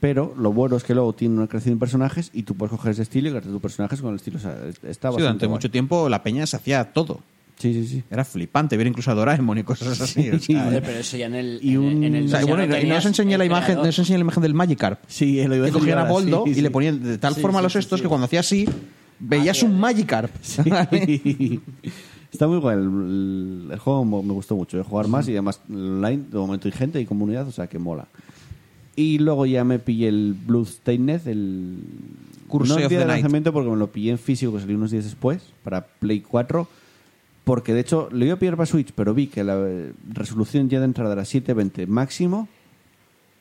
[SPEAKER 2] Pero lo bueno es que luego tiene una creación de personajes y tú puedes coger ese estilo y crearte tus personajes con el estilo. O sea, está
[SPEAKER 16] Sí,
[SPEAKER 2] bastante
[SPEAKER 16] durante
[SPEAKER 2] guay.
[SPEAKER 16] mucho tiempo la peña se hacía todo.
[SPEAKER 2] Sí, sí, sí.
[SPEAKER 16] Era flipante ver incluso a Doraemon y cosas así. o sea,
[SPEAKER 9] Joder, pero eso ya en el.
[SPEAKER 2] Y
[SPEAKER 9] en el-
[SPEAKER 2] un-
[SPEAKER 9] en el
[SPEAKER 16] o sea,
[SPEAKER 9] ya
[SPEAKER 16] y bueno,
[SPEAKER 9] lo
[SPEAKER 16] y no- y no
[SPEAKER 9] tenías
[SPEAKER 16] os enseñé la
[SPEAKER 9] el
[SPEAKER 16] imagen,
[SPEAKER 9] creador.
[SPEAKER 16] no os enseñé la imagen del Magicarp.
[SPEAKER 2] Sí, lo iba a
[SPEAKER 16] que
[SPEAKER 2] decir
[SPEAKER 16] cogían a
[SPEAKER 2] ahora,
[SPEAKER 16] Boldo
[SPEAKER 2] sí,
[SPEAKER 16] y le
[SPEAKER 2] sí.
[SPEAKER 16] ponían de tal
[SPEAKER 2] Sí,
[SPEAKER 16] forma
[SPEAKER 2] sí,
[SPEAKER 16] los
[SPEAKER 2] sí,
[SPEAKER 16] estos
[SPEAKER 2] sí. Ah,
[SPEAKER 16] que cuando hacía así veías un Magikarp.
[SPEAKER 2] Sí. Está muy guay. El, el juego mo- me gustó mucho. De jugar más y además online, de momento hay gente y comunidad, o sea que mola. Y luego ya me pillé el Bloodstained, el
[SPEAKER 16] Curse
[SPEAKER 2] no el
[SPEAKER 16] of
[SPEAKER 2] día
[SPEAKER 16] the
[SPEAKER 2] de
[SPEAKER 16] Night.
[SPEAKER 2] lanzamiento porque me lo pillé en físico que salió unos días después para Play 4. Porque de hecho lo iba a pillar para Switch, pero vi que la eh, resolución ya de entrada era 720 máximo.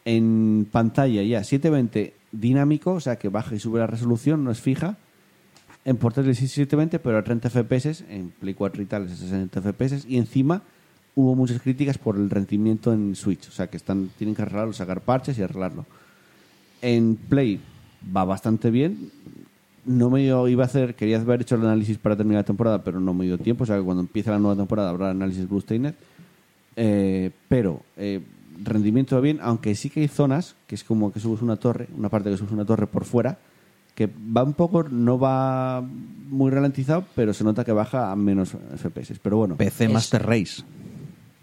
[SPEAKER 2] En pantalla ya 720 dinámico, o sea que baja y sube la resolución, no es fija. En portátil sí 720, pero a 30 FPS, en Play 4 y tal, es a 60 FPS. Y encima hubo muchas críticas por el rendimiento en Switch. O sea, que están tienen que arreglarlo, sacar parches y arreglarlo. En Play va bastante bien. No me dio- iba a hacer, quería haber hecho el análisis para terminar la temporada, pero no me dio tiempo. O sea, que cuando empiece la nueva temporada habrá análisis Blue eh, pero eh, rendimiento va bien, aunque sí que hay zonas que es como que subes una torre, una parte que subes una torre por fuera, que va un poco, no va muy ralentizado, pero se nota que baja a menos FPS. Pero bueno,
[SPEAKER 16] PC Master Race.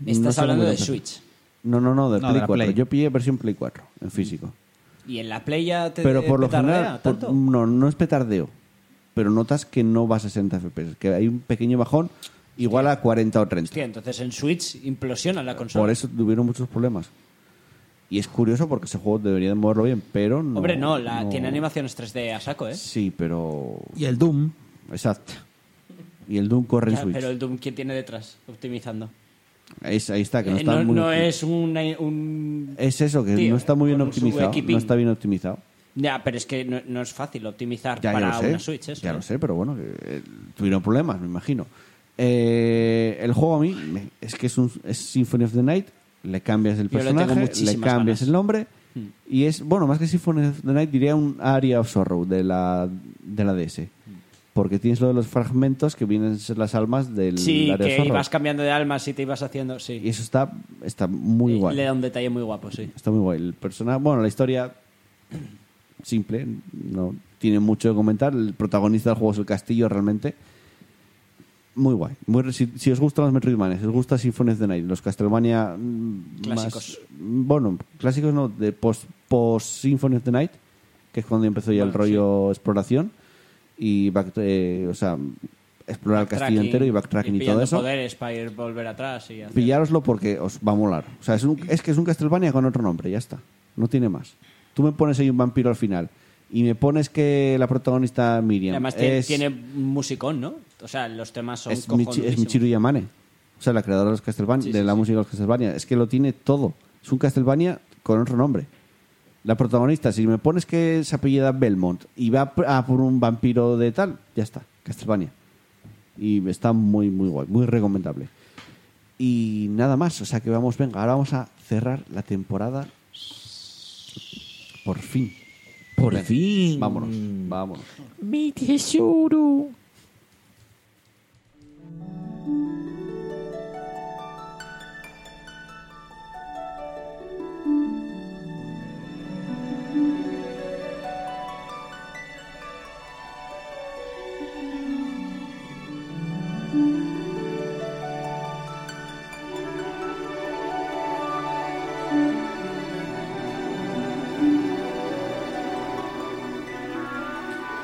[SPEAKER 2] no
[SPEAKER 9] Estás
[SPEAKER 2] sé
[SPEAKER 9] hablando
[SPEAKER 2] cómo
[SPEAKER 9] de
[SPEAKER 2] lo-
[SPEAKER 9] Switch.
[SPEAKER 2] no, no, no, de
[SPEAKER 16] No, de
[SPEAKER 2] Play
[SPEAKER 16] la
[SPEAKER 2] 4.
[SPEAKER 16] Play.
[SPEAKER 2] Yo pillé versión Play 4 en físico.
[SPEAKER 9] Y en la Play ya te. eh,
[SPEAKER 2] Pero por lo
[SPEAKER 9] petardea
[SPEAKER 2] general, por-
[SPEAKER 9] tanto.
[SPEAKER 2] no, no es petardeo, pero notas que no va a 60 FPS, que hay un pequeño bajón igual a 40 o 30.
[SPEAKER 9] Hostia, entonces en Switch implosiona la consola.
[SPEAKER 2] Por eso tuvieron muchos problemas. Y es curioso porque ese juego debería de moverlo bien, pero no.
[SPEAKER 9] Hombre, no, la, tiene animaciones 3D a saco, ¿eh?
[SPEAKER 2] Sí, pero.
[SPEAKER 16] Y el Doom.
[SPEAKER 2] Exacto. Y el Doom corre en
[SPEAKER 9] Ya,
[SPEAKER 2] Switch.
[SPEAKER 9] pero el Doom, ¿quién tiene detrás optimizando?
[SPEAKER 2] Ahí, es- ahí está, que no
[SPEAKER 9] Eh,
[SPEAKER 2] está muy. Eh.
[SPEAKER 9] no es una- un...
[SPEAKER 2] Es eso, que
[SPEAKER 9] Tío,
[SPEAKER 2] no está muy bien
[SPEAKER 9] con su
[SPEAKER 2] optimizado.
[SPEAKER 9] equipping.
[SPEAKER 2] No está bien optimizado.
[SPEAKER 9] Ya, pero es que no, no es fácil optimizar
[SPEAKER 2] Ya, ya
[SPEAKER 9] para
[SPEAKER 2] lo sé.
[SPEAKER 9] una Switch, eso.
[SPEAKER 2] ya
[SPEAKER 9] ¿eh?
[SPEAKER 2] lo sé, pero bueno, que, eh, tuvieron problemas, me imagino. Eh, el juego a mí me- es que es, un, es Symphony of the Night. Le cambias el
[SPEAKER 9] Yo le tengo
[SPEAKER 2] personaje, le,
[SPEAKER 9] muchísimas
[SPEAKER 2] cambias
[SPEAKER 9] ganas. Hmm.
[SPEAKER 2] el nombre. Y es, bueno, más que Symphony of the Night, diría un Area of Sorrow de la, de la DS. Porque tienes lo de los fragmentos que vienen a ser las almas del
[SPEAKER 9] Sí,
[SPEAKER 2] Area of
[SPEAKER 9] que
[SPEAKER 2] Sorrow.
[SPEAKER 9] ibas cambiando de almas y te ibas haciendo...
[SPEAKER 2] Y
[SPEAKER 9] Sí,
[SPEAKER 2] eso está, está muy
[SPEAKER 9] Eh,
[SPEAKER 2] guay.
[SPEAKER 9] le da un detalle muy guapo, sí.
[SPEAKER 2] Está muy guay. El personaje, bueno, la historia simple, no tiene mucho que comentar. El protagonista del juego es el castillo, realmente. Muy guay. Muy, si, si os gustan los Metroidvania, si os gusta Symphony of the Night, los Castlevania mm,
[SPEAKER 9] Clásicos.
[SPEAKER 2] más- bueno, clásicos no, de post, post Symphony of the Night, que es cuando empezó ya el rollo exploración y back- eh, o sea, explorar el castillo entero y backtracking y, todo
[SPEAKER 9] pillando
[SPEAKER 2] eso
[SPEAKER 9] poderes para ir volver atrás y hacer-
[SPEAKER 2] pillároslo porque os va a molar. O sea, es, un- es que es un Castlevania con otro nombre, ya está. No tiene más. Tú me pones ahí un vampiro al final y me pones que la protagonista Miriam
[SPEAKER 9] Además tiene,
[SPEAKER 2] es,
[SPEAKER 9] tiene musicón, ¿no? O sea, los temas son
[SPEAKER 2] es, Michi- es Michiru Yamane. O sea, la creadora de, los Castlevania,
[SPEAKER 9] Sí, sí,
[SPEAKER 2] de la
[SPEAKER 9] sí.
[SPEAKER 2] música de los Castlevania. Es que lo tiene todo. Es un Castlevania con otro nombre. La protagonista, si me pones que se apellida Belmont y va a por un vampiro de tal, ya está, Castlevania. Y está muy, muy guay, muy recomendable. Y nada más, o sea que vamos, venga, ahora vamos a cerrar la temporada. Por fin. Por fin. Vámonos, vámonos.
[SPEAKER 17] Mi tesoro.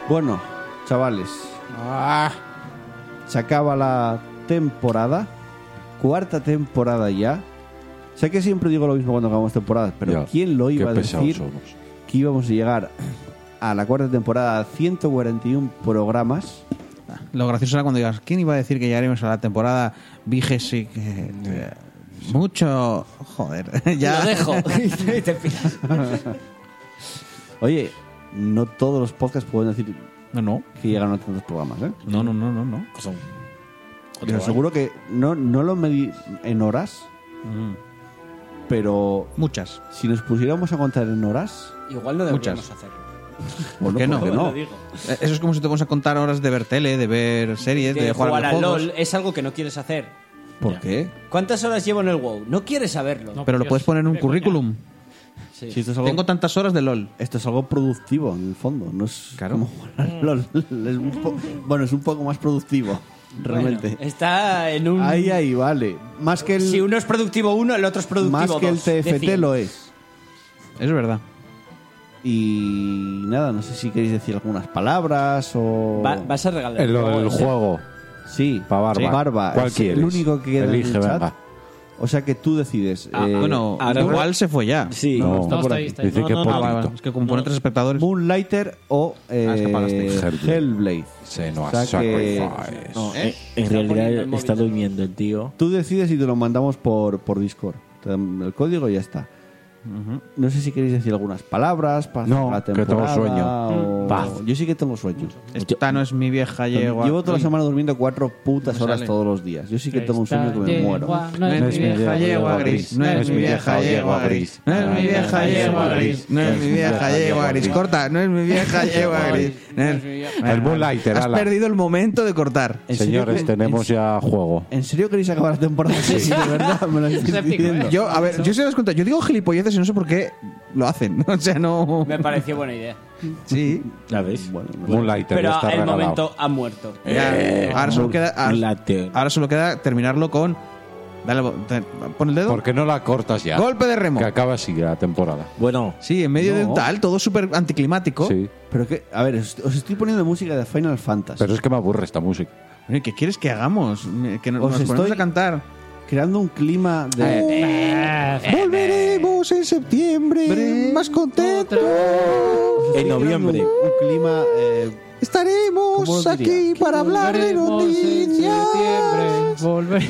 [SPEAKER 2] Bueno, chavales.
[SPEAKER 7] Ah,
[SPEAKER 2] Se acaba la temporada. Cuarta temporada ya. Sé que siempre digo lo mismo cuando acabamos temporadas, pero
[SPEAKER 7] Ya,
[SPEAKER 2] ¿quién lo
[SPEAKER 7] qué
[SPEAKER 2] iba a
[SPEAKER 7] pesados
[SPEAKER 2] decir
[SPEAKER 7] somos.
[SPEAKER 2] que íbamos a llegar a la cuarta temporada a 141 programas?
[SPEAKER 6] Lo gracioso era cuando digas, ¿quién iba a decir que llegaremos a la temporada vigésima? Eh, Mucho. Joder, ya.
[SPEAKER 9] Lo dejo. Y te piras.
[SPEAKER 2] Oye, no todos los podcasts pueden decir
[SPEAKER 6] No, no.
[SPEAKER 2] que llegaron a tantos programas, ¿eh?
[SPEAKER 6] No, no, no, no. no.
[SPEAKER 2] Pero seguro que no, no lo medí en horas, Mm. pero
[SPEAKER 6] Muchas.
[SPEAKER 2] si nos pusiéramos a contar en horas,
[SPEAKER 9] Igual no deberíamos
[SPEAKER 6] Muchas.
[SPEAKER 9] hacerlo.
[SPEAKER 2] ¿por qué no? ¿Por qué no?
[SPEAKER 6] Eh, Eso es como si te vamos a contar horas de ver tele, de ver series, de,
[SPEAKER 9] De
[SPEAKER 6] jugar,
[SPEAKER 9] jugar
[SPEAKER 6] a
[SPEAKER 9] al
[SPEAKER 6] videojuegos.
[SPEAKER 9] LOL es algo que no quieres hacer.
[SPEAKER 2] ¿Por qué?
[SPEAKER 9] ¿Cuántas horas llevo en el WoW? No quieres saberlo.
[SPEAKER 8] No,
[SPEAKER 6] Pero
[SPEAKER 8] Dios,
[SPEAKER 6] lo puedes poner en un
[SPEAKER 8] de coña.
[SPEAKER 6] currículum.
[SPEAKER 2] Si esto es algo-
[SPEAKER 6] Tengo tantas horas de LOL.
[SPEAKER 2] Esto es algo productivo, en el fondo. No es
[SPEAKER 6] Claro.
[SPEAKER 2] como jugar al LOL. Es un po- bueno, es un poco más productivo, realmente.
[SPEAKER 9] Bueno, está en un.
[SPEAKER 2] ahí, ahí, vale. Más que el,
[SPEAKER 9] Si uno es productivo uno, el otro es productivo
[SPEAKER 2] más que el
[SPEAKER 9] dos, de
[SPEAKER 2] TFT
[SPEAKER 9] cien.
[SPEAKER 2] lo es.
[SPEAKER 6] Es verdad.
[SPEAKER 2] Y nada, no sé si queréis decir algunas palabras o...
[SPEAKER 9] Va- vas a regalar.
[SPEAKER 7] El, el
[SPEAKER 9] ese.
[SPEAKER 7] juego.
[SPEAKER 2] Sí,
[SPEAKER 7] Pa' Barba.
[SPEAKER 2] Barba.
[SPEAKER 7] ¿Cuál
[SPEAKER 2] es
[SPEAKER 7] quieres?
[SPEAKER 2] el único que queda en
[SPEAKER 7] Elige,
[SPEAKER 2] el chat.
[SPEAKER 7] venga.
[SPEAKER 2] O sea que tú decides.
[SPEAKER 9] Ah,
[SPEAKER 2] eh,
[SPEAKER 6] bueno,
[SPEAKER 9] ahora-
[SPEAKER 6] igual se fue ya.
[SPEAKER 9] Sí.
[SPEAKER 7] No,
[SPEAKER 8] está por ahí, está ahí.
[SPEAKER 7] Dice
[SPEAKER 8] No,
[SPEAKER 7] que
[SPEAKER 6] Ah, vale,
[SPEAKER 7] poquito.
[SPEAKER 6] vale. Es que como ponen tres espectadores.
[SPEAKER 2] Moonlighter o eh,
[SPEAKER 6] Ah, es que
[SPEAKER 9] este.
[SPEAKER 6] apagaste.
[SPEAKER 7] Hellblade.
[SPEAKER 2] Hellblade.
[SPEAKER 7] Senua's
[SPEAKER 2] O sea que-
[SPEAKER 7] Sacrifice.
[SPEAKER 3] No,
[SPEAKER 6] ¿Eh?
[SPEAKER 3] en, en
[SPEAKER 9] Está poniendo el
[SPEAKER 3] realidad
[SPEAKER 9] móvil.
[SPEAKER 3] está durmiendo el tío.
[SPEAKER 2] Tú decides y te lo mandamos por, por Discord. Te dan el código y ya está. No sé si queréis decir algunas palabras para
[SPEAKER 7] No,
[SPEAKER 2] cerrar la
[SPEAKER 7] que tengo
[SPEAKER 2] temporada
[SPEAKER 7] sueño.
[SPEAKER 2] o-
[SPEAKER 7] Paz.
[SPEAKER 2] Yo sí que tengo sueño.
[SPEAKER 6] Esta no es mi vieja yegua.
[SPEAKER 2] Llevo toda la
[SPEAKER 6] Uy,
[SPEAKER 2] semana durmiendo cuatro putas
[SPEAKER 6] Me
[SPEAKER 2] horas
[SPEAKER 6] sale.
[SPEAKER 2] todos los días. Yo sí que tengo un sueño que me
[SPEAKER 8] Esta
[SPEAKER 2] muero.
[SPEAKER 8] yegua
[SPEAKER 6] No es mi vieja yegua gris. No es mi vieja yegua gris. No es mi vieja yegua gris. No es mi vieja yegua gris. Corta. No es mi vieja yegua gris. No es-
[SPEAKER 7] El Moonlighter,
[SPEAKER 6] Has
[SPEAKER 7] ala.
[SPEAKER 6] perdido el momento de cortar.
[SPEAKER 2] ¿En serio
[SPEAKER 7] Señores,
[SPEAKER 2] que-
[SPEAKER 7] tenemos ya juego.
[SPEAKER 2] ¿En serio queréis acabar la temporada? Sí, de verdad, me lo estáis
[SPEAKER 8] Escéptico,
[SPEAKER 2] diciendo.
[SPEAKER 8] ¿eh?
[SPEAKER 6] Yo, a ver, yo se das cuenta, yo digo gilipolleces y no sé por qué lo hacen. O sea, no.
[SPEAKER 9] Me pareció buena idea.
[SPEAKER 6] Sí.
[SPEAKER 3] ¿La ves?
[SPEAKER 2] Bueno, no.
[SPEAKER 7] Moonlighter
[SPEAKER 9] Pero
[SPEAKER 7] ya está
[SPEAKER 9] el
[SPEAKER 7] regalado.
[SPEAKER 9] momento ha muerto.
[SPEAKER 2] Eh,
[SPEAKER 6] Ya, ahora, solo queda, ahora,
[SPEAKER 3] Moonlighter.
[SPEAKER 6] ahora solo queda terminarlo con. Dale, bo- te- pon el dedo.
[SPEAKER 7] ¿Por qué no la cortas ya?
[SPEAKER 6] Golpe de remo.
[SPEAKER 7] Que acaba así la temporada.
[SPEAKER 3] Bueno,
[SPEAKER 6] Sí, en medio de
[SPEAKER 2] No.
[SPEAKER 6] un tal, todo súper anticlimático.
[SPEAKER 7] Sí.
[SPEAKER 2] Pero que, a ver, os, os estoy poniendo música de Final Fantasy.
[SPEAKER 7] Pero es que me aburre esta música.
[SPEAKER 6] Oye, ¿Qué quieres que hagamos? Me- Que nos,
[SPEAKER 2] Os
[SPEAKER 6] nos ponemos
[SPEAKER 2] estoy- Eh,
[SPEAKER 6] a cantar.
[SPEAKER 2] Creando un clima
[SPEAKER 7] Eh,
[SPEAKER 2] de. eh,
[SPEAKER 6] Volveremos en septiembre, más contentos.
[SPEAKER 3] en noviembre.
[SPEAKER 2] Un clima. eh, ¿Cómo
[SPEAKER 6] Estaremos
[SPEAKER 2] lo diría?
[SPEAKER 6] aquí para hablar de noticias.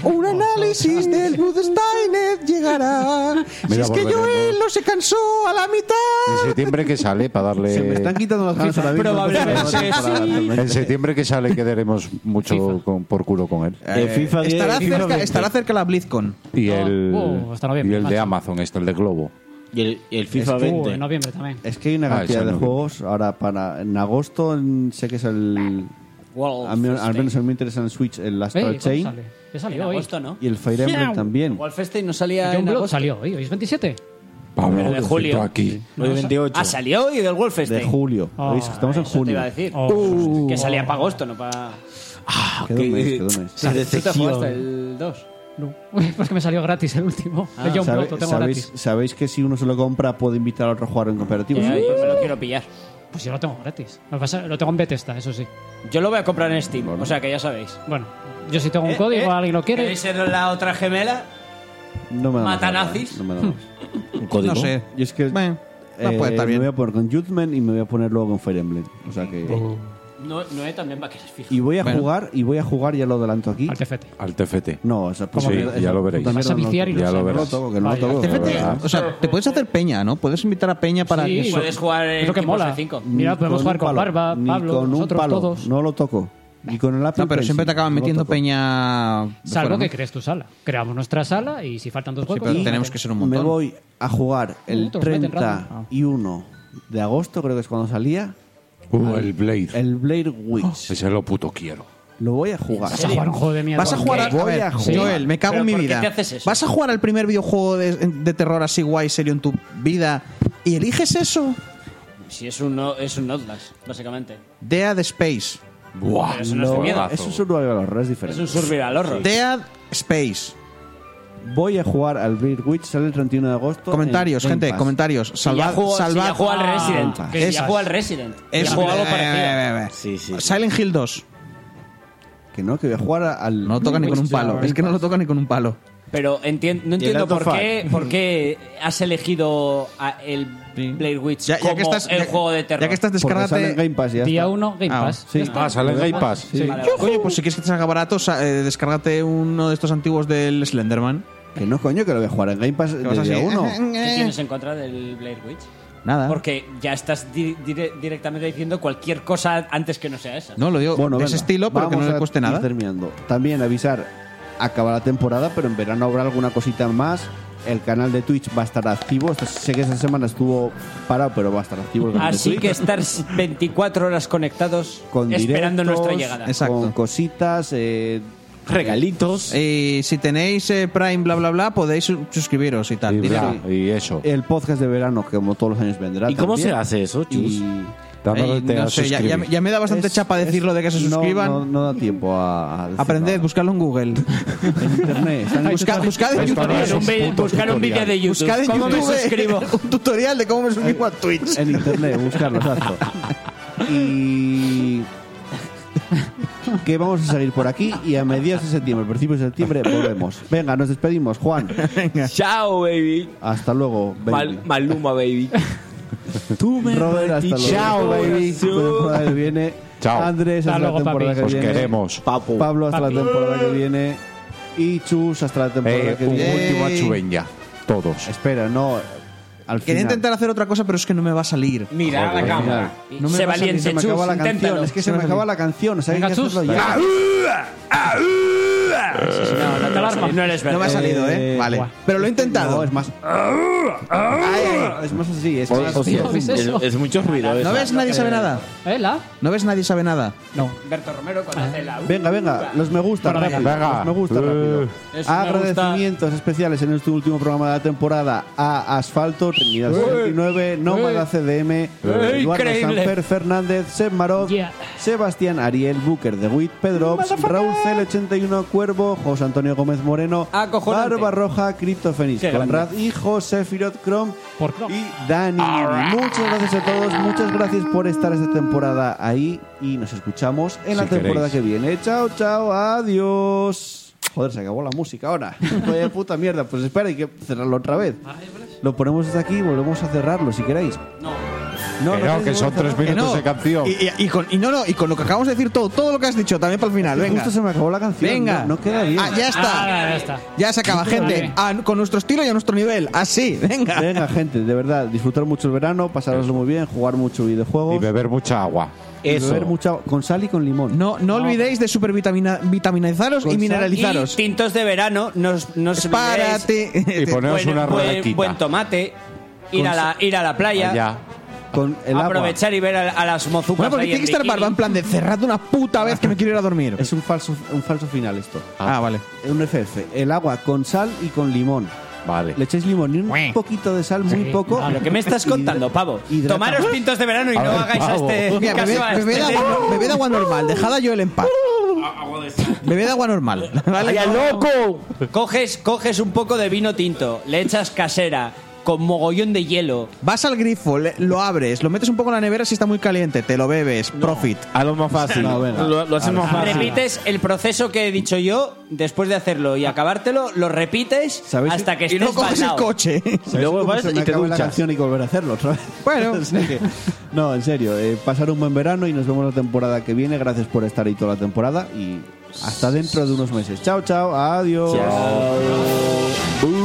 [SPEAKER 6] Un análisis del Budsteinet llegará. Si
[SPEAKER 7] Mira,
[SPEAKER 6] es que
[SPEAKER 7] volveremos.
[SPEAKER 6] Joel no se cansó a la
[SPEAKER 7] En
[SPEAKER 6] mitad.
[SPEAKER 7] septiembre que sale, para darle.
[SPEAKER 2] Se me están quitando las ganas ahora mismo.
[SPEAKER 9] Probablemente sí.
[SPEAKER 7] En septiembre que sale quedaremos mucho con- por culo con él.
[SPEAKER 2] Eh,
[SPEAKER 3] De FIFA diez,
[SPEAKER 6] estará,
[SPEAKER 3] FIFA
[SPEAKER 6] cerca,
[SPEAKER 3] 20.
[SPEAKER 6] estará cerca la BlizzCon.
[SPEAKER 7] Y
[SPEAKER 8] No,
[SPEAKER 7] el,
[SPEAKER 8] uh, hasta
[SPEAKER 7] y
[SPEAKER 8] noviembre,
[SPEAKER 7] el de
[SPEAKER 8] macho.
[SPEAKER 7] Amazon, este, el de Globo.
[SPEAKER 3] Y el, y el FIFA
[SPEAKER 8] en
[SPEAKER 3] 20.
[SPEAKER 8] noviembre también.
[SPEAKER 2] Es que hay una
[SPEAKER 7] Ah,
[SPEAKER 2] cantidad
[SPEAKER 7] eso
[SPEAKER 2] de
[SPEAKER 7] no.
[SPEAKER 2] juegos ahora para. En agosto en- sé que es el.
[SPEAKER 9] World
[SPEAKER 2] al, menos-
[SPEAKER 9] of
[SPEAKER 2] al menos a mí me interesa el Switch, el
[SPEAKER 8] Ey,
[SPEAKER 2] Astral
[SPEAKER 8] Eh, ¿cuándo
[SPEAKER 2] Chain
[SPEAKER 8] sale? Ya
[SPEAKER 9] En
[SPEAKER 8] salió hoy.
[SPEAKER 9] agosto, ¿no?
[SPEAKER 2] y el Fire Emblem también.
[SPEAKER 9] Wolfenstein no salía
[SPEAKER 8] John
[SPEAKER 9] en
[SPEAKER 8] Blood
[SPEAKER 9] agosto.
[SPEAKER 8] salió hoy, hoy es 27.
[SPEAKER 7] Pablo,
[SPEAKER 9] de julio.
[SPEAKER 7] tú aquí.
[SPEAKER 3] Hoy 28.
[SPEAKER 9] Ah, salió hoy del Wolfenstein.
[SPEAKER 2] De julio.
[SPEAKER 8] Oh,
[SPEAKER 2] ¿Veis? Estamos en
[SPEAKER 9] Este. Eso te
[SPEAKER 2] junio.
[SPEAKER 9] iba a decir.
[SPEAKER 8] Oh, Uh.
[SPEAKER 9] que salía para agosto, no para...
[SPEAKER 2] Queda un mes, queda un mes.
[SPEAKER 3] Se
[SPEAKER 9] Tú te jugaste
[SPEAKER 3] decepciona.
[SPEAKER 9] el 2.
[SPEAKER 8] No. Porque me salió gratis el último.
[SPEAKER 9] Ah.
[SPEAKER 8] Yo un
[SPEAKER 2] Sabe-
[SPEAKER 8] tengo
[SPEAKER 2] sabéis,
[SPEAKER 8] gratis.
[SPEAKER 2] sabéis que si uno se lo compra puede invitar a otro a jugar en cooperativo?
[SPEAKER 9] Eh, yo me lo quiero pillar.
[SPEAKER 8] Pues yo lo tengo gratis. Lo, que pasa- lo tengo en Bethesda, eso sí.
[SPEAKER 9] Yo lo voy a comprar en Steam, o sea que ya sabéis.
[SPEAKER 8] Bueno, yo si tengo un
[SPEAKER 9] Eh,
[SPEAKER 8] código,
[SPEAKER 9] eh,
[SPEAKER 8] alguien lo quiere.
[SPEAKER 9] ¿Queréis ser la otra gemela?
[SPEAKER 2] No me da más
[SPEAKER 9] ¿Mata
[SPEAKER 2] ganas,
[SPEAKER 9] nazis?
[SPEAKER 2] No me da más.
[SPEAKER 3] Un código.
[SPEAKER 6] No sé.
[SPEAKER 2] Yo es que
[SPEAKER 6] Bueno, no
[SPEAKER 2] eh,
[SPEAKER 6] puede estar bien.
[SPEAKER 2] me voy a poner con Judgment y me voy a poner luego con Fire Emblem. O sea que...
[SPEAKER 18] No- Noé también va a querer fijo.
[SPEAKER 2] Y voy a
[SPEAKER 18] Bueno.
[SPEAKER 2] jugar, y voy a jugar, ya lo adelanto aquí. Al
[SPEAKER 8] TFT.
[SPEAKER 7] Al TFT.
[SPEAKER 2] No, pues esa
[SPEAKER 7] ¿Cómo que-
[SPEAKER 2] esa
[SPEAKER 7] ya lo veréis.
[SPEAKER 2] puta
[SPEAKER 7] Vas
[SPEAKER 2] mierda
[SPEAKER 7] a viciar y
[SPEAKER 2] no,
[SPEAKER 7] no
[SPEAKER 2] lo
[SPEAKER 7] sabrás.
[SPEAKER 2] No lo toco, que no lo
[SPEAKER 7] Vaya,
[SPEAKER 2] toco.
[SPEAKER 7] te
[SPEAKER 2] que-
[SPEAKER 7] metes-
[SPEAKER 6] O sea, te puedes hacer peña, ¿no? Puedes invitar a peña para
[SPEAKER 8] Sí,
[SPEAKER 6] que eso-
[SPEAKER 8] puedes jugar en Es lo que equipos de mola. cinco. Mira,
[SPEAKER 6] Ni
[SPEAKER 8] podemos
[SPEAKER 6] un
[SPEAKER 8] jugar con
[SPEAKER 6] palo,
[SPEAKER 8] Barba,
[SPEAKER 6] ni
[SPEAKER 8] Pablo,
[SPEAKER 6] con un
[SPEAKER 8] nosotros
[SPEAKER 6] palo.
[SPEAKER 8] todos.
[SPEAKER 2] No lo toco. Y con el Apple
[SPEAKER 6] No, pero siempre
[SPEAKER 2] Pencil,
[SPEAKER 6] te acaban
[SPEAKER 2] no lo
[SPEAKER 6] metiendo
[SPEAKER 2] toco.
[SPEAKER 6] peña. de
[SPEAKER 8] Salvo
[SPEAKER 6] fuera, ¿no?
[SPEAKER 8] que crees tu sala. Creamos nuestra sala y si faltan dos pues
[SPEAKER 6] Sí,
[SPEAKER 8] huecos...
[SPEAKER 6] pero
[SPEAKER 8] los
[SPEAKER 6] tenemos que
[SPEAKER 8] metemos.
[SPEAKER 6] ser un montón.
[SPEAKER 2] Me voy a jugar el
[SPEAKER 8] Otros meten
[SPEAKER 2] 30
[SPEAKER 8] random.
[SPEAKER 2] y 1 de agosto, creo que es cuando salía.
[SPEAKER 7] Uh, el Blade.
[SPEAKER 2] El Blade
[SPEAKER 6] Oh,
[SPEAKER 2] Witch.
[SPEAKER 7] Ese lo puto quiero.
[SPEAKER 2] Lo voy a jugar.
[SPEAKER 6] Vas a jugar un juego
[SPEAKER 8] de mierda.
[SPEAKER 6] Vas a jugar.
[SPEAKER 2] Voy
[SPEAKER 6] ver,
[SPEAKER 2] a jugar.
[SPEAKER 6] Joel, me cago
[SPEAKER 2] ¿Pero
[SPEAKER 6] en mi
[SPEAKER 2] por qué
[SPEAKER 6] vida.
[SPEAKER 2] te haces eso?
[SPEAKER 6] ¿Vas a jugar al primer videojuego de, de terror así guay, serio en tu vida? ¿Y eliges eso?
[SPEAKER 9] Si es un, no- es un Outlast, básicamente.
[SPEAKER 6] Dead Space.
[SPEAKER 9] Buah, Pero eso no es de
[SPEAKER 2] Lo-
[SPEAKER 9] miedo.
[SPEAKER 2] Es un survival horror, es diferente.
[SPEAKER 9] Es un survival horror.
[SPEAKER 6] Dead Space.
[SPEAKER 2] Voy a jugar al Blade Witch, sale el 31 de agosto.
[SPEAKER 6] Comentarios,
[SPEAKER 2] en Game
[SPEAKER 6] gente,
[SPEAKER 2] Pass.
[SPEAKER 6] comentarios. Salvad,
[SPEAKER 9] ya jugó- si
[SPEAKER 6] salvad.
[SPEAKER 9] ya jugó al Resident.
[SPEAKER 6] Ah,
[SPEAKER 9] Que si ya
[SPEAKER 6] esas.
[SPEAKER 9] jugó al Resident. Ya
[SPEAKER 6] Es-
[SPEAKER 9] jugó algo
[SPEAKER 6] eh,
[SPEAKER 9] parecido.
[SPEAKER 6] eh, eh, eh. Silent Hill 2.
[SPEAKER 2] Que no, que voy a jugar al.
[SPEAKER 6] No lo toca ni con un
[SPEAKER 2] Witcher.
[SPEAKER 6] palo. Es que no lo toca ni con un palo.
[SPEAKER 9] Pero entien- no entiendo
[SPEAKER 6] Out of Mm.
[SPEAKER 9] por qué, por qué has elegido a el Blair Witch
[SPEAKER 6] Ya- ya
[SPEAKER 9] como
[SPEAKER 6] que estás-
[SPEAKER 9] el
[SPEAKER 6] ya-
[SPEAKER 9] juego de terror.
[SPEAKER 6] ya que estás, descárgate- Porque sale en Game Pass, ya
[SPEAKER 8] Día
[SPEAKER 6] está. Ah,
[SPEAKER 8] 1, Game Pass.
[SPEAKER 6] sí.
[SPEAKER 8] Ya está. Sí.
[SPEAKER 6] Coño, pues si quieres que te salga barato, sa- eh, descárgate uno de estos antiguos del Slenderman.
[SPEAKER 2] Que no, coño, que lo voy a jugar en Game Pass
[SPEAKER 6] vas
[SPEAKER 2] de
[SPEAKER 6] así, eh,
[SPEAKER 2] día 1.
[SPEAKER 9] ¿Qué tienes en contra del Blair Witch?
[SPEAKER 6] Nada.
[SPEAKER 9] Porque ya estás di- dire- directamente diciendo cualquier cosa antes que no sea esa.
[SPEAKER 6] No, lo digo de ese
[SPEAKER 2] venga,
[SPEAKER 6] estilo, pero que
[SPEAKER 2] vamos
[SPEAKER 6] no le
[SPEAKER 2] a
[SPEAKER 6] cueste
[SPEAKER 2] ir
[SPEAKER 6] nada.
[SPEAKER 2] terminando. También avisar, acaba la temporada, pero en verano habrá alguna cosita más. El canal de Twitch va a estar activo. Esta- Sé que esta semana estuvo parado, pero va a estar activo el canal de
[SPEAKER 9] Así
[SPEAKER 2] Twitch.
[SPEAKER 9] que estar 24 horas conectados
[SPEAKER 2] Con
[SPEAKER 9] esperando
[SPEAKER 2] directos,
[SPEAKER 9] nuestra llegada.
[SPEAKER 2] Con cositas, eh,
[SPEAKER 6] Regalitos. Y si tenéis eh, Prime, bla, bla, bla, podéis su- suscribiros y tal.
[SPEAKER 7] Y,
[SPEAKER 6] Dinero.
[SPEAKER 7] bla, y eso.
[SPEAKER 2] el podcast de verano, que como todos los años vendrá.
[SPEAKER 6] ¿Y cómo
[SPEAKER 2] también.
[SPEAKER 6] se hace eso, Chus?
[SPEAKER 2] Y-
[SPEAKER 6] Ay, eh, no sé, ya, ya me- ya me da bastante
[SPEAKER 2] Es-
[SPEAKER 6] chapa decirlo de que se
[SPEAKER 2] no,
[SPEAKER 6] suscriban.
[SPEAKER 2] No, no da tiempo a, a decir
[SPEAKER 6] Aprended, buscadlo en Google.
[SPEAKER 2] nada. en internet. Está en
[SPEAKER 6] Busca-
[SPEAKER 2] YouTube.
[SPEAKER 6] buscad en YouTube.
[SPEAKER 9] buscar un vídeo de YouTube.
[SPEAKER 6] Buscad en
[SPEAKER 9] ¿Cómo me
[SPEAKER 6] YouTube
[SPEAKER 9] suscribo?
[SPEAKER 6] un tutorial de cómo me suscribo a Twitch.
[SPEAKER 2] En internet, buscarlo, exacto. Y. Que vamos a seguir por aquí y a mediados de septiembre, principios de septiembre, volvemos. Venga, nos despedimos, Juan.
[SPEAKER 6] Venga.
[SPEAKER 3] Chao, baby.
[SPEAKER 2] Hasta luego, baby.
[SPEAKER 3] Mal- Maluma, baby. Tú me
[SPEAKER 2] Robert, hasta luego.
[SPEAKER 3] partiste el
[SPEAKER 2] baby. Hasta la
[SPEAKER 3] corazón.
[SPEAKER 2] temporada que viene.
[SPEAKER 7] Chao.
[SPEAKER 2] Andrés, hasta,
[SPEAKER 8] Hasta
[SPEAKER 2] la
[SPEAKER 8] luego,
[SPEAKER 2] temporada
[SPEAKER 8] papi.
[SPEAKER 2] que
[SPEAKER 7] Os
[SPEAKER 2] viene.
[SPEAKER 7] queremos. Papu.
[SPEAKER 2] Pablo, hasta
[SPEAKER 8] Papi.
[SPEAKER 2] la temporada que viene. Y Chus, hasta la temporada
[SPEAKER 7] Eh,
[SPEAKER 2] que
[SPEAKER 7] un
[SPEAKER 2] viene.
[SPEAKER 7] último achuben ya. Todos.
[SPEAKER 2] Espera, no. Al
[SPEAKER 6] Quería
[SPEAKER 2] final.
[SPEAKER 6] intentar hacer otra cosa, pero es que no me va a salir.
[SPEAKER 9] Mira
[SPEAKER 2] Joder,
[SPEAKER 9] la cámara.
[SPEAKER 2] mira.
[SPEAKER 9] No sé
[SPEAKER 2] va a salir,
[SPEAKER 9] valiente,
[SPEAKER 2] se me
[SPEAKER 9] Chus,
[SPEAKER 2] acaba la
[SPEAKER 9] inténtalo.
[SPEAKER 2] canción. Es que se me acaba la canción. O sea, hay que
[SPEAKER 8] Venga, Chus.
[SPEAKER 2] hacerlo ya.
[SPEAKER 9] No, no te vas a salir, no eres
[SPEAKER 6] No me ha
[SPEAKER 9] verde.
[SPEAKER 6] salido, ¿eh?
[SPEAKER 2] Eh,
[SPEAKER 6] Vale.
[SPEAKER 8] guau.
[SPEAKER 6] Pero lo he intentado.
[SPEAKER 2] No, es más. Ay, ay, es más así.
[SPEAKER 6] Pues
[SPEAKER 2] Es que-
[SPEAKER 8] Hostia, ¿qué es eso?
[SPEAKER 3] Es mucho ruido eso.
[SPEAKER 6] ¿No ves? Nadie sabe nada.
[SPEAKER 8] ¿Eh, la?
[SPEAKER 6] ¿No ves? Nadie sabe nada.
[SPEAKER 8] No.
[SPEAKER 9] Berto Romero cuando hace la U.
[SPEAKER 2] Venga, venga, los me gusta
[SPEAKER 8] Bueno, venga. Eh.
[SPEAKER 2] rápido. Los me gusta rápido.
[SPEAKER 9] Eso me
[SPEAKER 2] Agradecimientos especiales en este último programa de la temporada a Asfalto,
[SPEAKER 9] Eh.
[SPEAKER 2] Trinidad 69, Nómada CDM, Eduardo
[SPEAKER 9] Increíble.
[SPEAKER 2] Samper Fernández, Seb Marot,
[SPEAKER 8] Yeah.
[SPEAKER 2] Sebastián Ariel, Booker de Witt, Pedro Ops, Raúl Cel81 Cuervo, José Antonio Gómez Moreno,
[SPEAKER 9] Acojonante.
[SPEAKER 2] Barba Roja, Cripto Fénix,
[SPEAKER 9] Qué grande.
[SPEAKER 2] Conrad y José Firot Crom
[SPEAKER 8] Por Chrome.
[SPEAKER 2] y Dani. Muchas gracias a todos, muchas gracias por estar esta temporada ahí y nos escuchamos en la
[SPEAKER 7] Si
[SPEAKER 2] temporada
[SPEAKER 7] queréis.
[SPEAKER 2] que viene. Chao, chao, adiós. Joder, se acabó la música ahora. Vaya puta mierda. Pues espera, hay que cerrarlo otra vez. Lo ponemos desde aquí y volvemos a cerrarlo si queréis. No.
[SPEAKER 7] Que no,
[SPEAKER 2] queréis
[SPEAKER 7] que son
[SPEAKER 2] volver a cerrarlo.
[SPEAKER 7] tres
[SPEAKER 6] Que
[SPEAKER 7] minutos
[SPEAKER 6] no.
[SPEAKER 7] de canción.
[SPEAKER 6] Y, y, y con, y no, no, y con lo que acabamos de decir todo, todo lo que has dicho también para el final. Venga.
[SPEAKER 2] Justo se me acabó la canción.
[SPEAKER 6] Venga.
[SPEAKER 2] No, no queda bien.
[SPEAKER 6] Ah, ya
[SPEAKER 8] Ah,
[SPEAKER 6] está.
[SPEAKER 8] ya está.
[SPEAKER 6] Ya se acaba, gente.
[SPEAKER 8] Vale.
[SPEAKER 6] Ah, con nuestro estilo y a nuestro nivel. Así, venga.
[SPEAKER 2] Venga, gente, de verdad, disfrutar mucho el verano, pasároslo muy bien, jugar mucho videojuegos.
[SPEAKER 7] Y beber mucha agua.
[SPEAKER 2] y beber mucha con sal y con limón.
[SPEAKER 6] No, no olvidéis de supervitaminizaros
[SPEAKER 2] Con
[SPEAKER 6] y
[SPEAKER 2] sal
[SPEAKER 9] Y
[SPEAKER 6] mineralizaros.
[SPEAKER 9] tintos de verano, nos, nos olvidéis.
[SPEAKER 6] Párate.
[SPEAKER 7] Y poneros
[SPEAKER 9] buen,
[SPEAKER 7] una
[SPEAKER 9] buen-
[SPEAKER 7] rodaquita.
[SPEAKER 9] buen tomate, ir a, la, ir a la playa,
[SPEAKER 7] Allá.
[SPEAKER 2] Con el agua.
[SPEAKER 9] aprovechar y ver a, a las
[SPEAKER 6] Bueno,
[SPEAKER 9] mozucas.
[SPEAKER 6] pues porque
[SPEAKER 9] ahí
[SPEAKER 6] tiene
[SPEAKER 9] en
[SPEAKER 6] que estar
[SPEAKER 9] bikini.
[SPEAKER 6] barba en plan de cerrad una puta vez que me quiero ir a dormir.
[SPEAKER 2] Es un falso, un falso final esto.
[SPEAKER 6] Ah, vale.
[SPEAKER 2] Un FF. El agua con sal y con limón.
[SPEAKER 7] Vale.
[SPEAKER 2] Le echáis limón y un poquito de sal, muy poco.
[SPEAKER 9] Ah, lo que me estás contando, pavo.
[SPEAKER 2] Hidrata.
[SPEAKER 9] Tomaros tintos de verano y
[SPEAKER 7] A
[SPEAKER 9] no
[SPEAKER 7] ver,
[SPEAKER 9] hagáis a
[SPEAKER 7] pavo.
[SPEAKER 9] este.
[SPEAKER 6] Mira,
[SPEAKER 9] caso
[SPEAKER 6] bebed,
[SPEAKER 9] a este
[SPEAKER 6] bebed agua, bebed agua normal, dejad a Joel en paz. Bebed agua normal, ¿vale?
[SPEAKER 3] loco!
[SPEAKER 9] Coges, coges un poco de vino tinto, le echas casera, con mogollón de hielo.
[SPEAKER 6] Vas al grifo, le- lo abres, lo metes un poco en la nevera si está muy caliente, te lo bebes, profit.
[SPEAKER 19] A lo más fácil.
[SPEAKER 2] No, venga.
[SPEAKER 19] lo, lo hacemos fácil.
[SPEAKER 9] Repites el proceso que he dicho yo después de hacerlo y acabártelo, lo repites
[SPEAKER 2] ¿Sabéis?
[SPEAKER 9] hasta que
[SPEAKER 6] Y
[SPEAKER 9] estés
[SPEAKER 6] no coges el
[SPEAKER 9] baldao.
[SPEAKER 6] coche.
[SPEAKER 2] ¿Sabéis
[SPEAKER 19] Luego
[SPEAKER 2] cómo
[SPEAKER 19] vas
[SPEAKER 2] se me
[SPEAKER 19] y te
[SPEAKER 2] acaba la
[SPEAKER 19] duchas.
[SPEAKER 2] canción y que volver a hacerlo otra vez?
[SPEAKER 6] Bueno.
[SPEAKER 2] O sea que No, en serio, eh, pasar un buen verano y nos vemos la temporada que viene. Gracias por estar ahí toda la temporada y hasta dentro de unos meses. Chao, chao, adiós.
[SPEAKER 1] Chao.
[SPEAKER 2] Bu.